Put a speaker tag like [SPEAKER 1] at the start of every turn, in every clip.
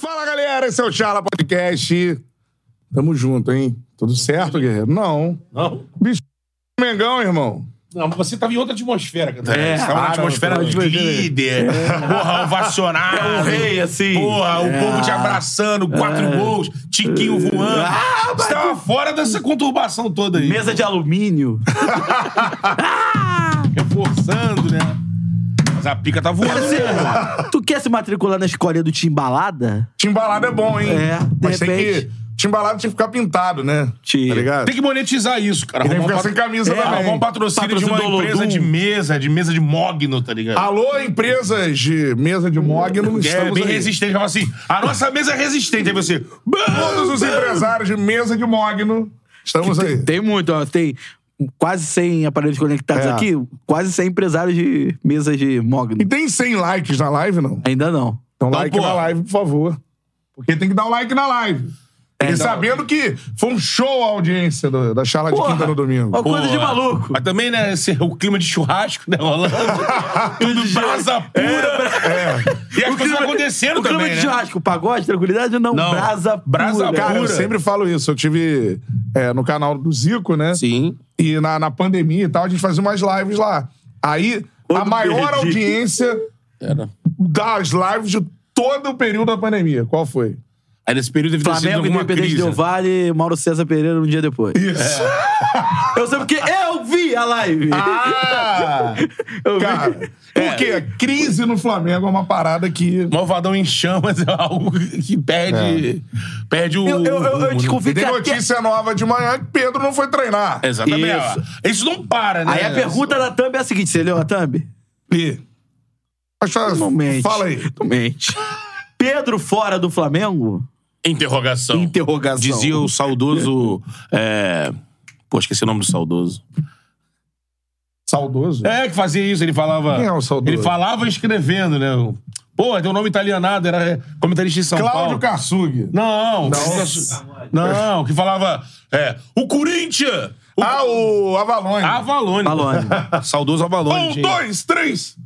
[SPEAKER 1] Fala galera, esse é o Charla Podcast. Tamo junto, hein? Tudo certo, guerreiro? Não.
[SPEAKER 2] Não?
[SPEAKER 1] Bicho Mengão, irmão.
[SPEAKER 2] Não, mas você tava em outra atmosfera, cara.
[SPEAKER 3] É,
[SPEAKER 2] Você
[SPEAKER 3] tá
[SPEAKER 2] tava
[SPEAKER 3] uma
[SPEAKER 2] na É.
[SPEAKER 3] atmosfera de líder. Porra, ovacionado. É o rei, assim. Porra, o povo te abraçando, quatro
[SPEAKER 2] É.
[SPEAKER 3] gols, Tiquinho voando.
[SPEAKER 2] Ah, Você tava fora dessa conturbação toda aí.
[SPEAKER 3] de alumínio.
[SPEAKER 2] Reforçando, né? Mas a pica tá voando. mesmo.
[SPEAKER 4] Tu quer se matricular na escolinha do Timbalada?
[SPEAKER 1] Timbalado é bom, hein?
[SPEAKER 4] É, de
[SPEAKER 1] Mas tem
[SPEAKER 4] repente.
[SPEAKER 1] que... Timbalado tinha que ficar pintado, né?
[SPEAKER 4] Tinha.
[SPEAKER 1] Tá ligado?
[SPEAKER 2] Tem que monetizar isso, cara.
[SPEAKER 1] Tem que ficar
[SPEAKER 2] Arrumar um
[SPEAKER 1] sem
[SPEAKER 2] patro-
[SPEAKER 1] camisa
[SPEAKER 2] é,
[SPEAKER 1] também.
[SPEAKER 2] arrumar um patrocínio, de
[SPEAKER 3] Patrocínio
[SPEAKER 2] uma
[SPEAKER 3] do Ah,
[SPEAKER 2] empresa
[SPEAKER 3] Olodum.
[SPEAKER 2] de mesa, de mesa de mogno, tá ligado?
[SPEAKER 1] Alô, empresas de mesa de mogno,
[SPEAKER 2] é,
[SPEAKER 1] estamos
[SPEAKER 2] bem
[SPEAKER 1] aí.
[SPEAKER 2] resistente. Fala assim, a nossa mesa é resistente. Aí você...
[SPEAKER 1] Todos os empresários de mesa de mogno, estamos aí.
[SPEAKER 4] Tem muito, ó. Tem quase 100 aparelhos conectados
[SPEAKER 1] É.
[SPEAKER 4] aqui, quase 100 empresários de mesas de
[SPEAKER 1] E
[SPEAKER 4] mogno.
[SPEAKER 1] tem 100 likes na live, não?
[SPEAKER 4] Ainda não.
[SPEAKER 1] Então, like
[SPEAKER 2] pô.
[SPEAKER 1] na live, por favor. Porque tem que dar o like na live.
[SPEAKER 4] É,
[SPEAKER 1] e sabendo que foi um show a audiência do- da Charla de Quinta no domingo.
[SPEAKER 4] Ó, coisa de
[SPEAKER 2] Porra.
[SPEAKER 4] maluco.
[SPEAKER 2] Mas também, né, esse- o clima de churrasco, né, rolando. Tudo brasa pura.
[SPEAKER 1] É,
[SPEAKER 2] E as coisas tá acontecendo
[SPEAKER 4] o É. clima
[SPEAKER 2] também,
[SPEAKER 4] de
[SPEAKER 2] né?
[SPEAKER 4] churrasco, pagode, tranquilidade, não.
[SPEAKER 2] Não.
[SPEAKER 4] Brasa
[SPEAKER 2] Brasa
[SPEAKER 4] pura.
[SPEAKER 1] Cara, eu sempre falo isso. Eu tive é, no canal do Zico, né?
[SPEAKER 2] Sim.
[SPEAKER 1] E na, na pandemia e tal, a gente fazia umas lives lá. Aí, a
[SPEAKER 4] Quando
[SPEAKER 1] maior
[SPEAKER 4] perdi.
[SPEAKER 1] audiência
[SPEAKER 2] Era.
[SPEAKER 1] das lives de todo o período da pandemia. Qual foi?
[SPEAKER 2] Aí nesse período deve ter sido
[SPEAKER 4] Flamengo,
[SPEAKER 2] alguma
[SPEAKER 4] Independente
[SPEAKER 2] crise.
[SPEAKER 4] Del Vale, Mauro César Pereira um dia depois. É.
[SPEAKER 1] Isso.
[SPEAKER 4] Eu sei porque eu vi a live.
[SPEAKER 1] Ah!
[SPEAKER 4] eu vi.
[SPEAKER 1] Cara,
[SPEAKER 2] É.
[SPEAKER 1] porque crise no Flamengo é uma parada que.
[SPEAKER 2] Malvadão em chamas é algo que perde,
[SPEAKER 4] É.
[SPEAKER 2] perde o...
[SPEAKER 4] Eu, eu, eu, eu
[SPEAKER 2] o-
[SPEAKER 4] desconfio que
[SPEAKER 1] Tem
[SPEAKER 4] até...
[SPEAKER 1] notícia nova de manhã que Pedro não foi treinar.
[SPEAKER 2] Exatamente.
[SPEAKER 4] Isso.
[SPEAKER 2] Isso. não para, né?
[SPEAKER 4] Aí a pergunta da Thumb é a seguinte, você leu a Thumb?
[SPEAKER 1] E- Mas fa-
[SPEAKER 4] Não mente.
[SPEAKER 1] Fala aí.
[SPEAKER 4] Não mente. Pedro fora do Flamengo?
[SPEAKER 2] Interrogação.
[SPEAKER 4] Interrogação.
[SPEAKER 2] Dizia o saudoso... é, Pô, esqueci o nome do saudoso.
[SPEAKER 1] Saudoso.
[SPEAKER 2] É, que fazia isso. Ele falava...
[SPEAKER 1] Quem é o saudoso?
[SPEAKER 2] Ele falava escrevendo, né? Pô, tem um nome italianado. Era comentarista em São
[SPEAKER 1] Cláudio
[SPEAKER 2] Paulo.
[SPEAKER 1] Kassug.
[SPEAKER 2] Não. Não. Não, que falava... É, o Corinthians... O
[SPEAKER 1] Ah, o Avalone.
[SPEAKER 2] Avalone.
[SPEAKER 4] Avalone.
[SPEAKER 2] Saudoso Avalone.
[SPEAKER 1] Um,
[SPEAKER 2] gente.
[SPEAKER 1] dois, três.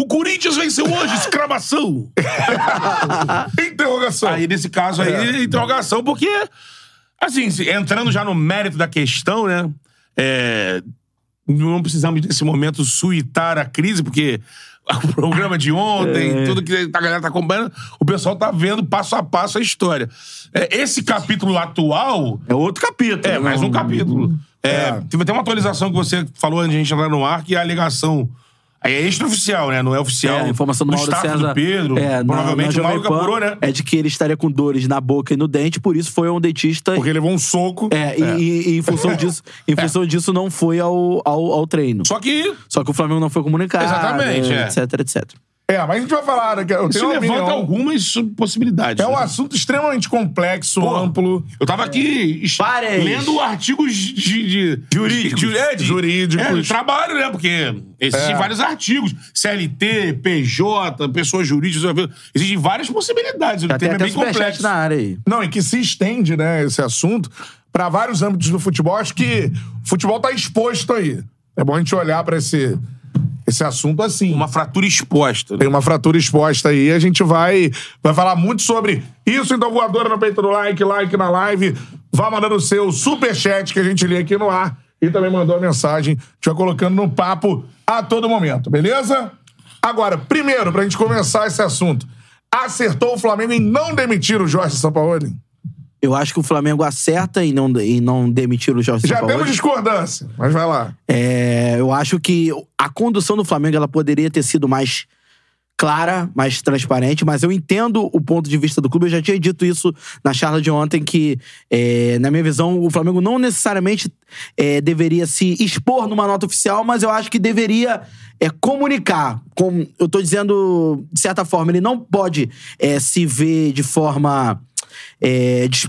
[SPEAKER 2] O Corinthians venceu hoje, escravação!
[SPEAKER 1] Interrogação.
[SPEAKER 2] Aí, nesse caso aí,
[SPEAKER 1] É.
[SPEAKER 2] interrogação, porque, assim, se- entrando já no mérito da questão, né? é, não precisamos, nesse momento, suitar a crise, porque o programa de ontem, tudo que a galera tá acompanhando, o pessoal tá vendo passo a passo a história. É, esse capítulo atual.
[SPEAKER 4] É outro capítulo.
[SPEAKER 2] É, mais um capítulo. É,
[SPEAKER 1] É.
[SPEAKER 2] Teve até uma atualização que você falou antes de a gente entrar no ar, que é a alegação. Aí é extraoficial, né? Não é oficial.
[SPEAKER 4] É, a informação do Mauro
[SPEAKER 2] status
[SPEAKER 4] César.
[SPEAKER 2] do Pedro.
[SPEAKER 4] é, na-
[SPEAKER 2] provavelmente
[SPEAKER 4] na
[SPEAKER 2] o Mauro que
[SPEAKER 4] Jovem Pan,
[SPEAKER 2] apurou, né?
[SPEAKER 4] É de que ele estaria com dores na boca e no dente, por isso foi a um dentista.
[SPEAKER 1] Porque levou um soco.
[SPEAKER 4] É, e- E, e em função disso, em função disso não foi ao, ao, ao treino.
[SPEAKER 2] Só que
[SPEAKER 4] Só que o Flamengo não foi comunicado.
[SPEAKER 2] Exatamente, é.
[SPEAKER 4] Etc, etc.
[SPEAKER 1] É, mas a gente vai falar. né, que Eu
[SPEAKER 2] isso
[SPEAKER 4] é
[SPEAKER 1] tenho uma
[SPEAKER 2] levanta um-
[SPEAKER 1] opinião.
[SPEAKER 2] algumas su- possibilidades.
[SPEAKER 1] É um
[SPEAKER 2] né?
[SPEAKER 1] assunto extremamente complexo,
[SPEAKER 2] Pô,
[SPEAKER 1] amplo.
[SPEAKER 2] Eu tava aqui es-
[SPEAKER 4] Várias.
[SPEAKER 2] lendo artigos de. de
[SPEAKER 1] Jurídicos.
[SPEAKER 2] de- é, de-
[SPEAKER 1] Jurídicos.
[SPEAKER 2] é, de trabalho, né? Porque existem
[SPEAKER 1] É.
[SPEAKER 2] vários artigos. CLT, PJ, pessoa jurídica. Existem várias possibilidades. O
[SPEAKER 4] Já tem
[SPEAKER 2] tema é
[SPEAKER 4] até
[SPEAKER 2] bem
[SPEAKER 4] superchat
[SPEAKER 2] complexo.
[SPEAKER 4] na área aí.
[SPEAKER 1] Não, e que se estende, né, esse assunto para vários âmbitos do futebol. Acho que o futebol tá exposto aí. É bom a gente olhar para esse, esse assunto assim.
[SPEAKER 2] Uma fratura exposta. né?
[SPEAKER 1] Tem uma fratura exposta aí. A gente vai, vai falar muito sobre isso. Então, voadora no peito do like, like na live. Vá mandando o seu superchat que a gente lê aqui no ar. E também mandou a mensagem. A gente vai colocando no papo a todo momento, beleza? Agora, primeiro, pra gente começar esse assunto. Acertou o Flamengo em não demitir o Jorge Sampaoli?
[SPEAKER 4] Eu acho que o Flamengo acerta em não, em não demitir o Jorge
[SPEAKER 1] Já
[SPEAKER 4] Sampaoli.
[SPEAKER 1] temos discordância, mas vai lá.
[SPEAKER 4] É, eu acho que a condução do Flamengo ela poderia ter sido mais clara, mais transparente, mas eu entendo o ponto de vista do clube. Eu já tinha dito isso na charla de ontem, que, é, na minha visão, o Flamengo não necessariamente é, deveria se expor numa nota oficial, mas eu acho que deveria é, comunicar. Com, eu tô dizendo, de certa forma, ele não pode é, se ver de forma. é, dis-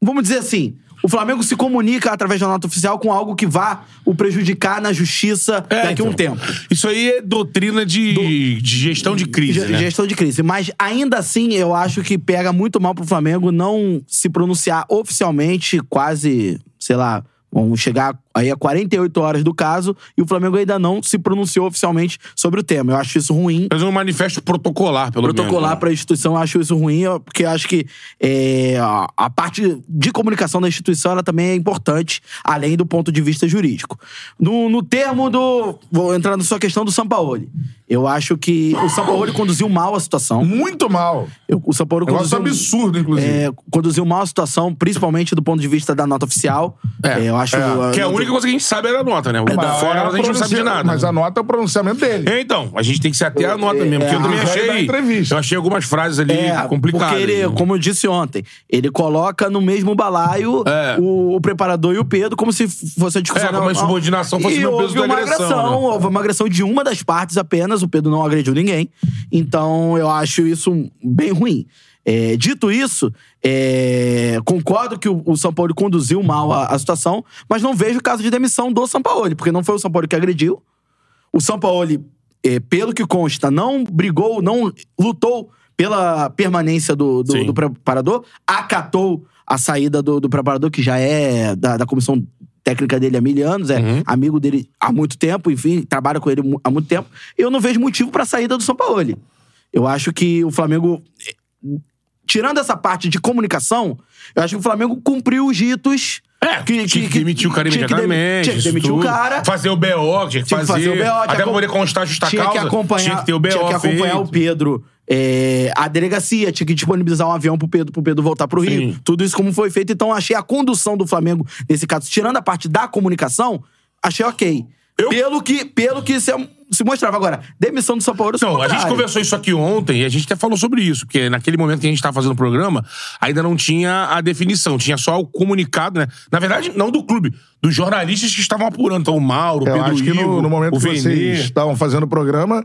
[SPEAKER 4] vamos dizer assim. O Flamengo se comunica através da nota oficial com algo que vá o prejudicar na justiça
[SPEAKER 2] É,
[SPEAKER 4] daqui a um
[SPEAKER 2] então.
[SPEAKER 4] tempo.
[SPEAKER 2] Isso aí é doutrina de, de gestão de crise,
[SPEAKER 4] Ge-
[SPEAKER 2] né?
[SPEAKER 4] Gestão de crise. Mas ainda assim, eu acho que pega muito mal pro Flamengo não se pronunciar oficialmente, quase, sei lá, vamos chegar aí a 48 horas do caso, e o Flamengo ainda não se pronunciou oficialmente sobre o tema. Eu acho isso ruim.
[SPEAKER 2] Fez um manifesto protocolar, pelo
[SPEAKER 4] Protocolar
[SPEAKER 2] menos. né?
[SPEAKER 4] para a instituição, eu acho isso ruim, eu- porque eu acho que é, a- a parte de comunicação da instituição ela também é importante, além do ponto de vista jurídico. No, no termo do. Vou entrar na sua questão do Sampaoli. Eu acho que o Sampaoli conduziu mal a situação.
[SPEAKER 1] Muito mal.
[SPEAKER 4] Eu- o São Paulo
[SPEAKER 1] Negócio
[SPEAKER 2] um-
[SPEAKER 4] conduziu,
[SPEAKER 1] absurdo, inclusive.
[SPEAKER 4] é, conduziu mal a situação, principalmente do ponto de vista da nota oficial. É, eu acho. eu-
[SPEAKER 2] Que é a única coisa que a gente sabe era a nota, né?
[SPEAKER 1] Mas
[SPEAKER 2] Fora
[SPEAKER 1] é
[SPEAKER 2] a gente não sabe de
[SPEAKER 1] pronuncia-
[SPEAKER 2] nada.
[SPEAKER 1] Mas a nota é o pronunciamento dele.
[SPEAKER 2] É, Então, a gente tem que se ater à nota mesmo. Porque eu também
[SPEAKER 1] Ah, vai dar
[SPEAKER 2] achei.
[SPEAKER 1] entrevista.
[SPEAKER 2] Eu achei algumas frases ali
[SPEAKER 4] É,
[SPEAKER 2] complicadas.
[SPEAKER 4] Porque ele,
[SPEAKER 2] né?
[SPEAKER 4] como eu disse ontem, ele coloca no mesmo balaio
[SPEAKER 2] É.
[SPEAKER 4] o, o preparador e o Pedro, como se fosse a discussão.
[SPEAKER 2] É, como a subordinação fosse
[SPEAKER 4] e
[SPEAKER 2] no peso
[SPEAKER 4] houve
[SPEAKER 2] da
[SPEAKER 4] uma
[SPEAKER 2] agressão, né?
[SPEAKER 4] Houve uma agressão de uma das partes apenas, o Pedro não agrediu ninguém. Então, eu acho isso bem ruim. É, dito isso, é, concordo que o, o São Paulo conduziu mal a, a situação, mas não vejo o caso de demissão do São Paulo, porque não foi o São Paulo que agrediu. O Sampaoli, eh, pelo que consta, não brigou, não lutou pela permanência do, do-
[SPEAKER 2] Sim.
[SPEAKER 4] do preparador, acatou a saída do, do preparador, que já é da, da comissão técnica dele há mil anos, é
[SPEAKER 2] Uhum.
[SPEAKER 4] amigo dele há muito tempo, enfim, trabalha com ele mu- há muito tempo. Eu não vejo motivo para a saída do Sampaoli. Eu acho que o Flamengo é, tirando essa parte de comunicação, eu acho que o Flamengo cumpriu os ritos.
[SPEAKER 2] É, que, tinha que, demitir o cara
[SPEAKER 4] tinha que demi-
[SPEAKER 2] imediatamente.
[SPEAKER 4] Tinha que
[SPEAKER 2] isso
[SPEAKER 4] demitir o
[SPEAKER 2] tudo.
[SPEAKER 4] cara.
[SPEAKER 2] Fazer o BO, tinha que
[SPEAKER 4] Tinha
[SPEAKER 2] fazer.
[SPEAKER 4] que fazer o BO, tinha
[SPEAKER 2] até pra
[SPEAKER 4] acom-
[SPEAKER 2] poder constar justa
[SPEAKER 4] tinha
[SPEAKER 2] causa.
[SPEAKER 4] que acompanhar,
[SPEAKER 2] tinha que ter o BO.
[SPEAKER 4] tinha que acompanhar
[SPEAKER 2] feito.
[SPEAKER 4] o Pedro. é, a delegacia tinha que disponibilizar um avião pro Pedro, pro Pedro voltar pro Rio.
[SPEAKER 2] Sim.
[SPEAKER 4] Tudo isso como foi feito. Então, achei a condução do Flamengo, nesse caso, tirando a parte da comunicação, achei ok. Pelo que, pelo que se, se mostrava. Agora, demissão do São Paulo... eu sou
[SPEAKER 2] Então, a gente
[SPEAKER 4] contrário.
[SPEAKER 2] conversou isso aqui ontem e a gente até falou sobre isso, porque naquele momento que a gente estava fazendo o programa, ainda não tinha a definição, tinha só o comunicado, né? Na verdade, não do clube, dos jornalistas que estavam apurando. Então, o Mauro, o
[SPEAKER 1] Eu
[SPEAKER 2] Pedro
[SPEAKER 1] acho que
[SPEAKER 2] Ivo,
[SPEAKER 1] no, no momento
[SPEAKER 2] o
[SPEAKER 1] que vocês
[SPEAKER 2] Vene.
[SPEAKER 1] estavam fazendo o programa,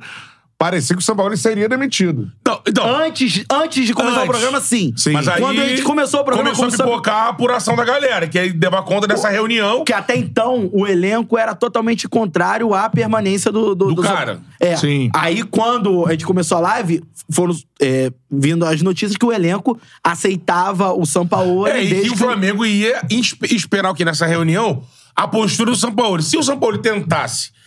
[SPEAKER 1] parecia que o São Paulo seria demitido.
[SPEAKER 2] Então, então
[SPEAKER 4] Antes, antes de começar
[SPEAKER 2] Antes.
[SPEAKER 4] o programa, sim.
[SPEAKER 1] Sim.
[SPEAKER 2] mas aí
[SPEAKER 4] Quando a gente começou o programa,
[SPEAKER 2] começou a
[SPEAKER 4] começou a-
[SPEAKER 2] pipocar a apuração da galera, que aí dava conta dessa reunião.
[SPEAKER 4] Porque até então o elenco era totalmente contrário à permanência do.
[SPEAKER 2] Do cara.
[SPEAKER 4] É.
[SPEAKER 1] Sim.
[SPEAKER 4] Aí quando a gente começou a live, foram é, vindo as notícias que o elenco aceitava o Sampaoli.
[SPEAKER 2] É, e
[SPEAKER 4] desde
[SPEAKER 2] que o
[SPEAKER 4] que-
[SPEAKER 2] Flamengo ia inspe- esperar o que nessa reunião? A postura do Sampaoli. Se o Sampaoli tentasse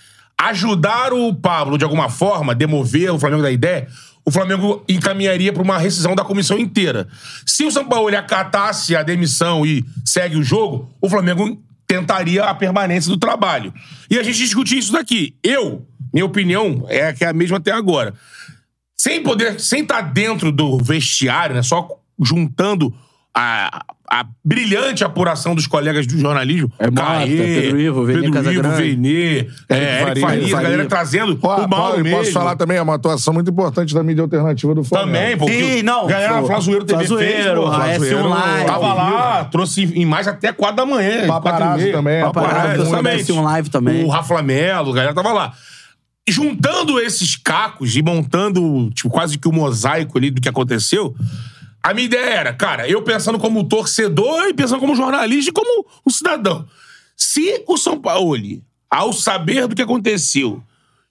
[SPEAKER 2] ajudar o Pablo de alguma forma, demover o Flamengo da ideia, o Flamengo encaminharia para uma rescisão da comissão inteira. Se o Sampaoli acatasse a demissão e segue o jogo, o Flamengo tentaria a permanência do trabalho. E a gente discutiu isso daqui. Eu, minha opinião, é que é a mesma até agora sem poder, sem estar dentro do vestiário, né? Só juntando a, a brilhante apuração dos colegas do jornalismo.
[SPEAKER 4] É Marta, Pedro Ivo, Vene
[SPEAKER 2] Pedro Ivo,
[SPEAKER 4] Casagrande.
[SPEAKER 2] Vene, é,
[SPEAKER 1] Faria,
[SPEAKER 2] Eric Faria, a galera
[SPEAKER 4] Faria.
[SPEAKER 2] trazendo
[SPEAKER 1] Ó,
[SPEAKER 2] o mal
[SPEAKER 1] Paulo, e
[SPEAKER 2] mesmo.
[SPEAKER 1] posso falar também, é uma atuação muito importante da mídia alternativa do Flamengo.
[SPEAKER 2] também, pô.
[SPEAKER 4] Sim,
[SPEAKER 2] porque
[SPEAKER 4] não,
[SPEAKER 2] Galera,
[SPEAKER 4] pô,
[SPEAKER 2] Flazoeiro TV fez,
[SPEAKER 4] Flazoeiro, é
[SPEAKER 2] pô.
[SPEAKER 4] AS
[SPEAKER 2] Flazoeiro
[SPEAKER 4] Online,
[SPEAKER 2] Tava
[SPEAKER 4] ao
[SPEAKER 2] lá, trouxe imagem até 4 da manhã.
[SPEAKER 1] Paparazzo
[SPEAKER 2] quatro e meia.
[SPEAKER 1] também,
[SPEAKER 4] Paparazzo,
[SPEAKER 2] Paparazzo, exatamente.
[SPEAKER 4] AS Online também.
[SPEAKER 2] O Rafa Melo, a galera tava lá. Juntando esses cacos e montando tipo, quase que o mosaico ali do que aconteceu, a minha ideia era, cara, eu pensando como torcedor e pensando como jornalista e como um cidadão. Se o São Paulo, ao saber do que aconteceu,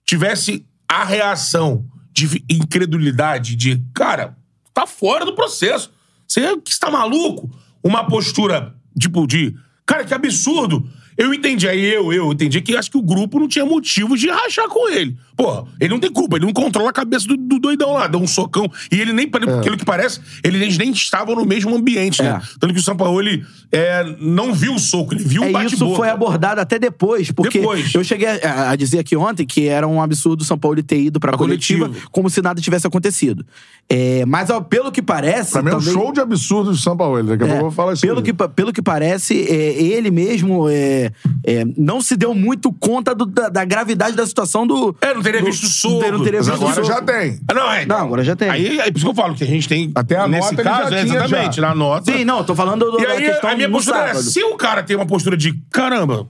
[SPEAKER 2] tivesse a reação de vi- incredulidade, de cara, tá fora do processo. Você que está maluco? Uma postura, tipo, de cara, que absurdo. Eu entendi, aí eu, eu entendi que acho que o grupo não tinha motivo de rachar com ele. Pô, ele não tem culpa, ele não controla a cabeça do, do doidão lá, deu um socão. E ele nem, pelo aquilo que parece, eles nem estavam no mesmo ambiente, né?
[SPEAKER 4] É.
[SPEAKER 2] Tanto que o Sampaoli é, não viu o soco, ele viu o
[SPEAKER 4] É,
[SPEAKER 2] bate-boca.
[SPEAKER 4] isso foi abordado até depois, porque
[SPEAKER 2] Depois.
[SPEAKER 4] eu cheguei a, a dizer aqui ontem que era um absurdo o São Paulo ter ido pra
[SPEAKER 2] Pra
[SPEAKER 4] coletiva,
[SPEAKER 2] coletiva.
[SPEAKER 4] como se nada tivesse acontecido. É, mas ó, pelo que parece.
[SPEAKER 1] Pra mim é um
[SPEAKER 4] também-
[SPEAKER 1] show de absurdos do São Paulo. Daqui a
[SPEAKER 4] É,
[SPEAKER 1] pouco eu vou falar isso.
[SPEAKER 4] pelo, que, pa- pelo que parece, é, ele mesmo é, é, é, não se deu muito conta do- da, da gravidade da situação do.
[SPEAKER 2] É, não teria
[SPEAKER 4] do-
[SPEAKER 2] visto soco.
[SPEAKER 4] Não teria
[SPEAKER 1] Mas
[SPEAKER 4] visto
[SPEAKER 1] agora
[SPEAKER 4] soco.
[SPEAKER 1] já tem.
[SPEAKER 2] Ah, Não, é.
[SPEAKER 4] Não, agora já tem.
[SPEAKER 2] Aí é por isso que eu falo que a gente tem.
[SPEAKER 1] Até a
[SPEAKER 2] nesse
[SPEAKER 1] nota ele
[SPEAKER 2] caso,
[SPEAKER 1] já
[SPEAKER 2] é,
[SPEAKER 1] tinha,
[SPEAKER 2] exatamente,
[SPEAKER 1] já.
[SPEAKER 2] na nota.
[SPEAKER 4] Sim, não, tô falando do,
[SPEAKER 2] E
[SPEAKER 4] da
[SPEAKER 2] aí,
[SPEAKER 4] questão
[SPEAKER 2] a minha
[SPEAKER 4] no
[SPEAKER 2] postura é:
[SPEAKER 4] sábado.
[SPEAKER 2] se o cara tem uma postura de caramba,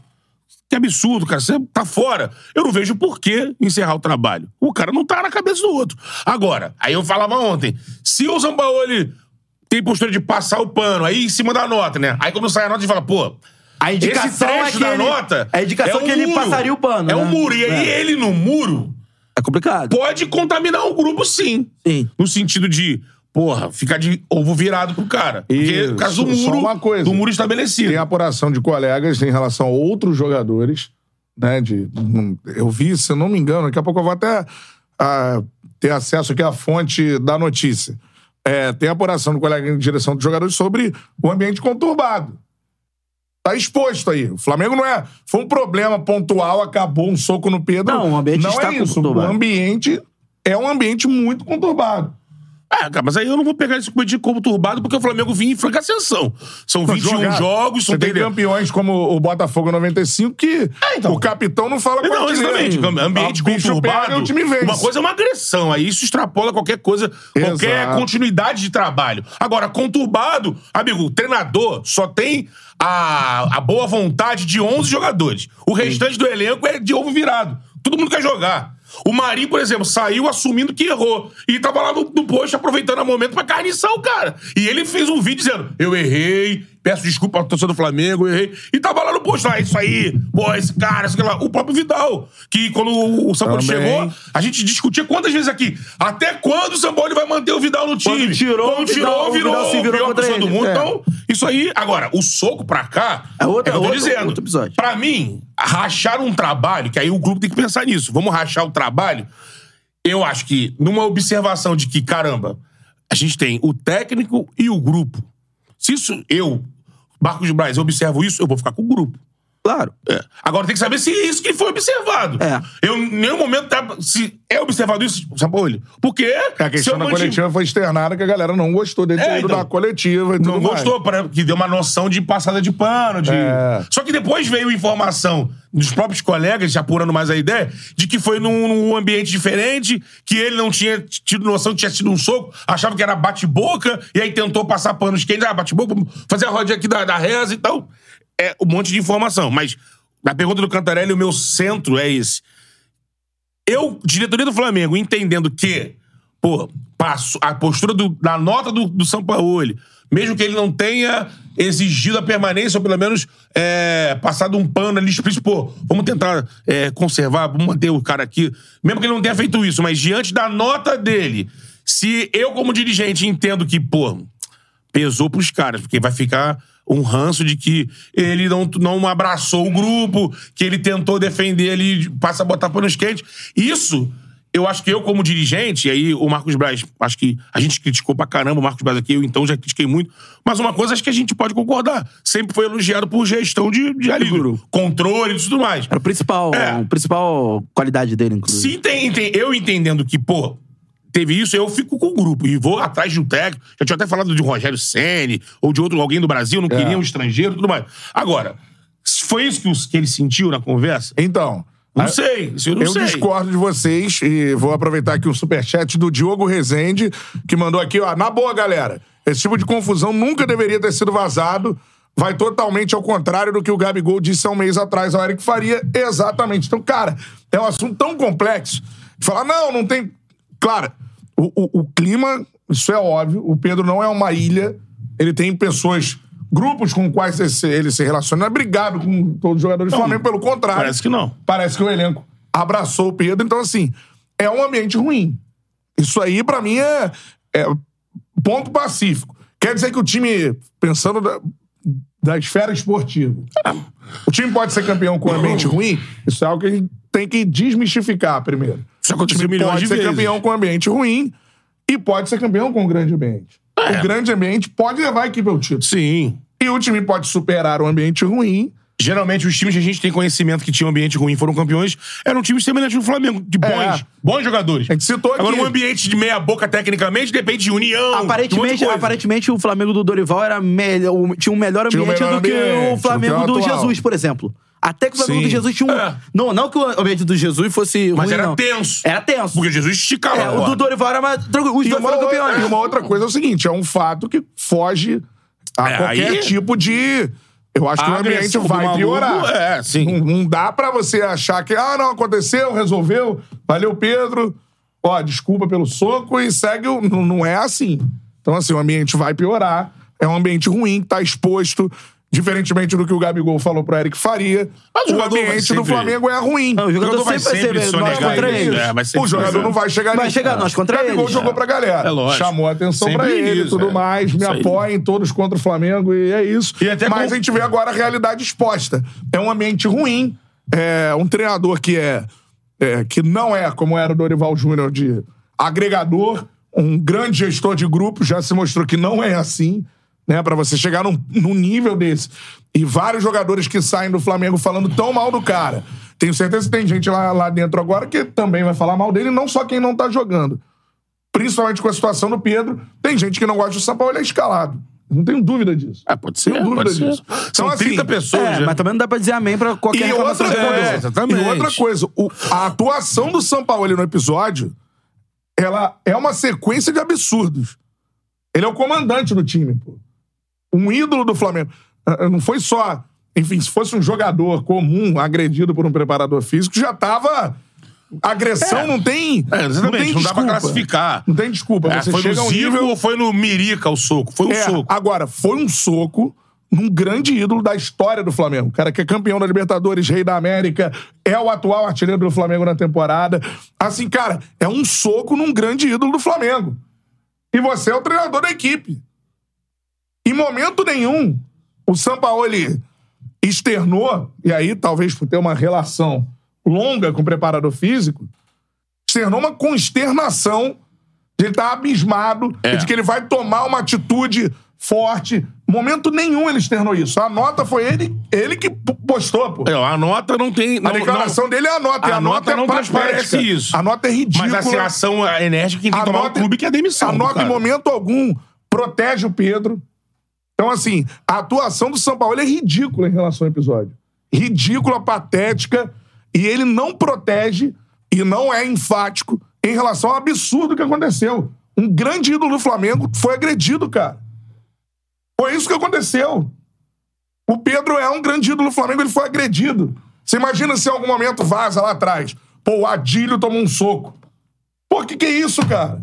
[SPEAKER 2] que absurdo, cara, você tá fora. Eu não vejo por que encerrar o trabalho. O cara não tá na cabeça do outro. Agora, aí eu falava ontem: se o Zambaoli tem postura de passar o pano, aí em cima da nota, né? Aí quando sai a nota, a gente fala, pô.
[SPEAKER 4] A indicação
[SPEAKER 2] esse trecho
[SPEAKER 4] é que
[SPEAKER 2] da
[SPEAKER 4] ele-
[SPEAKER 2] nota.
[SPEAKER 4] a indicação
[SPEAKER 2] é
[SPEAKER 4] é que
[SPEAKER 2] um
[SPEAKER 4] ele
[SPEAKER 2] muro.
[SPEAKER 4] passaria o pano,
[SPEAKER 2] É um
[SPEAKER 4] né?
[SPEAKER 2] muro. E aí
[SPEAKER 4] É.
[SPEAKER 2] ele no muro
[SPEAKER 4] É complicado.
[SPEAKER 2] pode contaminar o grupo, sim.
[SPEAKER 4] Sim.
[SPEAKER 2] No sentido de, porra, ficar de ovo virado pro cara. Porque
[SPEAKER 1] Isso.
[SPEAKER 2] por causa do
[SPEAKER 1] Só
[SPEAKER 2] muro,
[SPEAKER 1] uma coisa.
[SPEAKER 2] do muro
[SPEAKER 1] Tem
[SPEAKER 2] estabelecido.
[SPEAKER 1] apuração de colegas em relação a outros jogadores, né? De, hum, eu vi, se eu não me engano, daqui a pouco eu vou até ah, ter acesso aqui à fonte da notícia. É, tem apuração do colega em direção dos jogadores sobre o ambiente conturbado. Tá exposto aí. O Flamengo não é. Foi um problema pontual, acabou um soco no Pedro.
[SPEAKER 4] Não, o ambiente
[SPEAKER 1] não
[SPEAKER 4] está
[SPEAKER 1] é isso.
[SPEAKER 4] conturbado.
[SPEAKER 1] O ambiente é um ambiente muito conturbado.
[SPEAKER 2] Ah, cara, mas aí eu não vou pegar esse de como turbado porque o Flamengo vinha em franca ascensão. São 21
[SPEAKER 1] Jogado.
[SPEAKER 2] jogos,
[SPEAKER 1] Você
[SPEAKER 2] são
[SPEAKER 1] tem campeões como o Botafogo 95 que
[SPEAKER 2] É, então.
[SPEAKER 1] o capitão não fala com
[SPEAKER 2] Não,
[SPEAKER 1] o
[SPEAKER 2] Então, exatamente. Ambiente
[SPEAKER 1] O bicho
[SPEAKER 2] conturbado.
[SPEAKER 1] pega e o time vence.
[SPEAKER 2] Uma coisa é uma agressão, aí isso extrapola qualquer coisa, qualquer
[SPEAKER 1] Exato.
[SPEAKER 2] continuidade de trabalho. Agora, conturbado, amigo, o treinador só tem a, a boa vontade de 11 jogadores. O restante do elenco é de ovo virado. Todo mundo quer jogar. O Marinho, por exemplo, saiu assumindo que errou. E tava lá no, no posto aproveitando o momento pra carniçar o cara. E ele fez um vídeo dizendo: Eu errei, peço desculpa ao torcedor do Flamengo, eu errei. E tava lá no posto, ah, isso aí, pô, esse cara, isso aqui lá. O próprio Vidal, que quando o, o Sampaoli
[SPEAKER 1] Também.
[SPEAKER 2] chegou, a gente discutia quantas vezes aqui. Até quando o Sampaoli vai manter o Vidal no time?
[SPEAKER 4] Quando tirou,
[SPEAKER 2] Quando
[SPEAKER 4] o Vidal-
[SPEAKER 2] tirou,
[SPEAKER 4] o
[SPEAKER 2] virou,
[SPEAKER 4] Vidal se virou
[SPEAKER 2] virou a
[SPEAKER 4] contra
[SPEAKER 2] pessoa do
[SPEAKER 4] ele,
[SPEAKER 2] mundo.
[SPEAKER 4] é.
[SPEAKER 2] Então, isso aí. Agora, o soco pra cá.
[SPEAKER 4] É outra-
[SPEAKER 2] o que eu tô
[SPEAKER 4] outro-
[SPEAKER 2] dizendo.
[SPEAKER 4] outro episódio.
[SPEAKER 2] Pra mim, rachar um trabalho, que aí o clube tem que pensar nisso. Vamos rachar o trabalho. Eu acho que, numa observação de que, caramba, a gente tem o técnico e o grupo. Se isso, eu, Marcos de Braz, eu observo isso, eu vou ficar com o grupo.
[SPEAKER 4] Claro.
[SPEAKER 2] É. Agora tem que saber se isso que foi observado.
[SPEAKER 4] É.
[SPEAKER 2] Eu, em nenhum momento, tá, se é observado isso, Sampaoli. Porque.
[SPEAKER 1] É, A questão da coletiva foi externada que a galera não gostou dele
[SPEAKER 2] É,
[SPEAKER 1] ter ido
[SPEAKER 2] então.
[SPEAKER 1] da coletiva e tudo
[SPEAKER 2] Não
[SPEAKER 1] mais.
[SPEAKER 2] gostou, pra, que deu uma noção de passada de pano. De...
[SPEAKER 1] É.
[SPEAKER 2] Só que depois veio informação dos próprios colegas, apurando mais a ideia, de que foi num, num ambiente diferente, que ele não tinha t- tido noção que tinha sido um soco, achava que era bate-boca, e aí tentou passar panos quentes, ah, bate-boca, vamos fazer a rodinha aqui da, da reza e tal. É um monte de informação. Mas, na pergunta do Cantarelli, o meu centro é esse. Eu, diretoria do Flamengo, entendendo que, pô, passo, a postura do- da nota do, do Sampaoli, mesmo que ele não tenha exigido a permanência, ou pelo menos é, passado um pano ali explícito, pô, vamos tentar é, conservar, vamos manter o cara aqui. Mesmo que ele não tenha feito isso, mas diante da nota dele, se eu, como dirigente, entendo que, pô, pesou pros caras, porque vai ficar um ranço de que ele não, não abraçou o grupo, que ele tentou defender ali, passa a botar panos quentes. Isso, eu acho que eu, como dirigente, e aí o Marcos Braz, acho que a gente criticou pra caramba o Marcos Braz aqui, eu então já critiquei muito, mas uma coisa acho que a gente pode concordar. Sempre foi elogiado por gestão de, de ali,
[SPEAKER 4] Grupo.
[SPEAKER 2] controle e tudo mais.
[SPEAKER 4] Era o principal,
[SPEAKER 2] É.
[SPEAKER 4] a principal qualidade dele, inclusive.
[SPEAKER 2] Se tem, tem- eu entendendo que, pô, teve isso, eu fico com o grupo e vou atrás de um técnico. Já tinha até falado de Rogério Ceni ou de outro alguém do Brasil, não queria um estrangeiro e tudo mais. Agora, se foi isso que, os- que ele sentiu na conversa?
[SPEAKER 1] Então,
[SPEAKER 2] Não
[SPEAKER 1] a-
[SPEAKER 2] sei, isso Ah, eu não
[SPEAKER 1] eu
[SPEAKER 2] sei.
[SPEAKER 1] discordo de vocês e vou aproveitar aqui o superchat do Diogo Rezende, que mandou aqui, ó, na boa, galera. Esse tipo de confusão nunca deveria ter sido vazado. Vai totalmente ao contrário do que o Gabigol disse há um mês atrás ao Eric Faria. Exatamente. Então, cara, é um assunto tão complexo. Falar, não, não tem. Claro, o, o- o clima, isso é óbvio. O Pedro não é uma ilha. Ele tem pessoas, grupos com quais ele se- ele se relaciona. Não é brigado com todos os jogadores do Flamengo, pelo contrário.
[SPEAKER 2] Parece que não.
[SPEAKER 1] Parece que o elenco abraçou o Pedro. Então, assim, é um ambiente ruim. Isso aí, pra mim, é, é ponto pacífico. Quer dizer que o time, pensando da, da esfera esportiva, o time pode ser campeão com um ambiente ruim? Isso é algo que a gente tem que desmistificar primeiro.
[SPEAKER 2] Isso aconteceu
[SPEAKER 1] O time
[SPEAKER 2] milhões
[SPEAKER 1] pode
[SPEAKER 2] de
[SPEAKER 1] ser
[SPEAKER 2] vezes.
[SPEAKER 1] campeão com um ambiente ruim e pode ser campeão com um grande ambiente.
[SPEAKER 2] É.
[SPEAKER 1] O grande ambiente pode levar a equipe ao título.
[SPEAKER 2] Sim.
[SPEAKER 1] E o time pode superar um ambiente ruim
[SPEAKER 2] Geralmente, os times que a gente tem conhecimento que tinham ambiente ruim e foram campeões eram times semelhantes ao Flamengo, de bons,
[SPEAKER 1] É.
[SPEAKER 2] bons jogadores.
[SPEAKER 1] A gente citou aqui.
[SPEAKER 2] Agora, um ambiente de meia boca tecnicamente depende de união.
[SPEAKER 4] Aparentemente,
[SPEAKER 2] de um monte de coisa.
[SPEAKER 4] aparentemente, o Flamengo do Dorival era melhor, o- tinha um melhor
[SPEAKER 1] Tinha um
[SPEAKER 4] ambiente
[SPEAKER 1] melhor
[SPEAKER 4] do que
[SPEAKER 1] ambiente, do
[SPEAKER 4] o
[SPEAKER 1] que
[SPEAKER 4] Flamengo
[SPEAKER 1] o
[SPEAKER 4] do
[SPEAKER 1] atual.
[SPEAKER 4] Jesus, por exemplo. Até que o Flamengo
[SPEAKER 1] Sim.
[SPEAKER 4] do Jesus tinha um.
[SPEAKER 2] É.
[SPEAKER 4] Não, não que o ambiente do Jesus fosse.
[SPEAKER 2] Mas
[SPEAKER 4] ruim,
[SPEAKER 2] era
[SPEAKER 4] não.
[SPEAKER 2] tenso.
[SPEAKER 4] Era tenso.
[SPEAKER 2] Porque Jesus esticava.
[SPEAKER 4] É,
[SPEAKER 2] a
[SPEAKER 4] o
[SPEAKER 2] bola.
[SPEAKER 4] do Dorival era mais tranquilo. Os
[SPEAKER 1] E
[SPEAKER 4] dois
[SPEAKER 1] uma,
[SPEAKER 4] foram
[SPEAKER 1] outra,
[SPEAKER 4] campeões.
[SPEAKER 1] e uma outra coisa é o seguinte: é um fato que foge a
[SPEAKER 2] É,
[SPEAKER 1] qualquer
[SPEAKER 2] aí-
[SPEAKER 1] tipo de. Eu acho que o
[SPEAKER 2] A
[SPEAKER 1] ambiente
[SPEAKER 2] agressão do
[SPEAKER 1] vai
[SPEAKER 2] maluco,
[SPEAKER 1] piorar.
[SPEAKER 2] é, sim.
[SPEAKER 1] Não, não dá pra você achar que, ah, não, aconteceu, resolveu, valeu, Pedro. Ó, desculpa pelo soco e segue. o- Não, não é assim. Então, assim, o ambiente vai piorar. É um ambiente ruim, tá exposto. Diferentemente do que o Gabigol falou pro Eric Faria.
[SPEAKER 2] Mas o
[SPEAKER 1] o
[SPEAKER 2] jogador vai
[SPEAKER 1] ambiente do
[SPEAKER 2] sempre-
[SPEAKER 1] Flamengo é ruim.
[SPEAKER 4] Não, o jogador,
[SPEAKER 2] jogador vai
[SPEAKER 4] sempre vai ser
[SPEAKER 2] Então sempre
[SPEAKER 4] nós
[SPEAKER 2] sonegar
[SPEAKER 4] contra
[SPEAKER 2] isso.
[SPEAKER 4] eles.
[SPEAKER 2] É, mas sempre
[SPEAKER 1] o jogador
[SPEAKER 2] vai.
[SPEAKER 1] não vai chegar
[SPEAKER 4] Vai
[SPEAKER 1] nisso.
[SPEAKER 4] chegar nós contra
[SPEAKER 1] Gabigol
[SPEAKER 4] eles,
[SPEAKER 1] jogou
[SPEAKER 4] é.
[SPEAKER 1] pra galera.
[SPEAKER 2] É lógico.
[SPEAKER 1] Chamou a atenção
[SPEAKER 2] Sempre
[SPEAKER 1] pra ele e
[SPEAKER 2] isso,
[SPEAKER 1] tudo
[SPEAKER 2] é.
[SPEAKER 1] mais. Me
[SPEAKER 2] Isso aí.
[SPEAKER 1] apoiem todos contra o Flamengo e é isso.
[SPEAKER 2] E até
[SPEAKER 1] Mas
[SPEAKER 2] com-
[SPEAKER 1] a gente vê agora a realidade exposta. É um ambiente ruim. É um treinador que é, é, que não é como era o Dorival Júnior de agregador, um grande gestor de grupo, já se mostrou que não é assim, né, para você chegar num, num nível desse. E vários jogadores que saem do Flamengo falando tão mal do cara. Tenho certeza que tem gente lá, lá dentro agora que também vai falar mal dele, não só quem não tá jogando principalmente com a situação do Pedro, tem gente que não gosta do São Paulo, ele é escalado. Não tenho dúvida disso.
[SPEAKER 2] Ah, pode ser,
[SPEAKER 1] Tenho dúvida
[SPEAKER 2] pode ser.
[SPEAKER 1] disso.
[SPEAKER 2] São
[SPEAKER 1] Então, assim,
[SPEAKER 2] 30 pessoas,
[SPEAKER 4] É,
[SPEAKER 2] né?
[SPEAKER 4] mas também não dá pra dizer amém pra qualquer
[SPEAKER 1] E
[SPEAKER 4] reclamação
[SPEAKER 1] outra,
[SPEAKER 4] que aconteça.
[SPEAKER 1] coisa,
[SPEAKER 2] é, exatamente.
[SPEAKER 1] e outra coisa, o- a atuação do São Paulo no episódio, ela é uma sequência de absurdos. Ele é o comandante do time, pô. Um ídolo do Flamengo. Ah, Não foi só. Enfim, se fosse um jogador comum agredido por um preparador físico, já tava. Agressão não tem.
[SPEAKER 2] É,
[SPEAKER 1] não, tem
[SPEAKER 2] exatamente, não dá pra
[SPEAKER 1] desculpa.
[SPEAKER 2] classificar.
[SPEAKER 1] Não tem desculpa.
[SPEAKER 2] É,
[SPEAKER 1] Você
[SPEAKER 2] foi
[SPEAKER 1] chega a um
[SPEAKER 2] no Zico
[SPEAKER 1] nível
[SPEAKER 2] ou foi no Mirica o soco? Foi um
[SPEAKER 1] é,
[SPEAKER 2] soco.
[SPEAKER 1] Agora, foi um soco num grande ídolo da história do Flamengo. O cara que é campeão da Libertadores, rei da América, é o atual artilheiro do Flamengo na temporada. Assim, cara, é um soco num grande ídolo do Flamengo. E você é o treinador da equipe. Em momento nenhum, o Sampaoli externou, e aí talvez por ter uma relação longa com o preparador físico, externou uma consternação de ele estar abismado,
[SPEAKER 2] É.
[SPEAKER 1] de que ele vai tomar uma atitude forte. Momento nenhum ele externou isso. A nota foi ele, ele que p- postou, pô.
[SPEAKER 2] É, ó, a nota não tem.
[SPEAKER 1] A
[SPEAKER 2] não-
[SPEAKER 1] declaração dele é a nota. e
[SPEAKER 2] A
[SPEAKER 1] a nota,
[SPEAKER 2] nota
[SPEAKER 1] é
[SPEAKER 2] não transparece
[SPEAKER 1] patética.
[SPEAKER 2] isso.
[SPEAKER 1] A nota é
[SPEAKER 2] não-
[SPEAKER 1] ridícula.
[SPEAKER 2] mas assim, a ação enérgica quem tem que tomar o
[SPEAKER 1] nota-
[SPEAKER 2] clube que é a demissão.
[SPEAKER 1] A
[SPEAKER 2] do
[SPEAKER 1] nota, em
[SPEAKER 2] cara.
[SPEAKER 1] momento algum, protege o Pedro. Então, assim, a atuação do São Paulo é ridícula em relação ao episódio. Ridícula, patética, e ele não protege e não é enfático em relação ao absurdo que aconteceu. Um grande ídolo do Flamengo foi agredido, cara. Foi isso que aconteceu. O Pedro é um grande ídolo do Flamengo, ele foi agredido. Você imagina se em algum momento vaza lá atrás. Pô, o Adílio tomou um soco. Pô, que que é isso, cara?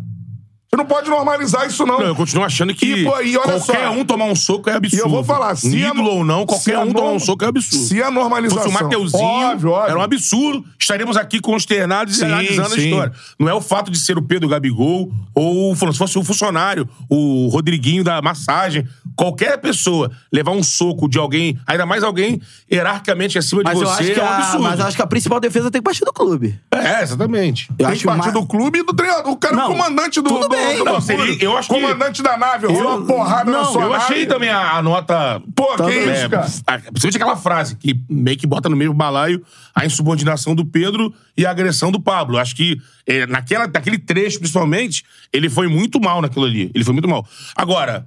[SPEAKER 1] Você não pode normalizar isso, não.
[SPEAKER 2] Não, eu continuo achando que
[SPEAKER 1] E, pô, e olha
[SPEAKER 2] qualquer
[SPEAKER 1] só.
[SPEAKER 2] um tomar um soco é absurdo.
[SPEAKER 1] E eu vou falar, se
[SPEAKER 2] um
[SPEAKER 1] a-
[SPEAKER 2] ídolo ou não,
[SPEAKER 1] se
[SPEAKER 2] qualquer
[SPEAKER 1] a
[SPEAKER 2] um tomar
[SPEAKER 1] norm-
[SPEAKER 2] um soco é absurdo.
[SPEAKER 1] Se a normalização...
[SPEAKER 2] fosse o Mateuzinho,
[SPEAKER 1] Óbvio, óbvio.
[SPEAKER 2] era um absurdo. Estaríamos aqui consternados e
[SPEAKER 1] Sim,
[SPEAKER 2] analisando
[SPEAKER 1] sim.
[SPEAKER 2] a história. Não é o fato de ser o Pedro Gabigol ou o fulano. se fosse o funcionário, o Rodriguinho da massagem, qualquer pessoa levar um soco de alguém, ainda mais alguém hierarquicamente acima
[SPEAKER 4] Mas
[SPEAKER 2] de
[SPEAKER 4] eu,
[SPEAKER 2] você,
[SPEAKER 4] acho que
[SPEAKER 2] é um
[SPEAKER 4] a,
[SPEAKER 2] absurdo.
[SPEAKER 4] mas eu acho que a principal defesa tem que partir do clube.
[SPEAKER 2] É, exatamente.
[SPEAKER 4] Eu
[SPEAKER 1] Tem
[SPEAKER 4] acho
[SPEAKER 1] que partir
[SPEAKER 4] ma-
[SPEAKER 1] do clube e do treinador. O cara é
[SPEAKER 4] Não,
[SPEAKER 1] o comandante do...
[SPEAKER 4] tudo
[SPEAKER 1] do-
[SPEAKER 4] bem.
[SPEAKER 1] do
[SPEAKER 2] Não,
[SPEAKER 1] bagulho.
[SPEAKER 2] seria- eu acho que-
[SPEAKER 1] comandante da nave. Eu, uma porrada na
[SPEAKER 4] não,
[SPEAKER 1] sua
[SPEAKER 2] Eu
[SPEAKER 1] nave.
[SPEAKER 2] achei também a, a nota.
[SPEAKER 1] Pô, que
[SPEAKER 4] Também.
[SPEAKER 1] isso,
[SPEAKER 2] É,
[SPEAKER 1] cara?
[SPEAKER 2] a- principalmente aquela frase que meio que bota no mesmo balaio a insubordinação do Pedro e a agressão do Pablo. Acho que é, naquela, naquele trecho, principalmente, ele foi muito mal naquilo ali. Ele foi muito mal. Agora,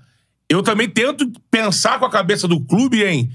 [SPEAKER 2] eu também tento pensar com a cabeça do clube em.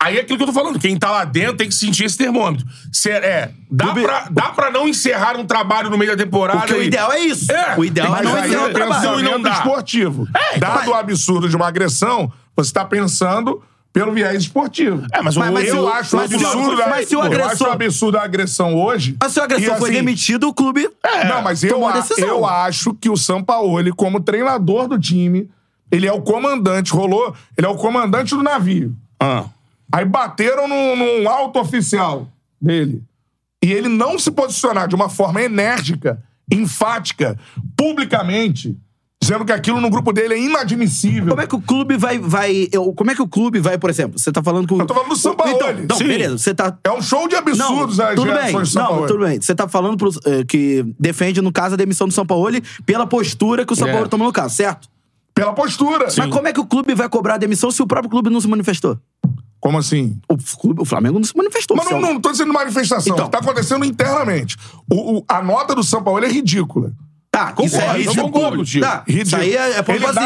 [SPEAKER 2] Aí é aquilo que eu tô falando, quem tá lá dentro tem que sentir esse termômetro. Se, é, dá,
[SPEAKER 4] Clube-
[SPEAKER 2] pra, dá pra não encerrar um trabalho no meio da temporada.
[SPEAKER 4] Porque o
[SPEAKER 2] e-
[SPEAKER 4] ideal é isso.
[SPEAKER 2] É,
[SPEAKER 4] O ideal é
[SPEAKER 1] Mas
[SPEAKER 4] não É, então
[SPEAKER 1] aí
[SPEAKER 4] encerrar
[SPEAKER 1] é
[SPEAKER 4] o trabalho.
[SPEAKER 2] pensão e não
[SPEAKER 1] pensamento
[SPEAKER 2] dá.
[SPEAKER 1] esportivo. Dado o absurdo de uma agressão, você está pensando pelo viés esportivo.
[SPEAKER 2] É, mas o-
[SPEAKER 1] eu,
[SPEAKER 4] mas o-
[SPEAKER 1] acho
[SPEAKER 4] mas se o-
[SPEAKER 1] absurdo. a-
[SPEAKER 4] mas se o
[SPEAKER 1] eu
[SPEAKER 4] agressor-
[SPEAKER 1] acho um absurdo a agressão hoje.
[SPEAKER 4] Mas se o agressor
[SPEAKER 1] E,
[SPEAKER 4] foi
[SPEAKER 1] assim,
[SPEAKER 4] demitido, o clube.
[SPEAKER 1] Não, mas eu,
[SPEAKER 4] tomou a
[SPEAKER 1] a-
[SPEAKER 4] decisão.
[SPEAKER 1] eu acho que o Sampaoli, como treinador do time, ele é o comandante, rolou, ele é o comandante do navio.
[SPEAKER 2] Ah.
[SPEAKER 1] Aí bateram num, num alto oficial dele. E ele não se posicionar de uma forma enérgica, enfática, publicamente, dizendo que aquilo no grupo dele é inadmissível.
[SPEAKER 4] Como é que o clube vai. vai eu- como é que o clube vai, por exemplo? Você tá falando que o.
[SPEAKER 1] Eu tô falando do Sampaoli.
[SPEAKER 4] Então, não,
[SPEAKER 1] Sim.
[SPEAKER 4] beleza. Você tá.
[SPEAKER 1] É um show de
[SPEAKER 4] Não,
[SPEAKER 1] absurdos as
[SPEAKER 4] tudo bem.
[SPEAKER 1] gerações de é, São
[SPEAKER 4] Não,
[SPEAKER 1] Paulo.
[SPEAKER 4] tudo bem. Você tá falando pro, eh, que defende, no caso, a demissão do São Paulo pela postura que o São
[SPEAKER 2] É.
[SPEAKER 4] Paulo tomou no caso, certo?
[SPEAKER 1] Pela postura.
[SPEAKER 4] Mas como é que o clube vai cobrar a demissão se o próprio clube não se manifestou?
[SPEAKER 1] Como assim?
[SPEAKER 4] O, clube- o Flamengo não se manifestou
[SPEAKER 1] Mas não,
[SPEAKER 4] oficialmente.
[SPEAKER 1] não tô dizendo manifestação.
[SPEAKER 4] Então.
[SPEAKER 1] Tá acontecendo internamente. O, o- a nota do São Paulo é ridícula.
[SPEAKER 4] Tá, isso é
[SPEAKER 1] Concordo, eu
[SPEAKER 4] ridículo.
[SPEAKER 1] concordo
[SPEAKER 5] contigo.
[SPEAKER 4] Tá, isso
[SPEAKER 1] Ridículo.
[SPEAKER 4] aí é, é
[SPEAKER 1] Ele dá a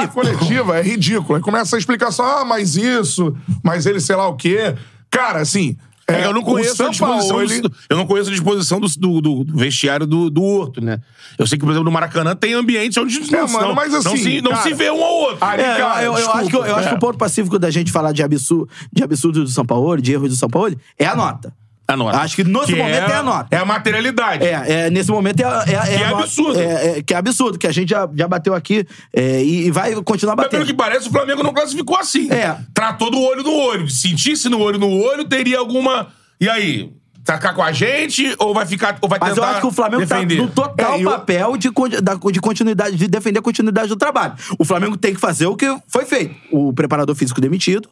[SPEAKER 4] propósito.
[SPEAKER 1] coletiva, é ridículo. Aí começa a explicação, ah, mas isso, mas ele sei lá o quê. Cara, assim...
[SPEAKER 2] É que eu não
[SPEAKER 1] o
[SPEAKER 2] conheço a
[SPEAKER 1] São
[SPEAKER 2] disposição.
[SPEAKER 1] Paulo,
[SPEAKER 2] do- eu não conheço a disposição do, do- do- do vestiário do, do Horto, né? Eu sei que, por exemplo, no Maracanã tem ambientes onde não,
[SPEAKER 1] É, mano,
[SPEAKER 2] não-
[SPEAKER 1] mas
[SPEAKER 2] não
[SPEAKER 1] assim,
[SPEAKER 2] se, não
[SPEAKER 1] cara,
[SPEAKER 2] se vê um ao outro.
[SPEAKER 1] ali,
[SPEAKER 4] É, eu-
[SPEAKER 1] cara,
[SPEAKER 4] eu, eu
[SPEAKER 1] desculpa,
[SPEAKER 4] acho que, eu, eu acho
[SPEAKER 1] é.
[SPEAKER 4] que o ponto pacífico da gente falar de absurdo, de absurdo do São Paulo, de erros do São Paulo, é a nota.
[SPEAKER 2] A nota.
[SPEAKER 4] Acho que nesse
[SPEAKER 2] Que
[SPEAKER 4] momento é a nota.
[SPEAKER 2] É a materialidade.
[SPEAKER 4] É, é, nesse momento é, é, é,
[SPEAKER 2] Que é
[SPEAKER 4] a nota-
[SPEAKER 2] absurdo.
[SPEAKER 4] É, é, que é absurdo, que a gente já, já bateu aqui é, e, e vai continuar
[SPEAKER 2] Mas pelo
[SPEAKER 4] batendo.
[SPEAKER 2] que parece, o Flamengo não classificou assim.
[SPEAKER 4] É.
[SPEAKER 2] Tratou do olho no olho. Sentisse no olho no olho, teria alguma. E aí? Tacar com a gente ou vai ficar. Ou vai
[SPEAKER 4] Mas eu
[SPEAKER 2] tentar
[SPEAKER 4] acho que o Flamengo
[SPEAKER 2] defender?
[SPEAKER 4] tá no total
[SPEAKER 1] É, e eu-
[SPEAKER 4] papel de, con- da- de continuidade, de defender a continuidade do trabalho. O Flamengo tem que fazer o que foi feito. O preparador físico demitido.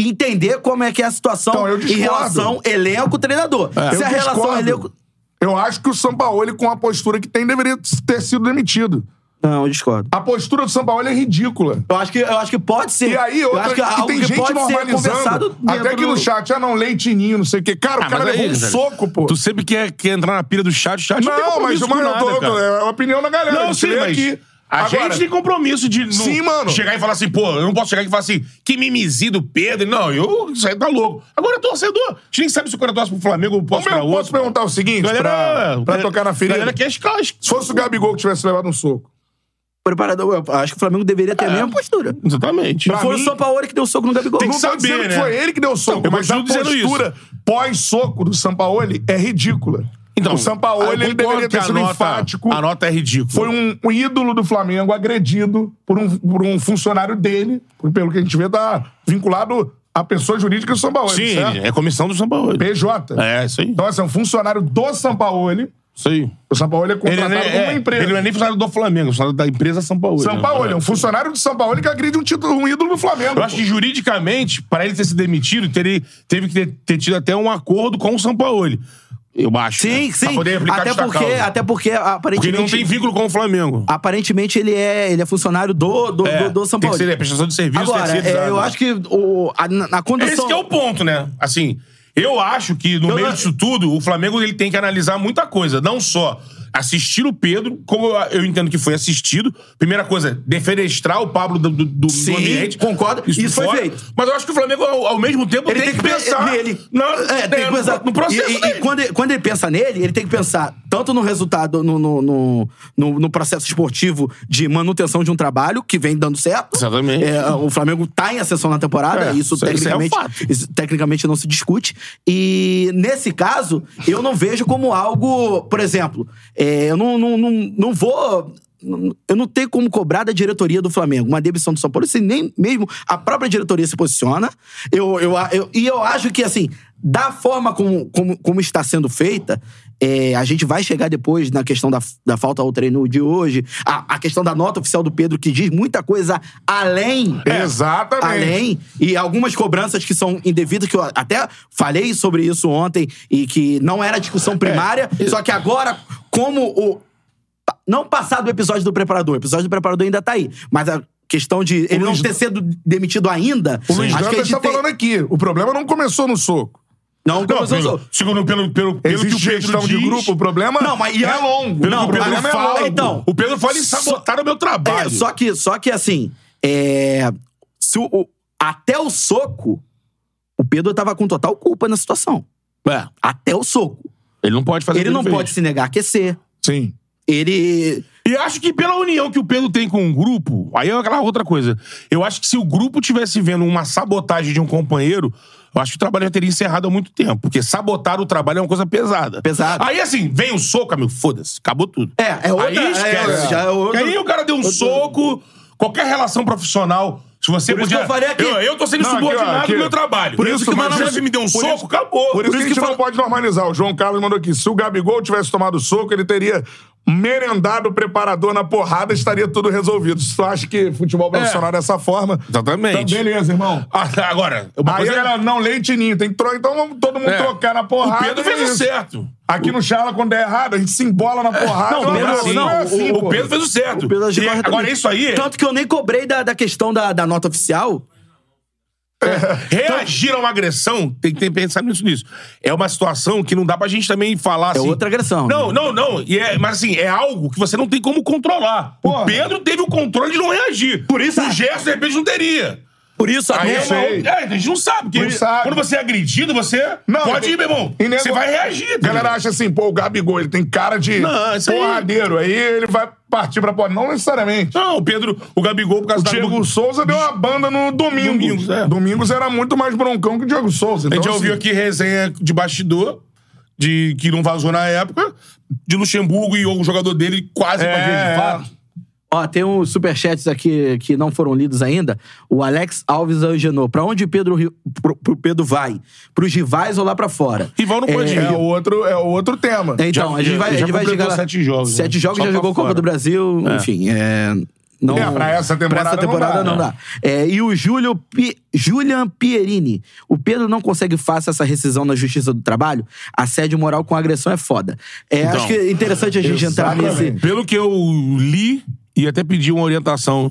[SPEAKER 4] e Entender como é que é a situação
[SPEAKER 1] Então, eu
[SPEAKER 4] em
[SPEAKER 1] discordo. É,
[SPEAKER 4] relação elenco-treinador. Se
[SPEAKER 1] Eu
[SPEAKER 4] a relação
[SPEAKER 1] discordo.
[SPEAKER 4] elenco.
[SPEAKER 1] Eu acho que o Sampaoli, com a postura que tem, deveria ter sido demitido.
[SPEAKER 4] Não, eu discordo.
[SPEAKER 1] A postura do Sampaoli é ridícula.
[SPEAKER 4] Eu acho que, eu acho que pode ser.
[SPEAKER 1] E aí,
[SPEAKER 4] eu
[SPEAKER 1] outra,
[SPEAKER 4] acho que, é
[SPEAKER 1] que,
[SPEAKER 4] algo
[SPEAKER 1] tem
[SPEAKER 4] que
[SPEAKER 1] gente
[SPEAKER 4] pode ser
[SPEAKER 1] normalizando.
[SPEAKER 4] conversado.
[SPEAKER 1] Até
[SPEAKER 4] dentro
[SPEAKER 1] que no
[SPEAKER 4] do-
[SPEAKER 1] chat, ah, não, leitinho, não sei o quê. Cara, o cara
[SPEAKER 2] Ah, mas
[SPEAKER 1] levou
[SPEAKER 2] aí,
[SPEAKER 1] um
[SPEAKER 2] Zé,
[SPEAKER 1] soco, pô.
[SPEAKER 2] Tu sempre quer, quer entrar na pira do chat, o chat não, tem
[SPEAKER 1] Não, mas
[SPEAKER 2] compromisso
[SPEAKER 1] o Mário,
[SPEAKER 2] com nada,
[SPEAKER 1] eu tô-
[SPEAKER 2] cara.
[SPEAKER 1] é a opinião da galera.
[SPEAKER 2] Não,
[SPEAKER 1] eu
[SPEAKER 2] sim,
[SPEAKER 1] tirei
[SPEAKER 2] mas
[SPEAKER 1] aqui.
[SPEAKER 2] a
[SPEAKER 1] Agora,
[SPEAKER 2] gente tem compromisso de não
[SPEAKER 1] Sim, mano.
[SPEAKER 2] chegar e falar assim, pô, eu não posso chegar aqui e falar assim, que mimizi do Pedro. Não, eu, isso aí tá louco. Agora é torcedor. A gente nem sabe se o cara torce pro Flamengo ou
[SPEAKER 1] Posso,
[SPEAKER 2] torce pra outro.
[SPEAKER 1] posso perguntar o seguinte,
[SPEAKER 2] Galera,
[SPEAKER 1] pra, pra
[SPEAKER 2] galera-
[SPEAKER 1] tocar na ferida?
[SPEAKER 2] galera quer escalar.
[SPEAKER 1] Se fosse o Gabigol que tivesse levado um soco.
[SPEAKER 4] Preparador, eu acho que o Flamengo deveria
[SPEAKER 1] É.
[SPEAKER 4] ter a mesma postura.
[SPEAKER 2] Exatamente.
[SPEAKER 4] Não foi o
[SPEAKER 1] mim-
[SPEAKER 4] São Paulo que deu soco no Gabigol.
[SPEAKER 1] Não
[SPEAKER 2] Tem
[SPEAKER 1] tô
[SPEAKER 2] que saber,
[SPEAKER 1] dizendo que
[SPEAKER 2] né?
[SPEAKER 1] foi ele que deu o soco,
[SPEAKER 2] Então, eu
[SPEAKER 1] mas a
[SPEAKER 2] continuo dizendo
[SPEAKER 1] postura pós-soco do Sampaoli é ridícula.
[SPEAKER 2] Então,
[SPEAKER 1] o Sampaoli
[SPEAKER 2] eu
[SPEAKER 1] ele
[SPEAKER 2] concordo
[SPEAKER 1] deveria ter
[SPEAKER 2] que a
[SPEAKER 1] sido
[SPEAKER 2] nota-
[SPEAKER 1] enfático.
[SPEAKER 2] A nota é ridícula.
[SPEAKER 1] Foi um, um ídolo do Flamengo agredido por um, por um funcionário dele, pelo que a gente vê, tá vinculado à pessoa jurídica do Sampaoli,
[SPEAKER 2] Sim,
[SPEAKER 1] certo?
[SPEAKER 2] é comissão do São Paulo.
[SPEAKER 1] PJ.
[SPEAKER 2] É, isso aí.
[SPEAKER 1] Então, assim, é um funcionário do Sampaoli.
[SPEAKER 2] Isso aí.
[SPEAKER 1] O Sampaoli é
[SPEAKER 2] Ele,
[SPEAKER 1] contratado
[SPEAKER 2] não
[SPEAKER 1] como
[SPEAKER 2] é,
[SPEAKER 1] uma
[SPEAKER 2] é,
[SPEAKER 1] empresa.
[SPEAKER 2] ele não é nem funcionário do Flamengo, é funcionário da empresa São Paulo.
[SPEAKER 1] São Paulo, é um funcionário do São Paulo que agride um, título, um ídolo do Flamengo.
[SPEAKER 2] Eu acho que juridicamente, para ele ter se demitido, teria- teve que ter, ter tido até um acordo com o São Paulo. Eu acho.
[SPEAKER 4] Sim,
[SPEAKER 2] né?
[SPEAKER 4] sim.
[SPEAKER 2] Pra poder aplicar
[SPEAKER 4] Até
[SPEAKER 2] justa
[SPEAKER 4] porque,
[SPEAKER 2] causa.
[SPEAKER 4] até
[SPEAKER 2] Porque
[SPEAKER 4] porque,
[SPEAKER 2] ele
[SPEAKER 4] aparentemente.
[SPEAKER 2] não tem vínculo com o Flamengo.
[SPEAKER 4] Aparentemente, ele é, ele é funcionário do, do,
[SPEAKER 2] É,
[SPEAKER 4] do, do São
[SPEAKER 2] tem
[SPEAKER 4] Paulo.
[SPEAKER 2] que ser, é, prestação de serviço
[SPEAKER 4] Agora,
[SPEAKER 2] terceirizado.
[SPEAKER 4] é, eu acho que o, a, na na condução.
[SPEAKER 2] Esse que é o ponto, né? Assim, eu acho que no
[SPEAKER 4] Eu
[SPEAKER 2] meio
[SPEAKER 4] não-
[SPEAKER 2] disso tudo, o Flamengo ele tem que analisar muita coisa. Não só assistir o Pedro, como eu- eu entendo que foi assistido. Primeira coisa, defenestrar o Pablo do, do, do
[SPEAKER 4] Sim,
[SPEAKER 2] ambiente.
[SPEAKER 4] concordo. Isso foi feito.
[SPEAKER 2] Mas eu acho que o Flamengo, ao, ao mesmo tempo,
[SPEAKER 4] Ele tem, que, pensar nele.
[SPEAKER 2] na-
[SPEAKER 4] é, tem que
[SPEAKER 2] no-
[SPEAKER 4] pensar
[SPEAKER 2] no processo
[SPEAKER 4] E, e- e
[SPEAKER 2] dele.
[SPEAKER 4] quando, ele- quando ele pensa nele, ele tem que pensar tanto no resultado, no, no, no, no- no processo esportivo de manutenção de um trabalho que vem dando certo.
[SPEAKER 2] Exatamente.
[SPEAKER 4] É, o Flamengo tá em ascensão na temporada,
[SPEAKER 2] É,
[SPEAKER 4] isso,
[SPEAKER 2] isso é- isso é um
[SPEAKER 4] tecnicamente,
[SPEAKER 2] fato.
[SPEAKER 4] isso tecnicamente não se discute. E nesse caso, eu não vejo como algo, por exemplo, é, eu não, não, não, não vou. Eu não tenho como cobrar da diretoria do Flamengo uma demissão do São Paulo, se nem mesmo a própria diretoria se posiciona. Eu, eu, eu- e eu acho que, assim, da forma como, como, como está sendo feita, é, a gente vai chegar depois na questão da, da falta ao treino de hoje, a, a questão da nota oficial do Pedro, que diz muita coisa além
[SPEAKER 2] é.
[SPEAKER 1] Exatamente.
[SPEAKER 4] além e algumas cobranças que são indevidas que eu até falei sobre isso ontem e que não era discussão
[SPEAKER 1] É,
[SPEAKER 4] primária só que agora como o não passado o episódio do preparador o episódio do preparador ainda tá aí mas a questão de ele não
[SPEAKER 1] Luiz-
[SPEAKER 4] ter sido demitido ainda
[SPEAKER 1] O Luiz Dantas está
[SPEAKER 4] tem-
[SPEAKER 1] falando aqui. O problema não começou no soco.
[SPEAKER 4] não,
[SPEAKER 2] Não,
[SPEAKER 4] começou-
[SPEAKER 2] pelo, segundo pelo, pelo, pelo que o
[SPEAKER 1] Existe
[SPEAKER 2] Pedro
[SPEAKER 1] gestão
[SPEAKER 2] diz,
[SPEAKER 1] de grupo, o problema
[SPEAKER 4] Não, mas- e
[SPEAKER 1] é
[SPEAKER 4] a-
[SPEAKER 1] longo.
[SPEAKER 2] Pelo
[SPEAKER 4] Não,
[SPEAKER 2] que o Pedro
[SPEAKER 4] mas-
[SPEAKER 2] fala,
[SPEAKER 4] então,
[SPEAKER 2] o Pedro fala em sabotar o meu trabalho.
[SPEAKER 4] É, só que, só que assim, é, se o, o- até o soco, o Pedro tava com total culpa na situação.
[SPEAKER 2] É,
[SPEAKER 4] Até o soco.
[SPEAKER 2] ele não pode fazer
[SPEAKER 4] ele
[SPEAKER 2] o que
[SPEAKER 4] não
[SPEAKER 2] fez.
[SPEAKER 4] pode se negar a aquecer.
[SPEAKER 1] Sim.
[SPEAKER 4] Ele.
[SPEAKER 2] E acho que pela união que o Pedro tem com o grupo, aí é aquela outra coisa. Eu acho que se o grupo tivesse vendo uma sabotagem de um companheiro, eu acho que o trabalho já teria encerrado há muito tempo. Porque sabotar o trabalho é uma coisa pesada.
[SPEAKER 4] Pesada.
[SPEAKER 2] Aí assim, vem o soco, amigo, foda-se, acabou tudo.
[SPEAKER 4] É, é outra-
[SPEAKER 2] Aí esquece.
[SPEAKER 4] é, já é outro-
[SPEAKER 2] Aí o cara deu um soco, qualquer relação profissional. Se você
[SPEAKER 4] Por isso
[SPEAKER 2] podia.
[SPEAKER 4] que eu falei aqui.
[SPEAKER 2] Eu, eu tô sendo
[SPEAKER 1] Não, aqui, ó,
[SPEAKER 2] subordinado
[SPEAKER 1] aqui.
[SPEAKER 2] no meu trabalho.
[SPEAKER 1] Por isso
[SPEAKER 2] que o
[SPEAKER 1] mas
[SPEAKER 2] Manaus
[SPEAKER 1] isso-
[SPEAKER 2] me deu um
[SPEAKER 1] por
[SPEAKER 2] soco,
[SPEAKER 1] isso-
[SPEAKER 2] acabou.
[SPEAKER 1] Por isso, que a gente
[SPEAKER 2] fala-
[SPEAKER 1] não pode normalizar. O João Carlos mandou aqui. Se o Gabigol tivesse tomado soco, ele teria merendado o preparador na porrada e estaria tudo resolvido. Se tu acha que futebol profissional é dessa forma...
[SPEAKER 2] Exatamente.
[SPEAKER 1] Então, beleza, irmão.
[SPEAKER 2] Ah, Agora, uma
[SPEAKER 1] Aí
[SPEAKER 2] coisa-
[SPEAKER 1] a galera, não, leite ninho, tem que trocar, então vamos todo mundo
[SPEAKER 2] É.
[SPEAKER 1] trocar na
[SPEAKER 2] o
[SPEAKER 1] porrada.
[SPEAKER 2] Pedro
[SPEAKER 1] e
[SPEAKER 2] fez
[SPEAKER 1] é
[SPEAKER 2] o
[SPEAKER 1] isso.
[SPEAKER 2] certo.
[SPEAKER 1] Aqui no Charla, quando der errado, a gente se embola na porrada.
[SPEAKER 2] Não, Pedro,
[SPEAKER 1] é
[SPEAKER 2] assim,
[SPEAKER 1] não é assim,
[SPEAKER 2] o, o
[SPEAKER 1] pô.
[SPEAKER 2] Pedro fez o certo.
[SPEAKER 4] O Pedro agiu
[SPEAKER 2] E
[SPEAKER 4] corretamente.
[SPEAKER 2] agora, isso aí.
[SPEAKER 4] Tanto que eu nem cobrei da, da questão da, da nota oficial.
[SPEAKER 2] Reagir a uma agressão, tem que ter pensado nisso, nisso. É uma situação que não dá pra gente também falar
[SPEAKER 4] É
[SPEAKER 2] assim.
[SPEAKER 4] outra agressão.
[SPEAKER 2] Não, não, não. E é- mas assim, é algo que você não tem como controlar.
[SPEAKER 1] Porra.
[SPEAKER 2] O Pedro teve o controle de não reagir. Por
[SPEAKER 4] isso-
[SPEAKER 2] O Gerson, de repente, não teria.
[SPEAKER 4] Por isso,
[SPEAKER 2] Aí é
[SPEAKER 4] agora.
[SPEAKER 1] sei.
[SPEAKER 2] uma... outra- é, a gente não sabe. Porque
[SPEAKER 1] Não sabe.
[SPEAKER 2] quando você é agredido, você
[SPEAKER 1] Não,
[SPEAKER 2] pode
[SPEAKER 1] eu-
[SPEAKER 2] ir, meu irmão.
[SPEAKER 1] E nego-
[SPEAKER 2] Você vai reagir. tá
[SPEAKER 1] A galera acha assim, pô, o Gabigol, ele tem cara de
[SPEAKER 2] Não, isso aí-
[SPEAKER 1] porradeiro. Aí ele vai partir pra porra. Não necessariamente.
[SPEAKER 2] Não, o Pedro, o Gabigol, por
[SPEAKER 1] O
[SPEAKER 2] causa da...
[SPEAKER 1] Diego Souza deu uma banda no domingo.
[SPEAKER 2] Domingos, é.
[SPEAKER 1] Domingos era muito mais broncão que o Diego Souza.
[SPEAKER 2] A gente
[SPEAKER 1] Então,
[SPEAKER 2] já ouviu
[SPEAKER 1] assim,
[SPEAKER 2] aqui resenha de bastidor, de, que não vazou na época, de Luxemburgo e o jogador dele quase
[SPEAKER 1] É,
[SPEAKER 2] uma vez de fato.
[SPEAKER 4] Ó, tem uns superchats aqui que não foram lidos ainda. O Alex Alves Angenô. Pra onde Pedro, Ri- pro, pro Pedro vai? Pros rivais ou lá pra fora?
[SPEAKER 2] Rival não pode
[SPEAKER 1] É
[SPEAKER 2] ir.
[SPEAKER 1] outro, é outro tema.
[SPEAKER 4] É, Então,
[SPEAKER 2] Já-
[SPEAKER 4] a gente vai,
[SPEAKER 2] já
[SPEAKER 4] a gente vai
[SPEAKER 2] completou
[SPEAKER 4] chegar lá.
[SPEAKER 2] sete jogos, né?
[SPEAKER 4] Sete jogos
[SPEAKER 2] Só
[SPEAKER 4] já
[SPEAKER 2] pra
[SPEAKER 4] jogou Copa
[SPEAKER 2] fora.
[SPEAKER 4] do Brasil. Enfim, é... Não,
[SPEAKER 1] É, pra essa temporada
[SPEAKER 4] pra essa
[SPEAKER 1] não dá,
[SPEAKER 4] temporada não
[SPEAKER 1] né?
[SPEAKER 4] dá. É, e o Júlio Pi- Julian Pierini. O Pedro não consegue fácil essa rescisão na Justiça do Trabalho? Assédio moral com agressão é foda. É,
[SPEAKER 2] Então,
[SPEAKER 4] acho que é interessante a gente entrar nesse...
[SPEAKER 2] Pelo que eu li, e até pedi uma orientação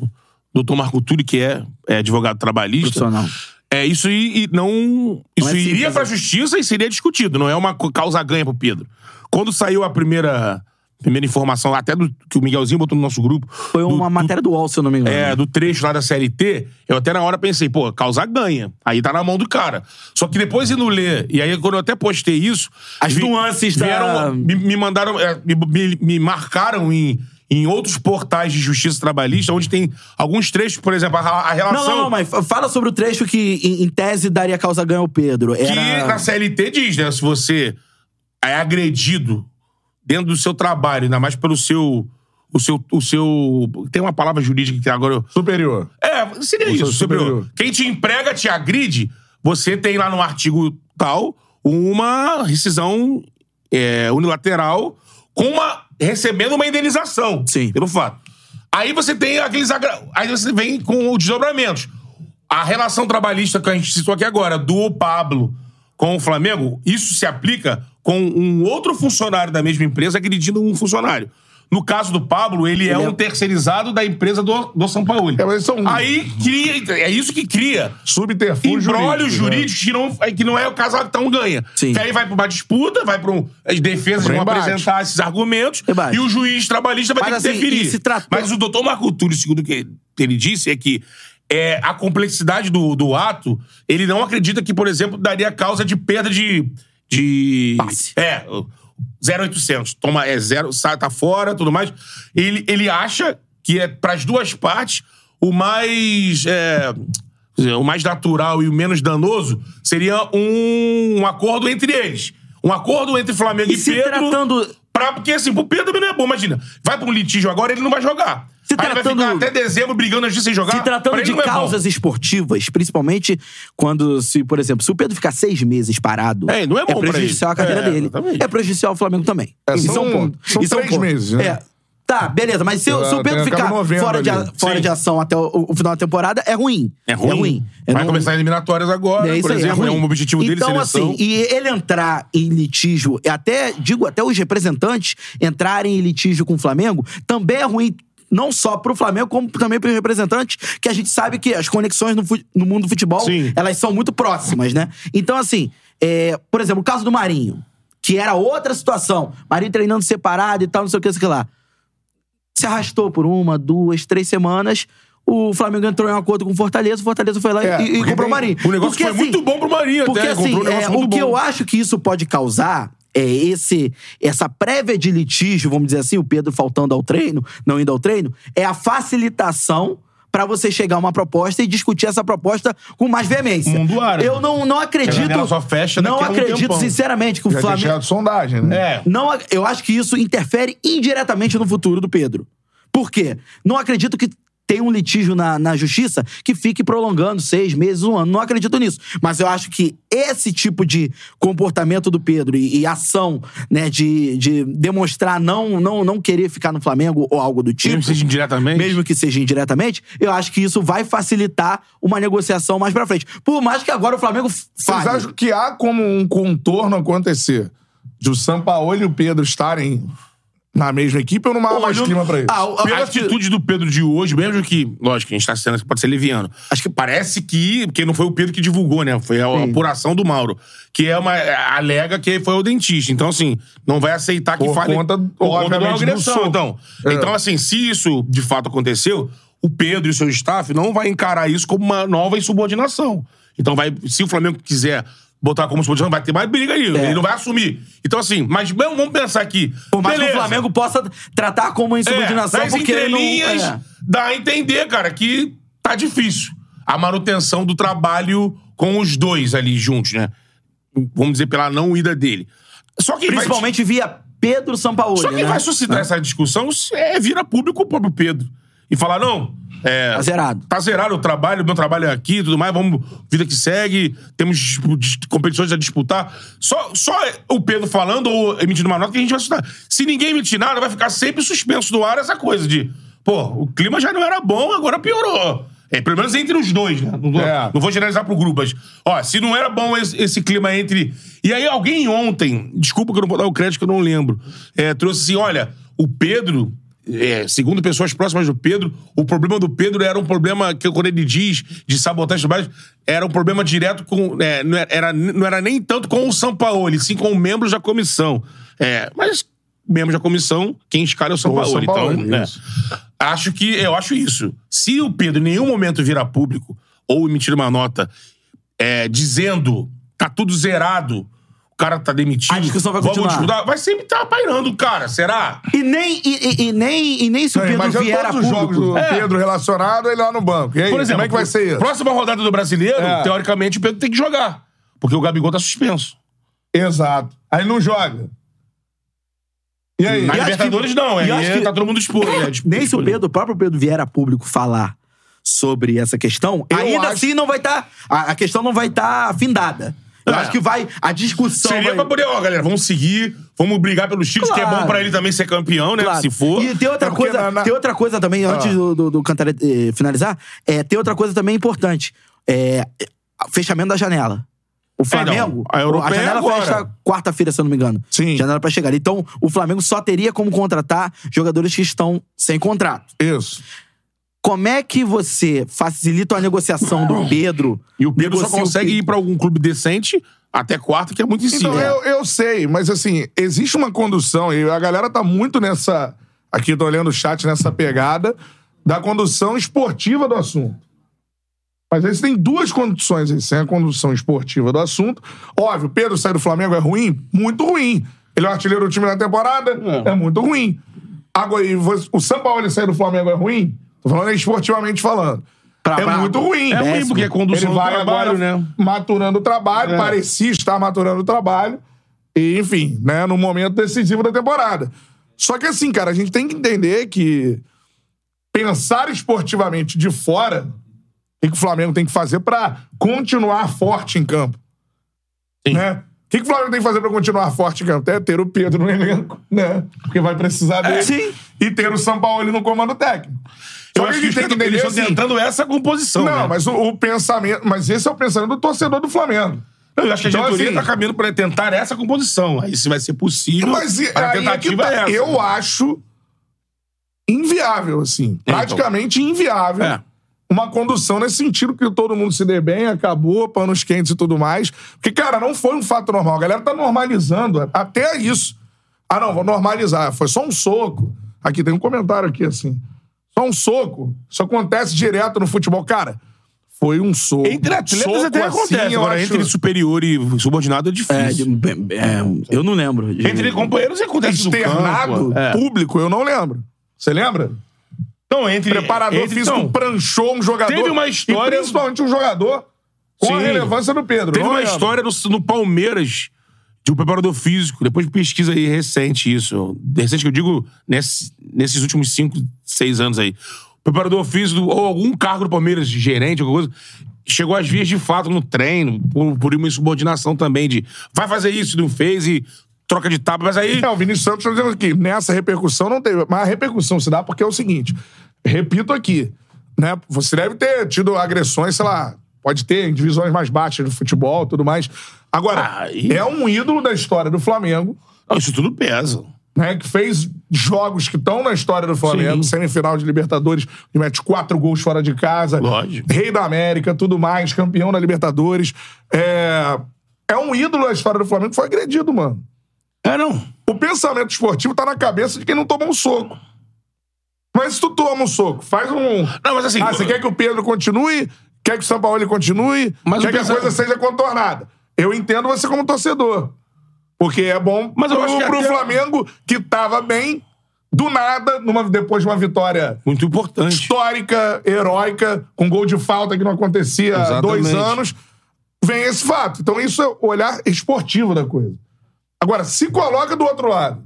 [SPEAKER 2] do Dr. Marco Túlio, que é, é advogado trabalhista,
[SPEAKER 4] Profissional.
[SPEAKER 2] é isso e, e não... Isso
[SPEAKER 4] é simples,
[SPEAKER 2] iria pra
[SPEAKER 4] né?
[SPEAKER 2] justiça e seria discutido, não é uma co- causa ganha pro Pedro. Quando saiu a primeira... Primeira informação, até do que o Miguelzinho botou no nosso grupo.
[SPEAKER 4] Foi uma matéria do UOL, se eu não me engano.
[SPEAKER 2] É, do trecho lá da CLT, eu até na hora pensei, pô, causar ganha. Aí tá na mão do cara. Só que depois indo ler, e aí quando eu até postei isso.
[SPEAKER 4] As nuances da-
[SPEAKER 2] vieram, Me, me mandaram. é, Me, me- me marcaram em. Em outros portais de justiça trabalhista, onde tem alguns trechos, por exemplo, a, a relação
[SPEAKER 4] Não, não, não, mas fa- fala sobre o trecho que, em, em tese, daria causa ganha ao Pedro.
[SPEAKER 2] que na
[SPEAKER 4] Era...
[SPEAKER 2] CLT diz, né? Se você é agredido dentro do seu trabalho, ainda mais pelo seu. O seu, o seu. Tem uma palavra jurídica que agora eu,
[SPEAKER 1] Superior.
[SPEAKER 2] É, seria
[SPEAKER 1] O seu
[SPEAKER 2] isso. superior.
[SPEAKER 1] superior.
[SPEAKER 2] Quem te emprega, te agride, você tem lá no artigo tal uma rescisão é, unilateral com uma recebendo uma indenização.
[SPEAKER 4] Sim.
[SPEAKER 2] Pelo fato. Aí você tem aqueles. agra- Aí você vem com os desdobramentos. A relação trabalhista que a gente citou aqui agora, do Pablo com o Flamengo, isso se aplica com um outro funcionário da mesma empresa agredindo um funcionário. No caso do Pablo, ele, é
[SPEAKER 4] é-
[SPEAKER 2] um terceirizado da empresa do, do São Paulo.
[SPEAKER 1] É, mas eles são
[SPEAKER 2] Aí cria, é isso que cria.
[SPEAKER 1] subterfúgio
[SPEAKER 2] Embrólio
[SPEAKER 1] jurídico,
[SPEAKER 2] jurídicos que não, que não é o caso que um ganha.
[SPEAKER 4] né? Sim.
[SPEAKER 2] Que aí vai pra uma disputa, vai pra um. As defesas
[SPEAKER 1] Pra um
[SPEAKER 2] vão
[SPEAKER 1] embate.
[SPEAKER 2] apresentar esses argumentos
[SPEAKER 4] Debate.
[SPEAKER 2] e o juiz trabalhista vai
[SPEAKER 4] Mas,
[SPEAKER 2] ter que
[SPEAKER 4] assim,
[SPEAKER 2] definir.
[SPEAKER 4] e se tratou-
[SPEAKER 2] Mas o doutor Marco Túlio, segundo o que ele disse, é que é, a complexidade do, do ato, ele não acredita que, por exemplo, daria causa de perda de. de
[SPEAKER 4] Passe.
[SPEAKER 2] é. 0,800. Toma, é zero, sai, tá fora, tudo mais. Ele, ele acha que é pras duas partes o mais. é, quer dizer, o mais natural e o menos danoso seria um, um acordo entre eles. Um acordo entre Flamengo e,
[SPEAKER 4] E se
[SPEAKER 2] Pedro.
[SPEAKER 4] tratando-
[SPEAKER 2] pra- porque assim, pro Pedro também não é bom. Imagina, vai pra um litígio agora, ele não vai jogar.
[SPEAKER 4] Se
[SPEAKER 2] Aí ele vai
[SPEAKER 4] tratando-
[SPEAKER 2] ficar até dezembro brigando na justiça sem jogar.
[SPEAKER 4] Se
[SPEAKER 2] pra
[SPEAKER 4] tratando
[SPEAKER 2] ele
[SPEAKER 4] de
[SPEAKER 2] não é bom.
[SPEAKER 4] causas esportivas, principalmente quando, se, por exemplo, se o Pedro ficar seis meses parado,
[SPEAKER 2] É, não é bom pra ele.
[SPEAKER 4] prejudicial à carreira
[SPEAKER 2] É,
[SPEAKER 4] dele.
[SPEAKER 2] exatamente.
[SPEAKER 4] É prejudicial ao Flamengo também.
[SPEAKER 1] É,
[SPEAKER 4] Isso é
[SPEAKER 1] são-
[SPEAKER 4] um ponto.
[SPEAKER 1] são
[SPEAKER 4] Isso é um
[SPEAKER 1] três
[SPEAKER 4] ponto.
[SPEAKER 1] meses, né?
[SPEAKER 4] É. Tá, beleza, mas se, o- se o
[SPEAKER 1] Ah,
[SPEAKER 4] Pedro
[SPEAKER 1] tem- acaba
[SPEAKER 4] ficar
[SPEAKER 1] novembro
[SPEAKER 4] fora, de, a-
[SPEAKER 1] ali.
[SPEAKER 4] fora
[SPEAKER 2] Sim.
[SPEAKER 4] de ação até o, o final da temporada, é ruim.
[SPEAKER 2] É ruim.
[SPEAKER 4] É ruim. É
[SPEAKER 2] Vai
[SPEAKER 4] não-
[SPEAKER 2] começar eliminatórias agora,
[SPEAKER 4] é isso
[SPEAKER 2] por
[SPEAKER 4] aí,
[SPEAKER 2] exemplo.
[SPEAKER 4] é
[SPEAKER 2] É,
[SPEAKER 4] ruim.
[SPEAKER 2] um objetivo dele,
[SPEAKER 4] Então,
[SPEAKER 2] seleção.
[SPEAKER 4] assim, e ele entrar em litígio, e até, digo, até os representantes entrarem em litígio com o Flamengo, também é ruim. Não só pro Flamengo, como também pros representantes, que a gente sabe que as conexões no, fu- no mundo do futebol,
[SPEAKER 2] Sim.
[SPEAKER 4] elas são muito próximas, né? Então, assim, é, por exemplo, o caso do Marinho, que era outra situação. Marinho treinando separado e tal, não sei o que, não sei o que lá se arrastou por uma, duas, três semanas. O Flamengo entrou em um acordo com o Fortaleza, o Fortaleza foi lá
[SPEAKER 1] É,
[SPEAKER 4] e- e,
[SPEAKER 1] porque
[SPEAKER 4] comprou o
[SPEAKER 1] tem-
[SPEAKER 4] Marinho.
[SPEAKER 2] o negócio foi muito bom pro Marinho
[SPEAKER 4] Porque
[SPEAKER 2] até,
[SPEAKER 4] assim,
[SPEAKER 2] comprou um negócio
[SPEAKER 4] é,
[SPEAKER 2] muito
[SPEAKER 4] o que
[SPEAKER 2] bom.
[SPEAKER 4] eu acho que isso pode causar é esse essa prévia de litígio, vamos dizer assim, o Pedro faltando ao treino, não indo ao treino, é a facilitação pra você chegar a uma proposta e discutir essa proposta com mais veemência.
[SPEAKER 2] Mundo árabe.
[SPEAKER 4] Eu não, não acredito.
[SPEAKER 2] janela só fecha
[SPEAKER 4] não
[SPEAKER 2] daqui a um
[SPEAKER 4] acredito,
[SPEAKER 2] tempão.
[SPEAKER 4] sinceramente, que o
[SPEAKER 1] Já tinha
[SPEAKER 4] Flamengo
[SPEAKER 1] chegado sondagem, né?
[SPEAKER 2] É.
[SPEAKER 4] não, ac- eu acho que isso interfere indiretamente no futuro do Pedro. Por quê? Não acredito que tenha um litígio na, na justiça que fique prolongando seis meses, um ano. Não acredito nisso. Mas eu acho que esse tipo de comportamento do Pedro e, e ação, né, de, de demonstrar não, não, não querer ficar no Flamengo ou algo do tipo.
[SPEAKER 2] Mesmo que seja indiretamente?
[SPEAKER 4] Mesmo que seja indiretamente, eu acho que isso vai facilitar uma negociação mais pra frente. Por mais que agora o Flamengo f-
[SPEAKER 1] Vocês
[SPEAKER 4] fale.
[SPEAKER 1] acham que há como um contorno acontecer de o Sampaoli e o Pedro estarem na mesma equipe ou não há mais
[SPEAKER 2] Olhando-
[SPEAKER 1] clima pra isso?
[SPEAKER 4] Ah, o-
[SPEAKER 2] Pela
[SPEAKER 4] acho que-
[SPEAKER 2] atitude do Pedro de hoje, mesmo que, lógico, a gente tá sendo, pode ser leviano. Acho que parece que, porque não foi o Pedro que divulgou, né? Foi a apuração do Mauro. Que é uma. Alega que foi o dentista. Então, assim, não vai aceitar que
[SPEAKER 1] Por
[SPEAKER 2] fale.
[SPEAKER 1] conta,
[SPEAKER 2] da
[SPEAKER 1] obviamente, do soco.
[SPEAKER 2] Então,
[SPEAKER 1] É.
[SPEAKER 2] então, assim, se isso de fato aconteceu, o Pedro e seu staff não vai encarar isso como uma nova insubordinação. Então, vai, se o Flamengo quiser. Botar como subordinação, vai ter mais briga aí. Ele não vai assumir. Então, assim, mas bem, vamos pensar aqui.
[SPEAKER 4] É. Por mais que o
[SPEAKER 2] beleza.
[SPEAKER 4] Flamengo possa tratar como uma insubordinação,
[SPEAKER 2] É, nas
[SPEAKER 4] porque ele não.
[SPEAKER 2] entrelinhas,
[SPEAKER 4] é.
[SPEAKER 2] dá a entender, cara, que tá difícil. A manutenção do trabalho com os dois ali juntos, né? Vamos dizer, pela não ida dele. Só que
[SPEAKER 4] Principalmente via Pedro Sampaoli.
[SPEAKER 2] Vai, só quem
[SPEAKER 4] né?
[SPEAKER 2] vai suscitar essa discussão é vira público o próprio Pedro. E falar, não, é,
[SPEAKER 4] Tá zerado.
[SPEAKER 2] tá zerado o trabalho, meu trabalho é aqui e tudo mais, vamos, vida que segue, temos dis- dis- competições a disputar. Só, só o Pedro falando ou emitindo uma nota que a gente vai assustar. Se ninguém emitir nada, vai ficar sempre suspenso do ar essa coisa de, pô, o clima já não era bom, agora piorou. É, pelo menos entre os dois, né? Não vou,
[SPEAKER 1] É.
[SPEAKER 2] não vou generalizar pro grupo, mas, ó, se não era bom esse, esse clima entre. E aí, alguém ontem, desculpa que eu não vou dar o crédito que eu não lembro, é, trouxe assim: olha, o Pedro, é, segundo pessoas próximas do Pedro, o problema do Pedro era um problema que, quando ele diz de sabotagem de baixo, era um problema direto com. é, não, era- era, não era nem tanto com o Sampaoli, sim com membros da comissão. É, mas membros da comissão, quem escala é o
[SPEAKER 1] Ou o
[SPEAKER 2] Sampaoli.
[SPEAKER 1] Sampaoli,
[SPEAKER 2] então, né?
[SPEAKER 1] isso.
[SPEAKER 2] Acho que. Eu acho isso. Se o Pedro em nenhum momento virar público ou emitir uma nota é, dizendo tá tudo zerado, o cara tá demitido.
[SPEAKER 4] A discussão vai
[SPEAKER 2] vamos
[SPEAKER 4] continuar.
[SPEAKER 2] disputar, vai sempre estar pairando, cara. Será?
[SPEAKER 4] E nem, e, e- e nem, e nem se o
[SPEAKER 1] Não,
[SPEAKER 4] Pedro
[SPEAKER 2] é
[SPEAKER 1] imagina
[SPEAKER 4] vier a
[SPEAKER 1] é todos os jogos
[SPEAKER 4] público. É.
[SPEAKER 1] do Pedro relacionado, ele lá no banco. E aí, como é que vai ser isso?
[SPEAKER 2] Próxima rodada do brasileiro,
[SPEAKER 1] É.
[SPEAKER 2] teoricamente, o Pedro tem que jogar. Porque o Gabigol tá suspenso.
[SPEAKER 1] Exato. Aí não joga. E aí?
[SPEAKER 2] Na
[SPEAKER 4] acho
[SPEAKER 2] Libertadores,
[SPEAKER 4] que-
[SPEAKER 2] não.
[SPEAKER 4] e
[SPEAKER 2] É,
[SPEAKER 4] acho
[SPEAKER 2] é,
[SPEAKER 4] que-
[SPEAKER 2] tá todo mundo exposto. né? Disposto,
[SPEAKER 4] Nem se o
[SPEAKER 2] né?
[SPEAKER 4] Pedro, o próprio Pedro vier a público falar sobre essa questão,
[SPEAKER 1] Eu
[SPEAKER 4] ainda
[SPEAKER 1] acho-
[SPEAKER 4] assim não vai estar. a, a questão não vai estar afindada. Eu
[SPEAKER 2] É.
[SPEAKER 4] acho que vai. A discussão.
[SPEAKER 2] Seria
[SPEAKER 4] vai-
[SPEAKER 2] pra poder, ó, galera, vamos seguir, vamos brigar pelos títulos, que é
[SPEAKER 4] Claro.
[SPEAKER 2] bom pra ele também ser campeão, né?
[SPEAKER 4] Claro.
[SPEAKER 2] Se for.
[SPEAKER 4] E tem outra,
[SPEAKER 1] É porque
[SPEAKER 4] coisa,
[SPEAKER 1] na- na-
[SPEAKER 4] tem outra coisa também,
[SPEAKER 2] Ah.
[SPEAKER 4] antes do, do, do Cantaré, eh, finalizar, é, tem outra coisa também importante. É, o fechamento da janela. O Flamengo.
[SPEAKER 2] É, a Europeia é
[SPEAKER 4] janela
[SPEAKER 2] agora.
[SPEAKER 4] fecha quarta-feira, se eu não me engano.
[SPEAKER 1] Sim.
[SPEAKER 4] Janela pra chegar. Então, o Flamengo só teria como contratar jogadores que estão sem contrato.
[SPEAKER 1] Isso.
[SPEAKER 4] Como é que você facilita a negociação do Pedro?
[SPEAKER 2] E o Pedro só
[SPEAKER 1] assim,
[SPEAKER 4] Negocia o
[SPEAKER 2] consegue
[SPEAKER 4] Pedro.
[SPEAKER 2] ir pra algum clube decente até quarto, que é muito em cima.
[SPEAKER 1] Então, eu, eu sei, mas assim, existe uma condução, e a galera tá muito nessa. Aqui, tô olhando o chat nessa pegada, da condução esportiva do assunto. Mas aí você tem duas condições aí. Sem a condução esportiva do assunto. Óbvio, Pedro sair do Flamengo é ruim? Muito ruim. Ele é o artilheiro do time na temporada? É, muito ruim. Agora, e você- o São Paulo sair do Flamengo é ruim? Tô falando esportivamente falando. é
[SPEAKER 4] pra-
[SPEAKER 1] muito ruim.
[SPEAKER 2] É ruim, porque é condução
[SPEAKER 1] Ele
[SPEAKER 2] do
[SPEAKER 1] vai
[SPEAKER 2] trabalho,
[SPEAKER 1] agora
[SPEAKER 2] né? É.
[SPEAKER 1] maturando o trabalho, parecia estar maturando o trabalho. E, enfim, né, no momento decisivo da temporada. Só que assim, cara, a gente tem que entender que pensar esportivamente de fora, o que, que o Flamengo tem que fazer pra continuar forte em campo?
[SPEAKER 2] Sim.
[SPEAKER 1] Né? O que, que o Flamengo tem que fazer pra continuar forte em campo? É ter o Pedro no elenco, né? Porque vai
[SPEAKER 2] É,
[SPEAKER 1] precisar dele.
[SPEAKER 4] sim.
[SPEAKER 1] E ter o São Paulo no comando técnico. Só
[SPEAKER 2] Eu
[SPEAKER 1] que a
[SPEAKER 2] acho
[SPEAKER 1] gente
[SPEAKER 2] que,
[SPEAKER 1] tem que entender
[SPEAKER 2] eles estão
[SPEAKER 1] assim,
[SPEAKER 2] tentando essa composição.
[SPEAKER 1] não,
[SPEAKER 2] né?
[SPEAKER 1] mas o, o pensamento. Mas esse é o pensamento do torcedor do Flamengo.
[SPEAKER 2] Não, Eu acho que a
[SPEAKER 1] Então,
[SPEAKER 2] diretoria
[SPEAKER 1] assim-
[SPEAKER 2] tá caminhando pra tentar essa composição. Aí se vai ser possível.
[SPEAKER 1] Mas e-
[SPEAKER 2] a
[SPEAKER 1] aí é que
[SPEAKER 2] tentativa
[SPEAKER 1] tá.
[SPEAKER 2] é essa.
[SPEAKER 1] Eu acho inviável, assim.
[SPEAKER 2] então.
[SPEAKER 1] Praticamente inviável.
[SPEAKER 2] É.
[SPEAKER 1] Uma condução nesse sentido que todo mundo se dê bem, acabou, panos quentes e tudo mais. Porque, cara, não foi um fato normal. A galera tá normalizando até isso. Ah, não, vou normalizar. Foi só um soco. Aqui tem um comentário aqui, assim. Só um soco. Isso acontece direto no futebol. Cara, foi um soco.
[SPEAKER 2] Entre atletas
[SPEAKER 1] Soco
[SPEAKER 2] até
[SPEAKER 1] assim,
[SPEAKER 2] acontece.
[SPEAKER 1] eu
[SPEAKER 2] Agora,
[SPEAKER 1] acho-
[SPEAKER 2] entre superior e subordinado é
[SPEAKER 4] É,
[SPEAKER 2] difícil.
[SPEAKER 4] de- é, eu não lembro. de-
[SPEAKER 2] Entre companheiros acontece no
[SPEAKER 1] externado,
[SPEAKER 2] É campo. É.
[SPEAKER 1] público, eu não lembro. Você lembra?
[SPEAKER 2] Então, entre...
[SPEAKER 1] Preparador
[SPEAKER 2] entre,
[SPEAKER 1] físico
[SPEAKER 2] então,
[SPEAKER 1] pranchou um jogador.
[SPEAKER 2] Teve uma história-
[SPEAKER 1] E principalmente um jogador com a
[SPEAKER 2] Sim.
[SPEAKER 1] relevância do Pedro.
[SPEAKER 2] Teve
[SPEAKER 1] não
[SPEAKER 2] uma
[SPEAKER 1] lembro.
[SPEAKER 2] história no, no Palmeiras de um preparador físico. Depois pesquisa aí recente isso. Recente que eu digo nesse- nesses últimos cinco, seis anos aí. Preparador físico ou algum cargo do Palmeiras, de gerente, alguma coisa, chegou às vias de fato no treino, por, por uma insubordinação também de vai fazer isso, não fez e troca de tapa. Mas aí
[SPEAKER 1] É, o Vinícius Santos está dizendo aqui, nessa repercussão não teve. Mas a repercussão se dá porque é o seguinte: repito aqui, né? Você deve ter tido agressões, sei lá, pode ter em divisões mais baixas do futebol tudo mais. Agora,
[SPEAKER 2] Ah, e-
[SPEAKER 1] é um ídolo da história do Flamengo.
[SPEAKER 2] Então, não, isso tudo pesa.
[SPEAKER 1] né, que fez jogos que estão na história do Flamengo, semifinal de Libertadores, que mete quatro gols fora de casa,
[SPEAKER 5] Lógico.
[SPEAKER 1] rei da América, tudo mais, campeão da Libertadores. É, é um ídolo da história do Flamengo, foi agredido, mano.
[SPEAKER 5] É, não.
[SPEAKER 1] O pensamento esportivo tá na cabeça de quem não tomou um soco. Mas se tu toma um soco, faz um.
[SPEAKER 5] Não, mas assim.
[SPEAKER 1] Ah, você quer que o Pedro continue? Quer que o Sampaoli continue?
[SPEAKER 5] Mas
[SPEAKER 1] quer
[SPEAKER 5] o
[SPEAKER 1] que
[SPEAKER 5] pensa-
[SPEAKER 1] a coisa seja contornada? Eu entendo você como torcedor. Porque é bom
[SPEAKER 5] Mas eu
[SPEAKER 1] pro,
[SPEAKER 5] acho que
[SPEAKER 1] pro
[SPEAKER 5] até-
[SPEAKER 1] Flamengo, que tava bem, do nada, numa, depois de uma vitória
[SPEAKER 5] Muito importante.
[SPEAKER 1] histórica, heróica, com gol de falta que não acontecia há dois
[SPEAKER 5] Exatamente.
[SPEAKER 1] anos, vem esse fato. Então isso é o olhar esportivo da coisa. Agora, se coloca do outro lado.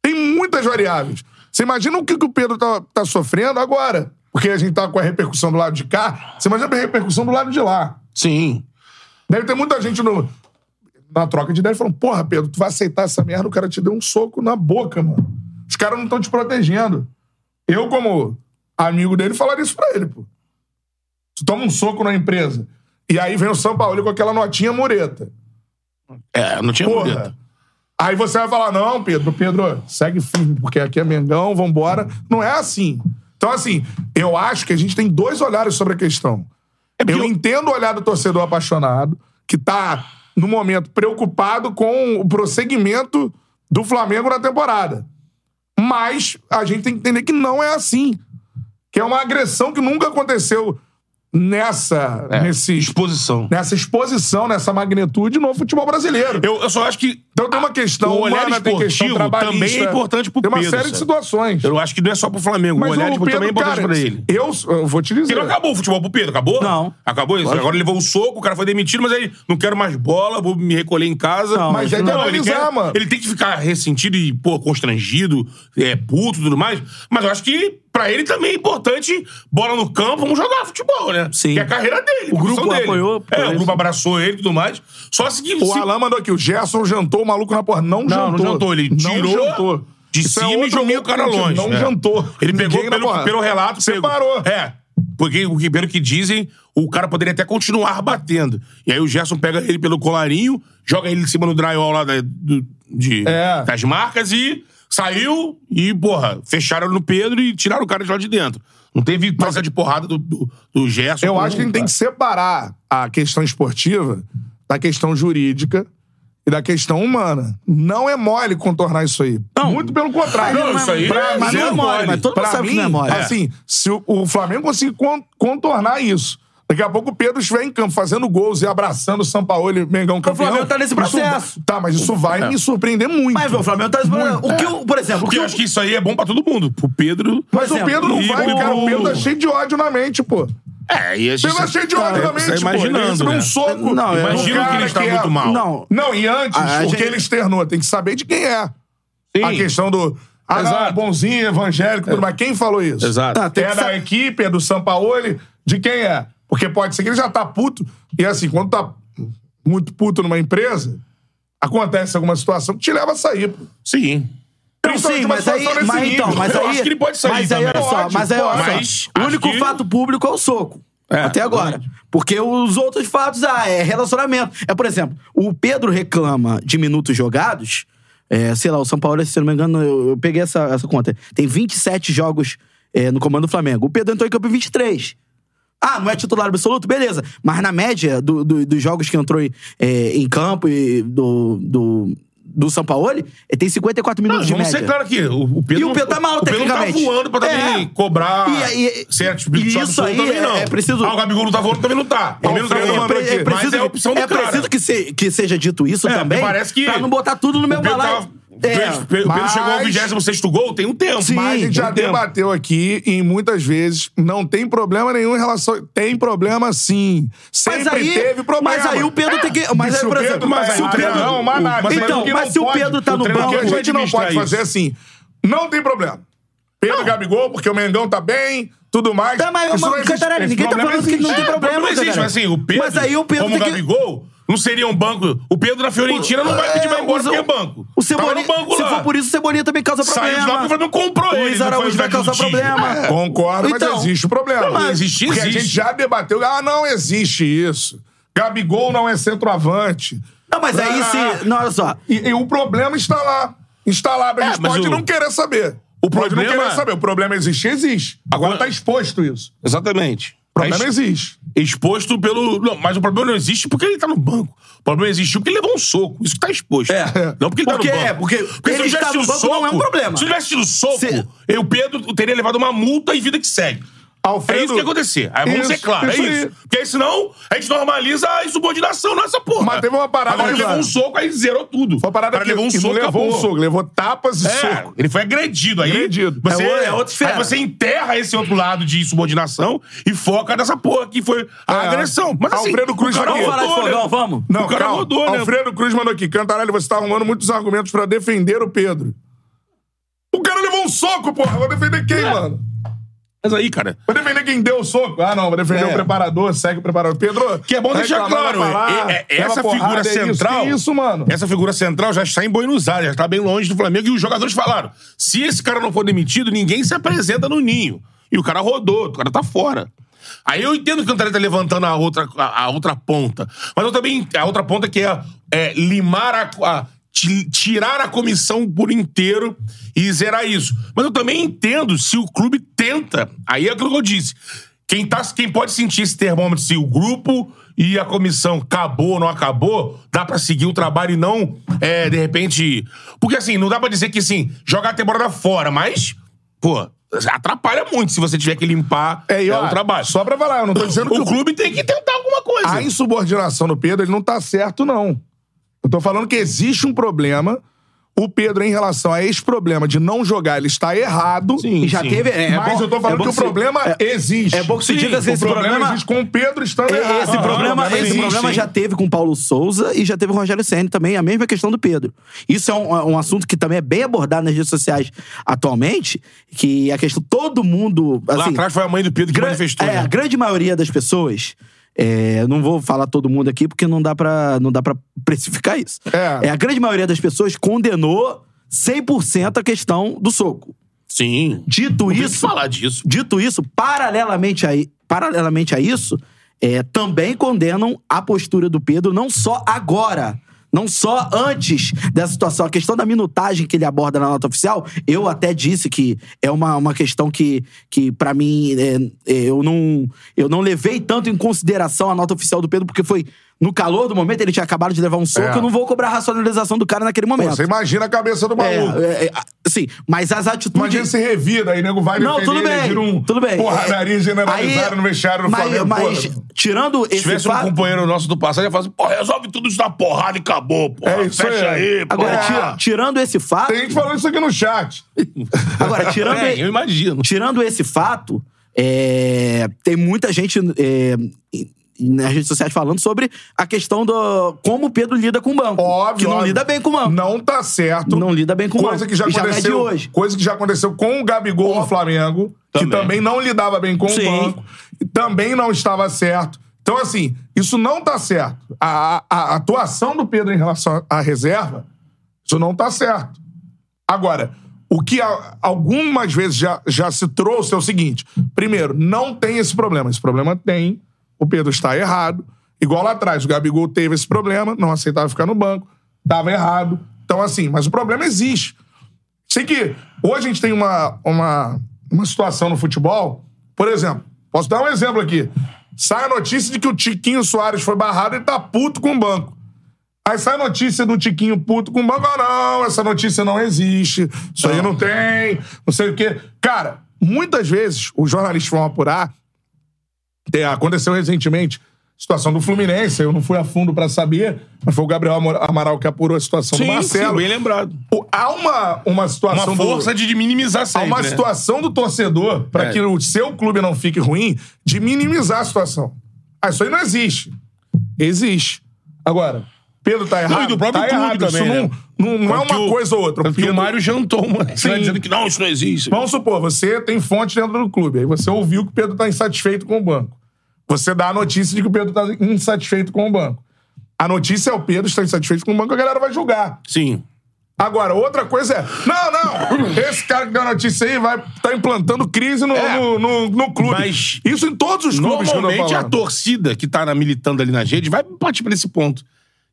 [SPEAKER 1] Tem muitas variáveis. Você imagina o que, que o Pedro tá, tá sofrendo agora. Porque a gente tá com a repercussão do lado de cá. Você imagina a repercussão do lado de lá.
[SPEAKER 5] Sim.
[SPEAKER 1] Deve ter muita gente no, na troca de ideia falando: Porra, Pedro, tu vai aceitar essa merda? O cara te deu um soco na boca, mano. Os caras não estão te protegendo. Eu, como amigo dele, falaria isso pra ele, pô. Tu toma um soco na empresa. E aí vem o São Paulo com aquela notinha mureta.
[SPEAKER 5] É, não tinha
[SPEAKER 1] Porra.
[SPEAKER 5] muleta.
[SPEAKER 1] Aí você vai falar: Não, Pedro, Pedro, segue firme, porque aqui é Mengão, vambora. Não é assim. Então, assim, eu acho que a gente tem dois olhares sobre a questão.
[SPEAKER 5] É
[SPEAKER 1] eu, entendo o olhar do torcedor apaixonado, que tá, no momento, preocupado com o prosseguimento do Flamengo na temporada. Mas a gente tem que entender que não é assim. Que é uma agressão que nunca aconteceu nessa,
[SPEAKER 5] É.
[SPEAKER 1] nesse,
[SPEAKER 5] Exposição.
[SPEAKER 1] nessa exposição, nessa magnitude no futebol brasileiro.
[SPEAKER 5] Eu, eu só acho que.
[SPEAKER 1] Então tem uma questão
[SPEAKER 5] O olhar
[SPEAKER 1] humana, tem questão
[SPEAKER 5] esportivo
[SPEAKER 1] trabalhista.
[SPEAKER 5] também é importante pro
[SPEAKER 1] Tem uma
[SPEAKER 5] Pedro,
[SPEAKER 1] série de
[SPEAKER 5] sabe?
[SPEAKER 1] situações.
[SPEAKER 5] Eu acho que não é só pro Flamengo. o olhar tipo, também é importante
[SPEAKER 1] cara,
[SPEAKER 5] pra ele.
[SPEAKER 1] Eu, eu vou te
[SPEAKER 2] Porque
[SPEAKER 1] dizer.
[SPEAKER 2] não acabou o futebol pro Pedro, acabou?
[SPEAKER 4] Não.
[SPEAKER 2] Acabou isso? Agora ele levou um soco, o cara foi demitido, mas aí não quero mais bola, vou me recolher em casa.
[SPEAKER 4] Não, Mas
[SPEAKER 1] é de analisar,
[SPEAKER 2] ele
[SPEAKER 1] mano.
[SPEAKER 2] Ele tem que ficar ressentido e, pô, constrangido, é, puto e tudo mais. Mas eu acho que pra ele também é importante bola no campo, vamos jogar futebol, né?
[SPEAKER 4] Sim.
[SPEAKER 2] Que é a carreira dele.
[SPEAKER 4] O
[SPEAKER 2] a profissão
[SPEAKER 4] grupo
[SPEAKER 2] dele.
[SPEAKER 4] apoiou,
[SPEAKER 2] É,
[SPEAKER 4] por
[SPEAKER 2] o
[SPEAKER 4] isso.
[SPEAKER 2] grupo abraçou ele e tudo mais. Só se que...
[SPEAKER 1] O
[SPEAKER 2] se-
[SPEAKER 1] Alan mandou aqui, o Gerson jantou o maluco na porra. Não, jantou.
[SPEAKER 2] Não, não jantou. Ele tirou
[SPEAKER 1] jantou.
[SPEAKER 2] de
[SPEAKER 1] Isso é
[SPEAKER 2] cima e
[SPEAKER 1] outro
[SPEAKER 2] jogou o
[SPEAKER 1] mito
[SPEAKER 2] cara
[SPEAKER 1] que a gente
[SPEAKER 2] longe.
[SPEAKER 1] Não
[SPEAKER 2] É.
[SPEAKER 1] jantou.
[SPEAKER 2] Ele pegou
[SPEAKER 1] Ninguém na
[SPEAKER 2] pelo,
[SPEAKER 1] porra.
[SPEAKER 2] pelo relato. pegou.
[SPEAKER 1] Separou.
[SPEAKER 2] É. Porque o que- pelo que dizem, o cara poderia até continuar batendo. E aí o Gerson pega ele pelo colarinho, joga ele em cima do drywall lá da- do- de,
[SPEAKER 1] É.
[SPEAKER 2] das marcas e saiu e, porra, fecharam no Pedro e tiraram o cara de lá de dentro. Não teve troca de porrada do, do, do Gerson.
[SPEAKER 1] Eu
[SPEAKER 2] com-
[SPEAKER 1] acho que a gente tem que separar a questão esportiva da questão jurídica e da questão humana. Não é mole contornar isso aí. Muito pelo contrário.
[SPEAKER 2] Não, isso aí
[SPEAKER 1] Pra
[SPEAKER 2] é
[SPEAKER 4] Mas não é
[SPEAKER 2] zero
[SPEAKER 4] mole, mas todo mundo
[SPEAKER 1] pra
[SPEAKER 4] sabe
[SPEAKER 1] mim,
[SPEAKER 4] que não é mole.
[SPEAKER 1] Assim, se o, o Flamengo conseguir con- contornar isso. Daqui a pouco o Pedro estiver em campo fazendo gols e abraçando o Sampaoli, Mengão campeão.
[SPEAKER 4] Flamengo tá nesse
[SPEAKER 1] isso-
[SPEAKER 4] processo.
[SPEAKER 1] tá, mas isso vai me surpreender muito.
[SPEAKER 4] Mas o Flamengo tá. O que eu, por exemplo, o
[SPEAKER 2] Porque
[SPEAKER 4] que
[SPEAKER 2] eu acho que isso aí é bom pra todo mundo. Pro Pedro.
[SPEAKER 1] Mas o
[SPEAKER 4] exemplo,
[SPEAKER 1] Pedro não
[SPEAKER 2] e
[SPEAKER 1] vai,
[SPEAKER 2] o-
[SPEAKER 1] cara. O Pedro tá cheio de ódio na mente, pô.
[SPEAKER 2] É, e a gente.
[SPEAKER 1] Pedro tá cheio de ódio na mente, pô. Ele
[SPEAKER 2] imaginando.
[SPEAKER 1] recebeu
[SPEAKER 2] né?
[SPEAKER 1] um soco.
[SPEAKER 4] Não,
[SPEAKER 1] do
[SPEAKER 2] Imagino que
[SPEAKER 1] cara
[SPEAKER 2] ele está
[SPEAKER 1] é-
[SPEAKER 2] muito mal.
[SPEAKER 4] Não.
[SPEAKER 1] Não, e antes,
[SPEAKER 4] A- a
[SPEAKER 1] o que
[SPEAKER 4] gente-
[SPEAKER 1] ele externou, tem que saber de quem é.
[SPEAKER 2] Sim.
[SPEAKER 1] A questão do. Ah, não, é bonzinho, evangélico,
[SPEAKER 4] É.
[SPEAKER 1] tudo, mas quem falou isso?
[SPEAKER 2] Exato.
[SPEAKER 4] Ah, tem
[SPEAKER 1] é
[SPEAKER 4] que
[SPEAKER 1] da
[SPEAKER 4] sa-
[SPEAKER 1] equipe, é do Sampaoli, de quem é? Porque pode ser que ele já tá puto. E assim, quando tá muito puto numa empresa, acontece alguma situação que te leva a sair. pô.
[SPEAKER 2] Sim. Então,
[SPEAKER 1] Principalmente
[SPEAKER 4] sim,
[SPEAKER 1] uma
[SPEAKER 4] mas aí,
[SPEAKER 1] situação desse
[SPEAKER 4] mas
[SPEAKER 1] nível.
[SPEAKER 4] então, mas
[SPEAKER 2] Eu
[SPEAKER 4] aí,
[SPEAKER 2] acho que ele pode sair
[SPEAKER 4] mas aí,
[SPEAKER 2] também.
[SPEAKER 4] olha só,
[SPEAKER 1] Pode,
[SPEAKER 4] mas aí,
[SPEAKER 1] pode.
[SPEAKER 4] olha só,
[SPEAKER 2] Mas
[SPEAKER 4] o
[SPEAKER 2] acho
[SPEAKER 4] único
[SPEAKER 2] que-
[SPEAKER 4] fato público é o soco.
[SPEAKER 2] É,
[SPEAKER 4] até agora. Porque os outros fatos, ah, é relacionamento. É, por exemplo, o Pedro reclama de minutos jogados, é, sei lá, o São Paulo, se eu não me engano, eu, eu peguei essa, essa conta, tem 27 jogos é, no comando do Flamengo. O Pedro entrou em campo em 23. Ah, não é titular absoluto? Beleza. Mas na média do- do- dos jogos que entrou em, é, em campo e do, do, do São Paulo, tem 54
[SPEAKER 2] Não,
[SPEAKER 4] minutos de
[SPEAKER 2] vamos
[SPEAKER 4] média.
[SPEAKER 2] ser claro aqui. O o Pedro,
[SPEAKER 4] E o Pedro tá mal,
[SPEAKER 2] o Pedro não tá
[SPEAKER 4] tecnicamente.
[SPEAKER 2] voando pra também
[SPEAKER 4] É.
[SPEAKER 2] cobrar tipo
[SPEAKER 4] E- e-
[SPEAKER 2] certos
[SPEAKER 4] e
[SPEAKER 2] bichos
[SPEAKER 4] isso aí
[SPEAKER 2] também,
[SPEAKER 4] é-
[SPEAKER 2] não.
[SPEAKER 4] é preciso-
[SPEAKER 2] Ah, o Gabigol não tá voando, também não tá. O Palmeiras
[SPEAKER 1] Alfredo
[SPEAKER 2] tá voando
[SPEAKER 1] mandou
[SPEAKER 2] aqui.
[SPEAKER 1] aqui.
[SPEAKER 2] Mas é a opção do
[SPEAKER 4] é
[SPEAKER 2] cara.
[SPEAKER 4] preciso que, se- que seja dito isso
[SPEAKER 2] É,
[SPEAKER 4] também.
[SPEAKER 2] porque parece que
[SPEAKER 4] Pra não botar tudo no
[SPEAKER 2] o
[SPEAKER 4] meu
[SPEAKER 2] Pedro,
[SPEAKER 4] balaio. É.
[SPEAKER 2] tava- o Pedro, o Pedro
[SPEAKER 1] Mas-
[SPEAKER 2] chegou ao 26 gol, tem um tempo.
[SPEAKER 4] Sim.
[SPEAKER 1] Mas a gente já
[SPEAKER 4] tem tempo.
[SPEAKER 1] debateu aqui e muitas vezes não tem problema nenhum em relação. Tem problema sim. Sempre teve problema. É.
[SPEAKER 4] Mas aí o Pedro tem que. Mas
[SPEAKER 1] se
[SPEAKER 4] aí,
[SPEAKER 1] o
[SPEAKER 4] por
[SPEAKER 1] Pedro
[SPEAKER 4] exemplo,
[SPEAKER 1] tá
[SPEAKER 4] se o
[SPEAKER 1] errado,
[SPEAKER 4] Pedro.
[SPEAKER 1] não, mas nada. Mas
[SPEAKER 4] então,
[SPEAKER 1] o que
[SPEAKER 4] mas
[SPEAKER 1] não
[SPEAKER 4] se o
[SPEAKER 1] pode,
[SPEAKER 4] Pedro tá
[SPEAKER 2] o
[SPEAKER 4] no
[SPEAKER 1] O
[SPEAKER 4] banco.
[SPEAKER 1] que a gente não
[SPEAKER 2] administrar
[SPEAKER 1] pode fazer é
[SPEAKER 2] isso.
[SPEAKER 1] assim. Não tem problema. Pedro Gabigol, porque o Mengão tá bem, tudo mais.
[SPEAKER 4] Tá, mas,
[SPEAKER 1] Isso
[SPEAKER 4] mano,
[SPEAKER 1] não existe.
[SPEAKER 4] Cantarelli,
[SPEAKER 1] Esse
[SPEAKER 4] ninguém tá
[SPEAKER 1] problema
[SPEAKER 4] falando que não
[SPEAKER 1] existe.
[SPEAKER 4] tem
[SPEAKER 2] O
[SPEAKER 4] problema,
[SPEAKER 2] problema não existe,
[SPEAKER 4] cara.
[SPEAKER 2] mas assim, o Pedro,
[SPEAKER 4] Mas aí o Pedro
[SPEAKER 2] como o
[SPEAKER 4] tem que-
[SPEAKER 2] Gabigol, não seria um banco. O Pedro na Fiorentina não vai pedir pra ir embora porque é banco.
[SPEAKER 4] O
[SPEAKER 2] Tava no
[SPEAKER 4] Cebolinha,
[SPEAKER 2] banco
[SPEAKER 4] se
[SPEAKER 2] lá.
[SPEAKER 4] for por isso, o Cebolinha também causa problema.
[SPEAKER 2] Saiu de lá porque o Flamengo comprou ele.
[SPEAKER 4] O
[SPEAKER 2] não
[SPEAKER 4] Luiz
[SPEAKER 2] foi
[SPEAKER 4] Araújo vai
[SPEAKER 2] ajudar
[SPEAKER 4] causar
[SPEAKER 2] o time.
[SPEAKER 4] problema.
[SPEAKER 1] É, Concordo,
[SPEAKER 4] Então,
[SPEAKER 1] mas existe o problema.
[SPEAKER 2] não, existe,
[SPEAKER 1] Porque a
[SPEAKER 2] existe.
[SPEAKER 1] gente já debateu. Ah, não existe isso. Gabigol não é centroavante.
[SPEAKER 4] Não, mas aí
[SPEAKER 1] Ah,
[SPEAKER 4] se. Não, olha só.
[SPEAKER 1] E, e o problema está lá. instalar, mas a gente
[SPEAKER 2] É, mas
[SPEAKER 1] pode
[SPEAKER 2] o-
[SPEAKER 1] não querer saber.
[SPEAKER 2] o
[SPEAKER 1] Pode não
[SPEAKER 2] problema-
[SPEAKER 1] querer saber. O problema existe, existe. Agora
[SPEAKER 2] Quan-
[SPEAKER 1] tá exposto isso.
[SPEAKER 2] Exatamente. É
[SPEAKER 1] O problema
[SPEAKER 2] Mas-
[SPEAKER 1] existe.
[SPEAKER 2] exposto pelo. Não, mas o problema não existe porque ele tá no banco. O problema existiu porque ele levou um soco. Isso que tá exposto.
[SPEAKER 4] É.
[SPEAKER 2] Não porque ele
[SPEAKER 4] Porque-
[SPEAKER 2] tá no banco.
[SPEAKER 4] é, porque ele
[SPEAKER 2] tivesse
[SPEAKER 1] tá
[SPEAKER 4] está no
[SPEAKER 2] tido
[SPEAKER 4] banco não é um problema.
[SPEAKER 2] Se ele tivesse tido soco,
[SPEAKER 4] Se-
[SPEAKER 2] eu, Pedro, teria levado uma multa e vida que segue.
[SPEAKER 1] Alfredo-
[SPEAKER 2] É isso que ia acontecer. Aí vamos
[SPEAKER 1] Isso,
[SPEAKER 2] ser claros,
[SPEAKER 1] isso
[SPEAKER 2] é
[SPEAKER 1] aí.
[SPEAKER 2] isso. Porque aí, senão a gente normaliza a insubordinação nessa porra.
[SPEAKER 1] Mas teve uma parada
[SPEAKER 2] Agora
[SPEAKER 1] aí,
[SPEAKER 2] ele levou
[SPEAKER 1] Zara.
[SPEAKER 2] um soco, aí zerou tudo.
[SPEAKER 1] Foi uma parada
[SPEAKER 2] Cara,
[SPEAKER 1] que
[SPEAKER 2] levou um
[SPEAKER 1] que não
[SPEAKER 2] soco,
[SPEAKER 1] levou
[SPEAKER 2] acabou.
[SPEAKER 1] um soco, levou tapas e
[SPEAKER 2] É,
[SPEAKER 1] soco.
[SPEAKER 2] ele foi agredido aí.
[SPEAKER 1] Agredido.
[SPEAKER 2] Você,
[SPEAKER 4] É o- é outra esfera.
[SPEAKER 2] aí você enterra esse outro lado de insubordinação e foca nessa porra que foi a
[SPEAKER 1] É.
[SPEAKER 2] agressão. Mas assim,
[SPEAKER 1] Alfredo Cruz
[SPEAKER 2] o cara
[SPEAKER 1] aqui.
[SPEAKER 4] Vamos falar de
[SPEAKER 2] rodou, né?
[SPEAKER 4] fogão, vamos.
[SPEAKER 1] Não,
[SPEAKER 2] O cara
[SPEAKER 1] calma.
[SPEAKER 2] rodou, né?
[SPEAKER 1] Alfredo Cruz mandou aqui. Cantarelli, você tá arrumando muitos argumentos pra defender o Pedro. O
[SPEAKER 2] é
[SPEAKER 1] cara levou um soco, porra. Vou defender quem, mano?
[SPEAKER 2] Mas aí, cara.
[SPEAKER 1] Vou defender quem deu o soco. Ah, não. Vou defender
[SPEAKER 2] É.
[SPEAKER 1] o preparador. Segue o preparador. Pedro...
[SPEAKER 2] Que é bom
[SPEAKER 1] tá
[SPEAKER 2] deixar
[SPEAKER 1] reclamando,
[SPEAKER 2] claro,
[SPEAKER 1] vai falar,
[SPEAKER 2] é- é-
[SPEAKER 1] leva
[SPEAKER 2] essa
[SPEAKER 1] porrada,
[SPEAKER 2] figura
[SPEAKER 1] é isso.
[SPEAKER 2] central-
[SPEAKER 1] Que isso, mano?
[SPEAKER 2] Essa figura central já está em Buenos Aires, já está bem longe do Flamengo. E os jogadores falaram: se esse cara não for demitido, ninguém se apresenta no ninho. E o cara rodou, o cara tá fora. Aí eu entendo que o Cantarelli tá levantando a outra, a, a outra ponta. Mas eu também. A outra ponta que é, é limar a. a- ti- tirar a comissão por inteiro e zerar isso. Mas eu também entendo se o clube tenta. Aí é aquilo que eu disse. Quem, tá, quem pode sentir esse termômetro, se o grupo e a comissão acabou ou não acabou, dá pra seguir o trabalho e não, é, de repente. Porque assim, não dá pra dizer que sim, jogar a temporada fora, mas, pô, atrapalha muito se você tiver que limpar
[SPEAKER 1] É, e
[SPEAKER 2] é,
[SPEAKER 1] ó,
[SPEAKER 2] o trabalho.
[SPEAKER 1] Só pra falar, eu não tô dizendo que
[SPEAKER 2] o clube tem que tentar alguma coisa.
[SPEAKER 1] a insubordinação do Pedro ele não tá certo, não. Eu tô falando que existe um problema. O Pedro, em relação a esse problema de não jogar, ele está errado.
[SPEAKER 2] Sim,
[SPEAKER 4] E já
[SPEAKER 2] sim.
[SPEAKER 4] teve. É, é
[SPEAKER 1] mas
[SPEAKER 4] bom-
[SPEAKER 1] eu tô falando
[SPEAKER 4] é bom
[SPEAKER 1] que o
[SPEAKER 4] se-
[SPEAKER 1] problema existe.
[SPEAKER 4] É bom que se
[SPEAKER 1] Sim,
[SPEAKER 4] diga se
[SPEAKER 1] o
[SPEAKER 4] esse
[SPEAKER 1] problema,
[SPEAKER 4] problema-
[SPEAKER 1] existe com o Pedro estando errado.
[SPEAKER 4] É, Esse
[SPEAKER 1] Ah,
[SPEAKER 4] problema,
[SPEAKER 1] o
[SPEAKER 4] esse
[SPEAKER 1] existe,
[SPEAKER 4] problema
[SPEAKER 1] hein?
[SPEAKER 4] já teve com o Paulo Souza e já teve com o Rogério Senna também, a mesma questão do Pedro. Isso é um, é um assunto que também é bem abordado nas redes sociais atualmente, que é a questão todo mundo, assim,
[SPEAKER 2] Lá atrás foi a mãe do Pedro que
[SPEAKER 4] gran-
[SPEAKER 2] manifestou.
[SPEAKER 4] é,
[SPEAKER 2] né?
[SPEAKER 4] a grande maioria das pessoas é, eu não vou falar todo mundo aqui porque não dá pra, não dá pra precificar isso.
[SPEAKER 1] É.
[SPEAKER 4] a grande maioria das pessoas condenou 100% a questão do soco.
[SPEAKER 2] Sim.
[SPEAKER 4] Dito
[SPEAKER 2] Não tem que
[SPEAKER 4] tipo isso,
[SPEAKER 2] falar disso.
[SPEAKER 4] Dito isso, paralelamente a, i- paralelamente a isso, é, também condenam a postura do Pedro, não só agora, não só antes dessa situação. A questão da minutagem que ele aborda na nota oficial, eu até disse que é uma, uma questão que, que para mim, é, é, eu, não, eu não levei tanto em consideração a nota oficial do Pedro, porque foi no calor do momento, ele tinha acabado de levar um soco,
[SPEAKER 1] É.
[SPEAKER 4] eu não vou cobrar a racionalização do cara naquele
[SPEAKER 1] Pô,
[SPEAKER 4] momento.
[SPEAKER 1] você imagina a cabeça do
[SPEAKER 4] É,
[SPEAKER 1] maluco.
[SPEAKER 4] é, é, sim, mas as atitudes.
[SPEAKER 1] Imagina se revira, aí nego vai
[SPEAKER 4] Não,
[SPEAKER 1] defender,
[SPEAKER 4] tudo
[SPEAKER 1] ele
[SPEAKER 4] bem.
[SPEAKER 1] vira um
[SPEAKER 4] tudo bem.
[SPEAKER 1] porradaria
[SPEAKER 4] É,
[SPEAKER 1] generalizada
[SPEAKER 4] aí-
[SPEAKER 1] no vestiário do
[SPEAKER 4] mas,
[SPEAKER 1] Flamengo.
[SPEAKER 4] Mas,
[SPEAKER 1] Pô,
[SPEAKER 4] tirando
[SPEAKER 2] Se
[SPEAKER 4] esse
[SPEAKER 2] tivesse um
[SPEAKER 4] fato.
[SPEAKER 2] companheiro nosso do passado, ele ia falar assim, pô, resolve tudo isso na porrada e acabou, pô.
[SPEAKER 1] É isso
[SPEAKER 2] Fecha
[SPEAKER 1] aí.
[SPEAKER 2] aí, pô.
[SPEAKER 4] Agora, tira- tirando esse fato.
[SPEAKER 1] Tem gente falando isso aqui no chat.
[SPEAKER 4] Agora, tirando,
[SPEAKER 2] É, eu imagino.
[SPEAKER 4] tirando esse fato, é, tem muita gente é, em- nas redes sociais falando sobre a questão do como o Pedro lida com o banco.
[SPEAKER 1] Óbvio.
[SPEAKER 4] que não
[SPEAKER 1] óbvio.
[SPEAKER 4] lida bem com o banco.
[SPEAKER 1] Não tá certo.
[SPEAKER 4] Não lida bem com o
[SPEAKER 1] coisa
[SPEAKER 4] banco.
[SPEAKER 1] que já
[SPEAKER 4] E já não é
[SPEAKER 1] aconteceu,
[SPEAKER 4] de hoje.
[SPEAKER 1] Coisa que já aconteceu com o Gabigol no Flamengo, que
[SPEAKER 2] Também.
[SPEAKER 1] também não lidava bem com
[SPEAKER 4] Sim.
[SPEAKER 1] o banco, e também não estava certo. Então, assim, isso não tá certo. A, a- a atuação do Pedro em relação à reserva, isso não tá certo. Agora, o que a- algumas vezes já, já se trouxe é o seguinte: primeiro, não tem esse problema. Esse problema tem, o Pedro está errado. Igual lá atrás, o Gabigol teve esse problema, não aceitava ficar no banco, estava errado. Então, assim, mas o problema existe. Sei que hoje a gente tem uma, uma, uma situação no futebol, por exemplo, posso dar um exemplo aqui. Sai a notícia de que o Tiquinho Soares foi barrado e tá puto com o banco. Aí sai a notícia do Tiquinho puto com o banco. Ah, não, essa notícia não existe. Isso aí não tem, não sei o quê. Cara, muitas vezes os jornalistas vão apurar. Tem- Aconteceu recentemente a situação do Fluminense, eu não fui a fundo pra saber, mas foi o Gabriel Amor- Amaral que apurou a situação do Marcelo.
[SPEAKER 2] bem lembrado.
[SPEAKER 1] O- Há uma, uma
[SPEAKER 2] Uma
[SPEAKER 1] situação.
[SPEAKER 2] força de minimizar
[SPEAKER 1] do, há
[SPEAKER 2] sempre,
[SPEAKER 1] uma
[SPEAKER 2] né?
[SPEAKER 1] situação do torcedor, pra
[SPEAKER 2] É.
[SPEAKER 1] que o seu clube não fique ruim, de minimizar a situação. Ah, isso aí não existe. Existe. Agora, Pedro tá errado.
[SPEAKER 2] Não, e do próprio
[SPEAKER 1] tá
[SPEAKER 2] clube
[SPEAKER 1] errado. isso
[SPEAKER 2] também, né?
[SPEAKER 1] não, não, não é
[SPEAKER 2] Tanto
[SPEAKER 1] uma
[SPEAKER 2] que o-
[SPEAKER 1] coisa ou outra.
[SPEAKER 2] Tanto que
[SPEAKER 1] Pedro-
[SPEAKER 2] o Mário jantou, mano. Você
[SPEAKER 1] Sim.
[SPEAKER 2] dizendo que não, isso não existe.
[SPEAKER 1] Vamos supor, você tem fonte dentro do clube. Aí você ouviu que o Pedro tá insatisfeito com o banco. Você dá a notícia de que o Pedro tá insatisfeito com o banco. A notícia é o Pedro está insatisfeito com o banco, a galera vai julgar.
[SPEAKER 2] Sim.
[SPEAKER 1] Agora, outra coisa é. Não, não! Esse cara que deu a notícia aí vai tá implantando crise no,
[SPEAKER 2] É.
[SPEAKER 1] no, no, no clube.
[SPEAKER 2] Mas
[SPEAKER 1] Isso em todos os clubes que eu tô
[SPEAKER 2] Normalmente é a
[SPEAKER 1] falando.
[SPEAKER 2] torcida que tá na- militando ali nas redes vai partir pra esse ponto.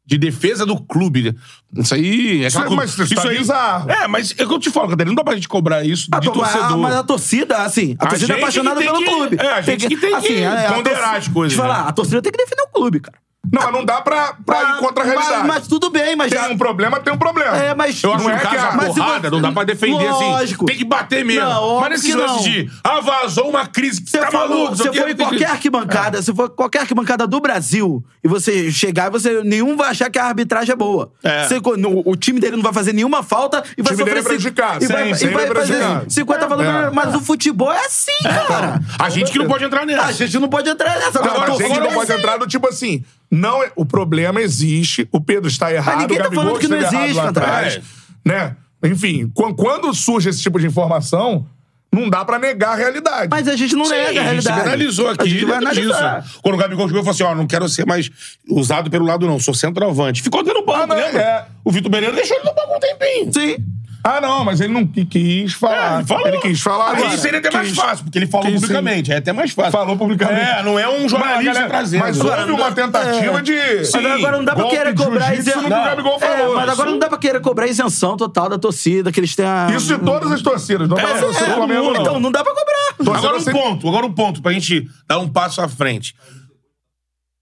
[SPEAKER 2] de defesa do clube. Isso aí é
[SPEAKER 1] Isso
[SPEAKER 2] aquela
[SPEAKER 1] é-
[SPEAKER 2] coisa-
[SPEAKER 1] mas isso tá
[SPEAKER 2] aí-
[SPEAKER 1] bizarro.
[SPEAKER 2] É, mas é o que eu te falo, Catarina, não dá pra gente cobrar isso
[SPEAKER 4] Ah,
[SPEAKER 2] de
[SPEAKER 4] tô- mas-
[SPEAKER 2] torcedor.
[SPEAKER 4] Mas a torcida, assim, a,
[SPEAKER 2] A
[SPEAKER 4] torcida é
[SPEAKER 2] gente
[SPEAKER 4] apaixonada
[SPEAKER 2] que tem
[SPEAKER 4] pelo
[SPEAKER 2] que-
[SPEAKER 4] clube. assim,
[SPEAKER 2] é, a gente que tem que ponderar
[SPEAKER 4] torcida-
[SPEAKER 2] as coisas,
[SPEAKER 4] Deixa eu
[SPEAKER 2] né?
[SPEAKER 4] falar, a torcida tem que defender o clube, cara.
[SPEAKER 1] Não, mas não dá pra, pra ir contra a
[SPEAKER 4] Mas-
[SPEAKER 1] realidade.
[SPEAKER 4] Mas, tudo bem, mas...
[SPEAKER 1] tem um problema, tem um problema.
[SPEAKER 4] É, mas-
[SPEAKER 1] Eu acho
[SPEAKER 2] Não
[SPEAKER 1] que
[SPEAKER 2] é
[SPEAKER 1] é
[SPEAKER 2] caso
[SPEAKER 1] que
[SPEAKER 2] da
[SPEAKER 1] a...
[SPEAKER 4] mas- se
[SPEAKER 2] porrada,
[SPEAKER 4] você-
[SPEAKER 2] não dá pra defender
[SPEAKER 4] Lógico.
[SPEAKER 2] assim. Tem que bater mesmo.
[SPEAKER 4] Não, óbvio
[SPEAKER 2] mas nesse
[SPEAKER 4] que
[SPEAKER 2] lance
[SPEAKER 4] não.
[SPEAKER 2] de ah, vazou uma crise que
[SPEAKER 4] Você
[SPEAKER 2] tá
[SPEAKER 4] falou,
[SPEAKER 2] maluco.
[SPEAKER 4] você
[SPEAKER 2] sei o quê,
[SPEAKER 4] foi em
[SPEAKER 2] tem que-
[SPEAKER 4] qualquer
[SPEAKER 1] É.
[SPEAKER 4] arquibancada, se for qualquer arquibancada do Brasil e você chegar, você nenhum vai achar que a arbitragem é boa.
[SPEAKER 2] É.
[SPEAKER 4] Você- no- o time dele não vai fazer nenhuma falta e vai
[SPEAKER 1] time dele
[SPEAKER 4] sofrer
[SPEAKER 1] é prejudicado,
[SPEAKER 4] e vai,
[SPEAKER 1] sempre,
[SPEAKER 4] e vai
[SPEAKER 1] sempre é
[SPEAKER 4] fazer
[SPEAKER 1] prejudicado.
[SPEAKER 4] 50 faltas.
[SPEAKER 1] É.
[SPEAKER 4] Mas o futebol é assim, cara.
[SPEAKER 2] A gente que não pode entrar nessa.
[SPEAKER 4] A gente não pode entrar nessa.
[SPEAKER 1] Não,
[SPEAKER 4] Agora,
[SPEAKER 1] a
[SPEAKER 4] tô
[SPEAKER 1] gente
[SPEAKER 4] falando
[SPEAKER 1] não pode
[SPEAKER 4] assim.
[SPEAKER 1] entrar no tipo assim. Não, é- o problema existe, o Pedro está errado,
[SPEAKER 4] ninguém
[SPEAKER 1] o
[SPEAKER 4] tá
[SPEAKER 1] Gabigol
[SPEAKER 4] falando que não
[SPEAKER 1] está errado
[SPEAKER 4] existe,
[SPEAKER 1] lá
[SPEAKER 4] Fantástico.
[SPEAKER 1] atrás. Né? Enfim, quan- quando surge esse tipo de informação, não dá pra negar a realidade.
[SPEAKER 4] Mas a gente não
[SPEAKER 2] Sim,
[SPEAKER 4] nega a
[SPEAKER 2] A gente
[SPEAKER 4] realidade.
[SPEAKER 2] analisou aqui.
[SPEAKER 4] A gente vai
[SPEAKER 2] dentro
[SPEAKER 4] analisar.
[SPEAKER 2] disso. Quando o Gabigol chegou, ele falou assim: ó, não quero ser mais usado pelo lado, não. Sou centroavante. Ficou dentro do banco,
[SPEAKER 1] Ah, não,
[SPEAKER 2] lembra?
[SPEAKER 1] é.
[SPEAKER 2] O Vitor Pereira deixou ele no banco um tempinho. É,
[SPEAKER 4] Sim.
[SPEAKER 1] Ah, não, mas ele não qui- quis falar.
[SPEAKER 2] ele falou.
[SPEAKER 1] Ah, quis falar.
[SPEAKER 2] Aí
[SPEAKER 1] agora.
[SPEAKER 2] seria até mais
[SPEAKER 1] Quis.
[SPEAKER 2] fácil, porque ele falou
[SPEAKER 1] Quis, sim.
[SPEAKER 2] publicamente. É até mais fácil.
[SPEAKER 1] Falou publicamente.
[SPEAKER 2] É, não é um
[SPEAKER 1] Mas,
[SPEAKER 2] jornalista é
[SPEAKER 1] galera,
[SPEAKER 2] trazendo.
[SPEAKER 1] mas houve uma tentativa de.
[SPEAKER 2] Sim.
[SPEAKER 4] agora não dá pra
[SPEAKER 1] golpe
[SPEAKER 4] querer
[SPEAKER 1] de
[SPEAKER 4] cobrar
[SPEAKER 1] jiu-jitsu
[SPEAKER 4] isenção. É,
[SPEAKER 1] no que o Gabigol falou.
[SPEAKER 4] mas agora não dá pra querer cobrar isenção total da torcida, que eles têm a.
[SPEAKER 1] Isso de todas as torcidas, não é,
[SPEAKER 2] É,
[SPEAKER 1] para torcer
[SPEAKER 4] é,
[SPEAKER 1] do Flamengo, não.
[SPEAKER 4] Então não dá pra cobrar.
[SPEAKER 1] Torcedor
[SPEAKER 2] Agora um
[SPEAKER 1] sempre-
[SPEAKER 2] ponto, agora um ponto, pra gente dar um passo à frente.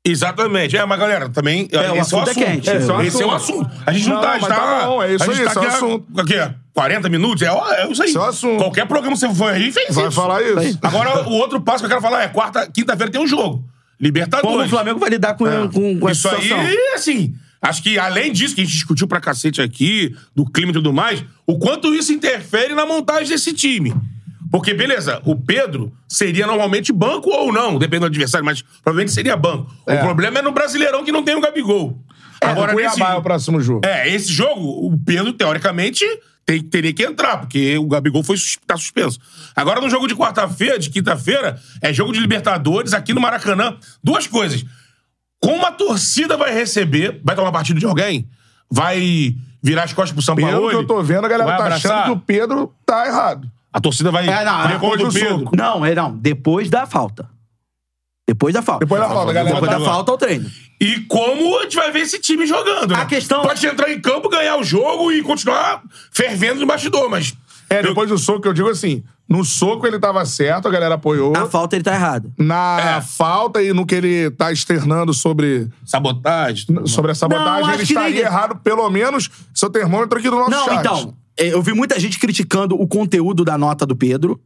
[SPEAKER 2] Exatamente. É, mas galera, também.
[SPEAKER 4] É, o
[SPEAKER 2] esse
[SPEAKER 4] assunto é quente.
[SPEAKER 2] É,
[SPEAKER 4] Esse é
[SPEAKER 1] o
[SPEAKER 2] Esse é o
[SPEAKER 1] assunto.
[SPEAKER 2] assunto. A gente não,
[SPEAKER 1] Não,
[SPEAKER 2] tá. A gente
[SPEAKER 1] mas
[SPEAKER 2] tá,
[SPEAKER 1] tá bom, é isso
[SPEAKER 2] a gente
[SPEAKER 1] aí, esse
[SPEAKER 2] tá
[SPEAKER 1] é o
[SPEAKER 2] aqui,
[SPEAKER 1] assunto.
[SPEAKER 2] A, aqui, ó, 40 minutos? É, ó, é isso aí.
[SPEAKER 1] Esse é o assunto.
[SPEAKER 2] Qualquer programa que você for aí, fez
[SPEAKER 1] Vai
[SPEAKER 2] isso.
[SPEAKER 1] falar isso. Ah,
[SPEAKER 2] Agora, o outro passo que eu quero falar é: quarta, quinta-feira tem um jogo. Libertadores.
[SPEAKER 4] Como o Flamengo vai lidar com, com, com
[SPEAKER 2] É. Isso
[SPEAKER 4] essa situação?
[SPEAKER 2] aí, assim, acho que além disso que a gente discutiu pra cacete aqui, do clima e tudo mais, o quanto isso interfere na montagem desse time. Porque, beleza, o Pedro seria normalmente banco ou não, dependendo do adversário, mas provavelmente seria banco.
[SPEAKER 1] É.
[SPEAKER 2] O problema é no Brasileirão que não tem o Gabigol.
[SPEAKER 1] Agora Cuiabá
[SPEAKER 2] nesse-
[SPEAKER 1] é o próximo jogo.
[SPEAKER 2] é, esse jogo, o Pedro, teoricamente, tem- teria que entrar, porque o Gabigol foi, sus- tá suspenso. Agora, no jogo de quarta-feira, de quinta-feira, é jogo de Libertadores aqui no Maracanã. Duas coisas. Como a torcida vai receber, vai tomar partido de alguém? Vai virar as costas pro São
[SPEAKER 1] Pelo
[SPEAKER 2] Paulo?
[SPEAKER 1] que eu tô vendo, a galera
[SPEAKER 2] vai
[SPEAKER 1] tá
[SPEAKER 2] abraçar?
[SPEAKER 1] achando que o Pedro tá errado.
[SPEAKER 2] A torcida vai...
[SPEAKER 4] É, não,
[SPEAKER 2] vai contra
[SPEAKER 4] é,
[SPEAKER 2] o
[SPEAKER 1] depois do
[SPEAKER 2] Pedro.
[SPEAKER 1] soco.
[SPEAKER 4] Não, é não. Depois da falta. Depois da falta.
[SPEAKER 1] Depois da falta, a galera
[SPEAKER 4] Depois
[SPEAKER 1] tá-
[SPEAKER 4] da falta ao treino.
[SPEAKER 2] E como a gente vai ver esse time jogando, né?
[SPEAKER 4] A questão-
[SPEAKER 1] é-
[SPEAKER 2] Pode entrar em campo, ganhar o jogo e continuar fervendo no bastidor, mas...
[SPEAKER 1] É, depois do soco, eu digo assim: no soco ele tava certo, a galera apoiou.
[SPEAKER 4] Na falta ele tá errado.
[SPEAKER 1] Na
[SPEAKER 2] É.
[SPEAKER 1] falta e no que ele tá externando sobre,
[SPEAKER 2] Sabotagem.
[SPEAKER 1] sobre a sabotagem,
[SPEAKER 4] Não, acho
[SPEAKER 1] ele
[SPEAKER 4] que
[SPEAKER 1] estaria
[SPEAKER 4] ninguém-
[SPEAKER 1] errado, pelo menos, seu termômetro aqui do nosso
[SPEAKER 4] Não,
[SPEAKER 1] chat.
[SPEAKER 4] então. é, Eu vi muita gente criticando o conteúdo da nota do Pedro.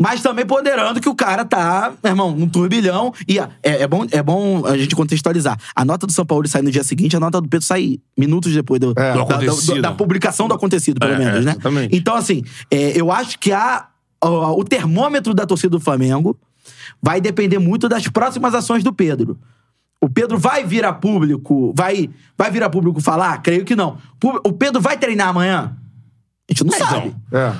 [SPEAKER 4] Mas também ponderando que o cara tá, meu irmão, num turbilhão. E é, é bom, é bom a gente contextualizar. A nota do São Paulo sai no dia seguinte, a nota do Pedro sai minutos depois do, da,
[SPEAKER 1] do
[SPEAKER 4] da-
[SPEAKER 2] acontecido.
[SPEAKER 4] da publicação do acontecido, pelo
[SPEAKER 2] É,
[SPEAKER 4] menos,
[SPEAKER 2] é,
[SPEAKER 4] né?
[SPEAKER 2] exatamente.
[SPEAKER 4] Então, assim, é, eu acho que a, ó, o termômetro da torcida do Flamengo vai depender muito das próximas ações do Pedro. O Pedro vai vir a público, vai, vai vir a público falar? Creio que não. Pu- O Pedro vai treinar amanhã? A gente não sabe.
[SPEAKER 2] então.
[SPEAKER 1] É.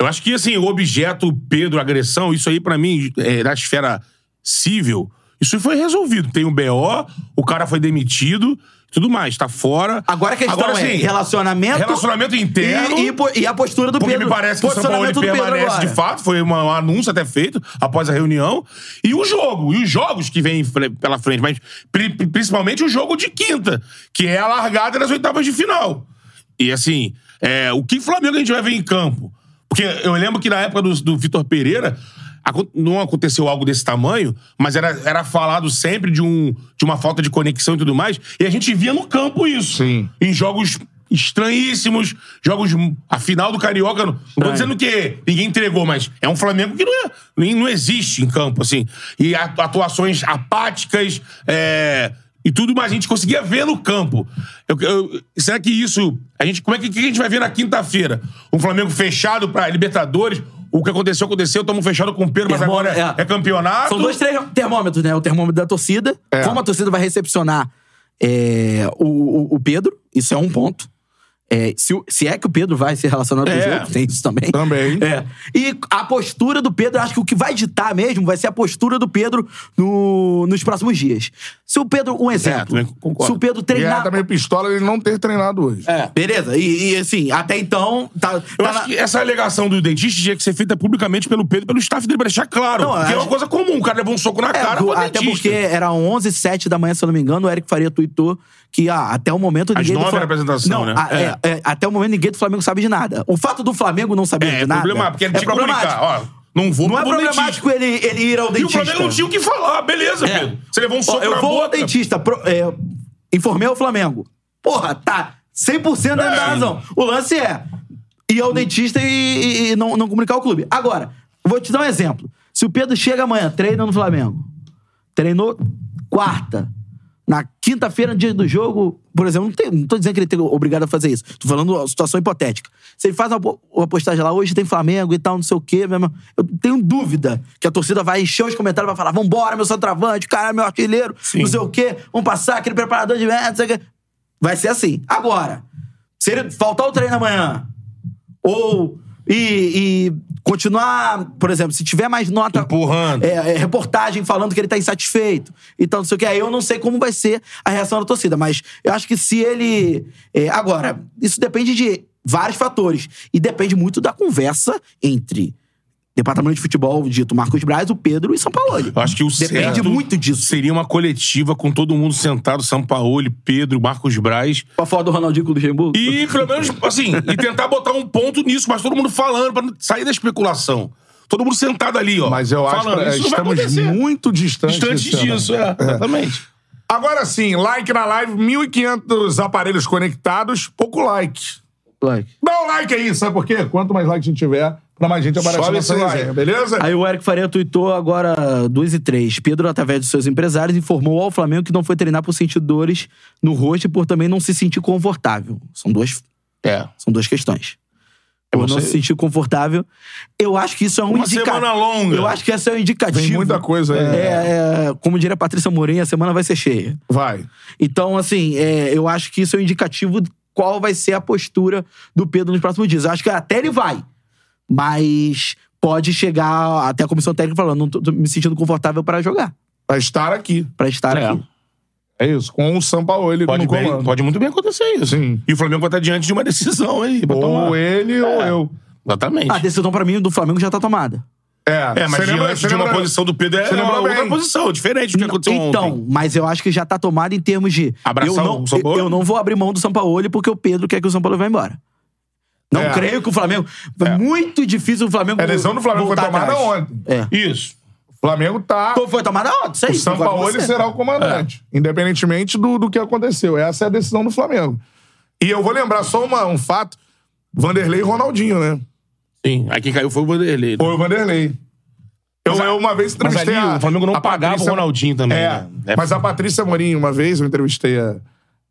[SPEAKER 2] Eu acho que, assim, o objeto, Pedro, agressão, isso aí, pra mim, é, da esfera civil, isso foi resolvido. Tem um BO, o cara foi demitido, tudo mais, tá fora.
[SPEAKER 4] Agora a questão é
[SPEAKER 2] assim,
[SPEAKER 4] relacionamento,
[SPEAKER 2] relacionamento interno.
[SPEAKER 4] e, e po- e a postura do
[SPEAKER 2] porque
[SPEAKER 4] Pedro.
[SPEAKER 2] me parece que o São Paulo
[SPEAKER 4] Posicionamento do Pedro
[SPEAKER 2] permanece de
[SPEAKER 4] agora.
[SPEAKER 2] fato, foi uma- um anúncio até feito após a reunião. E o jogo, e os jogos que vêm fre- pela frente, mas pri- pri- principalmente o jogo de quinta, que é a largada das oitavas de final. E assim, é, o que Flamengo a gente vai ver em campo? Porque eu lembro que na época do, do Vitor Pereira. acon- Não aconteceu algo desse tamanho, mas era, era falado sempre de, um, de uma falta de conexão e tudo mais, e a gente via no campo isso.
[SPEAKER 1] Sim.
[SPEAKER 2] Em jogos estranhíssimos, jogos. A final do Carioca. Não tô dizendo que ninguém entregou, mas é um Flamengo que não, é- nem- não existe em campo, assim. E a- atuações apáticas é, e tudo mais. A gente conseguia ver no campo. Eu- eu- será que isso. A gente, como é que, que a gente vai ver na quinta-feira? Um Flamengo fechado pra Libertadores? O que aconteceu, aconteceu. Estamos fechados com o Pedro, mas
[SPEAKER 4] Irmão,
[SPEAKER 2] agora é,
[SPEAKER 4] é.
[SPEAKER 2] é campeonato.
[SPEAKER 4] São dois tre- termômetros, né? O termômetro da torcida, como a torcida vai recepcionar é, o, o- o Pedro, isso é um ponto. É, se, o- se é que o Pedro vai ser relacionado com o
[SPEAKER 5] É.
[SPEAKER 4] jogo, tem isso também.
[SPEAKER 1] Também.
[SPEAKER 4] É. E a postura do Pedro, acho que o que vai ditar mesmo vai ser a postura do Pedro no- nos próximos dias. Se o Pedro, um exemplo,
[SPEAKER 5] também concordo.
[SPEAKER 4] se o
[SPEAKER 1] E
[SPEAKER 4] Pedro
[SPEAKER 1] ela
[SPEAKER 4] treinar.
[SPEAKER 1] tá meio pistola ele não ter treinado hoje.
[SPEAKER 4] É, beleza. E, e, assim, até então. Tá,
[SPEAKER 2] Eu
[SPEAKER 4] tá
[SPEAKER 2] acho
[SPEAKER 4] na-
[SPEAKER 2] que essa alegação do dentista tinha que ser feita publicamente pelo Pedro, pelo staff dele, pra deixar claro.
[SPEAKER 4] Não,
[SPEAKER 2] porque é uma
[SPEAKER 4] acho-
[SPEAKER 2] coisa comum, o cara levou um soco na
[SPEAKER 4] É,
[SPEAKER 2] cara,
[SPEAKER 4] do-
[SPEAKER 2] foi
[SPEAKER 4] até
[SPEAKER 2] dentista.
[SPEAKER 4] porque era 11 h 07 da manhã, se eu não me engano, o Eric Faria tweetou que ah, até o momento ninguém... do
[SPEAKER 2] nove
[SPEAKER 4] Fla-
[SPEAKER 2] era a apresentação,
[SPEAKER 4] não,
[SPEAKER 2] né?
[SPEAKER 4] a- é, é, até o momento ninguém do Flamengo sabe de nada. O fato do Flamengo não saber
[SPEAKER 2] É,
[SPEAKER 4] de nada...
[SPEAKER 2] problema, porque ele tinha que comunicar. Ó, não vou
[SPEAKER 4] Não é
[SPEAKER 2] porque vou no
[SPEAKER 4] problemático ele, ele ir ao
[SPEAKER 2] dentista. E o
[SPEAKER 4] dentista. É.
[SPEAKER 2] Flamengo não tinha o que falar, beleza, Pedro. Você levou um
[SPEAKER 4] Ó,
[SPEAKER 2] soco
[SPEAKER 4] eu
[SPEAKER 2] na
[SPEAKER 4] vou ao
[SPEAKER 2] boca.
[SPEAKER 4] dentista, pro- é, informei ao Flamengo. Porra, tá 100% dentro da razão. O lance é ir ao dentista e, e- e não, não comunicar o clube. Agora, vou te dar um exemplo. Se o Pedro chega amanhã, treina no Flamengo. Treinou quarta. Na quinta-feira, no dia do jogo, por exemplo, não, tem, não tô dizendo que ele tem obrigado a fazer isso. Tô falando uma situação hipotética. Se ele faz uma, po- uma postagem lá, hoje tem Flamengo e tal, não sei o quê, meu irmão. Eu tenho dúvida que a torcida vai encher os comentários, vai falar: vambora, meu centroavante, cara, meu artilheiro, não sei o quê, vamos passar aquele preparador de merda, não sei o quê. Vai ser assim. Agora, se ele faltar o treino amanhã, ou. E, e continuar, por exemplo, se tiver mais nota.
[SPEAKER 2] Empurrando.
[SPEAKER 4] É, é, reportagem falando que ele tá insatisfeito. Então, não sei o que. Aí eu não sei como vai ser a reação da torcida. Mas eu acho que se ele. é, agora, isso depende de vários fatores. E depende muito da conversa entre. Departamento de Futebol, dito Marcos Braz, o Pedro e São Paulo.
[SPEAKER 2] Eu acho que o
[SPEAKER 4] Depende
[SPEAKER 2] certo
[SPEAKER 4] muito disso.
[SPEAKER 2] Seria uma coletiva com todo mundo sentado, Sampaoli, Pedro, Marcos Braz.
[SPEAKER 4] Com a foto do Ronaldinho com o Luxemburgo.
[SPEAKER 2] E, pelo menos, assim, e tentar botar um ponto nisso, mas todo mundo falando, pra não sair da especulação. Todo mundo sentado ali, ó.
[SPEAKER 1] Mas eu acho
[SPEAKER 2] falando,
[SPEAKER 1] que
[SPEAKER 2] isso não vai
[SPEAKER 1] estamos
[SPEAKER 2] acontecer.
[SPEAKER 1] muito distantes
[SPEAKER 2] Distante
[SPEAKER 1] desse cenário.
[SPEAKER 2] disso, é, exatamente.
[SPEAKER 1] Agora sim, like na live, 1.500 aparelhos conectados, pouco like.
[SPEAKER 4] Like.
[SPEAKER 1] Dá um like aí, sabe por quê? Quanto mais like a gente tiver, pra mais gente aparecer
[SPEAKER 2] Sobe
[SPEAKER 1] nessa
[SPEAKER 2] esse like.
[SPEAKER 1] resenha, beleza?
[SPEAKER 4] Aí o Eric Faria tuitou agora 2 e 3. Pedro, através dos seus empresários, informou ao Flamengo que não foi treinar por sentir dores no rosto e por também não se sentir confortável. São duas,
[SPEAKER 2] É.
[SPEAKER 4] são duas questões. Por não
[SPEAKER 2] você-
[SPEAKER 4] se sentir confortável. Eu acho que isso é um
[SPEAKER 2] Uma
[SPEAKER 4] indica-
[SPEAKER 2] semana longa.
[SPEAKER 4] Eu acho que esse é um indicativo.
[SPEAKER 1] Tem muita coisa aí.
[SPEAKER 4] É, é, como diria a Patrícia Mourinho, a semana vai ser cheia.
[SPEAKER 1] Vai.
[SPEAKER 4] Então, assim, é, eu acho que isso é um indicativo de qual vai ser a postura do Pedro nos próximos dias. Eu acho que até ele vai, mas pode chegar até a comissão técnica falando: não tô, tô me sentindo confortável para jogar,
[SPEAKER 1] Vai estar aqui.
[SPEAKER 4] para estar
[SPEAKER 2] É.
[SPEAKER 4] aqui.
[SPEAKER 1] É isso, com o Sampaoli
[SPEAKER 2] Pode,
[SPEAKER 1] no
[SPEAKER 2] bem-
[SPEAKER 1] comando.
[SPEAKER 2] pode muito bem acontecer isso.
[SPEAKER 1] Sim.
[SPEAKER 2] E o Flamengo vai estar diante de uma decisão aí. pra
[SPEAKER 1] Ou
[SPEAKER 2] tomar. É.
[SPEAKER 1] ele ou eu.
[SPEAKER 2] Exatamente.
[SPEAKER 4] A decisão para mim do Flamengo já tá tomada.
[SPEAKER 1] É,
[SPEAKER 2] É, mas
[SPEAKER 1] você
[SPEAKER 2] diante
[SPEAKER 1] lembra- você
[SPEAKER 2] de uma
[SPEAKER 1] lembra-
[SPEAKER 2] posição do Pedro é
[SPEAKER 1] Você lembrou
[SPEAKER 2] uma outra
[SPEAKER 1] bem.
[SPEAKER 2] posição, diferente do que aconteceu
[SPEAKER 4] então,
[SPEAKER 2] ontem.
[SPEAKER 4] mas eu acho que já tá tomada em termos de
[SPEAKER 2] Abraçar
[SPEAKER 4] eu não,
[SPEAKER 2] o Sampaoli?
[SPEAKER 4] eu, eu não vou abrir mão do Sampaoli porque o Pedro quer que o Sampaoli vá embora. Não
[SPEAKER 1] É.
[SPEAKER 4] creio que o Flamengo. É. Muito difícil o Flamengo.
[SPEAKER 1] É, A lesão do Flamengo foi
[SPEAKER 2] tá
[SPEAKER 4] voltar
[SPEAKER 1] tomada
[SPEAKER 4] atrás.
[SPEAKER 1] ontem.
[SPEAKER 4] É.
[SPEAKER 2] Isso.
[SPEAKER 1] O Flamengo tá.
[SPEAKER 4] Então foi tomada ontem, sei.
[SPEAKER 1] O Sampaoli será o comandante,
[SPEAKER 2] É.
[SPEAKER 1] independentemente do, do que aconteceu. Essa é a decisão do Flamengo. E eu vou lembrar só uma- um fato: Vanderlei e Ronaldinho, né?
[SPEAKER 2] Sim. Aí quem caiu foi o Vanderlei.
[SPEAKER 1] Foi o Vanderlei. Eu,
[SPEAKER 2] Mas a-
[SPEAKER 1] eu uma vez
[SPEAKER 2] Mas
[SPEAKER 1] entrevistei
[SPEAKER 2] ali
[SPEAKER 1] a.
[SPEAKER 2] o Flamengo não
[SPEAKER 1] a
[SPEAKER 2] pagava
[SPEAKER 1] Patrícia-
[SPEAKER 2] o Ronaldinho também.
[SPEAKER 1] É,
[SPEAKER 2] né?
[SPEAKER 1] Mas a Patrícia Morim, uma vez eu entrevistei a,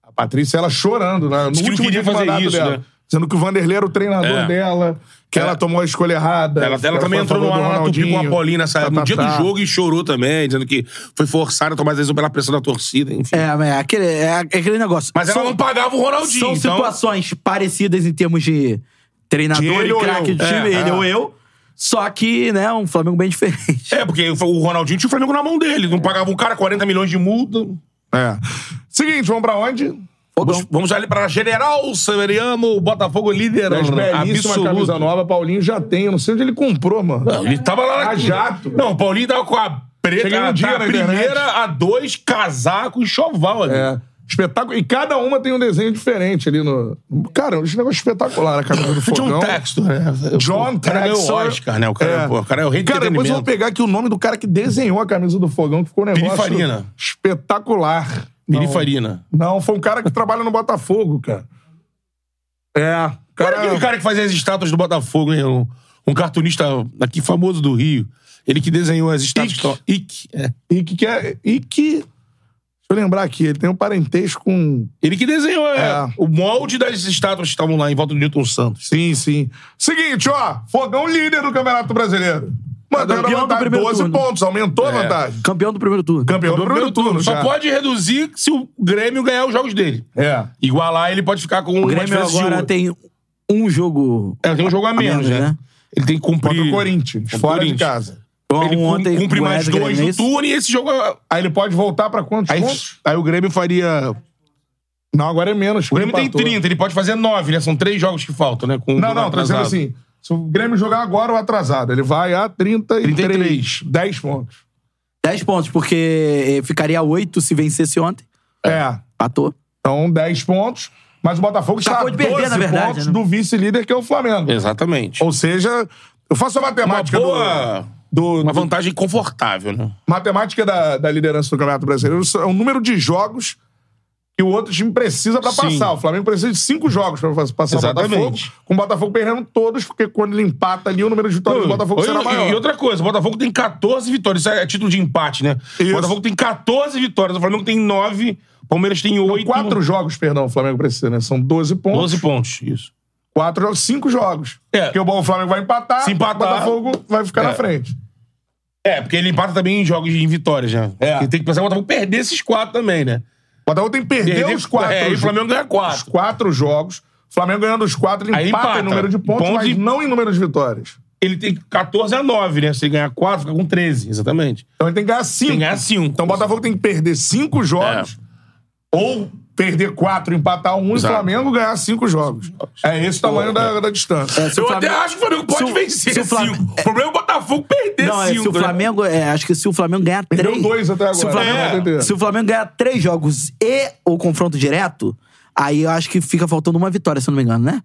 [SPEAKER 1] a Patrícia, ela chorando, né? No
[SPEAKER 2] Diz que não
[SPEAKER 1] último dia
[SPEAKER 2] queria
[SPEAKER 1] de
[SPEAKER 2] fazer
[SPEAKER 1] mandato
[SPEAKER 2] isso,
[SPEAKER 1] dela.
[SPEAKER 2] né?
[SPEAKER 1] Dizendo que o Vanderlei era o treinador
[SPEAKER 2] É.
[SPEAKER 1] dela, que
[SPEAKER 2] É.
[SPEAKER 1] ela tomou a escolha errada.
[SPEAKER 2] Ela,
[SPEAKER 1] que
[SPEAKER 2] ela
[SPEAKER 1] foi
[SPEAKER 2] também
[SPEAKER 1] a
[SPEAKER 2] entrou no
[SPEAKER 1] favor do
[SPEAKER 2] ar na Tupi com a
[SPEAKER 1] Ronaldinho,
[SPEAKER 2] Paulina sabe,
[SPEAKER 1] tá,
[SPEAKER 2] no
[SPEAKER 1] tá,
[SPEAKER 2] dia
[SPEAKER 1] tá.
[SPEAKER 2] do jogo e chorou também, dizendo que foi forçada a tomar decisão pela pressão da torcida, enfim.
[SPEAKER 4] É, mas é aquele, é aquele negócio.
[SPEAKER 2] Mas ela
[SPEAKER 4] São-
[SPEAKER 2] não pagava o Ronaldinho,
[SPEAKER 4] São
[SPEAKER 2] então...
[SPEAKER 4] situações parecidas em termos de
[SPEAKER 1] De
[SPEAKER 4] treinador
[SPEAKER 1] ele
[SPEAKER 4] e
[SPEAKER 1] ou
[SPEAKER 4] craque
[SPEAKER 1] eu.
[SPEAKER 4] de time,
[SPEAKER 1] É,
[SPEAKER 4] ele
[SPEAKER 1] é.
[SPEAKER 4] ou eu. Só que, né, um Flamengo bem diferente.
[SPEAKER 2] É, porque o Ronaldinho tinha o Flamengo na mão dele. Não pagava um cara 40 milhões de multa.
[SPEAKER 1] É. Seguinte, vamos pra onde?
[SPEAKER 2] Vamos, vamos ali pra General Severiano, o Botafogo líder
[SPEAKER 1] Mas Tá belíssima camisa
[SPEAKER 2] absoluto.
[SPEAKER 1] nova, Paulinho já tem. Eu não sei onde ele comprou, mano.
[SPEAKER 2] Não, ele tá tava lá na...
[SPEAKER 1] A jato.
[SPEAKER 2] Ah, Não, o Paulinho tava com a
[SPEAKER 1] Cheguei
[SPEAKER 2] preta,
[SPEAKER 1] no
[SPEAKER 2] a,
[SPEAKER 1] dia
[SPEAKER 2] tá, a
[SPEAKER 1] na
[SPEAKER 2] primeira,
[SPEAKER 1] internet.
[SPEAKER 2] a dois, casaco e choval ali.
[SPEAKER 1] É. Espetáculo. E cada uma tem um desenho diferente ali no. Cara, esse negócio espetacular, a camisa do
[SPEAKER 2] John
[SPEAKER 1] Fogão.
[SPEAKER 2] Textor, né?
[SPEAKER 1] John
[SPEAKER 2] o cara ganhou o
[SPEAKER 1] Textor.
[SPEAKER 2] Oscar, né? O cara, pô, o cara é o rei do
[SPEAKER 1] Cara, depois eu vou
[SPEAKER 2] entretenimento.
[SPEAKER 1] pegar aqui o nome do cara que desenhou a camisa do Fogão, que ficou um negócio
[SPEAKER 2] Pininfarina.
[SPEAKER 1] espetacular. Não,
[SPEAKER 2] Mirifarina.
[SPEAKER 1] não, foi um cara que trabalha no Botafogo, cara. É.
[SPEAKER 2] Cara, aquele cara que fazia as estátuas do Botafogo, hein? Um, um cartunista aqui famoso do Rio. Ele que desenhou as estátuas.
[SPEAKER 1] Ick.
[SPEAKER 2] to- Ick, é.
[SPEAKER 1] E que, que é- e que- Deixa eu lembrar aqui, ele tem um parentesco com
[SPEAKER 2] Ele que desenhou é,
[SPEAKER 1] É.
[SPEAKER 2] o molde das estátuas que estavam lá em volta do Newton Santos.
[SPEAKER 1] Sim, sim. Seguinte, ó. Fogão líder do Campeonato Brasileiro. Mano, era
[SPEAKER 4] Campeão do
[SPEAKER 1] vantagem,
[SPEAKER 4] primeiro
[SPEAKER 1] 12
[SPEAKER 4] turno.
[SPEAKER 1] pontos, aumentou a vantagem.
[SPEAKER 4] Campeão do primeiro turno.
[SPEAKER 1] Campeão do primeiro turno,
[SPEAKER 2] Só
[SPEAKER 1] já.
[SPEAKER 2] pode reduzir se o Grêmio ganhar os jogos dele.
[SPEAKER 1] É.
[SPEAKER 2] Igualar, ele pode ficar com
[SPEAKER 4] O
[SPEAKER 2] uma
[SPEAKER 4] Grêmio
[SPEAKER 2] diferença de
[SPEAKER 4] agora
[SPEAKER 2] um.
[SPEAKER 4] tem um jogo.
[SPEAKER 2] É, tem um jogo a menos,
[SPEAKER 4] menos,
[SPEAKER 2] né?
[SPEAKER 4] né?
[SPEAKER 2] Ele tem que
[SPEAKER 1] Contra
[SPEAKER 2] cumprir.
[SPEAKER 1] o Corinthians,
[SPEAKER 2] Contra o
[SPEAKER 1] fora
[SPEAKER 2] Corinthians.
[SPEAKER 1] de casa.
[SPEAKER 4] um
[SPEAKER 2] Ele cum-
[SPEAKER 4] ontem,
[SPEAKER 2] cumpre mais
[SPEAKER 4] Goiás e
[SPEAKER 2] dois no
[SPEAKER 4] Grêmionense.
[SPEAKER 2] turno e esse jogo. é-
[SPEAKER 1] Aí ele pode voltar pra quantos
[SPEAKER 2] Aí,
[SPEAKER 1] pontos?
[SPEAKER 2] aí o Grêmio faria.
[SPEAKER 1] Não, agora é menos.
[SPEAKER 2] O Grêmio tem 30, ele pode fazer 9, né? São três jogos que faltam, né? Com o
[SPEAKER 1] Não,
[SPEAKER 2] jogo
[SPEAKER 1] não, tá dizendo
[SPEAKER 2] atrasado.
[SPEAKER 1] assim. Se o Grêmio jogar agora o atrasado, ele vai a 33,
[SPEAKER 2] 33.
[SPEAKER 1] 10 pontos.
[SPEAKER 4] 10 pontos, porque eh, ficaria 8 se vencesse ontem.
[SPEAKER 1] É.
[SPEAKER 4] Patou.
[SPEAKER 1] Então, 10 pontos. Mas o Botafogo está a
[SPEAKER 4] Acabou
[SPEAKER 1] 12
[SPEAKER 4] de perder, na verdade,
[SPEAKER 1] pontos
[SPEAKER 4] né?
[SPEAKER 1] do vice-líder, que é o Flamengo.
[SPEAKER 2] Exatamente.
[SPEAKER 1] Ou seja, eu faço a
[SPEAKER 2] Uma
[SPEAKER 1] matemática
[SPEAKER 2] boa.
[SPEAKER 1] do... do-
[SPEAKER 2] Uma vantagem confortável, né?
[SPEAKER 1] matemática da, da liderança do Campeonato Brasileiro é o número de jogos que o outro time precisa pra
[SPEAKER 2] Sim.
[SPEAKER 1] passar. O Flamengo precisa de cinco jogos pra passar o
[SPEAKER 2] Exatamente.
[SPEAKER 1] Botafogo. Com o Botafogo perdendo todos, porque quando ele empata ali, o número de vitórias do Botafogo
[SPEAKER 2] Oi,
[SPEAKER 1] será maior.
[SPEAKER 2] e, e outra coisa, o Botafogo tem 14 vitórias. Isso é título de empate, né?
[SPEAKER 1] Isso.
[SPEAKER 2] O Botafogo tem 14 vitórias, o Flamengo tem 9, o Palmeiras tem um. 8.
[SPEAKER 1] Então, Quatro jogos, perdão, o Flamengo precisa, né? São 12 pontos.
[SPEAKER 2] 12 pontos, isso.
[SPEAKER 1] Quatro jogos, cinco jogos.
[SPEAKER 2] É.
[SPEAKER 1] Porque o Bo- o Flamengo vai empatar,
[SPEAKER 2] Se empatar-
[SPEAKER 1] o Botafogo vai ficar
[SPEAKER 2] É.
[SPEAKER 1] na frente.
[SPEAKER 2] É, porque ele empata também em jogos em vitórias, né?
[SPEAKER 1] É.
[SPEAKER 2] Porque tem que pensar que o Botafogo perder esses quatro também, né?
[SPEAKER 1] O Botafogo tem que perder
[SPEAKER 2] Perder
[SPEAKER 1] os quatro.
[SPEAKER 2] É, e o
[SPEAKER 1] jogos.
[SPEAKER 2] Flamengo ganha
[SPEAKER 1] Os
[SPEAKER 2] quatro.
[SPEAKER 1] quatro jogos. O Flamengo ganhando os quatro, ele
[SPEAKER 2] Aí
[SPEAKER 1] empata,
[SPEAKER 2] empata.
[SPEAKER 1] em número de pontos,
[SPEAKER 2] Pontos
[SPEAKER 1] mas
[SPEAKER 2] e-
[SPEAKER 1] não em número de vitórias.
[SPEAKER 2] Ele tem 14 a 9, né? Se ele ganhar 4, fica com 13, exatamente.
[SPEAKER 1] Então ele tem que ganhar cinco.
[SPEAKER 2] Tem que ganhar 5.
[SPEAKER 1] Então o Botafogo tem que perder cinco jogos. Ou perder quatro, empatar um
[SPEAKER 2] É. Exato.
[SPEAKER 1] e o Flamengo ganhar cinco jogos. É esse o tamanho da, da distância.
[SPEAKER 4] É, se o
[SPEAKER 2] Eu
[SPEAKER 4] Flamengo-
[SPEAKER 2] até acho que o Flamengo pode
[SPEAKER 4] se o-
[SPEAKER 2] vencer
[SPEAKER 4] se o Flam-
[SPEAKER 2] cinco. O problema é o Botafogo perder né?
[SPEAKER 4] Não, é, se o
[SPEAKER 2] 5.
[SPEAKER 4] Flamengo. é, acho que se o Flamengo ganhar
[SPEAKER 1] Perdeu
[SPEAKER 4] três.
[SPEAKER 1] dois até
[SPEAKER 4] Se o,
[SPEAKER 1] agora,
[SPEAKER 4] Flamengo,
[SPEAKER 1] né? Não entendi.
[SPEAKER 4] se o Flamengo ganhar três jogos e o confronto direto, aí eu acho que fica faltando uma vitória, se eu não me engano, né?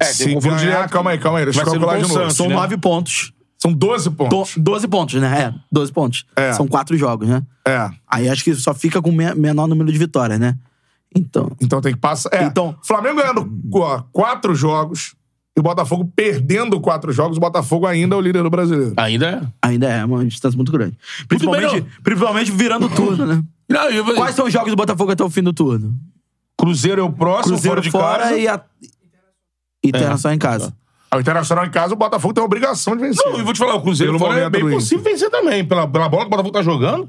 [SPEAKER 2] É, tem
[SPEAKER 1] Se
[SPEAKER 2] um confronto
[SPEAKER 1] ganhar,
[SPEAKER 2] direto.
[SPEAKER 1] calma aí, calma aí. Deixa eu
[SPEAKER 2] Vai ser no
[SPEAKER 1] calcular de
[SPEAKER 2] Bom
[SPEAKER 1] novo.
[SPEAKER 2] Santos,
[SPEAKER 1] São,
[SPEAKER 4] São
[SPEAKER 2] né?
[SPEAKER 4] nove pontos.
[SPEAKER 1] são 12
[SPEAKER 4] Do,
[SPEAKER 1] pontos.
[SPEAKER 4] 12 pontos, né? É, 12 pontos.
[SPEAKER 1] É.
[SPEAKER 4] São quatro jogos, né?
[SPEAKER 1] É.
[SPEAKER 4] Aí acho que só fica com me- menor número de vitórias, né? Então.
[SPEAKER 1] Então tem que passar. É,
[SPEAKER 4] Então-
[SPEAKER 1] Flamengo ganhando ó, quatro jogos e o Botafogo perdendo quatro jogos, o Botafogo ainda é o líder do brasileiro.
[SPEAKER 2] Ainda é.
[SPEAKER 4] Ainda é uma distância muito grande. Principalmente,
[SPEAKER 2] bem,
[SPEAKER 4] principalmente virando o turno, né?
[SPEAKER 2] Não, eu...
[SPEAKER 4] Quais são os jogos do Botafogo até o fim do turno?
[SPEAKER 2] Cruzeiro é o próximo,
[SPEAKER 4] Cruzeiro
[SPEAKER 2] fora de
[SPEAKER 4] fora
[SPEAKER 2] casa.
[SPEAKER 4] e a... Internacional em casa.
[SPEAKER 1] O Internacional em casa, o Botafogo tem a obrigação de vencer.
[SPEAKER 2] Não, eu vou te falar, o Cruzeiro
[SPEAKER 1] Pelo
[SPEAKER 2] fora é
[SPEAKER 1] momento
[SPEAKER 2] bem
[SPEAKER 1] do
[SPEAKER 2] possível vencer também. Pela, pela bola que o Botafogo tá jogando.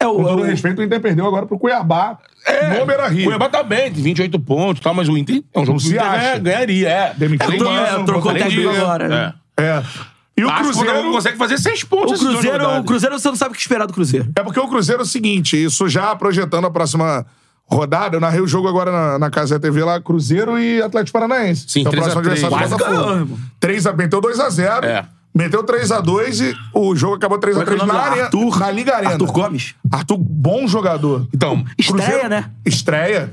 [SPEAKER 4] É o,
[SPEAKER 1] Com
[SPEAKER 4] é
[SPEAKER 1] todo
[SPEAKER 4] o-
[SPEAKER 1] respeito, o Inter perdeu agora pro Cuiabá. É. No Beira
[SPEAKER 2] O
[SPEAKER 1] Rio.
[SPEAKER 2] Cuiabá tá bem, tem 28 pontos e tal, mas o Inter é um
[SPEAKER 1] Não
[SPEAKER 2] jogo que
[SPEAKER 1] se
[SPEAKER 2] o Inter
[SPEAKER 1] acha.
[SPEAKER 2] ganha- ganharia, é.
[SPEAKER 1] Demitiu
[SPEAKER 2] é,
[SPEAKER 1] o Mano,
[SPEAKER 4] trocou o
[SPEAKER 2] além
[SPEAKER 4] técnico
[SPEAKER 2] disso,
[SPEAKER 4] agora, né?
[SPEAKER 2] É.
[SPEAKER 1] É. E o
[SPEAKER 2] Acho que
[SPEAKER 1] Cruzeiro.
[SPEAKER 2] Botafogo consegue fazer seis pontos.
[SPEAKER 4] o
[SPEAKER 2] nessas duas
[SPEAKER 4] Cruzeiro, é o
[SPEAKER 2] rodadas.
[SPEAKER 4] Cruzeiro você não sabe o que esperar do Cruzeiro.
[SPEAKER 1] É porque o Cruzeiro é o seguinte, isso já projetando a próxima rodada, eu narrei o jogo agora na, na Casa da TV lá, Cruzeiro e Atlético Paranaense.
[SPEAKER 2] Sim,
[SPEAKER 1] então, o
[SPEAKER 2] 3 a
[SPEAKER 1] próximo
[SPEAKER 2] 3.
[SPEAKER 1] adversário do
[SPEAKER 4] Quase ganhou,
[SPEAKER 1] Botafogo.
[SPEAKER 4] irmão.
[SPEAKER 1] 3 a, meteu 2x0,
[SPEAKER 2] É.
[SPEAKER 1] meteu 3x2 e o jogo acabou
[SPEAKER 4] Como é que é o
[SPEAKER 1] 3x3
[SPEAKER 4] nome
[SPEAKER 1] na,
[SPEAKER 4] lá?
[SPEAKER 1] arena,
[SPEAKER 4] Arthur-
[SPEAKER 1] na Liga Arena.
[SPEAKER 4] Arthur Gomes.
[SPEAKER 1] Arthur, bom jogador.
[SPEAKER 2] Então,
[SPEAKER 4] Estreia, né?
[SPEAKER 1] Estreia.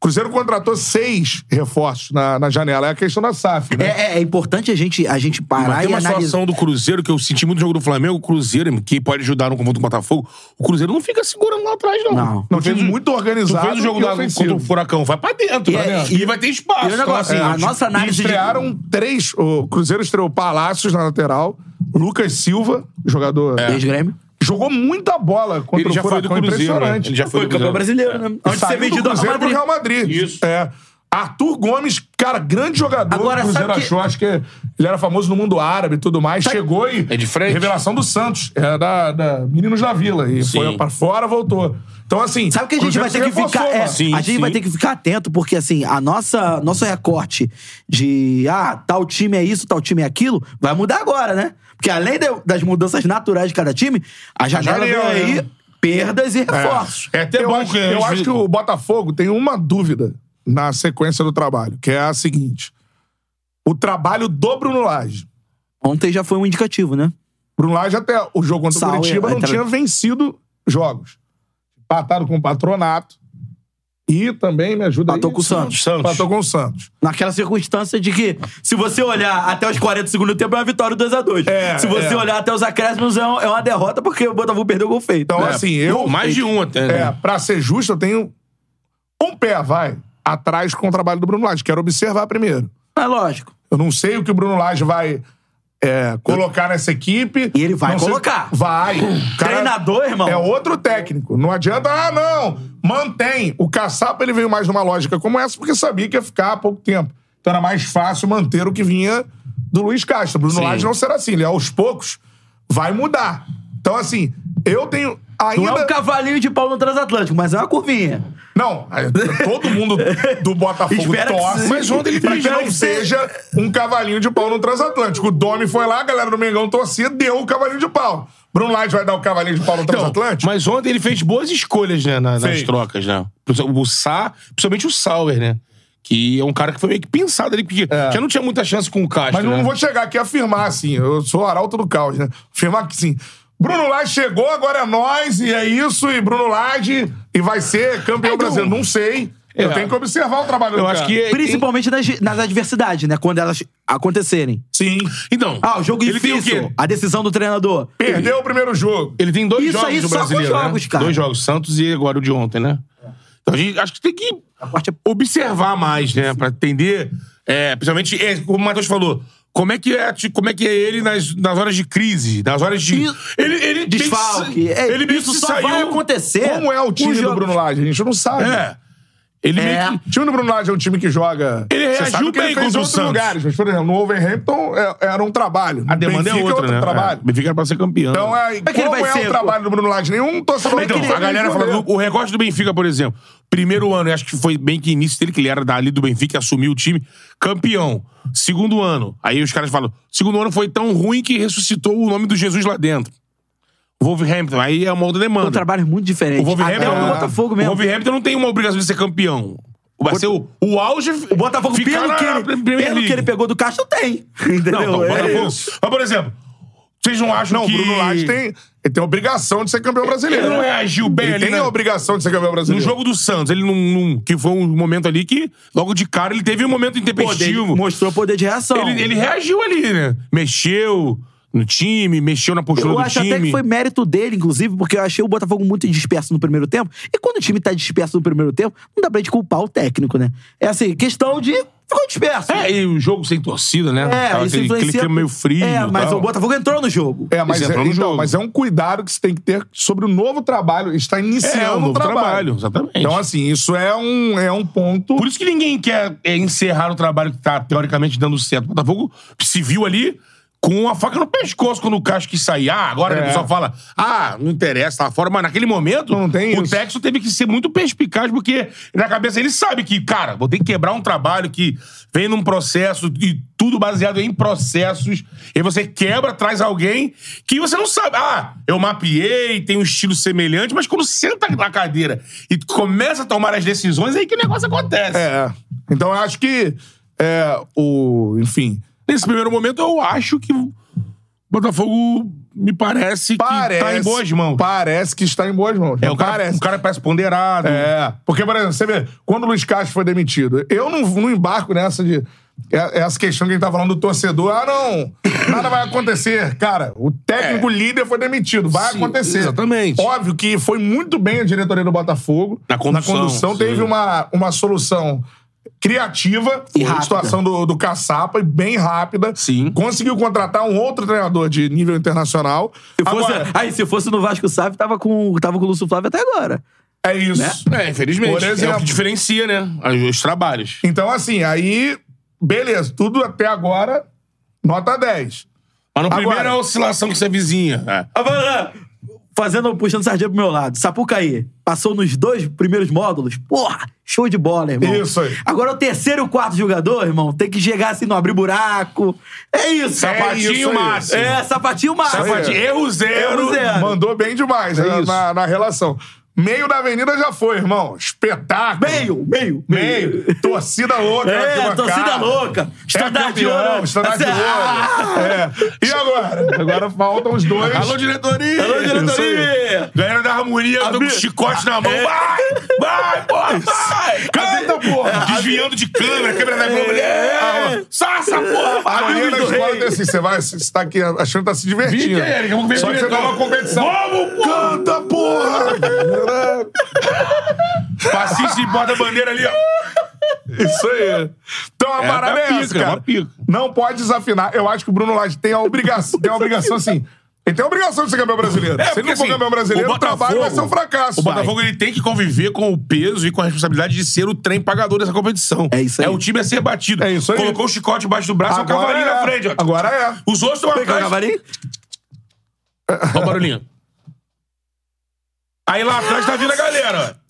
[SPEAKER 1] Cruzeiro contratou seis reforços na, na janela. É a questão da SAF, né?
[SPEAKER 4] É, é- é importante a gente, a gente
[SPEAKER 2] mas
[SPEAKER 4] parar
[SPEAKER 2] tem
[SPEAKER 4] e
[SPEAKER 2] uma
[SPEAKER 4] analisar.
[SPEAKER 2] situação do Cruzeiro que eu senti muito no jogo do Flamengo. O Cruzeiro, que pode ajudar no confronto com o Botafogo, o Cruzeiro não fica segurando lá atrás, não.
[SPEAKER 4] Não.
[SPEAKER 1] Não,
[SPEAKER 2] Tu
[SPEAKER 1] time
[SPEAKER 2] fez o-
[SPEAKER 1] muito
[SPEAKER 2] Tu
[SPEAKER 1] organizado
[SPEAKER 2] fez o jogo
[SPEAKER 1] e
[SPEAKER 2] da,
[SPEAKER 1] ofensivo.
[SPEAKER 2] contra o Furacão, vai pra dentro,
[SPEAKER 4] E
[SPEAKER 2] pra
[SPEAKER 4] é-
[SPEAKER 2] dentro.
[SPEAKER 4] e-
[SPEAKER 2] E, vai ter espaço.
[SPEAKER 4] e o negócio, é,
[SPEAKER 2] então,
[SPEAKER 4] a nossa análise de-
[SPEAKER 1] É, estrearam três. O Cruzeiro estreou Palácios na lateral, Lucas Silva, jogador.
[SPEAKER 4] Ex-Grêmio.
[SPEAKER 1] Jogou muita bola contra
[SPEAKER 2] É. Ele
[SPEAKER 1] o
[SPEAKER 2] já foi do
[SPEAKER 1] Furacão,
[SPEAKER 2] Cruzeiro, É. né?
[SPEAKER 1] impressionante.
[SPEAKER 2] Ele já foi, do Cruzeiro.
[SPEAKER 4] campeão brasileiro, né?
[SPEAKER 1] E
[SPEAKER 4] Antes de ser
[SPEAKER 1] saiu do
[SPEAKER 4] vendido ao Real
[SPEAKER 1] Cruzeiro pro
[SPEAKER 4] Madrid.
[SPEAKER 1] Real Madrid.
[SPEAKER 2] Isso.
[SPEAKER 1] É. Arthur Gomes, cara, grande jogador.
[SPEAKER 4] Agora,
[SPEAKER 1] o Cruzeiro
[SPEAKER 4] sabe que-
[SPEAKER 1] achou, acho que ele era famoso no mundo árabe e tudo mais. Chegou e.
[SPEAKER 2] É de frente.
[SPEAKER 1] Revelação do Santos. É da, da Meninos da Vila. E
[SPEAKER 2] Sim.
[SPEAKER 1] foi pra fora, voltou. Então, assim.
[SPEAKER 4] Sabe o que a gente
[SPEAKER 1] Cruzeiro
[SPEAKER 4] vai ter
[SPEAKER 1] se
[SPEAKER 4] que
[SPEAKER 1] reforçou,
[SPEAKER 4] ficar? é,
[SPEAKER 1] mano.
[SPEAKER 2] Sim,
[SPEAKER 4] a gente
[SPEAKER 2] sim.
[SPEAKER 4] vai ter que ficar atento, porque assim, a nossa nosso recorte de ah, tal time é isso, tal time é aquilo, vai mudar agora, né? Porque além de- das mudanças naturais de cada time, a janela
[SPEAKER 1] janela,
[SPEAKER 4] vem aí
[SPEAKER 1] né?
[SPEAKER 4] perdas e reforços.
[SPEAKER 2] É até
[SPEAKER 1] eu
[SPEAKER 2] bom
[SPEAKER 1] acho,
[SPEAKER 2] que-
[SPEAKER 1] eu acho que o Botafogo tem uma dúvida na sequência do trabalho, que é a seguinte: o trabalho do Bruno Lage.
[SPEAKER 4] Ontem já foi um indicativo, né?
[SPEAKER 1] Bruno Lage até o jogo contra o
[SPEAKER 4] Sauer,
[SPEAKER 1] Curitiba não
[SPEAKER 4] entra-
[SPEAKER 1] tinha vencido jogos. Empataram com o Patronato e também me ajuda
[SPEAKER 4] Empatou
[SPEAKER 1] aí,
[SPEAKER 4] com o Santos.
[SPEAKER 1] Empatou com o Santos.
[SPEAKER 4] Naquela circunstância de que, se você olhar até os 40 segundos do tempo, é uma vitória 2x2.
[SPEAKER 1] É,
[SPEAKER 4] se você
[SPEAKER 1] é.
[SPEAKER 4] olhar até os acréscimos, é um- é uma derrota porque o Botafogo perdeu o gol feito.
[SPEAKER 1] Então, assim, eu
[SPEAKER 2] Pô, É, mais de um até. né?
[SPEAKER 1] É, pra ser justo, eu tenho um pé, vai, atrás com o trabalho do Bruno Lage. Quero observar primeiro.
[SPEAKER 4] É lógico.
[SPEAKER 1] Eu não sei o que o Bruno Lage vai é, colocar nessa equipe.
[SPEAKER 4] E ele vai
[SPEAKER 1] Não sei-
[SPEAKER 4] colocar.
[SPEAKER 1] Vai. O cara
[SPEAKER 4] Treinador, irmão.
[SPEAKER 1] É outro técnico. Não adianta, ah, não. Mantém. O caçapa ele veio mais numa lógica como essa porque sabia que ia ficar há pouco tempo. Então era mais fácil manter o que vinha do Luiz Castro. Bruno
[SPEAKER 2] Sim.
[SPEAKER 1] Lage não será assim. Ele, aos poucos, vai mudar. Então, assim, eu tenho ainda...
[SPEAKER 4] Não é um cavalinho de pau no transatlântico, mas é uma curvinha.
[SPEAKER 1] Não, é, todo mundo do Botafogo
[SPEAKER 4] Espera que
[SPEAKER 1] torce.
[SPEAKER 4] seja.
[SPEAKER 1] Mas ontem ele pra que
[SPEAKER 4] Espera
[SPEAKER 1] não
[SPEAKER 4] que
[SPEAKER 1] seja um cavalinho de pau no Transatlântico. O Domi foi lá, a galera do Mengão torcia, deu o cavalinho de pau. Bruno Lage vai dar o cavalinho de pau no Transatlântico?
[SPEAKER 2] Mas ontem ele fez boas escolhas, né, na- nas
[SPEAKER 1] Fez.
[SPEAKER 2] trocas, né? O Sá, principalmente o Sauer, né? Que é um cara que foi meio que pensado ali, porque já não tinha muita chance com o
[SPEAKER 1] É.
[SPEAKER 2] Castro.
[SPEAKER 1] Mas, eu
[SPEAKER 2] né?
[SPEAKER 1] não vou chegar aqui e afirmar assim. Eu sou o arauto do caos, né? Afirmar que sim. Bruno Lage chegou, agora é nós, e é isso, e Bruno Lage, e vai ser campeão brasileiro. Não sei. Eu
[SPEAKER 2] É.
[SPEAKER 1] tenho que observar o trabalho do
[SPEAKER 2] Eu acho
[SPEAKER 1] cara.
[SPEAKER 2] que. é
[SPEAKER 4] Principalmente nas, nas adversidades, né? Quando elas acontecerem.
[SPEAKER 1] Sim.
[SPEAKER 2] Então.
[SPEAKER 4] Ah, o jogo
[SPEAKER 2] ele tem o
[SPEAKER 4] difícil.
[SPEAKER 2] quê?
[SPEAKER 4] a decisão do treinador.
[SPEAKER 1] Perdeu o primeiro jogo.
[SPEAKER 2] Ele tem dois
[SPEAKER 4] Isso
[SPEAKER 2] jogos
[SPEAKER 4] aí
[SPEAKER 2] do
[SPEAKER 4] só com
[SPEAKER 2] brasileiro. né?
[SPEAKER 4] jogos, cara.
[SPEAKER 2] Dois jogos, Santos e agora o de ontem, né? Então a gente acho que tem que
[SPEAKER 4] parte é-
[SPEAKER 2] observar mais, né? Pra entender. é, principalmente, é, como o Matheus falou, como é que é, ti- como é, que é ele nas, nas horas de crise, nas horas de.
[SPEAKER 4] E-
[SPEAKER 2] ele, ele
[SPEAKER 4] Desfalque.
[SPEAKER 2] meio que se-
[SPEAKER 4] É,
[SPEAKER 2] ele meio
[SPEAKER 4] isso
[SPEAKER 2] que se
[SPEAKER 4] só
[SPEAKER 2] saiu,
[SPEAKER 4] vai acontecer.
[SPEAKER 1] Como é o time
[SPEAKER 4] Os
[SPEAKER 1] do
[SPEAKER 4] jogos-
[SPEAKER 1] Bruno Lage? A gente não sabe.
[SPEAKER 2] É. Ele
[SPEAKER 4] É.
[SPEAKER 2] meio que.
[SPEAKER 1] O time do Bruno Lage é um time que joga.
[SPEAKER 2] Ele
[SPEAKER 1] Você
[SPEAKER 2] reagiu
[SPEAKER 1] sabe que
[SPEAKER 2] bem
[SPEAKER 1] ele fez
[SPEAKER 2] contra o
[SPEAKER 1] outros
[SPEAKER 2] Santos.
[SPEAKER 1] lugares, mas, por exemplo, no Overhampton é- era um trabalho.
[SPEAKER 2] A demanda é outra, né?
[SPEAKER 1] trabalho.
[SPEAKER 2] É, Benfica era pra ser campeão.
[SPEAKER 1] Então, é,
[SPEAKER 4] é que ele
[SPEAKER 1] como
[SPEAKER 4] vai
[SPEAKER 1] é
[SPEAKER 4] ser?
[SPEAKER 1] o trabalho do Bruno Lage? Nenhum torcedor
[SPEAKER 2] Então,
[SPEAKER 1] do Flamengo
[SPEAKER 2] a galera
[SPEAKER 1] respondeu.
[SPEAKER 2] falando, o recorde do Benfica, por exemplo, primeiro ano, eu acho que foi bem que início dele, que ele era dali do Benfica, assumiu o time, campeão. Segundo ano, aí os caras falam, segundo ano foi tão ruim que ressuscitou o nome do Jesus lá dentro. Wolverhampton, aí é uma outra demanda.
[SPEAKER 4] Um trabalho muito diferente.
[SPEAKER 2] O Wolverhampton, é-
[SPEAKER 4] Até Ah, é. o do Botafogo mesmo.
[SPEAKER 2] O Wolverhampton não tem uma obrigação de ser campeão. Vai ser o, o auge.
[SPEAKER 4] O Botafogo,
[SPEAKER 2] ficar
[SPEAKER 4] pelo,
[SPEAKER 2] na
[SPEAKER 4] que ele,
[SPEAKER 2] Premier
[SPEAKER 4] pelo que
[SPEAKER 2] League.
[SPEAKER 4] ele pegou do Castro, tem. Entendeu?
[SPEAKER 2] Não, então, o
[SPEAKER 4] É
[SPEAKER 2] Botafogo-
[SPEAKER 4] isso.
[SPEAKER 2] Mas, por exemplo, vocês não acham
[SPEAKER 1] Não,
[SPEAKER 2] que.
[SPEAKER 1] o Bruno Lage tem, ele tem a obrigação de ser campeão brasileiro.
[SPEAKER 2] Ele não reagiu bem
[SPEAKER 1] Ele
[SPEAKER 2] ali
[SPEAKER 1] tem
[SPEAKER 2] na-
[SPEAKER 1] a obrigação de ser campeão
[SPEAKER 2] No
[SPEAKER 1] brasileiro.
[SPEAKER 2] jogo do Santos, ele não, não- Que foi um momento ali que, logo de cara, ele teve um momento
[SPEAKER 4] Poder-
[SPEAKER 2] intempestivo.
[SPEAKER 4] mostrou poder de reação.
[SPEAKER 2] ele, ele reagiu ali, né? Mexeu no time, mexeu na postura
[SPEAKER 4] Eu
[SPEAKER 2] do
[SPEAKER 4] acho
[SPEAKER 2] time.
[SPEAKER 4] até que foi mérito dele, inclusive, porque eu achei o Botafogo muito disperso no primeiro tempo. E quando o time tá disperso no primeiro tempo, não dá pra gente culpar o técnico, né? É assim, questão de. Ficou disperso.
[SPEAKER 2] É, e o jogo sem torcida, né?
[SPEAKER 4] É,
[SPEAKER 2] Tava aquele,
[SPEAKER 4] isso
[SPEAKER 2] aquele
[SPEAKER 4] influencia.
[SPEAKER 2] clima meio frio.
[SPEAKER 4] É,
[SPEAKER 2] e
[SPEAKER 4] mas
[SPEAKER 2] tal.
[SPEAKER 4] o Botafogo entrou no jogo.
[SPEAKER 1] É, mas
[SPEAKER 2] Eles
[SPEAKER 1] é,
[SPEAKER 2] entram no
[SPEAKER 1] então,
[SPEAKER 2] jogo.
[SPEAKER 1] mas é um cuidado que você tem que ter sobre o novo trabalho. Está iniciando
[SPEAKER 2] É, o novo
[SPEAKER 1] o trabalho.
[SPEAKER 2] trabalho, exatamente.
[SPEAKER 1] Então, assim, isso é um, é um ponto.
[SPEAKER 2] Por isso que ninguém quer é, encerrar o trabalho que tá teoricamente dando certo. O Botafogo se viu ali com a faca no pescoço quando o Casco quis sair. Ah, agora
[SPEAKER 1] É.
[SPEAKER 2] a pessoa fala, ah, não interessa, tá fora. Mas naquele momento,
[SPEAKER 1] Não tem
[SPEAKER 2] o
[SPEAKER 1] isso.
[SPEAKER 2] Texo teve que ser muito perspicaz, porque na cabeça ele sabe que, cara, vou ter que quebrar um trabalho que vem num processo e tudo baseado em processos. E você quebra, traz alguém que você não sabe. Ah, eu mapeei, tem um estilo semelhante, mas quando senta na cadeira e começa a tomar as decisões, aí que o negócio acontece.
[SPEAKER 1] É. Então, eu acho que é, o. Enfim.
[SPEAKER 2] Nesse primeiro momento, eu acho que o Botafogo me parece,
[SPEAKER 1] Parece.
[SPEAKER 2] que tá em boas mãos.
[SPEAKER 1] Parece que está em boas mãos.
[SPEAKER 2] É, o cara,
[SPEAKER 1] parece.
[SPEAKER 2] o cara parece ponderado.
[SPEAKER 1] É. Porque, por exemplo, você vê, quando o Luiz Castro foi demitido, eu não, não embarco nessa de. é- Essa questão que a gente tá falando do torcedor, ah, não, nada vai acontecer. Cara, o técnico líder foi demitido, vai
[SPEAKER 2] É. Sim,
[SPEAKER 1] acontecer.
[SPEAKER 2] exatamente.
[SPEAKER 1] Óbvio que foi muito bem a diretoria do Botafogo.
[SPEAKER 2] Na condução, sim.
[SPEAKER 1] teve uma, uma solução criativa,
[SPEAKER 4] E
[SPEAKER 1] a
[SPEAKER 4] rápida.
[SPEAKER 1] situação do, do Caçapa, e bem rápida.
[SPEAKER 2] Sim.
[SPEAKER 1] Conseguiu contratar um outro treinador de nível internacional.
[SPEAKER 4] Se fosse-
[SPEAKER 1] Agora,
[SPEAKER 4] aí, se fosse no Vasco Sávio, tava com, tava com o Lúcio Flávio até agora.
[SPEAKER 1] é isso.
[SPEAKER 4] né?
[SPEAKER 2] É, infelizmente.
[SPEAKER 1] Por exemplo.
[SPEAKER 2] É o que diferencia, né? Os trabalhos.
[SPEAKER 1] Então, assim, aí, beleza, tudo até agora, nota 10.
[SPEAKER 2] Mas no
[SPEAKER 1] Agora-
[SPEAKER 2] primeiro é a oscilação que você vizinha. É.
[SPEAKER 4] Fazendo, puxando sardinha pro meu lado. Sapucaí. Passou nos dois primeiros módulos. Porra, show de bola, irmão.
[SPEAKER 1] Isso aí.
[SPEAKER 4] Agora o terceiro e o quarto jogador, irmão, tem que chegar assim, não abrir buraco. É isso.
[SPEAKER 2] Sapatinho
[SPEAKER 4] é isso aí.
[SPEAKER 2] máximo.
[SPEAKER 4] É, sapatinho máximo.
[SPEAKER 2] Sapatinho- Erro zero.
[SPEAKER 4] Erro zero. É Cara.
[SPEAKER 1] Mandou bem demais né,
[SPEAKER 2] isso.
[SPEAKER 1] na, na relação. Meio da avenida já foi, irmão. Espetáculo.
[SPEAKER 4] Meio, meio,
[SPEAKER 1] Meio. Torcida louca. na
[SPEAKER 4] É,
[SPEAKER 1] arquibancada.
[SPEAKER 4] torcida louca.
[SPEAKER 1] É
[SPEAKER 4] Estandarte de
[SPEAKER 1] campeão,
[SPEAKER 4] ouro.
[SPEAKER 1] estandarte de
[SPEAKER 4] Ah!
[SPEAKER 1] ouro. É. E agora? Agora faltam os dois.
[SPEAKER 2] Alô, diretoria!
[SPEAKER 4] Alô, diretoria!
[SPEAKER 2] Isso aí. Galera da harmonia, eu tô com
[SPEAKER 4] Abri-
[SPEAKER 2] chicote na mão. Vai! Vai, porra! Vai!
[SPEAKER 1] Eita, porra.
[SPEAKER 2] Desviando de câmera, câmera da Globo. É. Sai essa porra!
[SPEAKER 1] A
[SPEAKER 2] Abriu
[SPEAKER 1] menina da
[SPEAKER 2] do
[SPEAKER 1] escola
[SPEAKER 2] rei.
[SPEAKER 1] tem assim, você vai, você tá aqui achando que tá se
[SPEAKER 2] Vinte,
[SPEAKER 1] divertindo.
[SPEAKER 2] é, daqui a pouco vem
[SPEAKER 1] Só
[SPEAKER 2] o
[SPEAKER 1] que você tá
[SPEAKER 2] diretor.
[SPEAKER 1] numa competição.
[SPEAKER 2] Vamos, porra!
[SPEAKER 1] Canta, porra!
[SPEAKER 2] Passista e bota a bandeira ali, ó.
[SPEAKER 1] Isso aí. Então a
[SPEAKER 2] É,
[SPEAKER 1] parada
[SPEAKER 2] uma
[SPEAKER 1] é
[SPEAKER 2] pica,
[SPEAKER 1] essa, cara.
[SPEAKER 2] uma pica.
[SPEAKER 1] Não pode desafinar. Eu acho que o Bruno Lage tem a obrigação, tem a obrigação assim. Ele tem a obrigação de ser campeão brasileiro. Se ele
[SPEAKER 2] porque,
[SPEAKER 1] não for
[SPEAKER 2] assim,
[SPEAKER 1] campeão brasileiro, o,
[SPEAKER 2] Botafogo-
[SPEAKER 1] trabalho vai ser um fracasso.
[SPEAKER 2] O Botafogo ele tem que conviver com o peso e com a responsabilidade de ser o trem pagador dessa competição.
[SPEAKER 4] É isso aí.
[SPEAKER 2] É o time a ser batido.
[SPEAKER 1] É isso aí.
[SPEAKER 2] Colocou o chicote embaixo do braço, é o
[SPEAKER 1] Agora
[SPEAKER 2] cavalinho
[SPEAKER 1] é.
[SPEAKER 2] na frente. Ó.
[SPEAKER 1] Agora é.
[SPEAKER 2] Os outros estão
[SPEAKER 4] Pega o
[SPEAKER 2] atrás.
[SPEAKER 4] cavalinho.
[SPEAKER 2] Olha o barulhinho. Aí lá atrás tá vindo a galera. ó.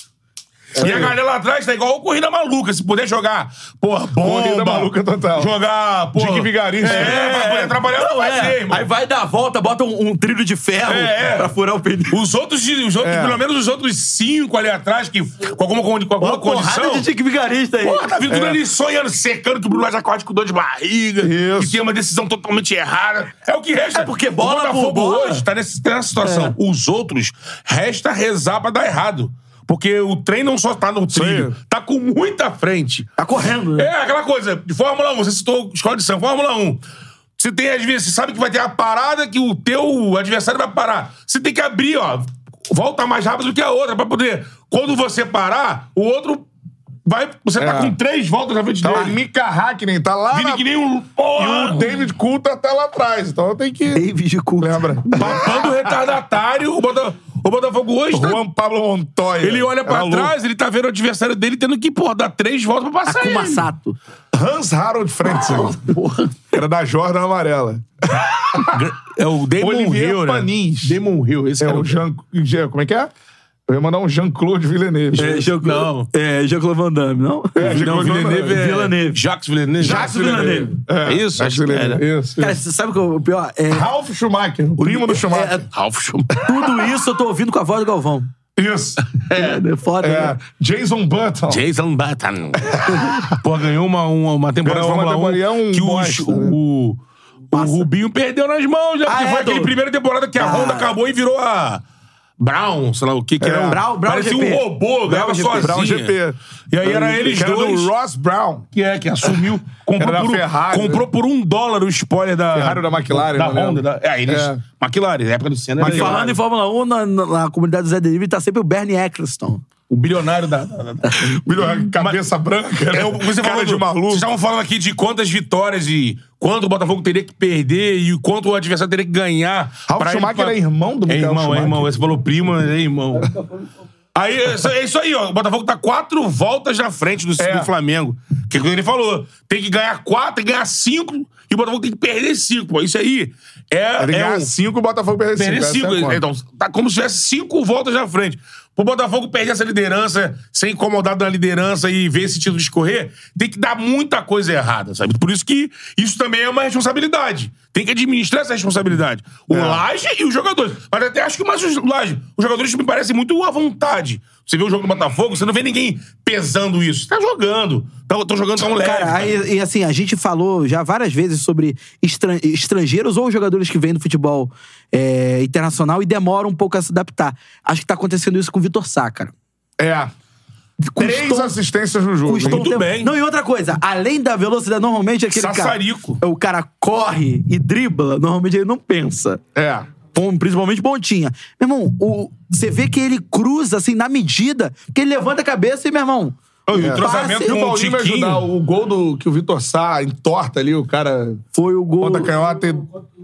[SPEAKER 2] E a galera lá atrás tá igual o Corrida Maluca. Se puder jogar, porra, bomba.
[SPEAKER 1] Corrida Maluca total.
[SPEAKER 2] Jogar, porra.
[SPEAKER 1] Dick Vigarista.
[SPEAKER 2] É, pra poder trabalhar não, vai ser, irmão.
[SPEAKER 4] é. Aí vai dar a volta, bota um, um trilho de ferro
[SPEAKER 2] É, é.
[SPEAKER 4] pra furar o pneu.
[SPEAKER 2] Os outros, de- os outros
[SPEAKER 1] É.
[SPEAKER 2] pelo menos os outros cinco ali atrás, que com alguma, condi- com alguma
[SPEAKER 4] Uma porrada
[SPEAKER 2] condição.
[SPEAKER 4] de tique vigarista aí.
[SPEAKER 2] Porra, tá vindo tudo
[SPEAKER 1] É.
[SPEAKER 2] ali sonhando, secando que o Bruno vai acorde com dor de barriga,
[SPEAKER 1] Isso.
[SPEAKER 2] que tem uma decisão totalmente errada. É o que resta.
[SPEAKER 4] É porque bola
[SPEAKER 2] o Botafogo
[SPEAKER 4] por bola.
[SPEAKER 2] hoje tá nesse- tá nessa
[SPEAKER 1] É.
[SPEAKER 2] situação. Os outros, resta rezar pra dar errado. Porque o trem não só tá no trilho, tá com muita frente.
[SPEAKER 4] Tá correndo, né?
[SPEAKER 2] É aquela coisa, de Fórmula 1, você citou escola de samba, Fórmula 1. Você tem às vezes, você sabe que vai ter a parada que o teu adversário vai parar. Você tem que abrir, ó, volta mais rápido do que a outra pra poder. Quando você parar, o outro vai, você tá
[SPEAKER 1] É.
[SPEAKER 2] com três voltas na frente
[SPEAKER 1] Tá o
[SPEAKER 2] dele.
[SPEAKER 1] Mika Hackney, tá lá
[SPEAKER 2] Vindo
[SPEAKER 1] na...
[SPEAKER 2] que nem um
[SPEAKER 1] E o
[SPEAKER 2] porra,
[SPEAKER 1] David Coulter tá lá atrás. Então tem que...
[SPEAKER 4] David de cu.
[SPEAKER 1] Lembra?
[SPEAKER 2] papando retardatário. O, Bota- o Botafogo hoje tá-
[SPEAKER 1] Juan Pablo Montoya.
[SPEAKER 2] ele olha pra
[SPEAKER 1] Era louco.
[SPEAKER 2] trás, ele tá vendo o adversário dele tendo que, porra, dar três voltas pra passar
[SPEAKER 4] Akuma
[SPEAKER 2] ele.
[SPEAKER 4] Sato.
[SPEAKER 1] Hans Harold Frentzen.
[SPEAKER 2] Porra.
[SPEAKER 1] Era da Jordan Amarela.
[SPEAKER 2] É o Damon
[SPEAKER 1] Olivier
[SPEAKER 2] Hill, né?
[SPEAKER 1] Panis.
[SPEAKER 2] Damon Hill, esse
[SPEAKER 1] É
[SPEAKER 2] cara
[SPEAKER 1] o Jean... Jean- Como é que é? Eu ia mandar um Jean-Claude Villeneuve.
[SPEAKER 2] É, Jean- Não.
[SPEAKER 4] É, Jean-Claude Van Damme, não?
[SPEAKER 1] É, Jean-
[SPEAKER 2] Não,
[SPEAKER 1] Jean-
[SPEAKER 2] Villeneuve é...
[SPEAKER 4] Villeneuve.
[SPEAKER 2] Jacques Villeneuve.
[SPEAKER 4] Jacques Villeneuve.
[SPEAKER 2] É isso?
[SPEAKER 1] Jacques
[SPEAKER 2] Acho que
[SPEAKER 1] Villeneuve.
[SPEAKER 2] era.
[SPEAKER 1] Isso.
[SPEAKER 4] Cara, você sabe o que é o pior? É,
[SPEAKER 1] Ralph Schumacher, o primo
[SPEAKER 2] é,
[SPEAKER 1] do Schumacher.
[SPEAKER 2] Ralph Schumacher.
[SPEAKER 4] tudo isso eu tô ouvindo com a voz do Galvão.
[SPEAKER 1] Isso.
[SPEAKER 4] É, é foda,
[SPEAKER 1] É.
[SPEAKER 4] né?
[SPEAKER 1] Jason Button.
[SPEAKER 2] Jason Button. Pô, ganhou uma, uma, uma temporada de
[SPEAKER 1] Ganhou uma
[SPEAKER 2] Fórmula 1
[SPEAKER 1] temporada, é um
[SPEAKER 2] que
[SPEAKER 1] bosta,
[SPEAKER 2] o,
[SPEAKER 1] né?
[SPEAKER 2] o, o
[SPEAKER 4] Massa.
[SPEAKER 2] Rubinho perdeu nas mãos, né?
[SPEAKER 4] Ah,
[SPEAKER 2] Porque
[SPEAKER 4] é,
[SPEAKER 2] foi aquele
[SPEAKER 4] do-
[SPEAKER 2] primeira temporada que a
[SPEAKER 4] Ah.
[SPEAKER 2] Honda acabou e virou a Brown, sei lá o que que era.
[SPEAKER 4] Brown- Brown
[SPEAKER 2] Parecia
[SPEAKER 4] GP.
[SPEAKER 2] um robô, ganhava
[SPEAKER 4] GP.
[SPEAKER 2] sozinha.
[SPEAKER 1] Brown GP.
[SPEAKER 2] E aí era eles
[SPEAKER 1] que era
[SPEAKER 2] dois.
[SPEAKER 1] do Ross Brown.
[SPEAKER 2] Que é, que assumiu. Comprou,
[SPEAKER 1] Era da
[SPEAKER 2] por, um-
[SPEAKER 1] Ferrari,
[SPEAKER 2] comprou por um dólar o spoiler da.
[SPEAKER 1] Ferrari ou da McLaren,
[SPEAKER 2] Da
[SPEAKER 1] eu não
[SPEAKER 2] Honda. Da,
[SPEAKER 1] lembro.
[SPEAKER 2] é, eles.
[SPEAKER 1] É.
[SPEAKER 2] McLaren, na época do Senna. era
[SPEAKER 4] Mas
[SPEAKER 2] ele.
[SPEAKER 4] falando em Fórmula 1, na, na- na comunidade do Zé Delivery tá sempre o Bernie Eccleston.
[SPEAKER 2] O bilionário da. da- da-
[SPEAKER 1] Melhor, cabeça branca. né?
[SPEAKER 2] É, o- você
[SPEAKER 1] cara
[SPEAKER 2] falou
[SPEAKER 1] de
[SPEAKER 2] do-
[SPEAKER 1] maluco.
[SPEAKER 2] Vocês estavam falando aqui de quantas vitórias e quanto o Botafogo teria que perder e quanto o adversário teria que ganhar.
[SPEAKER 1] Ralf
[SPEAKER 2] pra ele-
[SPEAKER 1] Schumacher
[SPEAKER 2] pra-
[SPEAKER 1] é irmão do
[SPEAKER 2] É
[SPEAKER 1] Michael
[SPEAKER 2] irmão, é
[SPEAKER 1] Schumacher.
[SPEAKER 2] irmão. Você falou prima, é irmão. Aí, é isso- é isso aí, ó. O Botafogo tá quatro voltas na frente do,
[SPEAKER 1] É.
[SPEAKER 2] do Flamengo. Que é o que ele falou. Tem que ganhar quatro, tem que ganhar cinco e o Botafogo tem que perder cinco. Pô. Isso aí é,
[SPEAKER 1] Ele
[SPEAKER 2] é
[SPEAKER 1] ganhar
[SPEAKER 2] um-
[SPEAKER 1] 5 e o Botafogo perder é 5.
[SPEAKER 2] perder cinco. Então, tá como se tivesse cinco voltas na frente. Pro Botafogo perder essa liderança, ser incomodado na liderança e ver esse título escorrer, tem que dar muita coisa errada, sabe? Por isso que isso também é uma responsabilidade. Tem que administrar essa responsabilidade. O
[SPEAKER 4] É.
[SPEAKER 2] Laje e os jogadores. Mas até acho que mais os Laje. Os jogadores me parecem muito à vontade. Você vê o jogo do Botafogo, você não vê ninguém pesando isso. Tá jogando. Tão, tão jogando tão leve.
[SPEAKER 4] Cara, aí- e assim, a gente falou já várias vezes sobre estran- estrangeiros ou jogadores que vêm do futebol é, internacional e demoram um pouco a se adaptar. Acho que tá acontecendo isso com o Vitor Sá, cara.
[SPEAKER 1] É. Três
[SPEAKER 4] Custou-
[SPEAKER 1] assistências no jogo.
[SPEAKER 4] Custou um
[SPEAKER 1] hein?
[SPEAKER 4] tempo.
[SPEAKER 2] bem.
[SPEAKER 4] Não, e outra coisa, além da velocidade, normalmente aquele
[SPEAKER 2] Sassarico.
[SPEAKER 4] cara. O cara corre e dribla, normalmente ele não pensa.
[SPEAKER 1] É.
[SPEAKER 4] Bom, Principalmente Pontinha. Meu irmão, o- você vê que ele cruza, assim, na medida, que ele levanta a cabeça e, meu irmão. um
[SPEAKER 2] Ô, e o
[SPEAKER 4] passe- é,
[SPEAKER 2] entrosamento
[SPEAKER 1] E o
[SPEAKER 2] com o
[SPEAKER 1] Paulinho vai
[SPEAKER 2] Tiquinho.
[SPEAKER 1] ajudar. O gol do, que o Vitor Sá entorta ali, o cara.
[SPEAKER 4] Foi o gol,
[SPEAKER 1] Ponta canhota. e-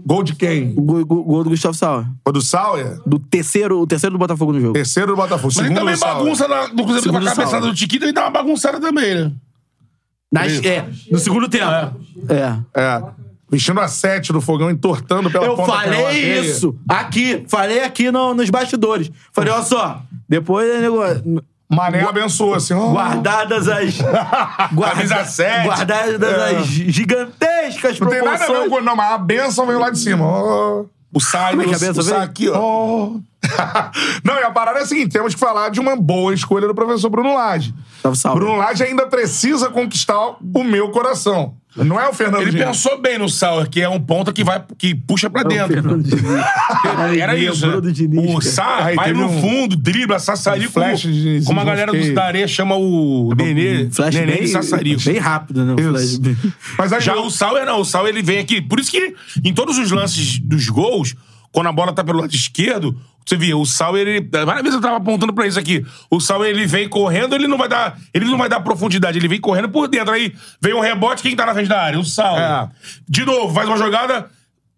[SPEAKER 1] Gol de quem?
[SPEAKER 4] o gol, gol- gol do Gustavo Sauer.
[SPEAKER 1] O do Sauer?
[SPEAKER 4] Do terceiro, o terceiro do Botafogo no jogo.
[SPEAKER 1] Terceiro do Botafogo.
[SPEAKER 2] Mas ele
[SPEAKER 1] Segundo
[SPEAKER 2] também
[SPEAKER 1] do Sauer.
[SPEAKER 2] bagunça na, no cruzamento com
[SPEAKER 4] Segundo
[SPEAKER 2] a cabeçada
[SPEAKER 4] Saulo.
[SPEAKER 2] do Tiquinho, ele dá uma bagunçada também, né?
[SPEAKER 4] Nas- é, no segundo tempo. É.
[SPEAKER 1] É. Vestindo a sete do fogão, entortando pela
[SPEAKER 4] Eu
[SPEAKER 1] ponta canhota
[SPEAKER 4] falei
[SPEAKER 1] dele.
[SPEAKER 4] isso aqui. Falei aqui no- nos bastidores. Falei, olha só. Depois, né, nego-
[SPEAKER 1] Mané abençoou, assim. ó.
[SPEAKER 4] guardadas as.
[SPEAKER 2] Camisa sete.
[SPEAKER 4] Guardadas as gigantescas
[SPEAKER 1] Não tem nada a ver com
[SPEAKER 4] proporções.
[SPEAKER 1] o não, mas a benção veio lá de cima. Ó.
[SPEAKER 2] O Salles,
[SPEAKER 4] Como é que a
[SPEAKER 2] o
[SPEAKER 4] benção veio?
[SPEAKER 2] Salles aqui, ó.
[SPEAKER 1] Ó. não, e a parada é a seguinte: temos que falar de uma boa escolha do professor Bruno Lage.
[SPEAKER 4] Salve, salve.
[SPEAKER 1] Bruno Lage ainda precisa conquistar o meu coração. Não é o Fernando
[SPEAKER 2] Ele
[SPEAKER 1] Diniz.
[SPEAKER 2] pensou bem no Sauer, que é um ponta que vai que puxa pra dentro. né? Era isso. né? o Sá
[SPEAKER 1] Aí
[SPEAKER 2] vai
[SPEAKER 1] teve
[SPEAKER 2] no
[SPEAKER 1] um-
[SPEAKER 2] fundo, dribla, sassarico.
[SPEAKER 1] um flash de-
[SPEAKER 2] como a galera
[SPEAKER 1] fiquei-
[SPEAKER 2] do Daré chama o Nenê,
[SPEAKER 4] Tá Flash
[SPEAKER 2] Nenê de
[SPEAKER 4] bem,
[SPEAKER 2] sassarico.
[SPEAKER 4] bem rápido, né? o
[SPEAKER 1] Isso.
[SPEAKER 4] flash.
[SPEAKER 1] Mas aí
[SPEAKER 2] Já
[SPEAKER 1] eu-
[SPEAKER 2] o Sauer não, o Sauer ele vem aqui. Por isso que em todos os lances dos gols, quando a bola tá pelo lado esquerdo, você via, o Sauer ele. Várias vezes eu tava apontando pra isso aqui. O Sauer ele vem correndo, ele não vai dar. Ele não vai dar profundidade, ele vem correndo por dentro. Aí vem um rebote, quem tá na frente da área? O Sauer.
[SPEAKER 1] É.
[SPEAKER 2] De novo, faz uma jogada.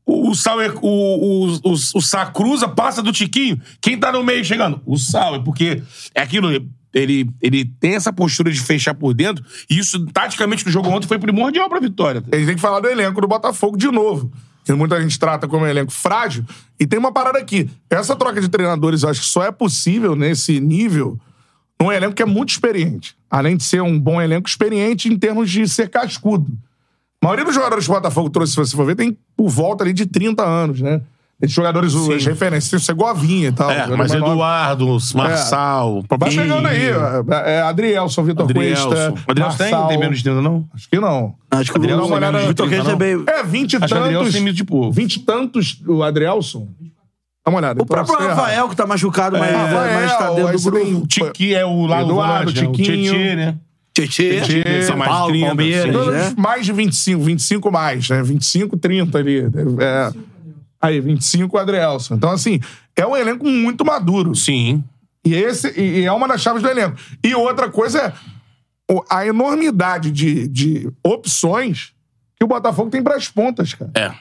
[SPEAKER 6] O, o, Sauer, o, o, o, o Sacruza passa do Tiquinho. Quem tá no meio chegando? O Sauer, porque é aquilo. Ele, ele tem essa postura de fechar por dentro, e isso, taticamente, no jogo ontem foi primordial pra vitória.
[SPEAKER 1] A gente tem que falar do elenco do Botafogo de novo. Que muita gente trata como um elenco frágil. E tem uma parada aqui. Essa troca de treinadores, eu acho que só é possível nesse nível num elenco que é muito experiente. Além de ser um bom elenco experiente em termos de ser cascudo. A maioria dos jogadores que o Botafogo trouxe, se você for ver, tem por volta ali de 30 anos, né? Esses jogadores, as referências, tem o Segovinha e tal.
[SPEAKER 2] É,
[SPEAKER 1] jogador
[SPEAKER 2] mas
[SPEAKER 1] mais novo.
[SPEAKER 2] Eduardo, Marçal,
[SPEAKER 1] É. Vai chegando aí. ó. É, Adrielson, Vitor
[SPEAKER 2] Adrielson.
[SPEAKER 1] Cuesta.
[SPEAKER 2] Adrielson tem,
[SPEAKER 1] Marçal.
[SPEAKER 2] tem menos de 30, não?
[SPEAKER 1] Acho que não.
[SPEAKER 4] Acho que o
[SPEAKER 1] Adrielson,
[SPEAKER 4] Vitor
[SPEAKER 1] galera,
[SPEAKER 4] Cuesta é bem.
[SPEAKER 1] É, 20 e
[SPEAKER 2] Acho que Adrielson
[SPEAKER 1] tantos.
[SPEAKER 2] tem medo de povo.
[SPEAKER 1] Vinte e tantos, o Adrielson. Dá uma olhada. então,
[SPEAKER 4] O próprio Rafael, que tá machucado,
[SPEAKER 1] É,
[SPEAKER 4] mas, mas tá dentro do grupo.
[SPEAKER 2] Tiqui é o lá
[SPEAKER 1] Eduardo,
[SPEAKER 2] do Vasco, né?
[SPEAKER 1] Tiquinho.
[SPEAKER 2] o Tietê, né?
[SPEAKER 4] Tietê,
[SPEAKER 2] Tietê,
[SPEAKER 4] São
[SPEAKER 2] mais
[SPEAKER 4] Paulo,
[SPEAKER 2] 30,
[SPEAKER 4] Palmeiras,
[SPEAKER 2] sim.
[SPEAKER 1] Todos
[SPEAKER 4] né?
[SPEAKER 1] É, mais de 25, 25 mais, né? 25, 30 ali. É. Aí, 25 Adrielson. Então, assim, é um elenco muito maduro.
[SPEAKER 2] Sim.
[SPEAKER 1] E, esse, e e é uma das chaves do elenco. E outra coisa é o- a enormidade de, de opções que o Botafogo tem pras pontas, cara.
[SPEAKER 2] É.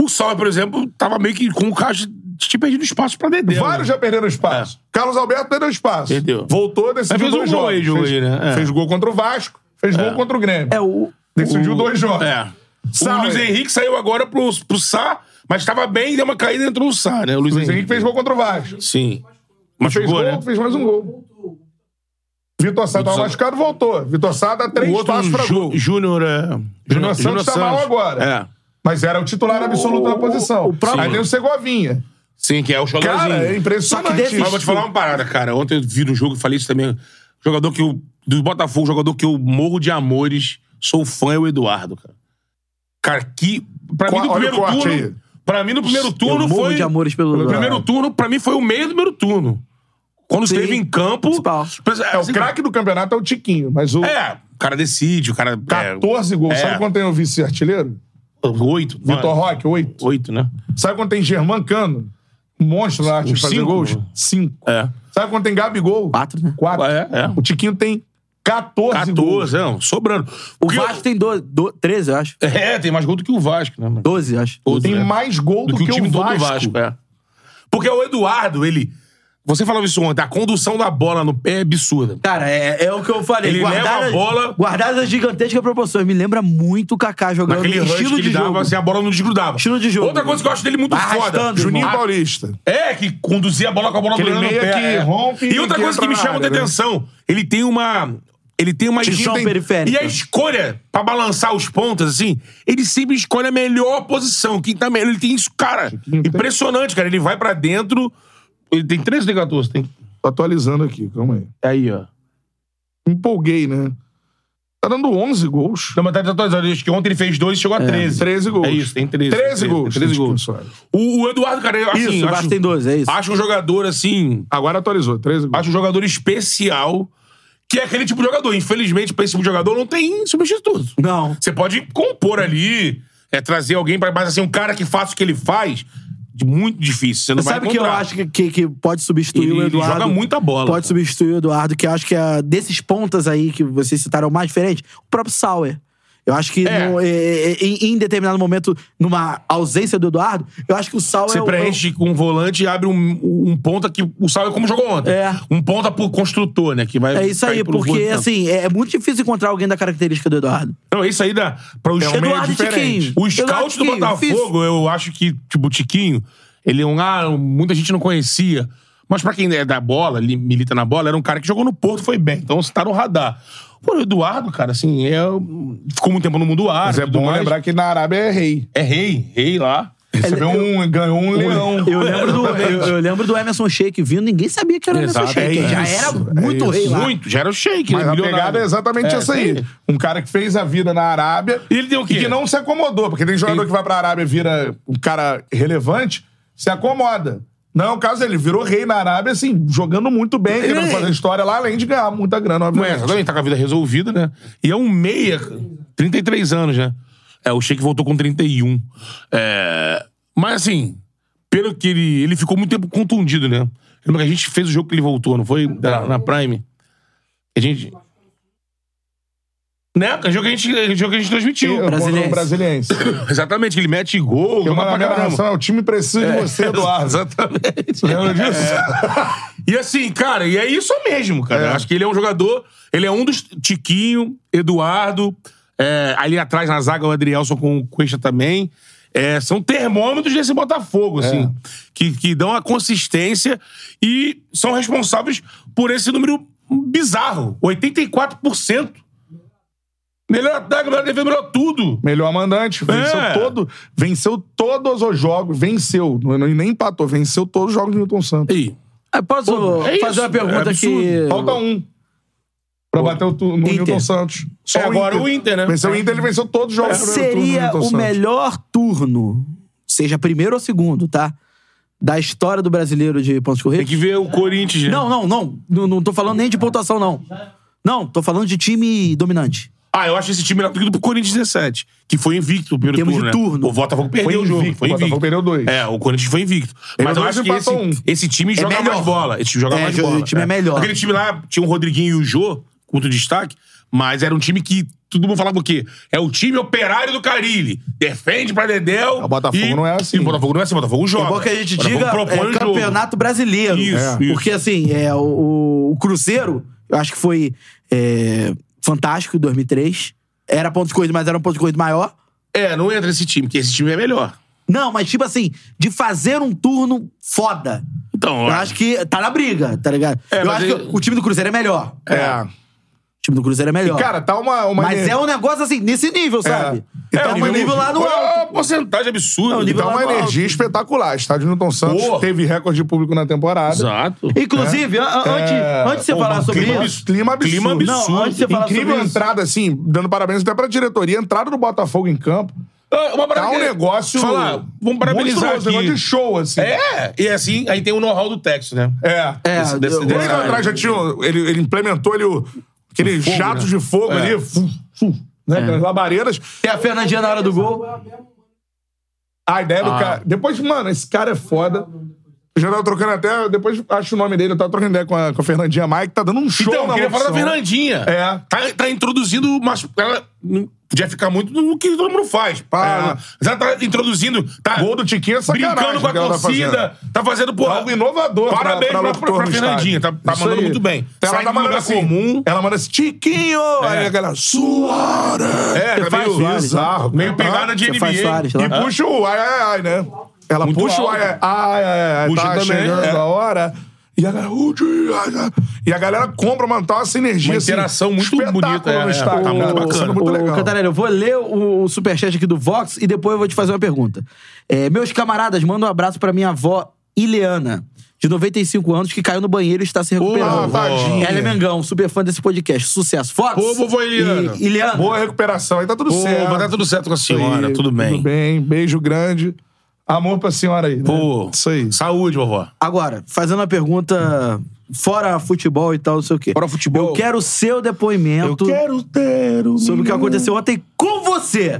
[SPEAKER 2] O Sauer, por exemplo, tava meio que com o caixa tinha perdido espaço pra Dedé. né?
[SPEAKER 1] Vários já perderam espaço. Carlos Alberto perdeu espaço.
[SPEAKER 2] É. Perdeu.
[SPEAKER 1] Voltou, decidiu
[SPEAKER 2] Mas fez um
[SPEAKER 1] dois
[SPEAKER 2] gol
[SPEAKER 1] jogos.
[SPEAKER 2] aí, jogo
[SPEAKER 1] fez,
[SPEAKER 2] aí, né? É.
[SPEAKER 1] fez gol contra o Vasco, fez gol contra o Grêmio.
[SPEAKER 4] É o.
[SPEAKER 1] Decidiu dois jogos.
[SPEAKER 2] É.
[SPEAKER 1] Sauer.
[SPEAKER 2] O Luiz Henrique saiu agora pro, pro Sá, mas tava bem e deu uma caída e entrou o Sá, né? O Luiz,
[SPEAKER 1] Luiz Henrique fez gol contra o Vasco.
[SPEAKER 2] Sim.
[SPEAKER 1] Fez
[SPEAKER 2] Machucou,
[SPEAKER 1] gol,
[SPEAKER 2] né?
[SPEAKER 1] fez mais um gol. Vitor Sá tava
[SPEAKER 2] Sá-
[SPEAKER 1] machucado, voltou. Vitor Sá dá três
[SPEAKER 2] O outro
[SPEAKER 1] passos pra
[SPEAKER 2] Jú-
[SPEAKER 1] gol.
[SPEAKER 2] Júnior. é,
[SPEAKER 1] Júnior Santos tá mal agora.
[SPEAKER 2] É.
[SPEAKER 1] Mas era o titular absoluto da posição.
[SPEAKER 4] o próprio-
[SPEAKER 1] Aí tem o Segovinha.
[SPEAKER 2] Sim, que é o jogadorzinho.
[SPEAKER 1] Cara, é
[SPEAKER 4] Só que
[SPEAKER 1] impressionante.
[SPEAKER 4] desse-
[SPEAKER 2] Mas eu vou te falar uma parada, cara. Ontem eu vi no jogo e falei isso também. Jogador que eu. Do Botafogo, jogador que eu morro de amores, sou fã, é o Eduardo, cara. Cara, que. Pra
[SPEAKER 1] Qua-
[SPEAKER 2] mim, no
[SPEAKER 1] olha o
[SPEAKER 2] primeiro
[SPEAKER 1] corte
[SPEAKER 2] turno.
[SPEAKER 1] aí.
[SPEAKER 2] Pra mim, no primeiro turno
[SPEAKER 4] Eu morro
[SPEAKER 2] foi.
[SPEAKER 4] de amores pelo
[SPEAKER 2] no
[SPEAKER 4] Eduardo.
[SPEAKER 2] primeiro turno, pra mim, foi o meio do primeiro turno. Quando
[SPEAKER 4] Sim.
[SPEAKER 2] esteve em campo. assim,
[SPEAKER 4] Principal.
[SPEAKER 1] É, o craque do campeonato é o Tiquinho, mas o
[SPEAKER 2] É, o cara decide, o cara.
[SPEAKER 1] 14 gols.
[SPEAKER 2] É.
[SPEAKER 1] Sabe quanto tem o vice-artilheiro?
[SPEAKER 2] É, oito.
[SPEAKER 1] Vitor Roque, 8.
[SPEAKER 2] Oito, né?
[SPEAKER 1] Sabe quanto tem Germán Cano? Um monstro na arte de
[SPEAKER 2] Uns
[SPEAKER 1] fazer
[SPEAKER 2] cinco,
[SPEAKER 1] gols?
[SPEAKER 2] mano.
[SPEAKER 1] 5.
[SPEAKER 2] É.
[SPEAKER 1] Sabe quanto tem Gabigol?
[SPEAKER 4] Quatro, né?
[SPEAKER 1] 4.
[SPEAKER 2] É, é.
[SPEAKER 1] O Tiquinho tem 14, gols.
[SPEAKER 2] 14, não, sobrando.
[SPEAKER 4] O
[SPEAKER 2] Porque-
[SPEAKER 4] Vasco tem 12, 13, eu acho.
[SPEAKER 2] É, tem mais gol do que o Vasco, né? mano?
[SPEAKER 4] 12, eu acho.
[SPEAKER 2] Todo,
[SPEAKER 1] Tem
[SPEAKER 2] né?
[SPEAKER 1] mais gol do, que, o,
[SPEAKER 2] todo
[SPEAKER 1] Vasco.
[SPEAKER 2] é. Porque o Eduardo, ele. Você falava isso ontem, a condução da bola no pé é absurda.
[SPEAKER 4] Cara, é, é o que eu falei.
[SPEAKER 2] Ele leva a bola-
[SPEAKER 4] Guardadas as gigantescas proporções. Me lembra muito o Kaká jogando.
[SPEAKER 2] Naquele rush
[SPEAKER 4] estilo
[SPEAKER 2] que ele
[SPEAKER 4] de jogo.
[SPEAKER 2] dava, assim, a bola não desgrudava.
[SPEAKER 4] Estilo de jogo.
[SPEAKER 2] Outra coisa que eu acho dele muito
[SPEAKER 4] Vai
[SPEAKER 2] foda.
[SPEAKER 4] arrastando,
[SPEAKER 1] Juninho
[SPEAKER 4] irmão.
[SPEAKER 1] Paulista.
[SPEAKER 2] É, que conduzia a bola com a bola
[SPEAKER 1] Aquele
[SPEAKER 2] doendo no
[SPEAKER 1] meia
[SPEAKER 2] pé.
[SPEAKER 1] que
[SPEAKER 2] é.
[SPEAKER 1] rompe
[SPEAKER 2] e outra
[SPEAKER 1] e que
[SPEAKER 2] coisa que
[SPEAKER 1] entra
[SPEAKER 2] me
[SPEAKER 1] na
[SPEAKER 2] chama a
[SPEAKER 1] área, né?
[SPEAKER 2] atenção, ele tem uma... Ele tem uma...
[SPEAKER 4] Visão
[SPEAKER 2] ele tem-
[SPEAKER 4] periférica.
[SPEAKER 2] E a escolha pra balançar os pontos, assim, ele sempre escolhe a melhor posição. Quem tá melhor, ele tem isso, cara. Impressionante, cara. Ele vai pra dentro... Ele tem 13 ou tem 14? Tem...
[SPEAKER 1] Tô atualizando aqui, calma aí.
[SPEAKER 2] Tá Aí, ó.
[SPEAKER 1] Empolguei, né? Tá dando 11 gols.
[SPEAKER 2] Não, mas tá desatualizado. Acho que ontem ele fez dois e chegou a 13.
[SPEAKER 1] 13 gols.
[SPEAKER 2] É isso, tem 13.
[SPEAKER 1] 13 gols.
[SPEAKER 2] 13
[SPEAKER 1] Tem
[SPEAKER 2] gols.
[SPEAKER 1] Tiquinho Soares.
[SPEAKER 2] O, o Eduardo, cara, eu, assim,
[SPEAKER 4] Isso, o Vasco
[SPEAKER 2] acho,
[SPEAKER 4] tem 12, é isso.
[SPEAKER 2] acho um jogador, assim,
[SPEAKER 1] Agora atualizou, 13 gols.
[SPEAKER 2] acho um jogador especial, que é aquele tipo de jogador. Infelizmente, pra esse tipo de jogador, não tem substituto.
[SPEAKER 4] Não.
[SPEAKER 2] Você pode compor ali, é, trazer alguém pra... Mas, assim, um cara que faça o que ele faz, de- muito difícil. Você não vai
[SPEAKER 4] Sabe o que eu
[SPEAKER 2] encontrar.
[SPEAKER 4] acho que, que, que pode substituir
[SPEAKER 2] Ele-
[SPEAKER 4] o
[SPEAKER 2] ele
[SPEAKER 4] Eduardo?
[SPEAKER 2] joga muita bola,
[SPEAKER 4] Pode
[SPEAKER 2] cara.
[SPEAKER 4] substituir o Eduardo, que eu acho que é desses pontas aí que vocês citaram o mais diferente, o próprio Sauer. Eu acho que
[SPEAKER 2] É.
[SPEAKER 4] no- é, é, é, em, em determinado momento, numa ausência do Eduardo, eu acho que o Sauer. é
[SPEAKER 2] Você
[SPEAKER 4] o-
[SPEAKER 2] preenche com um volante e abre um, um ponta que o Salve como jogou ontem.
[SPEAKER 4] É.
[SPEAKER 2] Um ponta por construtor, né? Que vai
[SPEAKER 4] É isso
[SPEAKER 2] cair
[SPEAKER 4] aí,
[SPEAKER 2] pelo
[SPEAKER 4] porque
[SPEAKER 2] gol do campo.
[SPEAKER 4] assim, é é muito difícil encontrar alguém da característica do Eduardo.
[SPEAKER 2] Não, é isso aí né? dá
[SPEAKER 4] É
[SPEAKER 2] para os
[SPEAKER 4] Eduardo Tiquinho.
[SPEAKER 2] é O
[SPEAKER 4] Eduardo
[SPEAKER 2] scout do
[SPEAKER 4] Tiquinho,
[SPEAKER 2] Botafogo, eu acho que, tipo, o Tiquinho, ele é um. Ah, muita gente não conhecia. Mas pra quem é da bola, li- milita na bola, era um cara que jogou no Porto, foi bem. Então você tá no radar. Pô, o Eduardo, cara, assim, é, ficou muito tempo no mundo árabe.
[SPEAKER 1] Mas é
[SPEAKER 2] tudo
[SPEAKER 1] bom
[SPEAKER 2] mais.
[SPEAKER 1] lembrar que na Arábia é rei.
[SPEAKER 2] É rei, rei lá.
[SPEAKER 4] é
[SPEAKER 1] Recebeu um, ganhou um leão.
[SPEAKER 4] Eu lembro, do, eu, eu lembro do Emerson Sheik vindo, ninguém sabia que era o Emerson
[SPEAKER 2] Exato, é
[SPEAKER 4] Sheik. Ele né? já
[SPEAKER 1] isso, é
[SPEAKER 4] era muito rei lá.
[SPEAKER 2] Muito, já era o shake. né?
[SPEAKER 1] Mas a pegada é exatamente essa aí. Um cara que fez a vida na Arábia.
[SPEAKER 2] E ele tem o quê?
[SPEAKER 1] E que não se acomodou, porque tem jogador que vai pra Arábia e vira um cara relevante, se acomoda. Não é o caso dele, virou rei na Arábia, assim, jogando muito bem, querendo fazer história lá, além de ganhar muita grana,
[SPEAKER 2] Não é,
[SPEAKER 1] obviamente.
[SPEAKER 2] exatamente, tá com a vida resolvida, né? E é um meia, 33 anos, né? É, o Sheik voltou com 31. É, mas assim, pelo que ele. Ele ficou muito tempo contundido, né? Lembra que a gente fez o jogo que ele voltou, não foi? Na, na Prime. A gente. Né? É jogo que a gente, jogo que a gente transmitiu.
[SPEAKER 1] Eu-
[SPEAKER 4] Brasiliense.
[SPEAKER 1] é Brasiliense.
[SPEAKER 2] Exatamente, ele mete gol,
[SPEAKER 1] Eu
[SPEAKER 2] joga
[SPEAKER 1] mando a
[SPEAKER 2] pra
[SPEAKER 1] minha
[SPEAKER 2] caramba.
[SPEAKER 1] narração, é o time precisa de você, Eduardo. É.
[SPEAKER 2] Exatamente.
[SPEAKER 1] Lembra disso?
[SPEAKER 2] E assim, cara, e é isso mesmo, cara.
[SPEAKER 1] É.
[SPEAKER 2] Acho que ele é um jogador. Ele é um dos. Tiquinho, Eduardo. é, ali atrás na zaga, o Adrielson com o Cuesta também. É, são termômetros desse Botafogo, assim.
[SPEAKER 1] É.
[SPEAKER 2] Que, que dão a consistência e são responsáveis por esse número bizarro 84%. Melhor ataque, melhor defesa, melhor tudo.
[SPEAKER 1] Melhor mandante, venceu
[SPEAKER 2] É.
[SPEAKER 1] todo, venceu todos os jogos, venceu, não, não- nem empatou, venceu todos os jogos do Nilton Santos.
[SPEAKER 2] Aí.
[SPEAKER 4] Ah, Posso
[SPEAKER 2] Pô, é
[SPEAKER 4] fazer
[SPEAKER 2] isso,
[SPEAKER 4] uma pergunta
[SPEAKER 2] é absurdo.
[SPEAKER 4] que.
[SPEAKER 1] Falta um pra bater o tu- no
[SPEAKER 4] Inter.
[SPEAKER 1] Nilton Santos. Só
[SPEAKER 2] É, agora o Inter, né?
[SPEAKER 1] Venceu o Inter, ele venceu todos os jogos. do primeiro turno do
[SPEAKER 4] Seria
[SPEAKER 1] Nilton
[SPEAKER 4] é o
[SPEAKER 1] Santos.
[SPEAKER 4] melhor turno, seja primeiro ou segundo, tá? Da história do brasileiro de pontos
[SPEAKER 2] Tem
[SPEAKER 4] corridos?
[SPEAKER 2] que ver o Corinthians, né?
[SPEAKER 4] Não, não, não, não. Não tô falando nem de pontuação, não. Não, tô falando de time dominante.
[SPEAKER 2] Ah, eu acho esse time melhor do que o do Corinthians 17, que foi invicto o primeiro
[SPEAKER 4] Termos
[SPEAKER 2] turno.
[SPEAKER 4] de
[SPEAKER 2] né?
[SPEAKER 4] turno.
[SPEAKER 2] O Botafogo perdeu
[SPEAKER 1] Foi
[SPEAKER 2] o jogo.
[SPEAKER 1] invicto,
[SPEAKER 2] Foi
[SPEAKER 1] o Botafogo
[SPEAKER 2] invicto.
[SPEAKER 1] perdeu dois.
[SPEAKER 2] É, o Corinthians foi invicto. Mas eu
[SPEAKER 1] dois
[SPEAKER 2] acho
[SPEAKER 1] e
[SPEAKER 2] que esse,
[SPEAKER 1] empatou um.
[SPEAKER 2] esse time joga
[SPEAKER 4] melhor.
[SPEAKER 2] mais bola. Esse time joga
[SPEAKER 4] É,
[SPEAKER 2] mais
[SPEAKER 4] jo-
[SPEAKER 2] bola.
[SPEAKER 4] o time é melhor.
[SPEAKER 2] Aquele time lá tinha o Rodriguinho e o Jô, com outro destaque, mas era um time que todo mundo falava o quê? É o time operário do Carilli. Defende pra Dedéu.
[SPEAKER 1] O Botafogo
[SPEAKER 2] e-
[SPEAKER 1] não é assim.
[SPEAKER 2] E o Botafogo não é assim, o Botafogo joga.
[SPEAKER 4] É bom que a gente
[SPEAKER 2] O Botafogo
[SPEAKER 4] diga
[SPEAKER 2] propõe
[SPEAKER 1] um
[SPEAKER 4] é,
[SPEAKER 2] o jogo.
[SPEAKER 4] campeonato brasileiro.
[SPEAKER 2] Isso,
[SPEAKER 4] É.
[SPEAKER 2] isso.
[SPEAKER 4] Porque, assim, é, o- o, o Cruzeiro, eu acho que foi é, fantástico em 2003. Era ponto de corrida, mas era um ponto de corrida maior.
[SPEAKER 2] É, não entra esse time, porque esse time é melhor.
[SPEAKER 4] Não, mas tipo assim, de fazer um turno foda.
[SPEAKER 2] Então,
[SPEAKER 4] Eu acho que tá na briga, tá ligado? eu
[SPEAKER 2] mas
[SPEAKER 4] acho
[SPEAKER 2] ele-
[SPEAKER 4] que o time do Cruzeiro é melhor.
[SPEAKER 1] É.
[SPEAKER 4] O time do Cruzeiro é melhor.
[SPEAKER 1] Cara, tá uma. uma
[SPEAKER 4] mas é um negócio assim, nesse nível, sabe?
[SPEAKER 1] É,
[SPEAKER 4] tá
[SPEAKER 1] um
[SPEAKER 4] um nível,
[SPEAKER 1] nível-
[SPEAKER 4] lá no alto.
[SPEAKER 2] é uma porcentagem absurda.
[SPEAKER 4] Não, o um nível
[SPEAKER 1] Tá uma
[SPEAKER 4] lá no alto.
[SPEAKER 1] energia espetacular. Estádio Newton Santos
[SPEAKER 2] Pô.
[SPEAKER 1] teve recorde de público na temporada. É.
[SPEAKER 2] Exato.
[SPEAKER 4] Inclusive, an- an- antes, antes de você
[SPEAKER 2] Pô,
[SPEAKER 4] falar
[SPEAKER 2] um
[SPEAKER 4] sobre
[SPEAKER 2] clima
[SPEAKER 4] isso.
[SPEAKER 2] absurdo.
[SPEAKER 1] Clima absurdo.
[SPEAKER 2] Clima absurdo.
[SPEAKER 4] Não, antes de você falar
[SPEAKER 1] Incrível
[SPEAKER 4] sobre isso.
[SPEAKER 1] entrada, assim, dando parabéns até pra diretoria, entrada do Botafogo em campo.
[SPEAKER 2] Ah, Uma
[SPEAKER 1] Tá
[SPEAKER 2] parada
[SPEAKER 1] um
[SPEAKER 2] que-
[SPEAKER 1] negócio.
[SPEAKER 2] Falar, vamos parabenizar
[SPEAKER 1] monstruoso,
[SPEAKER 2] aqui.
[SPEAKER 1] negócio de show, assim.
[SPEAKER 2] É, e assim, aí tem o know-how do texto, né?
[SPEAKER 1] É.
[SPEAKER 4] É,
[SPEAKER 2] Desse- desse-
[SPEAKER 4] eu-
[SPEAKER 1] Dois anos atrás já tinha. o- Ele, ele implementou ali o, aquele
[SPEAKER 2] né?
[SPEAKER 1] jato de fogo
[SPEAKER 2] É.
[SPEAKER 1] ali. Fu, fu, né? Aquelas labaredas.
[SPEAKER 4] tem a Fernandinha na hora do gol.
[SPEAKER 1] A ideia do
[SPEAKER 2] Ah.
[SPEAKER 1] cara. Depois, mano, esse cara é foda. Eu Já tava trocando até. Depois acho o nome dele, eu tava trocando ideia com a, com a Fernandinha Maia, que tá dando um show.
[SPEAKER 2] Então, eu
[SPEAKER 1] na
[SPEAKER 2] queria falar da
[SPEAKER 1] locução.
[SPEAKER 2] Fernandinha.
[SPEAKER 1] É.
[SPEAKER 2] Tá, tá introduzindo, mas ela não podia ficar muito no que todo mundo faz. Pá. Mas ela tá introduzindo, tá
[SPEAKER 1] Gol do Tiquinho é sacanagem.
[SPEAKER 2] brincando com a
[SPEAKER 1] que ela tá fazendo.
[SPEAKER 2] torcida, tá fazendo, porra.
[SPEAKER 1] Algo inovador.
[SPEAKER 2] Parabéns pra, pra,
[SPEAKER 1] locutor
[SPEAKER 2] pra
[SPEAKER 1] no
[SPEAKER 2] Fernandinha, tá,
[SPEAKER 1] estádio.
[SPEAKER 2] tá
[SPEAKER 1] Isso
[SPEAKER 2] mandando
[SPEAKER 1] aí.
[SPEAKER 2] muito bem.
[SPEAKER 1] Ela
[SPEAKER 2] Sai
[SPEAKER 1] tá
[SPEAKER 2] do
[SPEAKER 1] mandando
[SPEAKER 2] lugar
[SPEAKER 1] assim.
[SPEAKER 2] comum.
[SPEAKER 1] Ela manda assim, Tiquinho! Aí a galera, Suara!
[SPEAKER 2] É, tá
[SPEAKER 4] faz
[SPEAKER 2] meio
[SPEAKER 4] Suárez,
[SPEAKER 2] bizarro.
[SPEAKER 1] né?
[SPEAKER 2] Meio pegada de
[SPEAKER 4] Você faz
[SPEAKER 2] NBA.
[SPEAKER 4] Soares lá.
[SPEAKER 1] E puxa o ai, ai, ai, né? Ela
[SPEAKER 2] Muito
[SPEAKER 1] puxa o ai, ai,
[SPEAKER 2] alto.
[SPEAKER 1] ai, ai, ai,
[SPEAKER 2] Puxa
[SPEAKER 1] tá
[SPEAKER 2] também,
[SPEAKER 1] chegando
[SPEAKER 2] é.
[SPEAKER 1] a hora. E a galera, "Ô, dia, ai, ai." e a galera compra, mano, tá essa energia.
[SPEAKER 2] Uma
[SPEAKER 1] assim,
[SPEAKER 2] interação muito
[SPEAKER 1] espetáculo
[SPEAKER 2] bonita, é,
[SPEAKER 1] no
[SPEAKER 2] é,
[SPEAKER 1] estádio,
[SPEAKER 2] tá muito
[SPEAKER 1] cara,
[SPEAKER 2] bacana.
[SPEAKER 1] sendo
[SPEAKER 4] Ô,
[SPEAKER 1] muito legal.
[SPEAKER 4] Cantarelli, eu vou ler o, o superchat aqui do Vox e depois eu vou te fazer uma pergunta. É, meus camaradas, manda um abraço pra minha avó Ileana, de 95 anos, que caiu no banheiro e está se
[SPEAKER 1] Ah,
[SPEAKER 4] recuperando.
[SPEAKER 1] tadinha.
[SPEAKER 4] Ela é Mengão, super fã desse podcast. Sucesso. Fox.
[SPEAKER 2] Ô, vovó Ileana.
[SPEAKER 4] E, Ileana.
[SPEAKER 1] Boa recuperação, aí tá tudo
[SPEAKER 2] Pô,
[SPEAKER 1] certo.
[SPEAKER 2] vai dar tudo certo com a senhora,
[SPEAKER 1] Aí,
[SPEAKER 2] tudo bem.
[SPEAKER 1] Tudo bem, beijo grande. Amor pra senhora aí, né?
[SPEAKER 2] Pô,
[SPEAKER 1] Isso aí.
[SPEAKER 2] saúde, vovó.
[SPEAKER 4] Agora, fazendo uma pergunta fora futebol e tal, não sei o quê.
[SPEAKER 2] Fora futebol.
[SPEAKER 4] Eu quero o seu depoimento
[SPEAKER 1] ter um
[SPEAKER 4] sobre o que aconteceu ontem com você.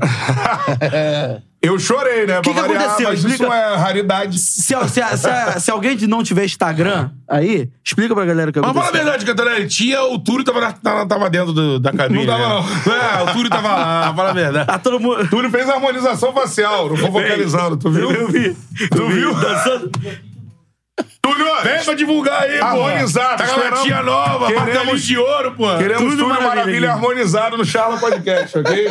[SPEAKER 1] Eu chorei, né? O
[SPEAKER 4] que aconteceu?
[SPEAKER 1] Mas
[SPEAKER 4] Explica.
[SPEAKER 1] isso é raridade.
[SPEAKER 4] Se, se- se- se alguém não tiver Instagram aí, explica pra galera o que
[SPEAKER 2] Mas fala a
[SPEAKER 4] aconteceu.
[SPEAKER 2] verdade, Cantarelli. Tinha, o Túlio tava, na- tava, tava dentro do- da
[SPEAKER 1] Não
[SPEAKER 2] cabine.
[SPEAKER 1] tava,
[SPEAKER 2] né? É, o Túlio tava lá, fala a verdade.
[SPEAKER 4] Tá todo mundo.
[SPEAKER 1] Túlio fez harmonização facial, não vou vocalizando, tu viu?
[SPEAKER 4] Eu vi.
[SPEAKER 1] Tu viu?
[SPEAKER 4] Dançando.
[SPEAKER 1] Túlio,
[SPEAKER 2] Vem pra divulgar aí, pô.
[SPEAKER 1] Harmonizado,
[SPEAKER 2] Tá com a
[SPEAKER 1] esperamos.
[SPEAKER 2] latinha nova,
[SPEAKER 1] Queremos-
[SPEAKER 2] martelinho de ouro, pô.
[SPEAKER 1] Queremos
[SPEAKER 4] Túlio
[SPEAKER 1] Túlio Maravilha,
[SPEAKER 4] Maravilha aqui.
[SPEAKER 1] harmonizado no Charla Podcast, ok?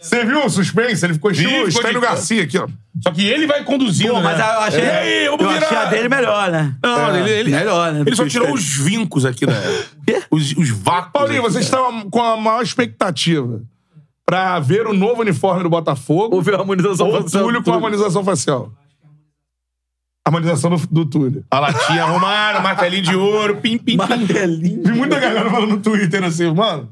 [SPEAKER 1] Você viu o suspense? Ele ficou estilo
[SPEAKER 2] ficou de-
[SPEAKER 1] Estênio Garcia aqui, ó.
[SPEAKER 2] Só que ele vai conduzindo,
[SPEAKER 4] Pô, mas
[SPEAKER 2] né?
[SPEAKER 4] eu achei.
[SPEAKER 2] E aí,
[SPEAKER 4] eu
[SPEAKER 2] vamos virar.
[SPEAKER 4] achei a dele melhor, né?
[SPEAKER 2] Não,
[SPEAKER 1] Ah,
[SPEAKER 2] ele, ele,
[SPEAKER 4] Melhor, né?
[SPEAKER 2] ele só tirou os vincos aqui, né?
[SPEAKER 4] Quê?
[SPEAKER 2] Os, os vácuos. né?
[SPEAKER 1] Paulinho, você estava com a maior expectativa pra ver o novo uniforme do Botafogo
[SPEAKER 4] Ouviu a harmonização
[SPEAKER 1] ou o
[SPEAKER 4] facial
[SPEAKER 1] Túlio
[SPEAKER 4] do
[SPEAKER 1] com a harmonização facial? Harmonização do, do Túlio.
[SPEAKER 2] A latinha arrumada, martelinho de ouro, pim, pim, pim.
[SPEAKER 4] Martelinho.
[SPEAKER 1] Vi muita galera falando no Twitter assim, mano,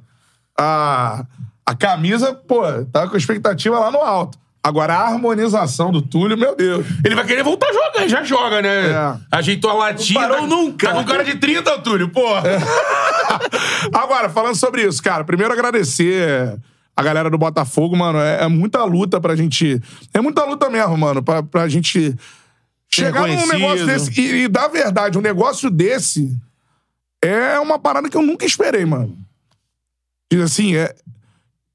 [SPEAKER 1] a, a camisa, pô, tava com a expectativa lá no alto. Agora, a harmonização do Túlio, meu Deus.
[SPEAKER 2] Ele vai querer voltar a jogar, ele já joga, né?
[SPEAKER 1] É.
[SPEAKER 2] Ajeitou a latinha.
[SPEAKER 4] Não parou
[SPEAKER 2] tá-
[SPEAKER 4] nunca.
[SPEAKER 2] Tá com cara de 30, Túlio, pô.
[SPEAKER 1] Agora, falando sobre isso, cara, primeiro agradecer a galera do Botafogo, mano. É, é muita luta pra gente. É muita luta mesmo, mano, pra, pra gente chegar num
[SPEAKER 2] reconhecido.
[SPEAKER 1] negócio desse. E, e da verdade, um negócio desse é uma parada que eu nunca esperei, mano. E assim, é.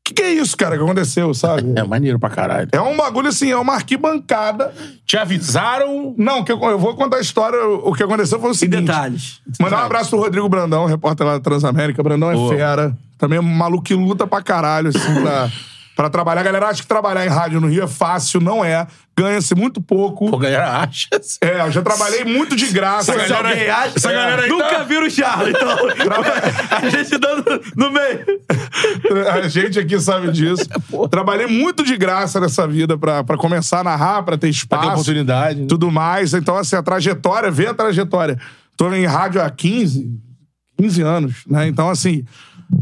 [SPEAKER 1] que, que é isso, cara, que aconteceu, sabe?
[SPEAKER 2] É maneiro pra caralho.
[SPEAKER 1] É um bagulho assim, é uma arquibancada.
[SPEAKER 2] Te avisaram.
[SPEAKER 1] Não, que eu, eu vou contar a história. O que aconteceu foi o seguinte.
[SPEAKER 4] Detalhes.
[SPEAKER 1] Mandar um abraço pro Rodrigo Brandão, repórter lá da Transamérica. Brandão é
[SPEAKER 2] Boa.
[SPEAKER 1] fera. Também é um maluco que luta pra caralho, assim, pra, pra trabalhar. A galera acha que trabalhar em rádio no Rio é fácil, não é. Ganha-se muito pouco.
[SPEAKER 2] Pô, a galera acha. assim.
[SPEAKER 1] É, eu já trabalhei muito de graça.
[SPEAKER 2] Essa galera aí- essa galera aí
[SPEAKER 4] É. Nunca
[SPEAKER 2] tá-
[SPEAKER 4] viram o Charla, então. a gente dando no meio.
[SPEAKER 1] Tipo É, A gente aqui sabe disso. Trabalhei muito de graça nessa vida pra, pra começar a narrar, pra
[SPEAKER 2] um
[SPEAKER 1] ter espaço.
[SPEAKER 2] oportunidade, né?
[SPEAKER 1] Tudo mais. Então, assim, a trajetória, vê a trajetória. Tô em rádio há 15, 15 anos, né? Então, assim,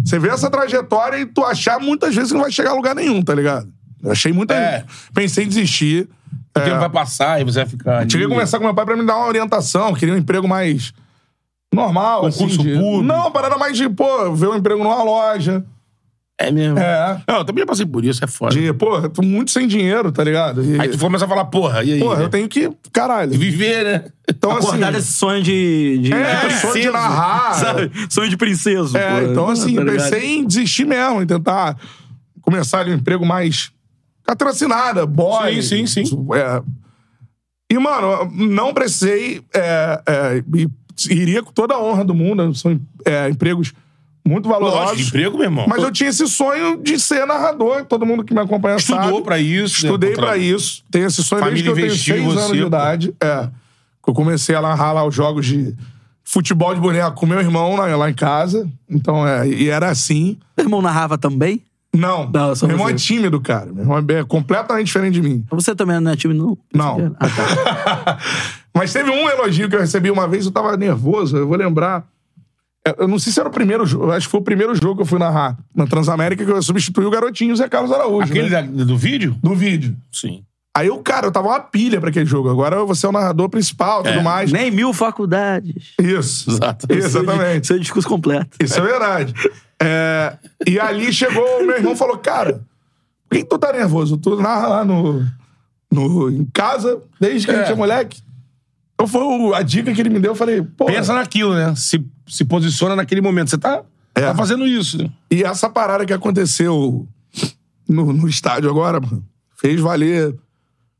[SPEAKER 1] você vê essa trajetória e tu achar muitas vezes que não vai chegar a lugar nenhum, tá ligado? Eu achei muita.
[SPEAKER 2] É.
[SPEAKER 1] Pensei em desistir.
[SPEAKER 2] O tempo vai passar e você vai ficar. ali.
[SPEAKER 1] Cheguei a conversar com meu pai pra me dar uma orientação, queria um emprego mais normal,
[SPEAKER 2] Concurso
[SPEAKER 1] assim, de-
[SPEAKER 2] público.
[SPEAKER 1] Não, uma parada mais de, pô, ver um emprego numa loja.
[SPEAKER 2] É mesmo.
[SPEAKER 1] É.
[SPEAKER 2] Não, eu também já passei por isso, é foda.
[SPEAKER 1] De, pô, eu tô muito sem dinheiro, tá ligado? E,
[SPEAKER 2] Aí tu começa a falar, porra, e aí?
[SPEAKER 1] porra,
[SPEAKER 2] né?
[SPEAKER 1] eu tenho que. Caralho.
[SPEAKER 2] Viver, né?
[SPEAKER 1] Então,
[SPEAKER 4] Acordar
[SPEAKER 1] assim.
[SPEAKER 4] desse sonho de. de-
[SPEAKER 2] um
[SPEAKER 1] É, sonho
[SPEAKER 4] de
[SPEAKER 1] de
[SPEAKER 4] princeso,
[SPEAKER 1] narrar.
[SPEAKER 4] sabe? Sonho de princeso.
[SPEAKER 1] É,
[SPEAKER 4] pô.
[SPEAKER 1] então, assim,
[SPEAKER 4] Tá ligado?
[SPEAKER 1] pensei em desistir mesmo, em tentar começar ali um emprego mais patrocinada, boy.
[SPEAKER 2] Sim, sim, sim.
[SPEAKER 1] É. E, mano, não precisei. é, é, e iria com toda a honra do mundo, são é, empregos muito
[SPEAKER 2] Lógico,
[SPEAKER 1] valorosos.
[SPEAKER 2] emprego, meu irmão.
[SPEAKER 1] assim, Mas eu tinha esse sonho de ser narrador, todo mundo que me acompanha
[SPEAKER 2] Estudou
[SPEAKER 1] sabe.
[SPEAKER 2] pra isso. né?
[SPEAKER 1] Estudei
[SPEAKER 2] Contra-
[SPEAKER 1] pra isso. Tenho esse sonho
[SPEAKER 2] Família
[SPEAKER 1] desde que eu tenho
[SPEAKER 2] investiu em
[SPEAKER 1] seis anos
[SPEAKER 2] você,
[SPEAKER 1] de
[SPEAKER 2] pô.
[SPEAKER 1] idade. É. Que eu comecei a narrar lá os jogos de futebol de boneco com meu irmão lá, lá em casa. Então, é. E era assim.
[SPEAKER 4] Meu irmão narrava também?
[SPEAKER 1] Não.
[SPEAKER 4] Não, só
[SPEAKER 1] meu irmão
[SPEAKER 4] você.
[SPEAKER 1] é tímido, cara. Meu irmão é completamente diferente de mim.
[SPEAKER 4] Você também não é time, não?
[SPEAKER 1] Não.
[SPEAKER 4] Ah, tá.
[SPEAKER 1] Mas teve um elogio que eu recebi uma vez, eu tava nervoso, eu vou lembrar. É, Eu não sei se era o primeiro jogo, acho que foi o primeiro jogo que eu fui narrar na Transamérica que eu substituí o garotinho Zé Carlos Araújo.
[SPEAKER 2] Aquele
[SPEAKER 1] né?
[SPEAKER 2] da- do vídeo?
[SPEAKER 1] Do vídeo.
[SPEAKER 2] Sim.
[SPEAKER 1] Aí eu, cara, eu tava uma pilha pra aquele jogo. Agora você é o narrador principal tudo mais. né?
[SPEAKER 4] Nem mil faculdades.
[SPEAKER 1] Isso.
[SPEAKER 2] Exato.
[SPEAKER 1] Exatamente.
[SPEAKER 4] Seu discurso completo.
[SPEAKER 1] Isso é verdade. É, e ali chegou, meu irmão falou, cara, por que que tu tá nervoso? Tu narra lá no, no, em casa, desde que a gente é moleque. Então foi o- a dica que ele me deu, eu falei, pô... é.
[SPEAKER 2] Pensa naquilo, né? Se, se posiciona naquele momento. Você tá,
[SPEAKER 1] É.
[SPEAKER 2] tá fazendo isso. né?
[SPEAKER 1] E essa parada que aconteceu no, no estádio agora, mano, fez valer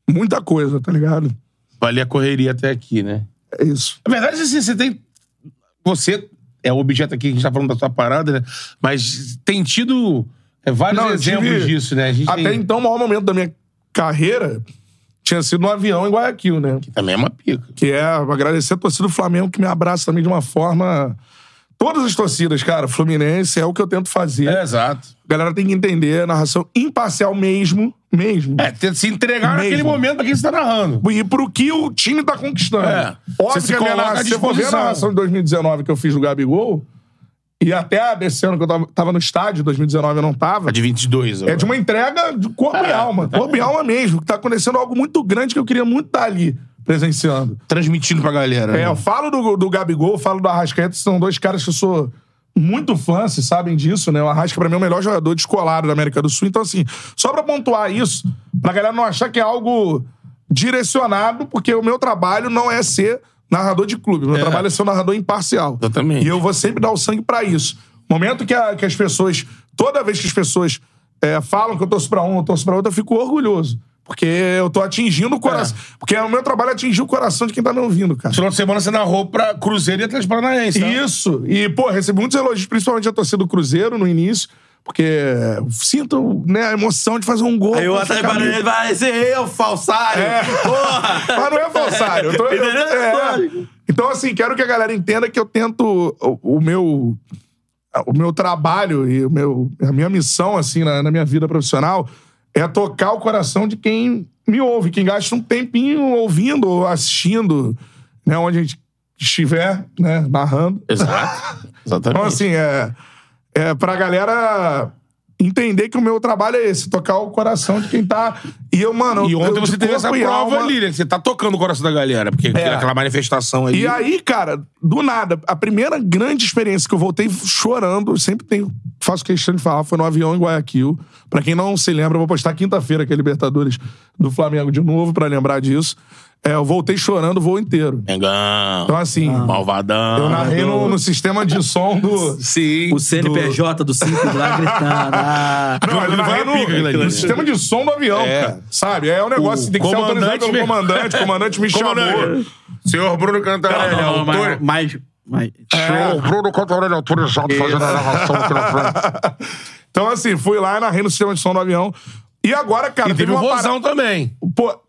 [SPEAKER 1] muita coisa, tá ligado?
[SPEAKER 2] Vale a correria até aqui, né?
[SPEAKER 1] É isso.
[SPEAKER 2] Na verdade, assim, você tem. Você é o objeto aqui que a gente tá falando da sua parada, né? Mas tem tido é, vários
[SPEAKER 1] Não, eu
[SPEAKER 2] exemplos
[SPEAKER 1] tive-
[SPEAKER 2] disso, né? A gente
[SPEAKER 1] Até
[SPEAKER 2] tem-
[SPEAKER 1] então, o maior momento da minha carreira tinha sido no avião em Guayaquil, né?
[SPEAKER 2] Também é uma pica.
[SPEAKER 1] que é agradecer a torcida do Flamengo, que me abraça também de uma forma. Todas as torcidas, cara, Fluminense é o que eu tento fazer.
[SPEAKER 2] É, exato.
[SPEAKER 1] A galera tem que entender, a narração imparcial mesmo, mesmo.
[SPEAKER 2] É, tem que se entregar naquele
[SPEAKER 1] Mesmo.
[SPEAKER 2] momento pra quem você tá narrando.
[SPEAKER 1] E pro que o time tá conquistando.
[SPEAKER 2] É. Você
[SPEAKER 1] Óbvio
[SPEAKER 2] se
[SPEAKER 1] que a minha
[SPEAKER 2] coloca à
[SPEAKER 1] narração, se for ver a
[SPEAKER 2] disposição.
[SPEAKER 1] narração de 2019 que eu fiz do Gabigol, e até desse ano que eu tava, tava no estádio, 2019 eu não tava.
[SPEAKER 2] A de 22.
[SPEAKER 1] É de uma entrega de corpo e
[SPEAKER 2] É,
[SPEAKER 1] alma. Corpo e alma mesmo. Que tá acontecendo algo muito grande que eu queria muito estar ali presenciando.
[SPEAKER 2] Transmitindo pra galera.
[SPEAKER 1] É,
[SPEAKER 2] né?
[SPEAKER 1] eu falo do, do Gabigol, falo do Arrascaeta, são dois caras que eu sou muito fã, vocês sabem disso, né? O Arrasca, pra mim, é o melhor jogador descolado da América do Sul. Então, assim, só pra pontuar isso, pra galera não achar que é algo direcionado, porque o meu trabalho não é ser narrador de clube. O meu trabalho é ser um narrador imparcial.
[SPEAKER 2] Exatamente.
[SPEAKER 1] E eu vou sempre dar o sangue pra isso. Momento que, a- que as pessoas, toda vez que as pessoas é, falam que eu torço pra um, eu torço pra outro, eu fico orgulhoso. Porque eu tô atingindo o coração. Porque o meu trabalho é atingir o coração de quem tá me ouvindo, cara.
[SPEAKER 2] Final de semana você narrou pra Cruzeiro e Atlético Paranaense. tá?
[SPEAKER 1] Isso. E, pô, recebi muitos elogios, principalmente a torcida do Cruzeiro no início, porque sinto né, a emoção de fazer um gol.
[SPEAKER 4] Aí o
[SPEAKER 1] com essa
[SPEAKER 4] Atlético
[SPEAKER 1] camisa.
[SPEAKER 4] Paranaense vai ser eu, falsário.
[SPEAKER 1] É.
[SPEAKER 4] Porra!
[SPEAKER 1] Mas não é falsário. Eu tô- eu-
[SPEAKER 4] Entendeu?
[SPEAKER 1] é. Então, assim, quero que a galera entenda que eu tento o, o meu o meu trabalho e o meu, a minha missão, assim, na, na minha vida profissional é tocar o coração de quem me ouve, quem gasta um tempinho ouvindo ou assistindo, né, onde a gente estiver, né, narrando.
[SPEAKER 2] Exato. Exatamente.
[SPEAKER 1] Então, assim, é, é pra galera entender que o meu trabalho é esse, tocar o coração de quem tá. E eu, mano.
[SPEAKER 2] E
[SPEAKER 1] eu-
[SPEAKER 2] ontem
[SPEAKER 1] eu,
[SPEAKER 2] você
[SPEAKER 1] de
[SPEAKER 2] teve essa
[SPEAKER 1] corpo e
[SPEAKER 2] prova
[SPEAKER 1] alma- É.
[SPEAKER 2] ali, né? Você tá tocando o coração da galera, porque aquela manifestação aí.
[SPEAKER 1] E aí, cara, do nada, a primeira grande experiência que eu voltei chorando, eu sempre tenho, faço questão de falar, foi no avião em Guayaquil. Pra quem não se lembra, eu vou postar quinta-feira que é Libertadores do Flamengo de novo, pra lembrar disso. É, eu voltei chorando o voo inteiro.
[SPEAKER 2] É. Mengão.
[SPEAKER 1] Então, assim,
[SPEAKER 2] Ah. Malvadão.
[SPEAKER 1] eu narrei
[SPEAKER 2] Ah.
[SPEAKER 1] no, no sistema de som do.
[SPEAKER 2] Sim.
[SPEAKER 4] O CNPJ do Simples lá gritando. ah.
[SPEAKER 1] Não,
[SPEAKER 2] Jogo
[SPEAKER 1] eu
[SPEAKER 2] do
[SPEAKER 1] narrei
[SPEAKER 2] Vampiro, aquilo ali,
[SPEAKER 1] no,
[SPEAKER 2] né?
[SPEAKER 1] no sistema de som do avião,
[SPEAKER 2] É.
[SPEAKER 1] cara. Sabe? É um negócio que tem que ser
[SPEAKER 2] comandante
[SPEAKER 1] autorizado pelo
[SPEAKER 2] me-
[SPEAKER 1] comandante. O comandante me chamou.
[SPEAKER 2] Comandante. Senhor Bruno Cantarelli,
[SPEAKER 4] Não, não,
[SPEAKER 2] autor-
[SPEAKER 4] mas, mas, mas-
[SPEAKER 1] É.
[SPEAKER 7] Bruno Cantarelli autorizado fazendo a narração aqui na frente.
[SPEAKER 1] Então, assim, fui lá e narrei no sistema de som do avião. E agora, cara,
[SPEAKER 2] E teve o
[SPEAKER 1] uma parada-
[SPEAKER 2] Vozão também.
[SPEAKER 1] Pô,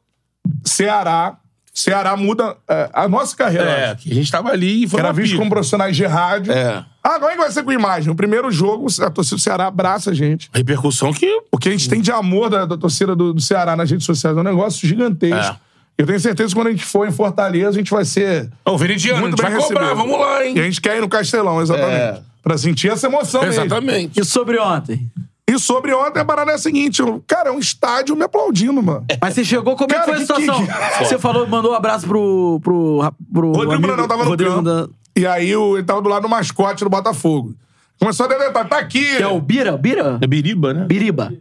[SPEAKER 1] Ceará. Ceará muda é, a nossa carreira. eu
[SPEAKER 2] É,
[SPEAKER 1] acho.
[SPEAKER 2] que a gente tava ali e foi
[SPEAKER 1] Era
[SPEAKER 2] uma
[SPEAKER 1] visto
[SPEAKER 2] pica.
[SPEAKER 1] como profissionais de rádio.
[SPEAKER 2] É.
[SPEAKER 1] Ah, como é que vai ser com imagem? O primeiro jogo, a torcida do Ceará abraça a gente.
[SPEAKER 2] A repercussão que...
[SPEAKER 1] O que a gente tem de amor da, da torcida do, do Ceará nas redes sociais é um negócio gigantesco.
[SPEAKER 2] É.
[SPEAKER 1] Eu tenho certeza que quando a gente for em Fortaleza, a gente vai ser.
[SPEAKER 2] Ô, Veridiano,
[SPEAKER 1] Muito
[SPEAKER 2] a gente vai
[SPEAKER 1] bem
[SPEAKER 2] cobrar,
[SPEAKER 1] recebido.
[SPEAKER 2] vamos lá, hein?
[SPEAKER 1] E a gente quer ir no Castelão, exatamente.
[SPEAKER 2] É.
[SPEAKER 1] Pra sentir essa emoção mesmo.
[SPEAKER 2] Exatamente.
[SPEAKER 4] E sobre ontem?
[SPEAKER 1] E sobre ontem, a parada é a seguinte: eu- cara, é um estádio me aplaudindo, mano.
[SPEAKER 4] Mas você chegou, como é
[SPEAKER 1] Cara,
[SPEAKER 4] que foi a
[SPEAKER 1] que-
[SPEAKER 4] situação?
[SPEAKER 1] que-
[SPEAKER 4] Você falou, mandou um abraço pro. pro, ra- pro
[SPEAKER 1] Rodrigo
[SPEAKER 4] amigo-
[SPEAKER 1] Brandão tava no
[SPEAKER 4] Rodrigo
[SPEAKER 1] campo.
[SPEAKER 4] Brandão.
[SPEAKER 1] E aí o- ele tava do lado do mascote do Botafogo. Começou a deletar, tá aqui!
[SPEAKER 4] É o Bira? Bira?
[SPEAKER 2] Biriba, né?
[SPEAKER 4] Biriba.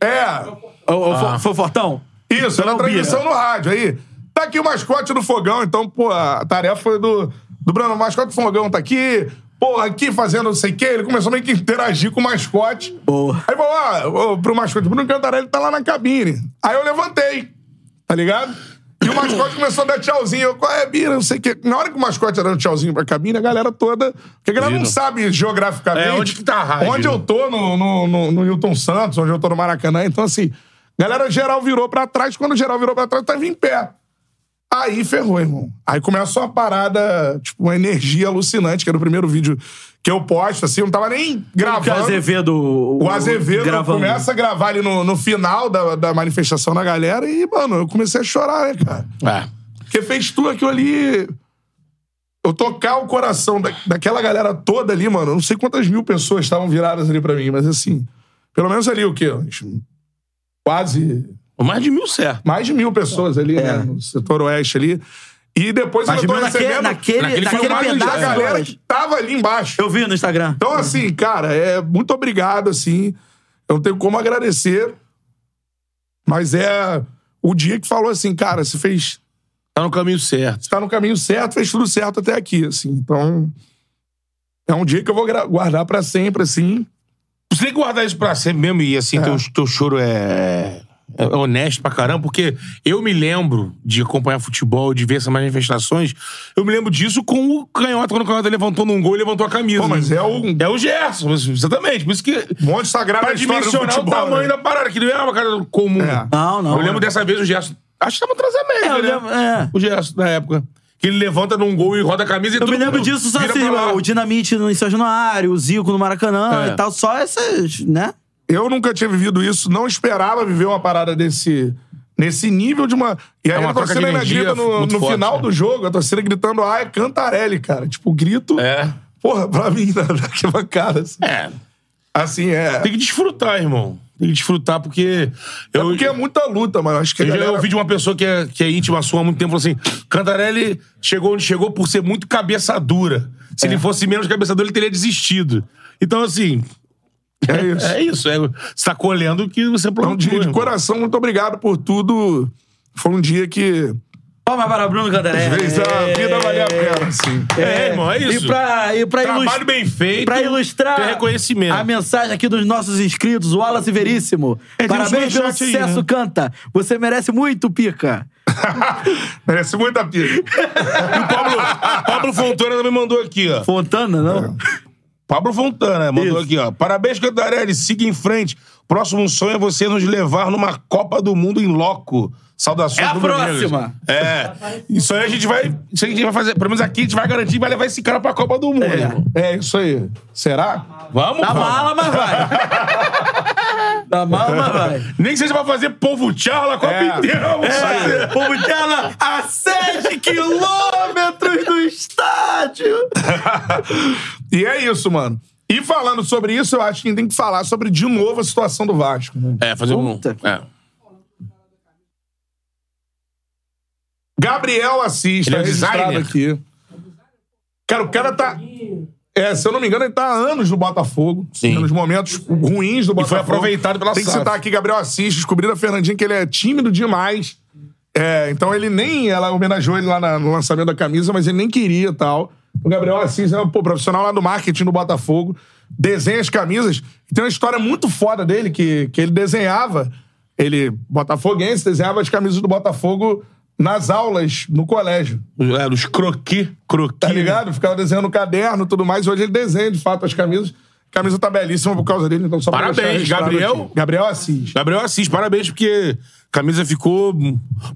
[SPEAKER 1] É,
[SPEAKER 4] O, o, Fo- Foi Fortão?
[SPEAKER 1] isso, era
[SPEAKER 4] Então,
[SPEAKER 1] transmissão
[SPEAKER 4] Bira.
[SPEAKER 1] no rádio. Aí, tá aqui o mascote do Fogão, então, pô, a tarefa foi do, do Bruno. O mascote do Fogão tá aqui, porra, aqui fazendo não sei o quê. Ele começou meio que a interagir com o mascote.
[SPEAKER 4] Boa.
[SPEAKER 1] Aí falou, ah, ô, pro mascote, Bruno Cantarelli tá lá na cabine. Aí eu levantei, tá ligado? E o mascote começou a dar tchauzinho. Eu, qual é, Bira? Não sei o quê. Na hora que o mascote tá dando tchauzinho pra cabine, a galera toda. Porque a galera não
[SPEAKER 2] Viram.
[SPEAKER 1] sabe geograficamente.
[SPEAKER 2] É, onde que tá a rádio?
[SPEAKER 1] Onde eu tô, no, no, no, no Newton Santos, onde eu tô no Maracanã. Então, assim, galera geral virou pra trás. Quando geral virou pra trás, tava em pé. Aí ferrou, irmão. Aí começou uma parada, tipo, uma energia alucinante, que era o primeiro vídeo que eu posto, assim, eu não tava nem
[SPEAKER 2] é?
[SPEAKER 4] Que o
[SPEAKER 1] gravando.
[SPEAKER 4] Azevedo.
[SPEAKER 1] O Azevedo
[SPEAKER 4] gravando.
[SPEAKER 1] começa a gravar ali no, no final da, da manifestação na galera e, mano, eu comecei a chorar, né, cara?
[SPEAKER 2] É.
[SPEAKER 1] Porque fez tudo aquilo ali. Eu tocar o coração da, daquela galera toda ali, mano. Eu não sei quantas mil pessoas estavam viradas ali pra mim, mas assim, pelo menos ali o quê? Uns Quase
[SPEAKER 2] Mais de mil certo.
[SPEAKER 1] mais de mil pessoas ali,
[SPEAKER 4] É.
[SPEAKER 1] né? No setor oeste ali. E depois
[SPEAKER 4] Mas
[SPEAKER 1] eu tô
[SPEAKER 4] naquele-
[SPEAKER 1] recebendo
[SPEAKER 4] naquele-
[SPEAKER 1] filmagem
[SPEAKER 4] naquele
[SPEAKER 1] da
[SPEAKER 4] pedaço,
[SPEAKER 1] galera
[SPEAKER 4] Douglas.
[SPEAKER 1] que tava ali embaixo.
[SPEAKER 4] Eu vi no Instagram.
[SPEAKER 2] Uhum.
[SPEAKER 1] Então, assim, cara, é muito obrigado, assim. Eu não tenho como agradecer. Mas é o dia que falou assim, cara, você fez.
[SPEAKER 2] Tá no caminho certo.
[SPEAKER 1] Você tá no caminho certo, fez tudo certo até aqui, assim. Então. É um dia que eu vou gra- guardar pra sempre, assim.
[SPEAKER 2] Você tem que guardar isso pra sempre mesmo e, assim, teu, teu choro é... é honesto pra caramba, porque eu me lembro de acompanhar futebol, de ver essas manifestações, eu me lembro disso com o Canhota, quando o Canhota levantou num gol e levantou a camisa.
[SPEAKER 1] Pô, mas é um
[SPEAKER 2] É o Gerson, exatamente. Por isso que...
[SPEAKER 1] monte sagrado
[SPEAKER 2] Pra
[SPEAKER 1] da história do
[SPEAKER 2] dimensionar
[SPEAKER 1] futebol,
[SPEAKER 2] o tamanho
[SPEAKER 1] né?
[SPEAKER 2] da parada, que não é uma cara comum.
[SPEAKER 1] É.
[SPEAKER 4] Não, não.
[SPEAKER 2] eu lembro dessa vez o Gerson. Acho que tava
[SPEAKER 4] É, eu
[SPEAKER 2] Transamérica,
[SPEAKER 4] lembro-
[SPEAKER 2] né?
[SPEAKER 4] é.
[SPEAKER 2] O Gerson, na época. Que ele levanta num gol e roda a camisa e
[SPEAKER 4] Eu me lembro disso só assim, irmão. O Dinamite no em São Januário, o Zico no
[SPEAKER 2] É.
[SPEAKER 4] Maracanã e tal. Só essas, né?
[SPEAKER 1] Eu nunca tinha vivido isso, não esperava viver uma parada desse. Nesse nível de uma. E aí
[SPEAKER 2] É uma
[SPEAKER 1] a
[SPEAKER 2] troca
[SPEAKER 1] torcida
[SPEAKER 2] de
[SPEAKER 1] ainda
[SPEAKER 2] energia
[SPEAKER 1] grita no,
[SPEAKER 2] muito
[SPEAKER 1] no
[SPEAKER 2] forte,
[SPEAKER 1] final
[SPEAKER 2] né?
[SPEAKER 1] do jogo, a torcida gritando, ah, é Cantarelli, cara. Tipo, o grito.
[SPEAKER 2] É.
[SPEAKER 1] Porra, pra mim, na na bancada. Assim,
[SPEAKER 2] É.
[SPEAKER 1] Assim, é.
[SPEAKER 2] Tem que desfrutar, irmão. Tem que desfrutar, porque.
[SPEAKER 1] É
[SPEAKER 2] Eu,
[SPEAKER 1] porque é muita luta, mano. Acho que a
[SPEAKER 2] eu já
[SPEAKER 1] galera...
[SPEAKER 2] ouvi de uma pessoa que é, que é íntima sua há muito tempo falou assim: Cantarelli chegou onde chegou por ser muito cabeça dura. Se ele fosse menos cabeça dura, ele teria desistido. Então, assim,
[SPEAKER 1] É isso.
[SPEAKER 2] é isso. É, você tá colhendo o que você
[SPEAKER 1] Então, de,
[SPEAKER 2] plantou.
[SPEAKER 1] de
[SPEAKER 2] irmão.
[SPEAKER 1] coração, muito obrigado por tudo. Foi um dia que
[SPEAKER 4] Palmas para Bruno Cantarelli.
[SPEAKER 1] fez a vida valer a pena, assim.
[SPEAKER 2] ah, É, irmão, é isso.
[SPEAKER 4] E pra, e pra
[SPEAKER 2] Trabalho
[SPEAKER 4] ilustrar.
[SPEAKER 2] bem feito.
[SPEAKER 4] Pra ilustrar
[SPEAKER 2] Tem reconhecimento.
[SPEAKER 4] a mensagem aqui dos nossos inscritos, o Wallace Veríssimo.
[SPEAKER 2] É, um
[SPEAKER 1] tem uns
[SPEAKER 4] Parabéns pelo
[SPEAKER 1] superchat aí,
[SPEAKER 4] sucesso,
[SPEAKER 1] né?
[SPEAKER 4] canta. Você merece muito, pica.
[SPEAKER 1] Merece muita pira.
[SPEAKER 2] E o Pablo, Pablo Fontana também mandou aqui, ó.
[SPEAKER 4] Fontana, não?
[SPEAKER 2] Pablo Fontana né? mandou
[SPEAKER 4] Isso.
[SPEAKER 2] aqui, ó. Parabéns, Cantarelli. Siga em frente. Próximo sonho é você nos levar numa Copa do Mundo em loco. Saudações.
[SPEAKER 4] É a
[SPEAKER 2] rubro-negras.
[SPEAKER 4] próxima.
[SPEAKER 2] É. Isso aí a gente vai. Isso aí a gente vai fazer. Pelo menos aqui a gente vai garantir e vai levar esse cara pra Copa do Mundo. né, irmão.
[SPEAKER 1] É isso aí. Será?
[SPEAKER 2] Vamos,
[SPEAKER 4] Dá
[SPEAKER 2] vamos.
[SPEAKER 4] mala, mas vai. Dá mala, mas vai.
[SPEAKER 2] Nem que seja pra fazer povo tchala a Copa
[SPEAKER 1] É.
[SPEAKER 2] inteira. Vamos
[SPEAKER 4] É,
[SPEAKER 2] fazer.
[SPEAKER 4] povo dela a 7 quilômetros do estádio.
[SPEAKER 1] E é isso, mano. E falando sobre isso, eu acho que a gente tem que falar sobre, de novo, a situação do Vasco. né?
[SPEAKER 2] É, fazer um.
[SPEAKER 4] Puta.
[SPEAKER 2] É.
[SPEAKER 1] Gabriel Assis,
[SPEAKER 2] Ele
[SPEAKER 1] tá
[SPEAKER 2] é
[SPEAKER 1] registrado
[SPEAKER 2] designer?
[SPEAKER 1] aqui. Cara, o cara tá... É, se eu não me engano, ele tá há anos do Botafogo.
[SPEAKER 2] Sim.
[SPEAKER 1] Nos momentos ruins do Botafogo.
[SPEAKER 2] foi aproveitado pela
[SPEAKER 1] Tem que
[SPEAKER 2] SAF.
[SPEAKER 1] citar aqui Gabriel Assis, descobrindo a Fernandinha que ele é tímido demais. É, então ele nem. Ela homenageou ele lá na- no lançamento da camisa, mas ele nem queria e tal. O Gabriel Assis é um pô, profissional lá do marketing do Botafogo, desenha as camisas. E tem uma história muito foda dele que, que ele desenhava. Ele, botafoguense, desenhava as camisas do Botafogo nas aulas, no colégio.
[SPEAKER 2] É, dos croqui. Croqui.
[SPEAKER 1] Tá ligado? Ficava desenhando no caderno e tudo mais. Hoje ele desenha, de fato, as camisas. A camisa tá belíssima por causa dele, então só pra
[SPEAKER 2] Parabéns,
[SPEAKER 1] deixar registrado
[SPEAKER 2] Gabriel.
[SPEAKER 1] aqui. Gabriel Assis.
[SPEAKER 2] Gabriel Assis, parabéns, porque a camisa ficou.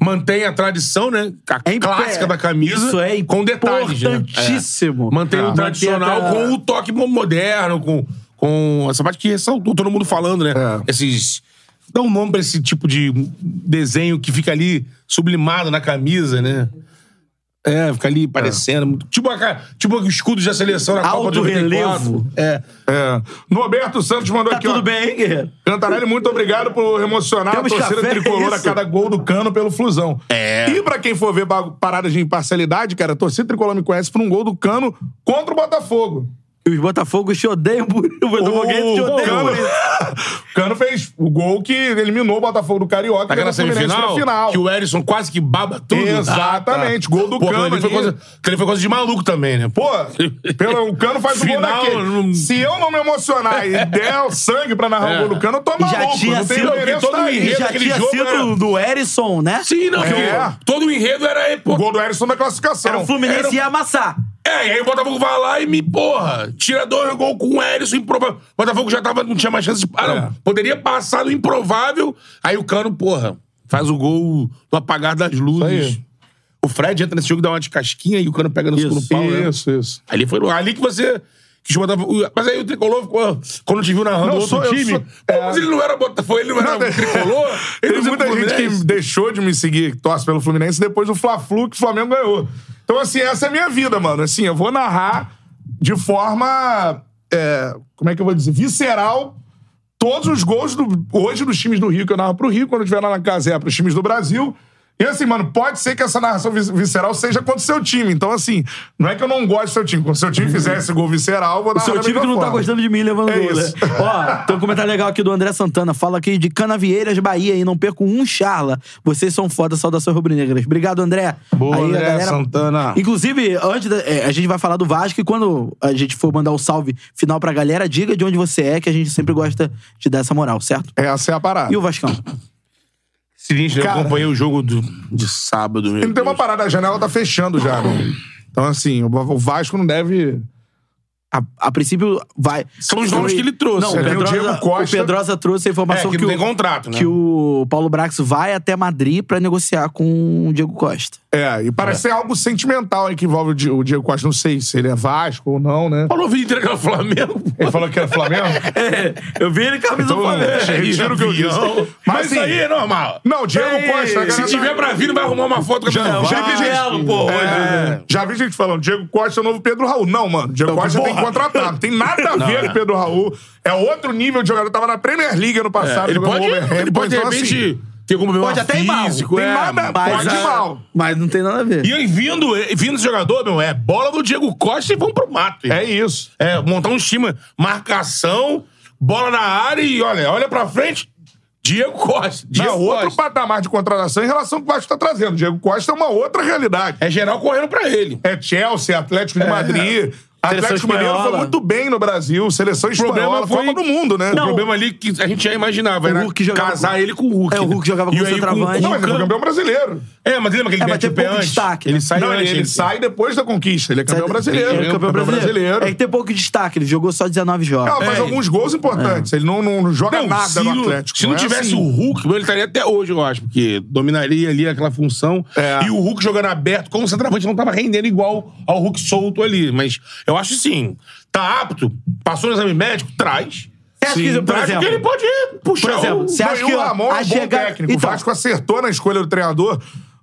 [SPEAKER 2] Mantém a tradição, né? A
[SPEAKER 4] É impe-
[SPEAKER 2] clássica da camisa.
[SPEAKER 4] Isso é
[SPEAKER 2] com detalhes. né?
[SPEAKER 4] importantíssimo. Ah,
[SPEAKER 2] É. Mantém o
[SPEAKER 4] Manter
[SPEAKER 2] tradicional
[SPEAKER 4] a-
[SPEAKER 2] com o toque mo- moderno, com, com essa parte que ressaltou todo mundo falando, né?
[SPEAKER 1] É.
[SPEAKER 2] Esses. Dá um nome pra esse tipo de desenho que fica ali sublimado na camisa, né? É, fica ali parecendo. muito- Tipo, a, ca- tipo o escudo da seleção na Copa de
[SPEAKER 4] Alto
[SPEAKER 2] 94.
[SPEAKER 4] relevo.
[SPEAKER 2] É.
[SPEAKER 1] É. Noberto Santos mandou
[SPEAKER 4] Tá
[SPEAKER 1] aqui, ó.
[SPEAKER 4] tudo bem, hein, Guerreiro?
[SPEAKER 1] Cantarelli, muito obrigado por emocionar
[SPEAKER 4] Temos
[SPEAKER 1] a torcida
[SPEAKER 4] café,
[SPEAKER 1] tricolor
[SPEAKER 4] é
[SPEAKER 1] a
[SPEAKER 4] isso?
[SPEAKER 1] cada gol do cano pelo Flusão. É. E pra quem for ver ba- paradas de imparcialidade, cara, a torcida tricolor me conhece por um gol do cano contra o Botafogo.
[SPEAKER 4] E Os Botafogos te odeiam bonito. Os Botafoguenses te
[SPEAKER 1] o,
[SPEAKER 4] odeiam
[SPEAKER 1] cano,
[SPEAKER 4] bonito.
[SPEAKER 1] o Cano fez o gol que eliminou o Botafogo do Carioca e levou
[SPEAKER 2] Naquela
[SPEAKER 1] o Fluminense
[SPEAKER 2] Tá semifinal,
[SPEAKER 1] pra final.
[SPEAKER 2] que o Erisson quase que baba tudo.
[SPEAKER 1] Exatamente,
[SPEAKER 2] Ah, tá.
[SPEAKER 1] gol do
[SPEAKER 2] Pô,
[SPEAKER 1] Cano
[SPEAKER 2] aquilo ali Foi
[SPEAKER 1] ali.
[SPEAKER 2] coisa, aquilo ali foi coisa de maluco também, né? Pô,
[SPEAKER 1] Pô, pelo, o Cano faz o gol
[SPEAKER 2] Final,
[SPEAKER 1] daquele.
[SPEAKER 2] não-
[SPEAKER 1] Se eu não me emocionar e der o sangue pra narrar
[SPEAKER 2] É.
[SPEAKER 1] o gol do Cano, eu tô maluco.
[SPEAKER 4] já tinha
[SPEAKER 1] não tem
[SPEAKER 4] sido
[SPEAKER 1] endereço
[SPEAKER 2] todo
[SPEAKER 1] tá aí.
[SPEAKER 4] E
[SPEAKER 2] enredo
[SPEAKER 4] já
[SPEAKER 2] daquele
[SPEAKER 4] tinha
[SPEAKER 2] jogo
[SPEAKER 4] sido
[SPEAKER 2] era-
[SPEAKER 4] do Erisson, né?
[SPEAKER 2] sim, não.
[SPEAKER 1] É.
[SPEAKER 2] porque Todo o enredo era...
[SPEAKER 1] O
[SPEAKER 2] Pô,
[SPEAKER 1] gol do Erisson na classificação.
[SPEAKER 4] Era o Fluminense
[SPEAKER 2] Era-
[SPEAKER 4] ia amassar.
[SPEAKER 2] É, e aí o Botafogo vai lá e me, porra, tira dois gols com o Erisson improvável. O Botafogo já tava, não tinha mais chance de. Ah, não.
[SPEAKER 1] É.
[SPEAKER 2] Poderia passar no improvável. Aí o Cano, porra, faz o gol no apagar das
[SPEAKER 1] Isso
[SPEAKER 2] luzes.
[SPEAKER 1] aí.
[SPEAKER 2] O Fred entra nesse jogo, dá uma de casquinha e o Cano pega no segundo pau, né?
[SPEAKER 1] Isso, isso.
[SPEAKER 2] Ali foi ali que você. Que o Botafogo- mas aí o tricolor ficou. Quando te viu narrando
[SPEAKER 1] Não,
[SPEAKER 2] outro
[SPEAKER 1] sou- eu
[SPEAKER 2] time.
[SPEAKER 1] sou-
[SPEAKER 2] pô,
[SPEAKER 1] é.
[SPEAKER 2] Mas ele não era Botafogo, ele não era um
[SPEAKER 1] Não, tem-
[SPEAKER 2] tricolor. Ele
[SPEAKER 1] Tem
[SPEAKER 2] não
[SPEAKER 1] muita
[SPEAKER 2] era
[SPEAKER 1] gente que
[SPEAKER 2] Fluminense.
[SPEAKER 1] deixou de me seguir, que torce pelo Fluminense, depois do Fla-Flu, que o Flamengo ganhou. Então, assim, essa é a minha vida, mano. Assim, eu vou narrar de forma... é, como é que eu vou dizer? Visceral todos os gols do- hoje dos times do Rio, que eu narro pro Rio, quando eu estiver lá na casa é pros times do Brasil. E assim, mano, pode ser que essa narração vis- visceral seja contra o seu time. Então, assim, não é que eu não gosto do seu time. Quando o seu time fizer esse gol visceral, eu vou
[SPEAKER 4] O
[SPEAKER 1] narrar
[SPEAKER 4] seu
[SPEAKER 1] da
[SPEAKER 4] time
[SPEAKER 1] mesma
[SPEAKER 4] que não tá
[SPEAKER 1] forma.
[SPEAKER 4] gostando de mim levando
[SPEAKER 1] É
[SPEAKER 4] gol, né?
[SPEAKER 1] isso.
[SPEAKER 4] Ó, tem um comentário legal aqui do André Santana. Fala aqui de Canavieiras, Bahia, e não perco um charla. Vocês são foda, saudações rubro-negras. Obrigado, André.
[SPEAKER 2] Boa,
[SPEAKER 4] Aí, a
[SPEAKER 2] André Santana.
[SPEAKER 4] Inclusive, antes da- é, a gente vai falar do Vasco e quando a gente for mandar o salve final pra galera, diga de onde você é, que a gente sempre gosta de dar essa moral, certo?
[SPEAKER 1] Essa é a parada.
[SPEAKER 4] E o Vascão?
[SPEAKER 2] Seguinte, eu
[SPEAKER 1] Cara.
[SPEAKER 2] acompanhei o jogo do- de sábado. meu
[SPEAKER 1] E não tem uma
[SPEAKER 2] Deus.
[SPEAKER 1] parada, a janela tá fechando já, né? Então, assim, o- o Vasco não deve.
[SPEAKER 4] A, a princípio, vai.
[SPEAKER 2] São os nomes
[SPEAKER 4] Foi-
[SPEAKER 2] que ele trouxe,
[SPEAKER 4] Não,
[SPEAKER 2] né?
[SPEAKER 4] o
[SPEAKER 1] Tem o
[SPEAKER 4] Pedrosa,
[SPEAKER 1] Diego Costa.
[SPEAKER 4] o Pedrosa trouxe a
[SPEAKER 2] É,
[SPEAKER 4] informação
[SPEAKER 2] que,
[SPEAKER 4] que,
[SPEAKER 2] não tem
[SPEAKER 4] o,
[SPEAKER 2] contrato, né?
[SPEAKER 4] que o Paulo Brax vai até Madrid pra negociar com o Diego Costa.
[SPEAKER 1] É, e parece ser algo sentimental aí que envolve o Di- o Diego Costa. Não sei se ele é Vasco ou não, né?
[SPEAKER 2] Paulo Vini entregar o Flamengo. É,
[SPEAKER 1] Ele falou que era Flamengo?
[SPEAKER 4] Eu vi ele camisa
[SPEAKER 1] Então,
[SPEAKER 4] do Flamengo.
[SPEAKER 1] é, retiro o que eu disse.
[SPEAKER 2] Mas,
[SPEAKER 1] Mas,
[SPEAKER 2] isso aí
[SPEAKER 1] assim,
[SPEAKER 2] é normal.
[SPEAKER 1] Não, o Diego
[SPEAKER 4] Ei,
[SPEAKER 1] Costa. a
[SPEAKER 2] Se
[SPEAKER 1] galera
[SPEAKER 2] tiver
[SPEAKER 1] tá-
[SPEAKER 2] pra vir, não vai arrumar uma foto com
[SPEAKER 1] Já-
[SPEAKER 2] a
[SPEAKER 1] já vi gente-
[SPEAKER 2] pô. hoje,
[SPEAKER 1] É,
[SPEAKER 2] né?
[SPEAKER 1] já vi gente falando, Diego Costa é o novo Pedro Raul. Não, mano, Diego Costa tem que contratar. Não tem nada a ver com Pedro Raul. É outro nível de jogador. Tava na Premier League ano passado.
[SPEAKER 2] É, Ele
[SPEAKER 1] jogando
[SPEAKER 2] pode,
[SPEAKER 1] Wolverhampton,
[SPEAKER 2] ele pode, de
[SPEAKER 1] então, assim,
[SPEAKER 2] repente, ter como meu
[SPEAKER 4] Pode até ir mal.
[SPEAKER 2] físico,
[SPEAKER 1] Tem
[SPEAKER 2] é,
[SPEAKER 1] nada-
[SPEAKER 2] mas
[SPEAKER 1] pode
[SPEAKER 2] a-
[SPEAKER 1] ir mal.
[SPEAKER 4] Mas não tem nada a ver.
[SPEAKER 2] E aí, vindo, e vindo esse jogador, meu, é bola do Diego Costa e vão pro mato. irmão.
[SPEAKER 1] É isso.
[SPEAKER 2] É, montar um time, marcação, bola na área e olha, olha pra frente, Diego Costa. Diego
[SPEAKER 1] Não, outro
[SPEAKER 2] Costa.
[SPEAKER 1] patamar de contratação em relação ao que o Vasco tá trazendo. Diego Costa é uma outra realidade.
[SPEAKER 2] É geral correndo pra ele.
[SPEAKER 1] É Chelsea, Atlético de Madrid. Atlético Mineiro foi
[SPEAKER 4] espanhola.
[SPEAKER 1] muito bem no Brasil. Seleção espanhola,
[SPEAKER 2] problema foi-
[SPEAKER 1] Copa do Mundo, né?
[SPEAKER 2] O problema ali que a gente já imaginava
[SPEAKER 4] O
[SPEAKER 2] era
[SPEAKER 4] Hulk jogava
[SPEAKER 2] casar
[SPEAKER 4] com-
[SPEAKER 2] ele com o Hulk. né?
[SPEAKER 4] É, o Hulk jogava
[SPEAKER 2] E
[SPEAKER 4] com
[SPEAKER 2] aí,
[SPEAKER 4] centroavante.
[SPEAKER 2] com
[SPEAKER 1] Não,
[SPEAKER 2] o
[SPEAKER 1] mas ele é
[SPEAKER 2] Cano-
[SPEAKER 1] campeão brasileiro.
[SPEAKER 2] É, mas lembra que ele
[SPEAKER 4] É, mas
[SPEAKER 2] mete
[SPEAKER 4] tem
[SPEAKER 2] o pé
[SPEAKER 4] pouco
[SPEAKER 2] antes?
[SPEAKER 4] destaque, né?
[SPEAKER 2] Ele sai
[SPEAKER 1] Não, ele,
[SPEAKER 2] antes.
[SPEAKER 1] ele sai depois da conquista. Ele é campeão brasileiro.
[SPEAKER 4] Ele é campeão brasileiro. É que tem pouco destaque. Ele jogou só 19 jogos.
[SPEAKER 1] Ah, faz
[SPEAKER 2] É.
[SPEAKER 1] alguns gols importantes. Ele não, não joga
[SPEAKER 2] Não,
[SPEAKER 1] nada
[SPEAKER 2] se,
[SPEAKER 1] no
[SPEAKER 2] o-
[SPEAKER 1] Atlético.
[SPEAKER 2] se não,
[SPEAKER 1] é
[SPEAKER 2] tivesse
[SPEAKER 1] assim.
[SPEAKER 2] o Hulk, ele estaria até hoje, eu acho, porque dominaria ali aquela função.
[SPEAKER 1] É.
[SPEAKER 2] E o Hulk jogando aberto, como o centroavante não tava rendendo igual ao Hulk solto ali. Mas eu acho sim, tá apto, passou no exame médico, traz.
[SPEAKER 4] Você acha que, por
[SPEAKER 2] traz
[SPEAKER 4] exemplo-
[SPEAKER 2] porque ele pode puxar
[SPEAKER 4] Por exemplo,
[SPEAKER 2] o...
[SPEAKER 4] você
[SPEAKER 1] Não,
[SPEAKER 4] acha
[SPEAKER 1] e
[SPEAKER 4] que
[SPEAKER 1] o
[SPEAKER 4] ó,
[SPEAKER 1] Ramon é um
[SPEAKER 4] a
[SPEAKER 1] bom
[SPEAKER 4] chegada-
[SPEAKER 1] técnico.
[SPEAKER 4] Então,
[SPEAKER 1] O Vasco acertou na escolha do treinador,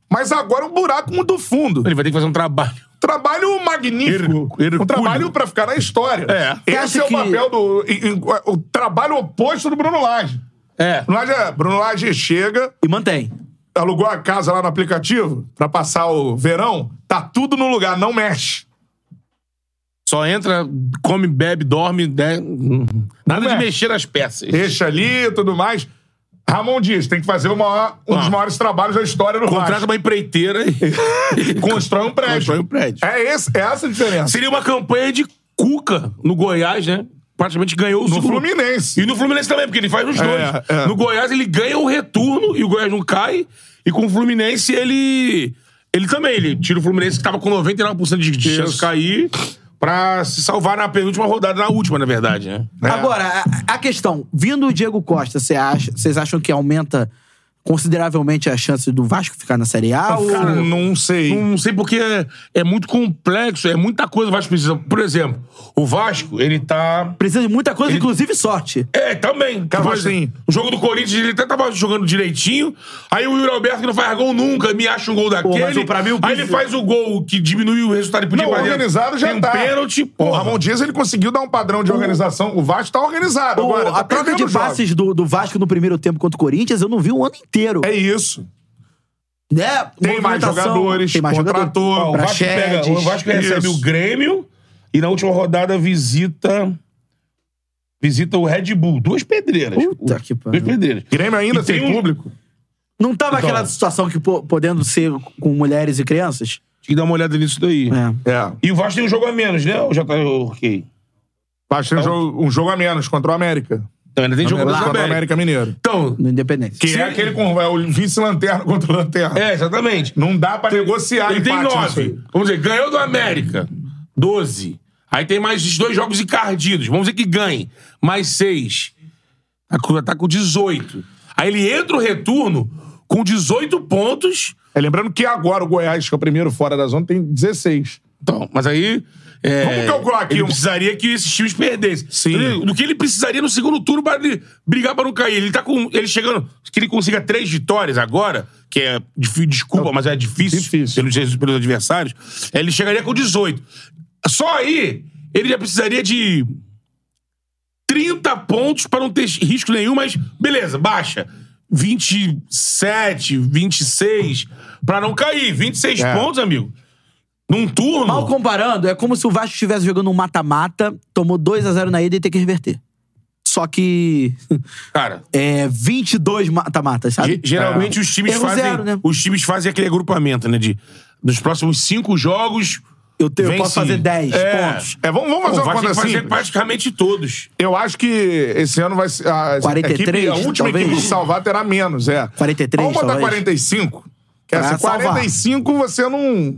[SPEAKER 1] mas agora é um buraco muito fundo.
[SPEAKER 2] Ele vai ter que fazer um trabalho.
[SPEAKER 1] Trabalho magnífico.
[SPEAKER 2] Her- hercúleo.
[SPEAKER 1] um trabalho pra ficar na história.
[SPEAKER 2] É.
[SPEAKER 1] Esse
[SPEAKER 4] Você acha
[SPEAKER 1] é o
[SPEAKER 4] que-
[SPEAKER 1] papel do. e- e- O trabalho oposto do Bruno Lage.
[SPEAKER 2] É.
[SPEAKER 1] Bruno Lage, é- Bruno Lage chega,
[SPEAKER 4] E mantém.
[SPEAKER 1] alugou a casa lá no aplicativo pra passar o verão, tá tudo no lugar, não mexe.
[SPEAKER 2] Só entra, come,
[SPEAKER 4] é?
[SPEAKER 2] bebe, dorme, né? Nada de mexer nas peças.
[SPEAKER 1] Deixa ali e tudo mais. Ramon Dias, tem que fazer o maior- um dos
[SPEAKER 2] Ah.
[SPEAKER 1] maiores trabalhos da história do
[SPEAKER 2] Contrata
[SPEAKER 1] Vasco.
[SPEAKER 2] uma empreiteira e
[SPEAKER 1] Constrói um prédio.
[SPEAKER 2] constrói um prédio.
[SPEAKER 1] É, esse, é essa a diferença.
[SPEAKER 2] Seria uma campanha de Cuca no Goiás, né? Praticamente ganhou o
[SPEAKER 1] No
[SPEAKER 2] segundo.
[SPEAKER 1] Fluminense.
[SPEAKER 2] E no Fluminense também, porque ele faz nos
[SPEAKER 1] É,
[SPEAKER 2] dois.
[SPEAKER 1] é.
[SPEAKER 2] No Goiás ele ganha o retorno e o Goiás não cai. E com o Fluminense ele. Ele também, ele tira o Fluminense que tava com 99% de de chance de cair pra se salvar na penúltima rodada, na última, na verdade, né?
[SPEAKER 1] É.
[SPEAKER 4] Agora, a, a questão, vindo o Diego Costa, cê acha- vocês acham que aumenta consideravelmente a chance do Vasco ficar na Série A? ou-
[SPEAKER 1] Cara, não sei.
[SPEAKER 2] Não sei porque é muito complexo, é muita coisa que o Vasco precisa. Por exemplo, o Vasco, ele tá.
[SPEAKER 4] Precisa de muita coisa, inclusive sorte.
[SPEAKER 2] É, também.
[SPEAKER 1] Cara,
[SPEAKER 2] Por
[SPEAKER 1] mas
[SPEAKER 2] exemplo,
[SPEAKER 1] assim-
[SPEAKER 2] O jogo do Corinthians, ele até tava jogando direitinho. Aí o Yuri Alberto, que não faz gol nunca, me acha um gol daquele.
[SPEAKER 4] mas o- pra mim, o
[SPEAKER 2] aí
[SPEAKER 4] que-
[SPEAKER 2] ele faz o gol que diminui o resultado e podia
[SPEAKER 1] Não, o
[SPEAKER 2] fazer.
[SPEAKER 1] organizado já
[SPEAKER 2] Tem um
[SPEAKER 1] tá.
[SPEAKER 2] pênalti,
[SPEAKER 1] O
[SPEAKER 2] porra.
[SPEAKER 1] Ramon Dias ele conseguiu dar um padrão de organização. O Vasco tá organizado
[SPEAKER 4] O-
[SPEAKER 1] agora. Tá
[SPEAKER 4] a troca
[SPEAKER 1] perdendo
[SPEAKER 4] de
[SPEAKER 1] os jogos.
[SPEAKER 4] passes do, do Vasco no primeiro tempo contra o Corinthians, eu não vi o ano inteiro.
[SPEAKER 1] É isso.
[SPEAKER 4] né?
[SPEAKER 1] Tem mais
[SPEAKER 4] Movimentação,
[SPEAKER 1] jogadores,
[SPEAKER 4] tem mais
[SPEAKER 1] contratou,
[SPEAKER 4] jogador,
[SPEAKER 2] Ó, o, Vasco pega-
[SPEAKER 4] Praxedes.
[SPEAKER 2] o Vasco recebe
[SPEAKER 1] Isso.
[SPEAKER 2] o Grêmio e na última rodada visita. Visita o Red Bull. Duas pedreiras.
[SPEAKER 4] Puta que
[SPEAKER 2] Duas
[SPEAKER 4] pariu.
[SPEAKER 2] pedreiras.
[SPEAKER 1] Grêmio ainda
[SPEAKER 2] E
[SPEAKER 1] tem,
[SPEAKER 2] tem um-
[SPEAKER 1] público.
[SPEAKER 4] Não tava
[SPEAKER 2] Então.
[SPEAKER 4] aquela situação que pô, podendo ser com mulheres e crianças?
[SPEAKER 2] Tinha que dar uma olhada nisso daí.
[SPEAKER 4] É.
[SPEAKER 1] É.
[SPEAKER 2] E o Vasco tem um jogo a menos, né? Ou já tá ok?
[SPEAKER 1] O Vasco tem um jogo- um jogo a menos contra o América.
[SPEAKER 2] Então ainda Então- tem jogo a
[SPEAKER 1] América
[SPEAKER 2] menos
[SPEAKER 1] contra o
[SPEAKER 2] também.
[SPEAKER 1] América Mineiro.
[SPEAKER 2] Então,
[SPEAKER 4] No Independência.
[SPEAKER 1] Que é aquele com é o vice-lanterna contra o lanterna.
[SPEAKER 2] é, exatamente.
[SPEAKER 1] Não dá pra negociar
[SPEAKER 2] Ele tem
[SPEAKER 1] empate nisso aí.
[SPEAKER 2] nove. Vamos dizer, ganhou do América. Doze. Aí tem mais esses dois jogos encardidos. Vamos dizer que ganhe. Mais seis. Tá com- Tá com 18. Aí ele entra o retorno com 18 pontos.
[SPEAKER 1] É, lembrando que agora o Goiás, que é o primeiro fora da zona, tem 16.
[SPEAKER 2] Então, mas aí. é,
[SPEAKER 1] Vamos calcular aqui
[SPEAKER 2] Ele
[SPEAKER 1] um-
[SPEAKER 2] precisaria que esses times perdessem.
[SPEAKER 1] Sim.
[SPEAKER 2] Ele- Do que ele precisaria no segundo turno para ele brigar para não cair. Ele tá com. Ele chegando. Que ele consiga três vitórias agora, que é. difí- Desculpa, mas é difícil,
[SPEAKER 1] Difícil.
[SPEAKER 2] Pelos, pelos adversários. Ele chegaria com 18. Só aí, ele já precisaria de 30 pontos para não ter risco nenhum, mas beleza, baixa. 27, 26, para não cair. 26
[SPEAKER 1] É.
[SPEAKER 2] pontos, amigo. Num turno.
[SPEAKER 4] Mal comparando, é como se o Vasco estivesse jogando um mata-mata, tomou 2x0 na ida e tem que reverter. Só que
[SPEAKER 2] Cara,
[SPEAKER 4] é 22 mata-matas,
[SPEAKER 2] ge-
[SPEAKER 4] sabe?
[SPEAKER 2] geralmente os times
[SPEAKER 4] Erro
[SPEAKER 2] fazem.
[SPEAKER 4] zero, né?
[SPEAKER 2] Os times fazem aquele agrupamento, né? De nos próximos cinco jogos.
[SPEAKER 4] Eu, tenho, eu
[SPEAKER 2] vence.
[SPEAKER 4] posso fazer 10
[SPEAKER 2] É.
[SPEAKER 4] pontos.
[SPEAKER 1] É, vamos, vamos fazer
[SPEAKER 2] Pô,
[SPEAKER 1] uma
[SPEAKER 2] vai ter
[SPEAKER 1] conta
[SPEAKER 2] que
[SPEAKER 1] assim.
[SPEAKER 2] fazer praticamente todos.
[SPEAKER 1] Eu acho que esse ano vai ser. A,
[SPEAKER 4] 43,
[SPEAKER 1] equipe- a última
[SPEAKER 4] talvez?
[SPEAKER 1] equipe que salvar terá menos, é.
[SPEAKER 4] 43,
[SPEAKER 1] Vamos botar
[SPEAKER 4] talvez.
[SPEAKER 1] 45. Que
[SPEAKER 4] Pra
[SPEAKER 1] essa
[SPEAKER 4] salvar.
[SPEAKER 1] 45 você não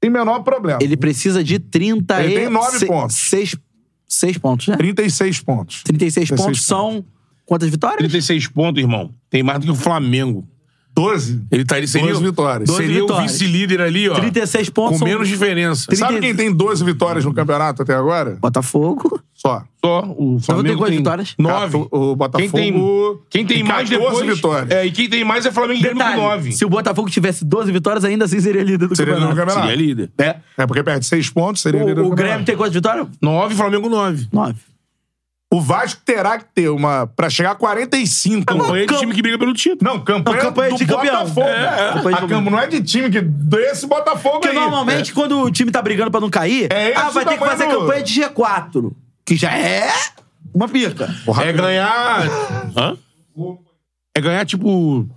[SPEAKER 1] tem menor problema.
[SPEAKER 4] Ele precisa de 30
[SPEAKER 1] Ele
[SPEAKER 4] e...
[SPEAKER 1] tem nove pontos.
[SPEAKER 4] 6, pontos, né?
[SPEAKER 1] 36 pontos.
[SPEAKER 4] 36 pontos,
[SPEAKER 1] pontos.
[SPEAKER 4] são quantas vitórias?
[SPEAKER 2] 36 pontos, irmão. Tem mais do que o Flamengo.
[SPEAKER 1] 12.
[SPEAKER 2] Ele tá ele seria,
[SPEAKER 1] Doze vitórias.
[SPEAKER 2] Seria
[SPEAKER 4] Doze
[SPEAKER 2] o
[SPEAKER 4] vitórias.
[SPEAKER 2] vice-líder ali, ó.
[SPEAKER 4] 36
[SPEAKER 2] com
[SPEAKER 4] pontos são
[SPEAKER 2] menos diferença.
[SPEAKER 4] Trinta-
[SPEAKER 1] Sabe quem tem 12 vitórias no campeonato até agora?
[SPEAKER 4] Botafogo.
[SPEAKER 1] Só.
[SPEAKER 2] Só o Flamengo
[SPEAKER 4] tem quantas vitórias?
[SPEAKER 2] Nove.
[SPEAKER 1] Cato- o Botafogo
[SPEAKER 2] Quem tem, quem tem
[SPEAKER 1] tem
[SPEAKER 2] mais
[SPEAKER 1] 14
[SPEAKER 2] depois...
[SPEAKER 1] vitórias.
[SPEAKER 2] É, e quem tem mais é Flamengo e Grêmio com
[SPEAKER 4] Detalhe,
[SPEAKER 2] nove.
[SPEAKER 4] se o Botafogo tivesse 12 vitórias, ainda assim seria líder do
[SPEAKER 1] Seria líder do
[SPEAKER 4] campeonato.
[SPEAKER 1] campeonato.
[SPEAKER 2] Seria líder.
[SPEAKER 4] É.
[SPEAKER 1] É porque perde 6 pontos, seria líder do
[SPEAKER 4] O, o Grêmio
[SPEAKER 1] campeonato.
[SPEAKER 4] tem quantas vitórias?
[SPEAKER 2] Nove, Flamengo nove.
[SPEAKER 4] 9.
[SPEAKER 1] O Vasco terá que ter uma. Pra chegar a 45.
[SPEAKER 2] Campanha Então, é de
[SPEAKER 4] campo-
[SPEAKER 2] time que briga pelo título.
[SPEAKER 1] Não, campanha,
[SPEAKER 4] Não, campanha
[SPEAKER 1] do
[SPEAKER 4] de campeão.
[SPEAKER 1] Botafogo.
[SPEAKER 4] É, é. Campanha de
[SPEAKER 1] A campo não é de time que desse Botafogo
[SPEAKER 4] Porque
[SPEAKER 1] aí.
[SPEAKER 4] normalmente, quando o time tá brigando pra não cair,
[SPEAKER 1] É esse
[SPEAKER 4] ah, vai
[SPEAKER 1] o
[SPEAKER 4] ter que
[SPEAKER 1] tamanho
[SPEAKER 4] fazer
[SPEAKER 1] do-
[SPEAKER 4] campanha de G4. Que já é uma pica.
[SPEAKER 2] É ganhar. Hã? É ganhar, tipo.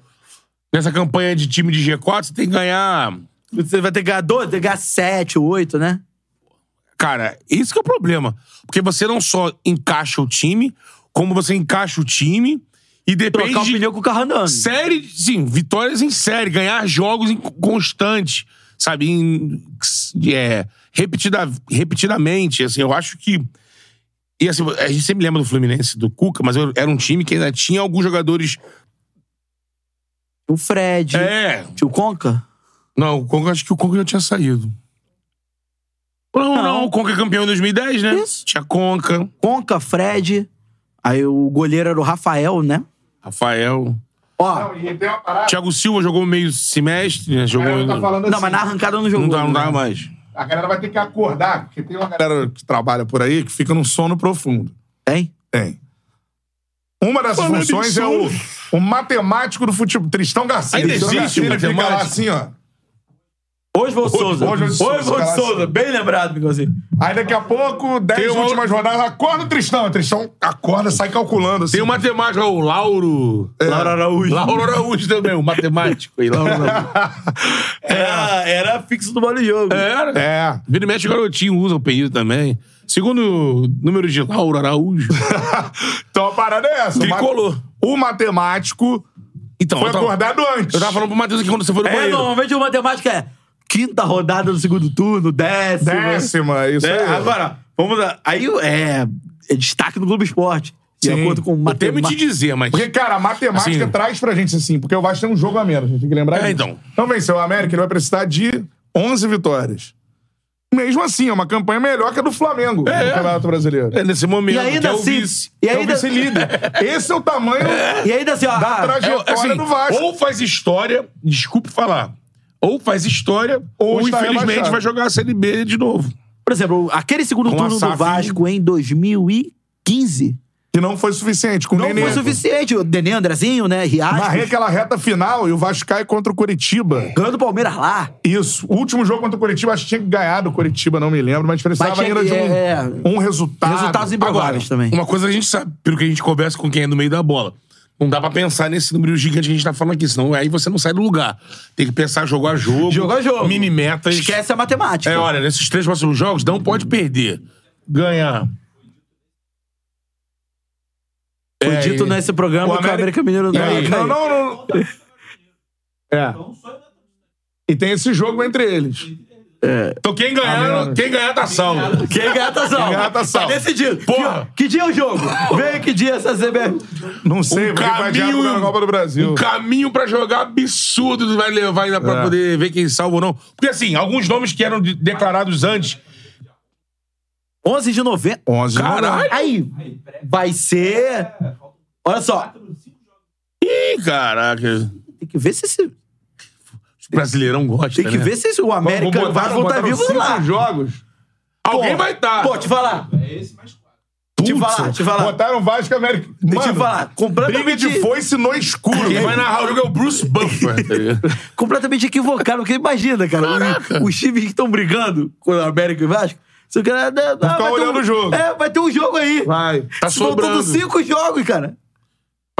[SPEAKER 2] Nessa campanha de time de G4, você tem que ganhar.
[SPEAKER 4] Você vai ter que ganhar 12, tem que ganhar 7, 8, né?
[SPEAKER 2] Cara, isso que é o problema. Porque você não só encaixa o time, como você encaixa o time e depende
[SPEAKER 4] Trocar o
[SPEAKER 2] de
[SPEAKER 4] pneu com o carro andando.
[SPEAKER 2] série, sim, vitórias em série, ganhar jogos em constante, sabe, em, é, repetida, repetidamente, assim, eu acho que e assim, a gente sempre lembra do Fluminense, do Cuca, mas eu- era um time que ainda tinha alguns jogadores.
[SPEAKER 4] O Fred,
[SPEAKER 2] É,
[SPEAKER 4] tio Conca.
[SPEAKER 2] não, o Conca, acho que o Conca já tinha saído. Não, não,
[SPEAKER 4] Não.
[SPEAKER 2] o Conca é campeão em 2010, né?
[SPEAKER 4] Isso.
[SPEAKER 2] Tinha Conca,
[SPEAKER 4] Conca, Fred. Aí o goleiro era o Rafael, né?
[SPEAKER 2] Rafael,
[SPEAKER 4] Ó,
[SPEAKER 1] E tem uma parada.
[SPEAKER 2] Thiago Silva jogou meio semestre, né?
[SPEAKER 1] A
[SPEAKER 2] Jogou.
[SPEAKER 1] galera tá falando
[SPEAKER 4] não,
[SPEAKER 1] assim,
[SPEAKER 4] mas na arrancada não jogou.
[SPEAKER 2] não dá, não dá
[SPEAKER 4] né?
[SPEAKER 2] mais.
[SPEAKER 1] A galera vai ter que acordar, porque tem uma galera que trabalha por aí que fica num sono profundo.
[SPEAKER 4] Tem?
[SPEAKER 1] Tem. Uma dessas
[SPEAKER 2] Falando em
[SPEAKER 1] funções é o, o matemático do futebol. Tristão Garcia.
[SPEAKER 2] Ainda
[SPEAKER 1] Tristão
[SPEAKER 2] existe
[SPEAKER 1] Garcia,
[SPEAKER 2] o
[SPEAKER 1] ele fica lá
[SPEAKER 2] matemático?
[SPEAKER 1] assim, ó.
[SPEAKER 4] Oswald Souza.
[SPEAKER 1] hoje é o
[SPEAKER 4] Oswald
[SPEAKER 1] de Souza,
[SPEAKER 4] Souza.
[SPEAKER 1] cara.
[SPEAKER 4] Bem lembrado, Miguelzinho.
[SPEAKER 1] Aí daqui a pouco, 10
[SPEAKER 2] Tem uma-
[SPEAKER 1] últimas rodadas, acorda o Tristão. O Tristão acorda, sai calculando. Assim.
[SPEAKER 2] Tem o matemático, o Lauro.
[SPEAKER 4] Laura Araújo.
[SPEAKER 2] Lauro Araújo também, o matemático. E Lauro Araújo.
[SPEAKER 4] Era, era fixo do bola de jogo.
[SPEAKER 2] Era.
[SPEAKER 1] É.
[SPEAKER 2] Vira e mexe, garotinho usa o apelido também. Segundo o número de Lauro Araújo.
[SPEAKER 1] Então a parada é essa. O ma-
[SPEAKER 2] Tricolor.
[SPEAKER 1] O matemático
[SPEAKER 2] Então,
[SPEAKER 1] foi
[SPEAKER 2] eu tava,
[SPEAKER 1] acordado antes.
[SPEAKER 2] eu tava falando pro Matheus aqui quando você foi no
[SPEAKER 4] É,
[SPEAKER 2] banheiro.
[SPEAKER 4] normalmente o matemática é quinta rodada do segundo turno, décima.
[SPEAKER 1] Décima, isso
[SPEAKER 4] É,
[SPEAKER 1] aí.
[SPEAKER 4] agora, vamos lá. Aí é, é destaque no Globo Esporte. De
[SPEAKER 1] Sim.
[SPEAKER 4] acordo com o
[SPEAKER 2] Eu tenho que te
[SPEAKER 4] matemática.
[SPEAKER 2] dizer, mas...
[SPEAKER 1] Porque, cara, a matemática
[SPEAKER 2] Assim-
[SPEAKER 1] traz pra gente assim, porque o Vasco tem um jogo a menos, a gente tem que lembrar
[SPEAKER 2] É,
[SPEAKER 1] disso.
[SPEAKER 2] então.
[SPEAKER 1] Então venceu o América, ele vai precisar de 11 vitórias. Mesmo assim, é uma campanha melhor que a do Flamengo no Campeonato Brasileiro.
[SPEAKER 2] É nesse momento.
[SPEAKER 4] E ainda
[SPEAKER 2] que é o
[SPEAKER 4] assim.
[SPEAKER 2] vice.
[SPEAKER 4] E
[SPEAKER 1] É o
[SPEAKER 4] ainda,
[SPEAKER 1] vice-líder. Esse é o tamanho
[SPEAKER 4] e ainda assim, ó.
[SPEAKER 1] da
[SPEAKER 4] ah,
[SPEAKER 1] trajetória
[SPEAKER 2] É, assim,
[SPEAKER 1] do Vasco.
[SPEAKER 2] Ou faz história, desculpe falar, ou faz história,
[SPEAKER 1] Ou
[SPEAKER 2] ou,
[SPEAKER 1] está
[SPEAKER 2] infelizmente
[SPEAKER 1] rebaixado.
[SPEAKER 2] vai jogar a Série B de novo.
[SPEAKER 4] por exemplo, aquele segundo
[SPEAKER 2] Com a
[SPEAKER 4] turno do
[SPEAKER 2] SAF,
[SPEAKER 4] Vasco em 2015
[SPEAKER 1] Que não foi suficiente. Com o
[SPEAKER 4] não
[SPEAKER 1] Nenê.
[SPEAKER 4] foi suficiente. O Denê Andrezinho, né?
[SPEAKER 1] Marrei
[SPEAKER 4] Riacho.
[SPEAKER 1] aquela reta final e o Vasco cai contra o Curitiba.
[SPEAKER 4] Ganhou do Palmeiras lá.
[SPEAKER 1] Isso. O último jogo contra o Curitiba, acho que tinha que ganhar do Curitiba, não me lembro, mas precisava
[SPEAKER 4] Mas tinha
[SPEAKER 1] ainda
[SPEAKER 4] que-
[SPEAKER 1] de um,
[SPEAKER 4] é,
[SPEAKER 1] um resultado.
[SPEAKER 4] Resultados improváveis também.
[SPEAKER 2] Uma coisa que a gente sabe, pelo que a gente conversa com quem é no meio da bola. Não dá pra pensar nesse número gigante que a gente tá falando aqui, senão aí você não sai do lugar. Tem que pensar jogo a jogo.
[SPEAKER 4] Jogo a jogo.
[SPEAKER 2] Mini metas.
[SPEAKER 4] Esquece a matemática.
[SPEAKER 2] É, olha, nesses três próximos jogos não pode perder. Ganhar.
[SPEAKER 4] Foi dito nesse programa
[SPEAKER 1] É, o
[SPEAKER 4] que o
[SPEAKER 1] América-
[SPEAKER 4] América Mineiro não
[SPEAKER 1] É,
[SPEAKER 4] ia
[SPEAKER 1] não,
[SPEAKER 4] cair.
[SPEAKER 1] não, não. É. E tem esse jogo entre eles.
[SPEAKER 2] Então quem ganhar, quem ganhar tá salvo.
[SPEAKER 4] Quem ganhar tá salvo.
[SPEAKER 1] ganhar tá salvo.
[SPEAKER 4] decidido.
[SPEAKER 2] Porra.
[SPEAKER 4] Que, que dia é o jogo? Vem que dia essa CBF.
[SPEAKER 1] Não sei, porque vai adiar pro
[SPEAKER 2] caminho-
[SPEAKER 1] na Copa do Brasil.
[SPEAKER 2] Um caminho pra jogar absurdo que vai levar ainda pra
[SPEAKER 1] É.
[SPEAKER 2] poder ver quem salva ou não. Porque assim, alguns nomes que eram de- declarados antes.
[SPEAKER 4] 11 de novembro.
[SPEAKER 1] 11 de novembro.
[SPEAKER 2] Caralho!
[SPEAKER 4] Aí, vai ser... Olha só.
[SPEAKER 2] Ih, caraca.
[SPEAKER 4] Tem que ver se esse...
[SPEAKER 2] O brasileirão gosta,
[SPEAKER 4] Tem que
[SPEAKER 2] né?
[SPEAKER 4] ver se esse- o América
[SPEAKER 1] Botaram-
[SPEAKER 4] vai voltar
[SPEAKER 1] botaram
[SPEAKER 4] vivo
[SPEAKER 1] cinco
[SPEAKER 4] lá.
[SPEAKER 1] jogos. tá?
[SPEAKER 2] Alguém vai tá. estar.
[SPEAKER 4] Pô, te falar. Te falar, te falar.
[SPEAKER 1] Botaram Vasco e América.
[SPEAKER 4] Deixa eu
[SPEAKER 1] Mano,
[SPEAKER 4] falar, completamente-
[SPEAKER 1] briga de foice no escuro.
[SPEAKER 2] Quem vai narrar o jogo é o Bruce Buffer. tá ligado?
[SPEAKER 4] Completamente equivocado. Porque imagina, cara. o- Os times que estão brigando com o América e o Vasco. Se o cara... Ah, vai ter
[SPEAKER 1] olhando
[SPEAKER 4] um-
[SPEAKER 1] o jogo.
[SPEAKER 4] É, vai ter um jogo aí.
[SPEAKER 1] Vai.
[SPEAKER 2] Tá sobrando.
[SPEAKER 4] Faltando cinco jogos, cara.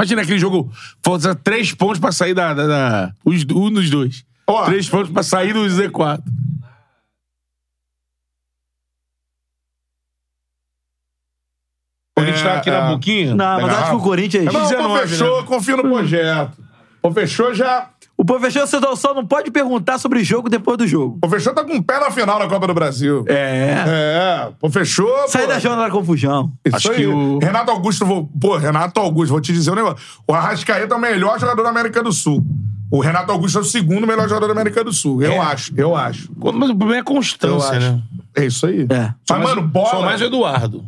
[SPEAKER 2] Imagina aquele jogo. Falta três pontos pra sair da. da, da- os, um dos dois.
[SPEAKER 1] Ó,
[SPEAKER 2] Três pontos pra sair do Z4. O Corinthians tá aqui na
[SPEAKER 1] é.
[SPEAKER 2] boquinha.
[SPEAKER 4] Não, mas acho que o Corinthians... é
[SPEAKER 1] não, É
[SPEAKER 2] 19,
[SPEAKER 1] o fechou, confio no projeto. O fechou já.
[SPEAKER 4] O professor Cedal só não pode perguntar sobre jogo depois do jogo.
[SPEAKER 1] O fechou tá com o pé na final da Copa do Brasil.
[SPEAKER 4] É.
[SPEAKER 1] É, pô, fechou.
[SPEAKER 4] Sai
[SPEAKER 1] pô.
[SPEAKER 4] da zona da confusão.
[SPEAKER 1] Isso
[SPEAKER 2] Acho
[SPEAKER 1] aí.
[SPEAKER 2] que o-
[SPEAKER 1] Renato Augusto, vou... pô, Renato Augusto, vou te dizer um negócio. O Arrascaeta é o melhor jogador da América do Sul. O Renato Augusto é o segundo melhor jogador da América do Sul. Eu acho, eu acho.
[SPEAKER 2] Mas o problema é a
[SPEAKER 1] Eu
[SPEAKER 2] constância,
[SPEAKER 1] acho.
[SPEAKER 2] É. né?
[SPEAKER 1] É isso aí.
[SPEAKER 4] É.
[SPEAKER 1] Mas, mano, bola.
[SPEAKER 2] Só mais o Eduardo.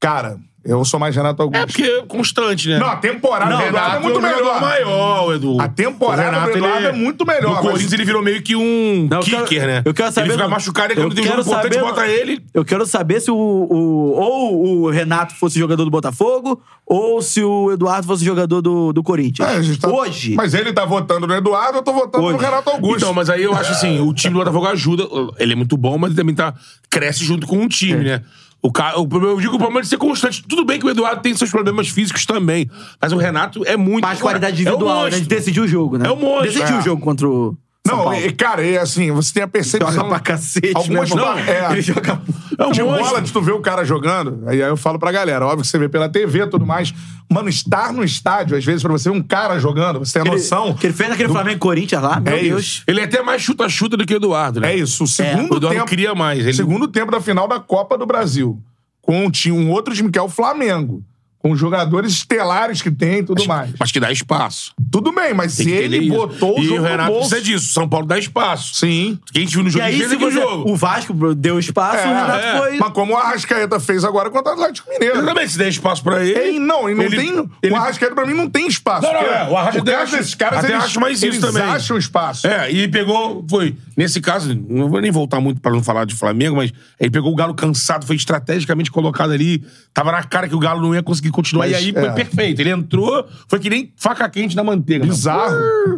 [SPEAKER 1] Cara, eu sou mais Renato Augusto.
[SPEAKER 2] É porque é constante, né?
[SPEAKER 1] Não, a temporada do Eduardo é muito
[SPEAKER 2] o um jogador
[SPEAKER 1] melhor.
[SPEAKER 2] maior, o Edu.
[SPEAKER 1] A temporada
[SPEAKER 2] O
[SPEAKER 1] do Eduardo é muito melhor,
[SPEAKER 2] No
[SPEAKER 1] mas-
[SPEAKER 2] Corinthians ele virou meio que um
[SPEAKER 4] Não, eu quero-
[SPEAKER 2] kicker, né?
[SPEAKER 4] eu quero saber
[SPEAKER 2] Ele fica
[SPEAKER 4] no-
[SPEAKER 2] machucado e
[SPEAKER 4] eu
[SPEAKER 2] quando tem um jogo
[SPEAKER 4] quero
[SPEAKER 2] importante,
[SPEAKER 4] saber no-
[SPEAKER 2] bota ele.
[SPEAKER 4] Eu quero saber se o, o- Ou o Renato fosse jogador do Botafogo, ou se o Eduardo fosse jogador do, do Corinthians.
[SPEAKER 1] É, a gente tá-
[SPEAKER 4] Hoje.
[SPEAKER 1] Mas ele tá votando no Eduardo, eu tô votando no
[SPEAKER 4] Hoje.
[SPEAKER 1] Renato Augusto.
[SPEAKER 2] Então, mas aí eu acho assim, o time do Botafogo ajuda. Ele é muito bom, mas ele também tá, cresce junto com o time,
[SPEAKER 4] É.
[SPEAKER 2] né? O cara, o, problema- eu digo o problema é de ser constante. Tudo bem que o Eduardo tem seus problemas físicos também. Mas o Renato é muito.
[SPEAKER 4] Mais qualidade
[SPEAKER 2] é um
[SPEAKER 4] individual, né? A gente
[SPEAKER 2] monstro.
[SPEAKER 4] decidiu o jogo, né?
[SPEAKER 2] É um monstro,
[SPEAKER 4] Decidiu
[SPEAKER 2] é.
[SPEAKER 4] o jogo contra o. São
[SPEAKER 1] Não,
[SPEAKER 4] Paulo.
[SPEAKER 1] e, cara, é assim, você tem a percepção.
[SPEAKER 4] joga pra cacete,
[SPEAKER 1] Algumas
[SPEAKER 4] né, irmão?
[SPEAKER 1] não, é.
[SPEAKER 4] Ele joga.
[SPEAKER 2] É um
[SPEAKER 1] de
[SPEAKER 2] monstro.
[SPEAKER 1] bola, de tu ver o cara jogando, aí aí eu falo pra galera, óbvio que você vê pela TV e tudo mais. Mano, estar no estádio, às vezes, pra você ver um cara jogando, você tem a noção.
[SPEAKER 4] Que ele fez naquele Flamengo e Corinthians lá, meu
[SPEAKER 1] É
[SPEAKER 4] Deus.
[SPEAKER 1] isso.
[SPEAKER 2] Ele é até mais chuta-chuta do que o Eduardo, né?
[SPEAKER 1] É isso. O
[SPEAKER 2] O
[SPEAKER 1] segundo
[SPEAKER 2] Eduardo
[SPEAKER 1] tempo.
[SPEAKER 2] cria mais. Ele...
[SPEAKER 1] Segundo tempo da final da Copa do Brasil. Com um, time, um outro time que é o Flamengo. Com os jogadores estelares que tem e tudo mais.
[SPEAKER 2] Mas que dá espaço.
[SPEAKER 1] Tudo bem, mas
[SPEAKER 2] Tem
[SPEAKER 1] se
[SPEAKER 2] que entender
[SPEAKER 1] ele
[SPEAKER 2] isso.
[SPEAKER 1] botou o
[SPEAKER 2] e
[SPEAKER 1] jogo
[SPEAKER 2] o Renato
[SPEAKER 1] no bolso...
[SPEAKER 2] precisa disso. São Paulo dá espaço.
[SPEAKER 1] Sim.
[SPEAKER 2] Quem viu no
[SPEAKER 4] E
[SPEAKER 2] jogo
[SPEAKER 4] aí,
[SPEAKER 2] fez
[SPEAKER 4] se
[SPEAKER 2] é que o
[SPEAKER 4] você,
[SPEAKER 2] jogo.
[SPEAKER 4] o Vasco deu espaço,
[SPEAKER 1] É,
[SPEAKER 4] o Renato
[SPEAKER 2] é.
[SPEAKER 4] foi.
[SPEAKER 1] Mas como o Arrascaeta fez agora contra o Atlético Mineiro.
[SPEAKER 2] Exatamente, se der espaço pra ele.
[SPEAKER 1] Ele, não, ele não
[SPEAKER 2] Ele-
[SPEAKER 1] tem.
[SPEAKER 2] ele-
[SPEAKER 1] O Arrascaeta, pra mim, não tem espaço.
[SPEAKER 2] Não, não,
[SPEAKER 1] porque
[SPEAKER 2] é, o Arrascaeta
[SPEAKER 1] porque
[SPEAKER 2] acha-
[SPEAKER 1] esses caras,
[SPEAKER 2] até
[SPEAKER 1] eles,
[SPEAKER 2] acho mais isso
[SPEAKER 1] eles
[SPEAKER 2] também.
[SPEAKER 1] acham espaço.
[SPEAKER 2] É, e É, pegou, foi. Nesse caso, não vou nem voltar muito pra não falar de Flamengo, mas ele pegou o Galo cansado, foi estrategicamente colocado ali, tava na cara que o Galo não ia conseguir continuar,
[SPEAKER 1] Mas,
[SPEAKER 2] e aí foi
[SPEAKER 1] é.
[SPEAKER 2] perfeito. Ele entrou, foi que nem faca quente na manteiga. mano.
[SPEAKER 1] Bizarro.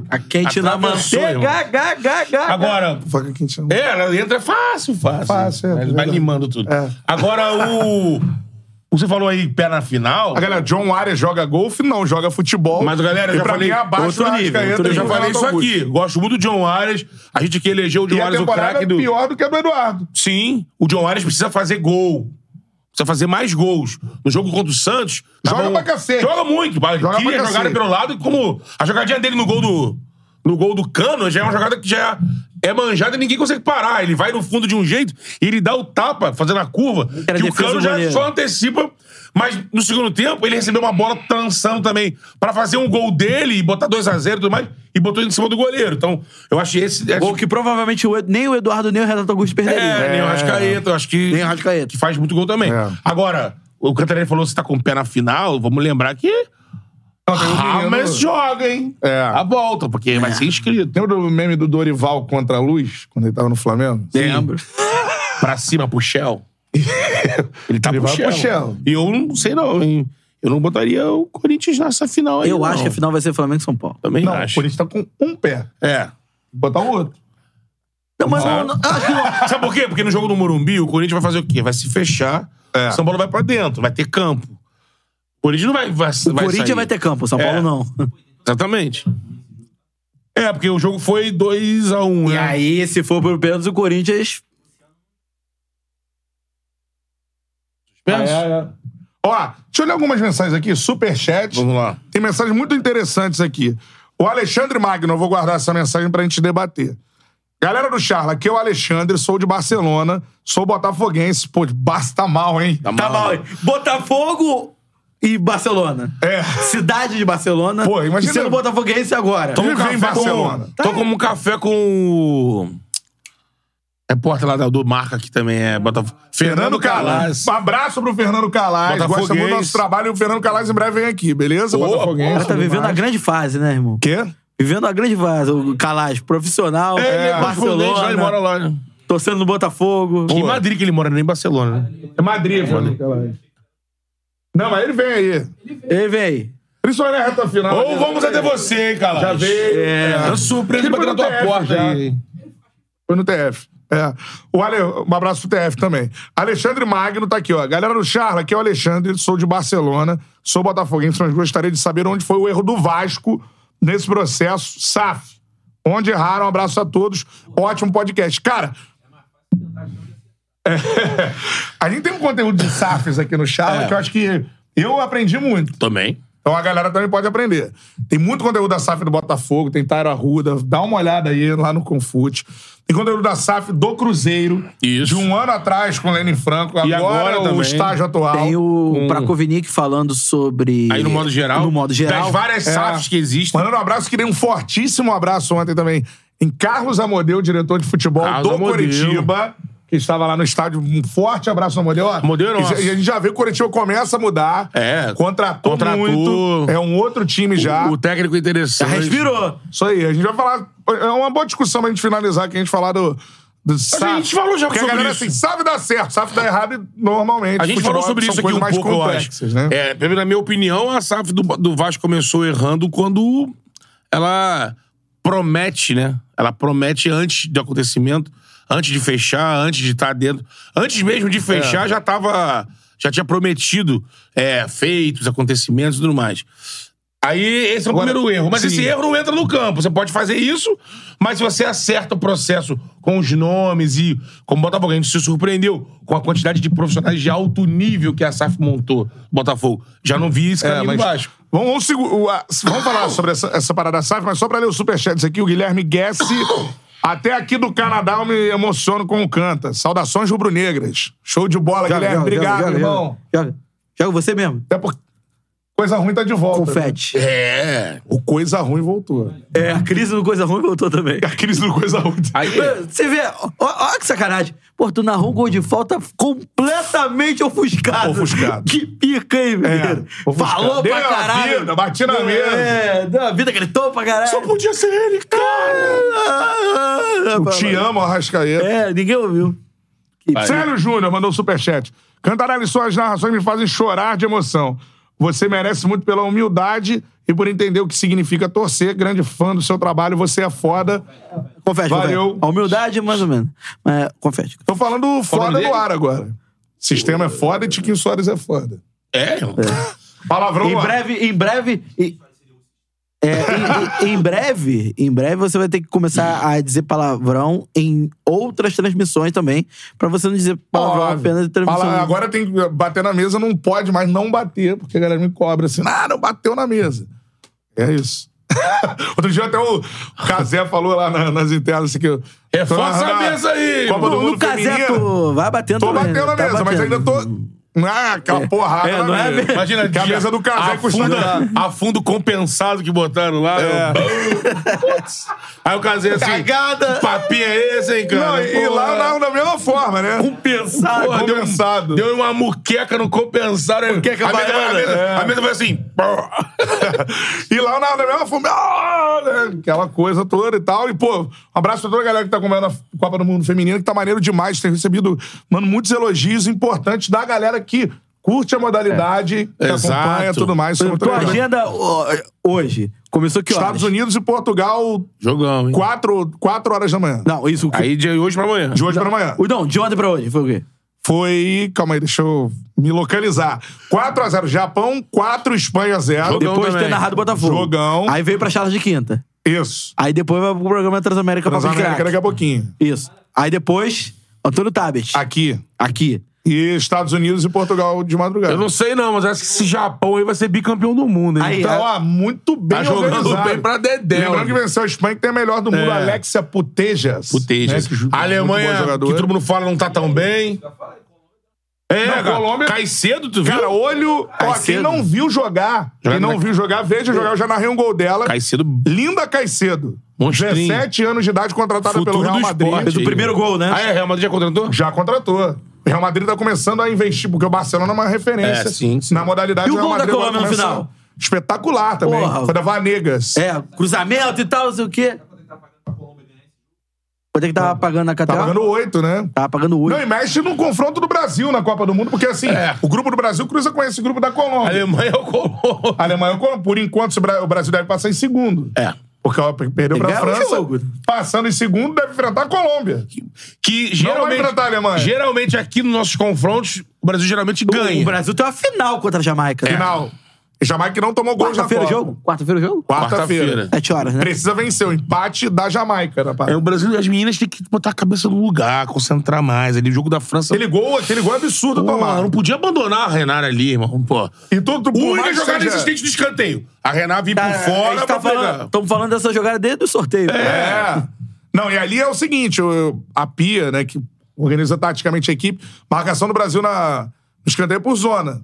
[SPEAKER 4] A quente na
[SPEAKER 2] Atravessou,
[SPEAKER 4] manteiga.
[SPEAKER 2] irmão.
[SPEAKER 4] Gá, gá, gá, gá.
[SPEAKER 2] Agora,
[SPEAKER 1] Faca quente.
[SPEAKER 2] é, ela entra fácil, fácil.
[SPEAKER 1] Fácil, é,
[SPEAKER 2] Ele vai
[SPEAKER 1] verdade.
[SPEAKER 2] limando tudo.
[SPEAKER 1] É.
[SPEAKER 2] Agora, o... Você falou aí, pé na final.
[SPEAKER 1] A galera, John Arias joga golfe? Não, joga futebol.
[SPEAKER 2] Mas, galera,
[SPEAKER 1] e
[SPEAKER 2] eu já
[SPEAKER 1] pra
[SPEAKER 2] falei
[SPEAKER 1] mim é abaixo
[SPEAKER 2] outro
[SPEAKER 1] do
[SPEAKER 2] nível,
[SPEAKER 1] Arrascaeta e
[SPEAKER 2] outro nível.
[SPEAKER 1] do
[SPEAKER 2] Eu já falei
[SPEAKER 1] Renato
[SPEAKER 2] isso
[SPEAKER 1] Augusto.
[SPEAKER 2] aqui. Gosto muito do John Arias. A gente que elegeu o John
[SPEAKER 1] E a
[SPEAKER 2] Arias o
[SPEAKER 1] temporada
[SPEAKER 2] craque
[SPEAKER 1] é
[SPEAKER 2] do...
[SPEAKER 1] pior do que a do Eduardo.
[SPEAKER 2] Sim, o John Arias precisa fazer gol. Precisa fazer mais gols. No jogo contra o Santos...
[SPEAKER 1] Joga
[SPEAKER 2] tava um-
[SPEAKER 1] pra cacete.
[SPEAKER 2] Joga muito.
[SPEAKER 1] Joga
[SPEAKER 2] Joga
[SPEAKER 1] pra
[SPEAKER 2] queria
[SPEAKER 1] cacete.
[SPEAKER 2] jogar pelo lado e como... A jogadinha dele no gol do... No gol do Cano já é uma jogada que já é manjada e ninguém consegue parar. Ele vai no fundo de um jeito e ele dá o tapa, fazendo a curva,
[SPEAKER 4] Era
[SPEAKER 2] que o
[SPEAKER 4] defesa
[SPEAKER 2] Cano
[SPEAKER 4] do
[SPEAKER 2] já
[SPEAKER 4] goleiro.
[SPEAKER 2] só antecipa. Mas no segundo tempo, ele recebeu uma bola trançando também pra fazer um gol dele e botar 2x0 e tudo mais, e botou em cima do goleiro. Então, eu achei esse. esse-
[SPEAKER 4] Gol que provavelmente o Ed- nem o Eduardo nem o Renato Augusto né?
[SPEAKER 2] é,
[SPEAKER 4] perderiam.
[SPEAKER 2] nem o Rascaeta, eu acho que.
[SPEAKER 4] Nem o Arrascaeta.
[SPEAKER 2] Que faz muito gol também.
[SPEAKER 1] É.
[SPEAKER 2] Agora, o Cantarelli falou: você tá com o pé na final, vamos lembrar que.
[SPEAKER 1] um menino-
[SPEAKER 2] Rames joga, hein?
[SPEAKER 1] É.
[SPEAKER 2] A volta, porque vai ser inscrito.
[SPEAKER 1] Lembra do meme do Dorival contra a Luz, quando ele tava no Flamengo?
[SPEAKER 4] Lembro.
[SPEAKER 2] Pra cima, pro Shell. Ele tá
[SPEAKER 1] Ele
[SPEAKER 2] pro
[SPEAKER 1] vai pro
[SPEAKER 2] Shell.
[SPEAKER 1] Shell.
[SPEAKER 2] E eu não sei, não, hein? Eu não botaria o Corinthians nessa final aí.
[SPEAKER 4] Eu acho
[SPEAKER 2] não.
[SPEAKER 4] que a final vai ser Flamengo e São Paulo.
[SPEAKER 2] Também
[SPEAKER 1] Não, o
[SPEAKER 2] acho.
[SPEAKER 1] Corinthians tá com um pé.
[SPEAKER 2] É.
[SPEAKER 1] Botar o outro.
[SPEAKER 4] Não, mas
[SPEAKER 2] Claro.
[SPEAKER 4] não, não- ah,
[SPEAKER 2] Sabe por quê? Porque no jogo do Morumbi, o Corinthians vai fazer o quê? Vai se fechar.
[SPEAKER 1] É.
[SPEAKER 2] São Paulo vai pra dentro, vai ter campo. O Corinthians não vai. vai
[SPEAKER 4] o Corinthians vai ter campo, o São
[SPEAKER 2] É.
[SPEAKER 4] Paulo não.
[SPEAKER 2] Exatamente. É, porque o jogo foi 2x1, um,
[SPEAKER 4] E
[SPEAKER 2] né?
[SPEAKER 4] aí, se for pro pênalti, o Corinthians.
[SPEAKER 1] É, é. Ó, deixa eu ler algumas mensagens aqui, superchat.
[SPEAKER 2] Vamos lá.
[SPEAKER 1] Tem mensagens muito interessantes aqui. O Alexandre Magno, eu vou guardar essa mensagem pra gente debater. Galera do Charla, aqui é o Alexandre, sou de Barcelona, sou botafoguense. Pô, basta mal, hein?
[SPEAKER 4] Tá mal. hein? Botafogo e Barcelona.
[SPEAKER 1] É.
[SPEAKER 4] Cidade de Barcelona.
[SPEAKER 1] Pô, imagina-
[SPEAKER 4] E sendo botafoguense agora.
[SPEAKER 2] Toma um
[SPEAKER 1] Ele vem em
[SPEAKER 2] café
[SPEAKER 1] Barcelona.
[SPEAKER 2] com...
[SPEAKER 4] Tá
[SPEAKER 2] Tô como um café com o... Repórter lá da- do Marca, que também é Botafogo.
[SPEAKER 1] Fernando Calas. Um abraço pro Fernando Calas. Gosta
[SPEAKER 2] Botafoguense.
[SPEAKER 1] muito do nosso trabalho. O Fernando Calas em breve vem aqui, beleza?
[SPEAKER 2] Boa,
[SPEAKER 4] O
[SPEAKER 1] Botafoguense.
[SPEAKER 4] cara tá vivendo a
[SPEAKER 1] demais.
[SPEAKER 4] grande fase, né, irmão?
[SPEAKER 1] Quê?
[SPEAKER 4] Vivendo a grande fase. O Calage, profissional,
[SPEAKER 2] ele é correspondente lá, ele mora
[SPEAKER 4] Barcelona,
[SPEAKER 2] lá. né?
[SPEAKER 4] torcendo no Botafogo.
[SPEAKER 2] Em Madrid que ele mora, nem em Barcelona, né?
[SPEAKER 1] É Madrid, Fernando Calas. Não, mas ele vem aí.
[SPEAKER 4] Ei, véi.
[SPEAKER 1] Principalmente na reta final. né?
[SPEAKER 2] Ou vamos até você, hein, Calas?
[SPEAKER 1] Já veio.
[SPEAKER 2] É. Eu surpreso
[SPEAKER 1] Ele
[SPEAKER 2] bater
[SPEAKER 1] foi
[SPEAKER 2] na
[SPEAKER 1] no
[SPEAKER 2] tua
[SPEAKER 1] TF
[SPEAKER 2] porta
[SPEAKER 1] já.
[SPEAKER 2] aí.
[SPEAKER 1] Foi no TF. É. O Ale... Um abraço pro TF também. Alexandre Magno tá aqui, ó. Galera do Charla, aqui é o Alexandre, sou de Barcelona, sou botafoguense, mas gostaria de saber onde foi o erro do Vasco nesse processo. SAF. Onde erraram, um abraço a todos. Ótimo podcast. Cara. É. A gente tem um conteúdo de SAFs aqui no Charla
[SPEAKER 2] É.
[SPEAKER 1] que eu acho que eu aprendi muito.
[SPEAKER 2] Também.
[SPEAKER 1] Então a galera também pode aprender. Tem muito conteúdo da SAF do Botafogo, tem Tairo Arruda, dá uma olhada aí lá no Confute. Tem conteúdo da SAF do Cruzeiro,
[SPEAKER 2] Isso.
[SPEAKER 1] de um ano atrás com o Lenin Franco, agora,
[SPEAKER 2] E agora
[SPEAKER 1] o
[SPEAKER 2] também.
[SPEAKER 1] estágio atual.
[SPEAKER 4] Tem o Prakovinik falando sobre.
[SPEAKER 2] Aí no modo geral.
[SPEAKER 4] No modo geral.
[SPEAKER 2] Das várias
[SPEAKER 1] É.
[SPEAKER 2] SAFs que existem.
[SPEAKER 1] Mandando um abraço, queria um fortíssimo abraço ontem também em Carlos Amodeu, diretor de futebol
[SPEAKER 2] Carlos
[SPEAKER 1] do
[SPEAKER 2] Amodeu.
[SPEAKER 1] Coritiba. Que estava lá no estádio. Um forte abraço, Amodeu. Ó,
[SPEAKER 2] Amodeu é
[SPEAKER 1] e
[SPEAKER 2] nosso.
[SPEAKER 1] já- E a gente já vê que o Coritiba começa a mudar.
[SPEAKER 2] É.
[SPEAKER 1] Contratou,
[SPEAKER 2] Contratou.
[SPEAKER 1] muito. É um outro time já.
[SPEAKER 2] O técnico interessante.
[SPEAKER 4] Respirou.
[SPEAKER 1] Isso aí, a gente vai falar. É uma boa discussão pra gente finalizar, que a gente falar do. do SAF.
[SPEAKER 2] gente falou já
[SPEAKER 1] Porque
[SPEAKER 2] sobre
[SPEAKER 1] a galera
[SPEAKER 2] isso.
[SPEAKER 1] assim, sabe dar certo, sabe dar errado e normalmente.
[SPEAKER 2] A gente
[SPEAKER 1] futebol
[SPEAKER 2] falou sobre
[SPEAKER 1] são
[SPEAKER 2] isso aqui
[SPEAKER 1] coisas
[SPEAKER 2] um
[SPEAKER 1] mais
[SPEAKER 2] pouco, eu acho.
[SPEAKER 1] complexas, né?
[SPEAKER 2] É, na minha opinião, a SAF do, do Vasco começou errando quando ela promete, né? Ela promete antes do acontecimento, antes de fechar, antes de estar dentro. Antes mesmo de fechar,
[SPEAKER 1] É.
[SPEAKER 2] já tava. Já tinha prometido é, feitos, acontecimentos e tudo mais. Aí esse é o
[SPEAKER 1] Agora,
[SPEAKER 2] primeiro erro. Mas
[SPEAKER 1] sim. É,
[SPEAKER 2] esse erro não entra no campo. Você pode fazer isso, mas se você acerta o processo com os nomes e, como o Botafogo, a gente se surpreendeu com a quantidade de profissionais de alto nível que a SAF montou, Botafogo. Já não vi isso
[SPEAKER 1] É,
[SPEAKER 2] caminho
[SPEAKER 1] mas-
[SPEAKER 2] do Vasco.
[SPEAKER 1] Vamos, vamos, segu- o- a- vamos falar sobre essa, essa parada SAF, mas só pra ler os superchats aqui, o Guilherme Guessi. Até aqui do Canadá eu me emociono com o canta. Saudações rubro-negras. Show de bola, Guilherme. Obrigado,
[SPEAKER 4] joga,
[SPEAKER 1] irmão.
[SPEAKER 4] Joga, joga. Joga você mesmo.
[SPEAKER 1] Até por... Coisa ruim tá de volta.
[SPEAKER 2] É,
[SPEAKER 4] Confete.
[SPEAKER 1] né? O coisa ruim voltou.
[SPEAKER 8] É, a crise do Coisa Ruim voltou também.
[SPEAKER 1] A crise do coisa ruim.
[SPEAKER 2] Aí,
[SPEAKER 8] Você vê, ó- ó ó que sacanagem. Pô, tu narrou um gol de falta completamente ofuscado.
[SPEAKER 1] Ofuscado. É,
[SPEAKER 8] Que pica, hein, velho?
[SPEAKER 1] ofuscado.
[SPEAKER 8] Falou
[SPEAKER 1] Deu
[SPEAKER 8] pra
[SPEAKER 1] a
[SPEAKER 8] caralho.
[SPEAKER 1] vida, bati na mesa.
[SPEAKER 8] É, deu a vida, gritou pra caralho.
[SPEAKER 1] Só podia ser ele, cara.
[SPEAKER 8] Ah,
[SPEAKER 1] Eu
[SPEAKER 8] ah,
[SPEAKER 1] te
[SPEAKER 8] ah,
[SPEAKER 1] amo, Arrascaeta.
[SPEAKER 8] É, ninguém ouviu.
[SPEAKER 1] Célio Júnior mandou um superchat. Cantarelli, suas narrações me fazem chorar de emoção. Você merece muito pela humildade e por entender o que significa torcer. Grande fã do seu trabalho, você é foda.
[SPEAKER 4] Confete,
[SPEAKER 1] Valeu.
[SPEAKER 4] confete. A humildade, mais ou menos. Mas, é, confete.
[SPEAKER 1] Tô falando foda
[SPEAKER 2] dele?
[SPEAKER 1] do ar agora. Sistema é foda e Tiquinho Soares é foda.
[SPEAKER 2] é, irmão.
[SPEAKER 1] Palavrão.
[SPEAKER 4] Em
[SPEAKER 1] lá.
[SPEAKER 4] breve, em breve. e- é, em, em- em breve, em breve você vai ter que começar a dizer palavrão em outras transmissões também, pra você não dizer palavrão
[SPEAKER 1] Óbvio.
[SPEAKER 4] apenas em transmissão.
[SPEAKER 1] Fala- agora tem que bater na mesa, não pode mais não bater, porque a galera me cobra assim, ah, não bateu na mesa. É isso. Outro dia até o Casé falou lá na- nas internas assim que eu.
[SPEAKER 2] Reforça
[SPEAKER 1] tô na-
[SPEAKER 2] a mesa aí,
[SPEAKER 1] Copa
[SPEAKER 2] irmão.
[SPEAKER 1] do
[SPEAKER 4] no
[SPEAKER 1] Mundo Feminina.
[SPEAKER 4] caseto, vai batendo
[SPEAKER 1] Tô
[SPEAKER 4] também,
[SPEAKER 1] batendo na
[SPEAKER 4] tá
[SPEAKER 1] mesa, mas
[SPEAKER 4] batendo.
[SPEAKER 1] ainda tô. Não é aquela porrada
[SPEAKER 4] é,
[SPEAKER 1] na
[SPEAKER 4] não é
[SPEAKER 1] mesa.
[SPEAKER 4] mesmo.
[SPEAKER 2] Imagina
[SPEAKER 1] Que a mesa do Casé custando.
[SPEAKER 2] afunda, afundo compensado que botaram lá.
[SPEAKER 1] É.
[SPEAKER 2] Putz. Aí o Casé assim.
[SPEAKER 1] Cagada.
[SPEAKER 2] "Que Papinho é esse, hein, cara?
[SPEAKER 1] Não, e
[SPEAKER 2] Pô,
[SPEAKER 1] lá eu narro da mesma forma, né?
[SPEAKER 2] Compensado. Porra, deu um-
[SPEAKER 1] Compensado.
[SPEAKER 2] Deu, uma muqueca no compensado. aí-
[SPEAKER 1] Muqueca
[SPEAKER 2] a, mesa,
[SPEAKER 1] baiana.
[SPEAKER 2] a, mesa,
[SPEAKER 1] É.
[SPEAKER 2] a mesa foi assim.
[SPEAKER 1] e lá eu narro da mesma forma. ah, né? Aquela coisa toda e tal. E, pô, um abraço pra toda a galera que tá acompanhando a Copa do Mundo Feminino, que tá maneiro demais. Tem recebido, mano, muitos elogios importantes da galera que curte a modalidade, que
[SPEAKER 2] Exato.
[SPEAKER 1] acompanha tudo mais. Isso é muito
[SPEAKER 4] Tua
[SPEAKER 1] legal.
[SPEAKER 4] É. agenda ó, hoje começou que horas?
[SPEAKER 1] Estados Unidos e Portugal,
[SPEAKER 2] Jogão, hein?
[SPEAKER 1] 4 quatro horas da manhã.
[SPEAKER 4] Não, isso. o quê?
[SPEAKER 2] Aí de hoje pra amanhã.
[SPEAKER 1] De hoje pra manhã.
[SPEAKER 4] O- Não, de ontem pra hoje, foi o quê?
[SPEAKER 1] Foi. Calma aí, deixa eu me localizar. 4x0 Japão, 4 Espanha 0.
[SPEAKER 2] Jogão
[SPEAKER 4] Depois de ter
[SPEAKER 2] também.
[SPEAKER 4] narrado Botafogo.
[SPEAKER 1] Então Jogão.
[SPEAKER 4] Aí veio pra charla de quinta.
[SPEAKER 1] Isso.
[SPEAKER 4] Aí depois vai pro programa Transamérica pra
[SPEAKER 1] Transamérica
[SPEAKER 4] Crack.
[SPEAKER 1] daqui a pouquinho.
[SPEAKER 4] Isso. Aí depois, Antônio Tabet.
[SPEAKER 1] Aqui.
[SPEAKER 4] Aqui.
[SPEAKER 1] E Estados Unidos e Portugal de madrugada.
[SPEAKER 2] Eu não sei, não, mas acho que esse Japão aí vai ser bicampeão do mundo, hein?
[SPEAKER 4] Aí,
[SPEAKER 1] Então, ó, muito bem
[SPEAKER 2] é, Tá jogando
[SPEAKER 1] organizado.
[SPEAKER 2] bem pra Dedé,
[SPEAKER 1] Lembrando
[SPEAKER 2] né?
[SPEAKER 1] que venceu a Espanha, que tem a melhor do mundo, Alexia Putejas.
[SPEAKER 2] Putejas.
[SPEAKER 1] Né, que ju-
[SPEAKER 2] A Alemanha,
[SPEAKER 1] muito boa
[SPEAKER 2] que
[SPEAKER 1] jogadora.
[SPEAKER 2] todo mundo fala, não tá tão bem. É,
[SPEAKER 1] Não,
[SPEAKER 2] cara,
[SPEAKER 1] Colômbia-
[SPEAKER 2] cai cedo, tu viu?
[SPEAKER 1] Cara, olho... Ó, quem
[SPEAKER 4] cedo.
[SPEAKER 1] não viu jogar, quem
[SPEAKER 2] Jogando
[SPEAKER 1] não
[SPEAKER 2] na-
[SPEAKER 1] viu jogar, veja jogar. Eu já narrei um gol dela.
[SPEAKER 2] cai cedo.
[SPEAKER 1] Linda Caicedo.
[SPEAKER 2] Monstrinho.
[SPEAKER 1] 17 anos de idade, contratada
[SPEAKER 2] Futuro
[SPEAKER 1] pelo Real
[SPEAKER 2] do
[SPEAKER 1] Madrid.
[SPEAKER 2] esporte.
[SPEAKER 8] O primeiro gol, né?
[SPEAKER 2] Aí, a Real Madrid já contratou?
[SPEAKER 1] Já contratou. O Real Madrid tá começando a investir, porque o Barcelona é uma referência
[SPEAKER 2] É, sim, sim.
[SPEAKER 1] na modalidade
[SPEAKER 8] E o
[SPEAKER 1] Real
[SPEAKER 8] gol da
[SPEAKER 1] Madrid agora
[SPEAKER 8] Colômbia no
[SPEAKER 1] começando.
[SPEAKER 8] final?
[SPEAKER 1] Espetacular também.
[SPEAKER 4] Porra.
[SPEAKER 1] Foi da Vanegas.
[SPEAKER 4] É, cruzamento e tal, não sei o quê. Quanto é que tava pagando na
[SPEAKER 1] Tá
[SPEAKER 4] Catar?
[SPEAKER 1] pagando oito, né?
[SPEAKER 4] Tava pagando
[SPEAKER 1] Não,
[SPEAKER 4] 8.
[SPEAKER 1] e mexe no confronto do Brasil na Copa do Mundo, porque assim,
[SPEAKER 4] É.
[SPEAKER 1] o grupo do Brasil cruza com esse grupo da
[SPEAKER 2] A
[SPEAKER 1] Colômbia.
[SPEAKER 2] Alemanha é o Colômbia.
[SPEAKER 1] A Alemanha, por enquanto, se o Bra- o Brasil deve passar em segundo.
[SPEAKER 2] É.
[SPEAKER 1] Porque ela perdeu pra
[SPEAKER 4] ganhar é o
[SPEAKER 1] França.
[SPEAKER 4] jogo.
[SPEAKER 1] Passando em segundo, deve enfrentar a Colômbia.
[SPEAKER 2] Que geralmente.
[SPEAKER 1] enfrentar a Alemanha.
[SPEAKER 2] Geralmente, aqui nos nossos confrontos, o Brasil geralmente ganha.
[SPEAKER 4] O Brasil tem uma final contra a Jamaica. né?
[SPEAKER 1] Final. Jamaica que não tomou gol na
[SPEAKER 4] Quarta-feira o
[SPEAKER 1] Copa.
[SPEAKER 4] jogo? Quarta-feira o jogo?
[SPEAKER 1] Quarta-feira.
[SPEAKER 2] Quarta-feira.
[SPEAKER 4] 7 horas, né?
[SPEAKER 1] Precisa vencer o empate da Jamaica, né,
[SPEAKER 2] É, o Brasil, as meninas têm que botar a cabeça no lugar, concentrar mais. Ali, o jogo da França.
[SPEAKER 1] Aquele gol, aquele gol é absurdo
[SPEAKER 2] Pô,
[SPEAKER 1] tomar.
[SPEAKER 2] não podia abandonar a Renata ali, irmão. Pô.
[SPEAKER 1] E tudo por
[SPEAKER 2] Única
[SPEAKER 1] mais que
[SPEAKER 2] jogada
[SPEAKER 1] seja-
[SPEAKER 2] existente do escanteio. A Renata vir por
[SPEAKER 4] a
[SPEAKER 2] fora
[SPEAKER 4] gente tá
[SPEAKER 2] pra
[SPEAKER 4] falando,
[SPEAKER 2] pegar.
[SPEAKER 4] tamo falando dessa jogada desde o sorteio.
[SPEAKER 1] É. Não, e ali é o seguinte, o- a Pia, né, que organiza taticamente a equipe, marcação do Brasil na, no escanteio por zona.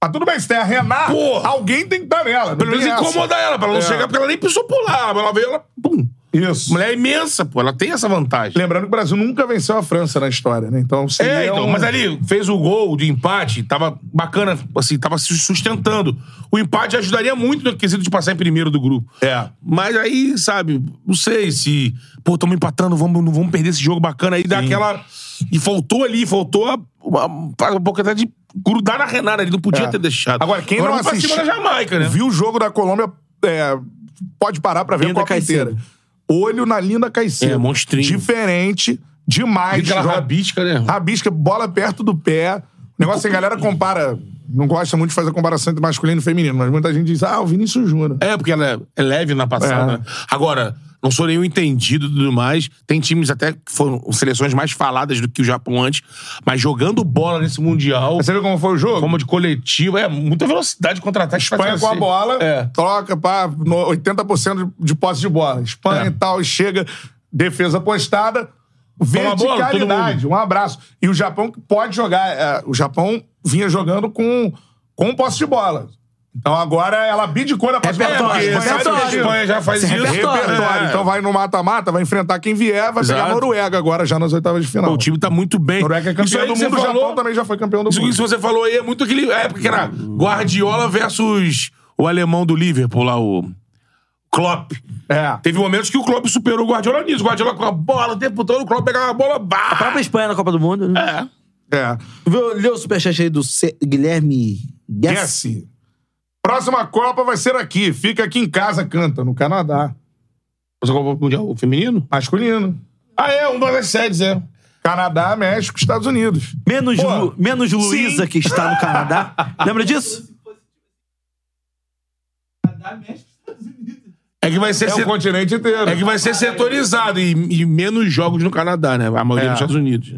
[SPEAKER 1] Mas tudo bem, se tem a Renata,
[SPEAKER 2] Pô.
[SPEAKER 1] alguém tem que estar nela. não
[SPEAKER 2] Pelo menos
[SPEAKER 1] tem essa.
[SPEAKER 2] incomodar ela, pra ela
[SPEAKER 1] É.
[SPEAKER 2] não chegar, porque ela nem precisou pular. Mas ela veio, ela. Pum.
[SPEAKER 1] Isso.
[SPEAKER 2] Mulher é imensa, pô. Ela tem essa vantagem.
[SPEAKER 1] Lembrando que o Brasil nunca venceu a França na história, né? Então, seria
[SPEAKER 2] É, então,
[SPEAKER 1] um-
[SPEAKER 2] mas ali fez o gol de empate, tava bacana, assim, tava se sustentando. O empate ajudaria muito no quesito de passar em primeiro do grupo.
[SPEAKER 1] É.
[SPEAKER 2] Mas aí, sabe, não sei se. Pô, estamos empatando, vamos, não vamos perder esse jogo bacana. Aí dá aquela. E faltou ali, faltou a, uma, um pouco até de grudar na Renata ali, não podia
[SPEAKER 1] É.
[SPEAKER 2] ter deixado.
[SPEAKER 1] Agora, quem não
[SPEAKER 2] vamos pra
[SPEAKER 1] assistiu-
[SPEAKER 2] cima da Jamaica, né?
[SPEAKER 1] Viu o jogo da Colômbia, é, pode parar pra ver
[SPEAKER 4] Linda
[SPEAKER 1] a Copa
[SPEAKER 4] Caicedo.
[SPEAKER 1] inteira. Olho na Linda Caicedo.
[SPEAKER 2] É, monstrinho.
[SPEAKER 1] Diferente, demais.
[SPEAKER 2] Aquela
[SPEAKER 1] Joga-
[SPEAKER 2] rabisca, né?
[SPEAKER 1] Rabisca, bola perto do pé. O negócio é que a galera compara... Não gosta muito de fazer comparação entre masculino e feminino, mas muita gente diz, ah, o Vinícius Júnior.
[SPEAKER 2] É, porque ela é- é leve na passada.
[SPEAKER 1] É.
[SPEAKER 2] né? Agora, não sou nenhum entendido e tudo mais. Tem times até que foram seleções mais faladas do que o Japão antes, mas jogando bola nesse Mundial,
[SPEAKER 1] Mas Você viu como foi o jogo?
[SPEAKER 2] forma de coletiva, é muita velocidade contra ataque.
[SPEAKER 1] Espanha com a bola,
[SPEAKER 2] É.
[SPEAKER 1] troca pá, no- 80% de de posse de bola. Espanha
[SPEAKER 2] É.
[SPEAKER 1] e tal, chega, defesa postada,
[SPEAKER 2] Toma a bola,
[SPEAKER 1] verticalidade,
[SPEAKER 2] todo
[SPEAKER 1] um abraço. E o Japão que pode jogar, é, o Japão vinha jogando com, com posse de bola. Então agora ela bidicou na próxima
[SPEAKER 4] Repertório,
[SPEAKER 1] porque
[SPEAKER 4] repertório.
[SPEAKER 1] sai do
[SPEAKER 4] Repertório.
[SPEAKER 1] Brasil.
[SPEAKER 9] Espanha já faz
[SPEAKER 4] Esse
[SPEAKER 9] isso.
[SPEAKER 4] repertório.
[SPEAKER 1] Repertório.
[SPEAKER 9] É.
[SPEAKER 1] Então vai no mata-mata, vai enfrentar quem vier, vai pegar
[SPEAKER 2] né? Exato.
[SPEAKER 1] a Noruega agora, já nas oitavas de final.
[SPEAKER 2] O time tá muito bem.
[SPEAKER 1] Noruega é
[SPEAKER 2] Isso
[SPEAKER 1] campeão
[SPEAKER 2] aí
[SPEAKER 1] do
[SPEAKER 2] que você
[SPEAKER 1] mundo, o Japão
[SPEAKER 2] falou-
[SPEAKER 1] também já foi campeão do
[SPEAKER 2] Isso
[SPEAKER 1] mundo.
[SPEAKER 2] que você falou aí é muito aquele. A época que era Guardiola versus o alemão do Liverpool lá, o Klopp.
[SPEAKER 1] É.
[SPEAKER 2] Teve momentos que o Klopp superou o Guardiola nisso. O Guardiola com a bola o tempo todo, o Klopp pegava a bola. Bah!
[SPEAKER 4] A própria Espanha na Copa do Mundo. né?
[SPEAKER 2] É.
[SPEAKER 1] É.
[SPEAKER 4] Tu viu- Leu o superchat aí do C- Guilherme Guess?
[SPEAKER 1] Guess. Próxima Copa vai ser aqui. Fica aqui em casa, canta, no Canadá.
[SPEAKER 2] Você Copa Mundial feminino?
[SPEAKER 1] Masculino.
[SPEAKER 2] Ah, é, uma das sedes, é.
[SPEAKER 1] Canadá, México, Estados Unidos.
[SPEAKER 4] Menos,
[SPEAKER 1] Pô,
[SPEAKER 4] Lu- menos Luísa, que está no Canadá. Lembra disso?
[SPEAKER 2] É que vai ser,
[SPEAKER 1] É o
[SPEAKER 2] set-
[SPEAKER 1] continente inteiro.
[SPEAKER 2] é que vai ser setorizado e, e menos jogos no Canadá, né? A maioria
[SPEAKER 1] É.
[SPEAKER 2] dos Estados Unidos.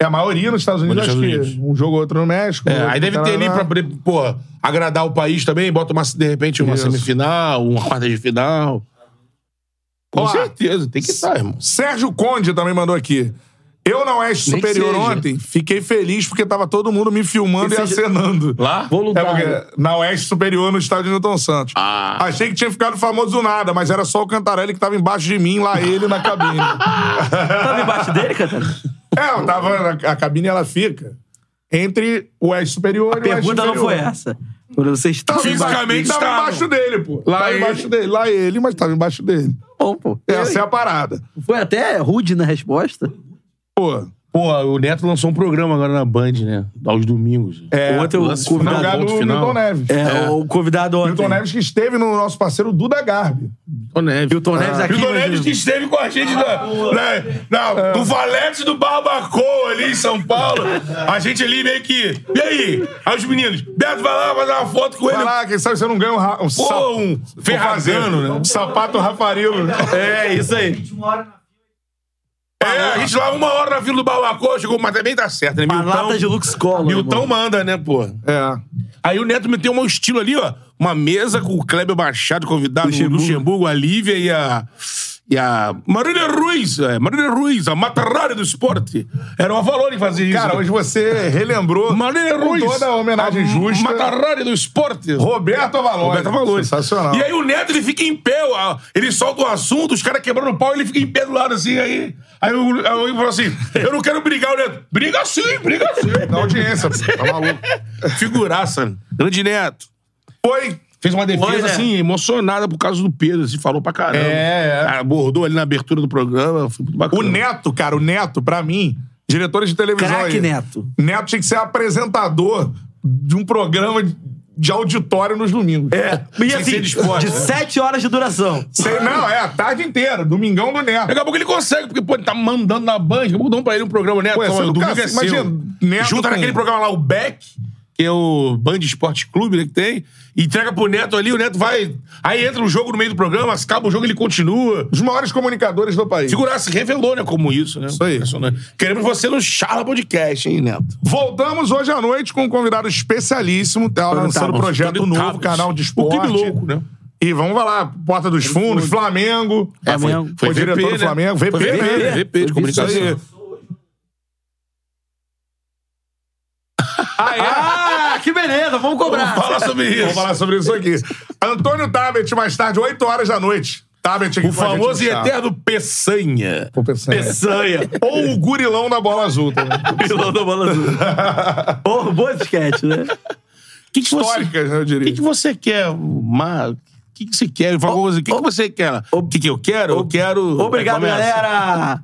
[SPEAKER 1] É a maioria nos Estados Unidos, acho
[SPEAKER 2] Nos Estados
[SPEAKER 1] que um jogo ou outro no México.
[SPEAKER 2] É,
[SPEAKER 1] outro
[SPEAKER 2] aí
[SPEAKER 1] no
[SPEAKER 2] deve ter ali
[SPEAKER 1] Canadá.
[SPEAKER 2] pra, pre- pô, agradar o país também, bota uma, de repente uma
[SPEAKER 1] Isso.
[SPEAKER 2] semifinal, uma quarta de final. Com
[SPEAKER 1] Ó,
[SPEAKER 2] certeza, tem que estar, irmão.
[SPEAKER 1] Sérgio Conde também mandou aqui. Eu na Oeste
[SPEAKER 4] Nem que
[SPEAKER 1] Superior
[SPEAKER 4] seja.
[SPEAKER 1] ontem, fiquei feliz porque tava todo mundo me filmando e
[SPEAKER 4] seja-
[SPEAKER 1] acenando.
[SPEAKER 2] Lá?
[SPEAKER 1] É
[SPEAKER 4] Voluntário.
[SPEAKER 1] porque na Oeste Superior, no estádio Newton Santos.
[SPEAKER 2] Ah.
[SPEAKER 1] Achei que tinha ficado famoso do nada, mas era só o Cantarelli que tava embaixo de mim, lá ele na cabine.
[SPEAKER 4] Tava embaixo dele, Catarina?
[SPEAKER 1] é, eu tava. na- A cabine ela fica entre o Oeste Superior e o Oeste
[SPEAKER 4] Pergunta não
[SPEAKER 1] Inferior.
[SPEAKER 4] foi essa. Quando você está
[SPEAKER 1] Tava embaixo-
[SPEAKER 2] Fisicamente
[SPEAKER 1] tava
[SPEAKER 2] estava.
[SPEAKER 1] embaixo dele, pô.
[SPEAKER 2] Lá
[SPEAKER 1] tava
[SPEAKER 2] ele.
[SPEAKER 1] embaixo dele. Lá ele, mas tava embaixo dele.
[SPEAKER 4] bom, pô.
[SPEAKER 1] Essa é a parada.
[SPEAKER 4] Foi até rude na resposta.
[SPEAKER 1] Pô.
[SPEAKER 2] Pô, o Neto lançou um programa agora na Band, né? Aos domingos.
[SPEAKER 4] É, ontem o
[SPEAKER 2] lance
[SPEAKER 1] No
[SPEAKER 2] Não,
[SPEAKER 4] convidado,
[SPEAKER 1] lugar do
[SPEAKER 2] ponto final.
[SPEAKER 1] Milton Neves.
[SPEAKER 4] é, o convidado ontem.
[SPEAKER 1] Milton Neves que esteve no nosso parceiro Duda Garbi.
[SPEAKER 2] O Neves.
[SPEAKER 4] Milton Neves Tá aqui. Ah.
[SPEAKER 9] Milton
[SPEAKER 4] meu
[SPEAKER 9] Neves
[SPEAKER 4] Deus.
[SPEAKER 9] que esteve com a gente na, na- na- no Valete do Barbacoa ali em São Paulo. A gente ali meio que. E aí? Aí os meninos, Beto, vai lá fazer uma foto com
[SPEAKER 1] Vai
[SPEAKER 9] ele.
[SPEAKER 1] lá, quem sabe você não ganha um, ra- um, sa-
[SPEAKER 9] Pô, um
[SPEAKER 1] Vou
[SPEAKER 9] ferragano,
[SPEAKER 1] fazer.
[SPEAKER 9] né?
[SPEAKER 1] Um sapato rafarilo.
[SPEAKER 4] É, isso aí.
[SPEAKER 9] É, a gente lá uma hora na fila do Barbacoa, chegou, mas também tá certo, né?
[SPEAKER 4] Uma lata de
[SPEAKER 9] Milton,
[SPEAKER 4] Lux Cola.
[SPEAKER 9] Milton manda, né, pô?
[SPEAKER 1] É.
[SPEAKER 2] Aí o Neto meteu um estilo ali, ó. Uma mesa com o Kleber Machado convidado, Luxemburgo, Luxemburgo a Lívia e a. E a Marília Ruiz, é, Marília Ruiz, a Matarrara do esporte. Era uma valor em fazer isso.
[SPEAKER 1] Cara, hoje você relembrou
[SPEAKER 2] Marília
[SPEAKER 1] com
[SPEAKER 2] Ruiz.
[SPEAKER 1] toda a homenagem justa.
[SPEAKER 2] Matarrara do esporte.
[SPEAKER 1] Roberto Avalone.
[SPEAKER 2] Roberto Valores.
[SPEAKER 1] Sensacional.
[SPEAKER 9] E aí o Neto, ele fica em pé, ó. ele solta o assunto, os caras quebrando o pau, ele fica em pé do lado, assim, aí... Aí o aí alguém falou assim, eu não quero brigar, o Neto. Briga sim, briga sim.
[SPEAKER 1] Na audiência, pô, tá maluco.
[SPEAKER 2] Figuraça, né? grande Neto.
[SPEAKER 1] Foi.
[SPEAKER 2] Fez uma defesa,
[SPEAKER 4] Foi, né?
[SPEAKER 2] assim, emocionada por causa do Pedro, assim, falou pra caramba.
[SPEAKER 1] É, é.
[SPEAKER 2] Ah, Abordou ali na abertura do programa, foi muito bacana.
[SPEAKER 1] O Neto, cara, o Neto, pra mim, diretor de televisão.
[SPEAKER 4] Craque
[SPEAKER 1] aí.
[SPEAKER 4] Neto.
[SPEAKER 1] Neto tinha que ser apresentador de um programa de- de auditório nos domingos. É.
[SPEAKER 4] E
[SPEAKER 2] Sem
[SPEAKER 4] assim,
[SPEAKER 2] ser de esporte.
[SPEAKER 4] de sete horas de duração.
[SPEAKER 1] né? não, é a tarde inteira. Domingão do Neto.
[SPEAKER 2] Daqui a pouco ele consegue, porque, pô, ele tá mandando na Band. Daqui a pouco dão pra ele um programa, né?
[SPEAKER 1] Pô, essa
[SPEAKER 2] Toma,
[SPEAKER 1] do
[SPEAKER 2] domingo
[SPEAKER 1] cacete,
[SPEAKER 2] é seu.
[SPEAKER 1] imagina, Neto
[SPEAKER 2] Junta
[SPEAKER 1] com-
[SPEAKER 2] naquele programa lá, o Beck, que é o Band Esporte Clube, né, que tem. E entrega pro Neto ali, o Neto vai... Aí entra o jogo no meio do programa, acaba o jogo, ele continua.
[SPEAKER 1] Os maiores comunicadores do país.
[SPEAKER 2] Segurar se revelou, né, como isso, né?
[SPEAKER 1] Isso aí.
[SPEAKER 2] Impressionante. Queremos você no Charla Podcast, hein, Neto?
[SPEAKER 1] Voltamos hoje à noite com um convidado especialíssimo. Tá lançando um projeto
[SPEAKER 2] Tony
[SPEAKER 1] novo,
[SPEAKER 2] Tavos.
[SPEAKER 1] canal de esporte.
[SPEAKER 2] O Clube Louco, né?
[SPEAKER 1] E vamos lá, Porta dos Fundos, Flamengo.
[SPEAKER 2] Tá,
[SPEAKER 4] É, Flamengo.
[SPEAKER 1] Foi diretor do Flamengo, VP,
[SPEAKER 2] Foi VP,
[SPEAKER 1] né?
[SPEAKER 2] VP de
[SPEAKER 1] Isso
[SPEAKER 2] comunicação.
[SPEAKER 1] aí.
[SPEAKER 4] Ah, que beleza, vamos cobrar.
[SPEAKER 9] Fala sobre
[SPEAKER 1] Vamos
[SPEAKER 9] isso.
[SPEAKER 1] falar sobre isso aqui. Antônio Tabet, mais tarde, 8 horas da noite. Tabet aqui
[SPEAKER 2] O famoso e eterno Peçanha.
[SPEAKER 1] eterno.
[SPEAKER 4] Sanha.
[SPEAKER 1] Ou o gurilão da bola azul também.
[SPEAKER 4] Pilão da bola azul. Porra, boa sketch, né?
[SPEAKER 2] O que, que você
[SPEAKER 1] Históricas, né, eu
[SPEAKER 2] O que,
[SPEAKER 1] diria.
[SPEAKER 2] que você quer, Marco? O que, que você quer? Fala uma coisa, O que, que você quer? O que, que eu quero? Eu quero.
[SPEAKER 4] Obrigado,
[SPEAKER 2] É, Começa.
[SPEAKER 4] galera.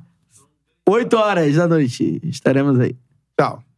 [SPEAKER 4] Oito horas da noite. Estaremos aí.
[SPEAKER 1] Tchau.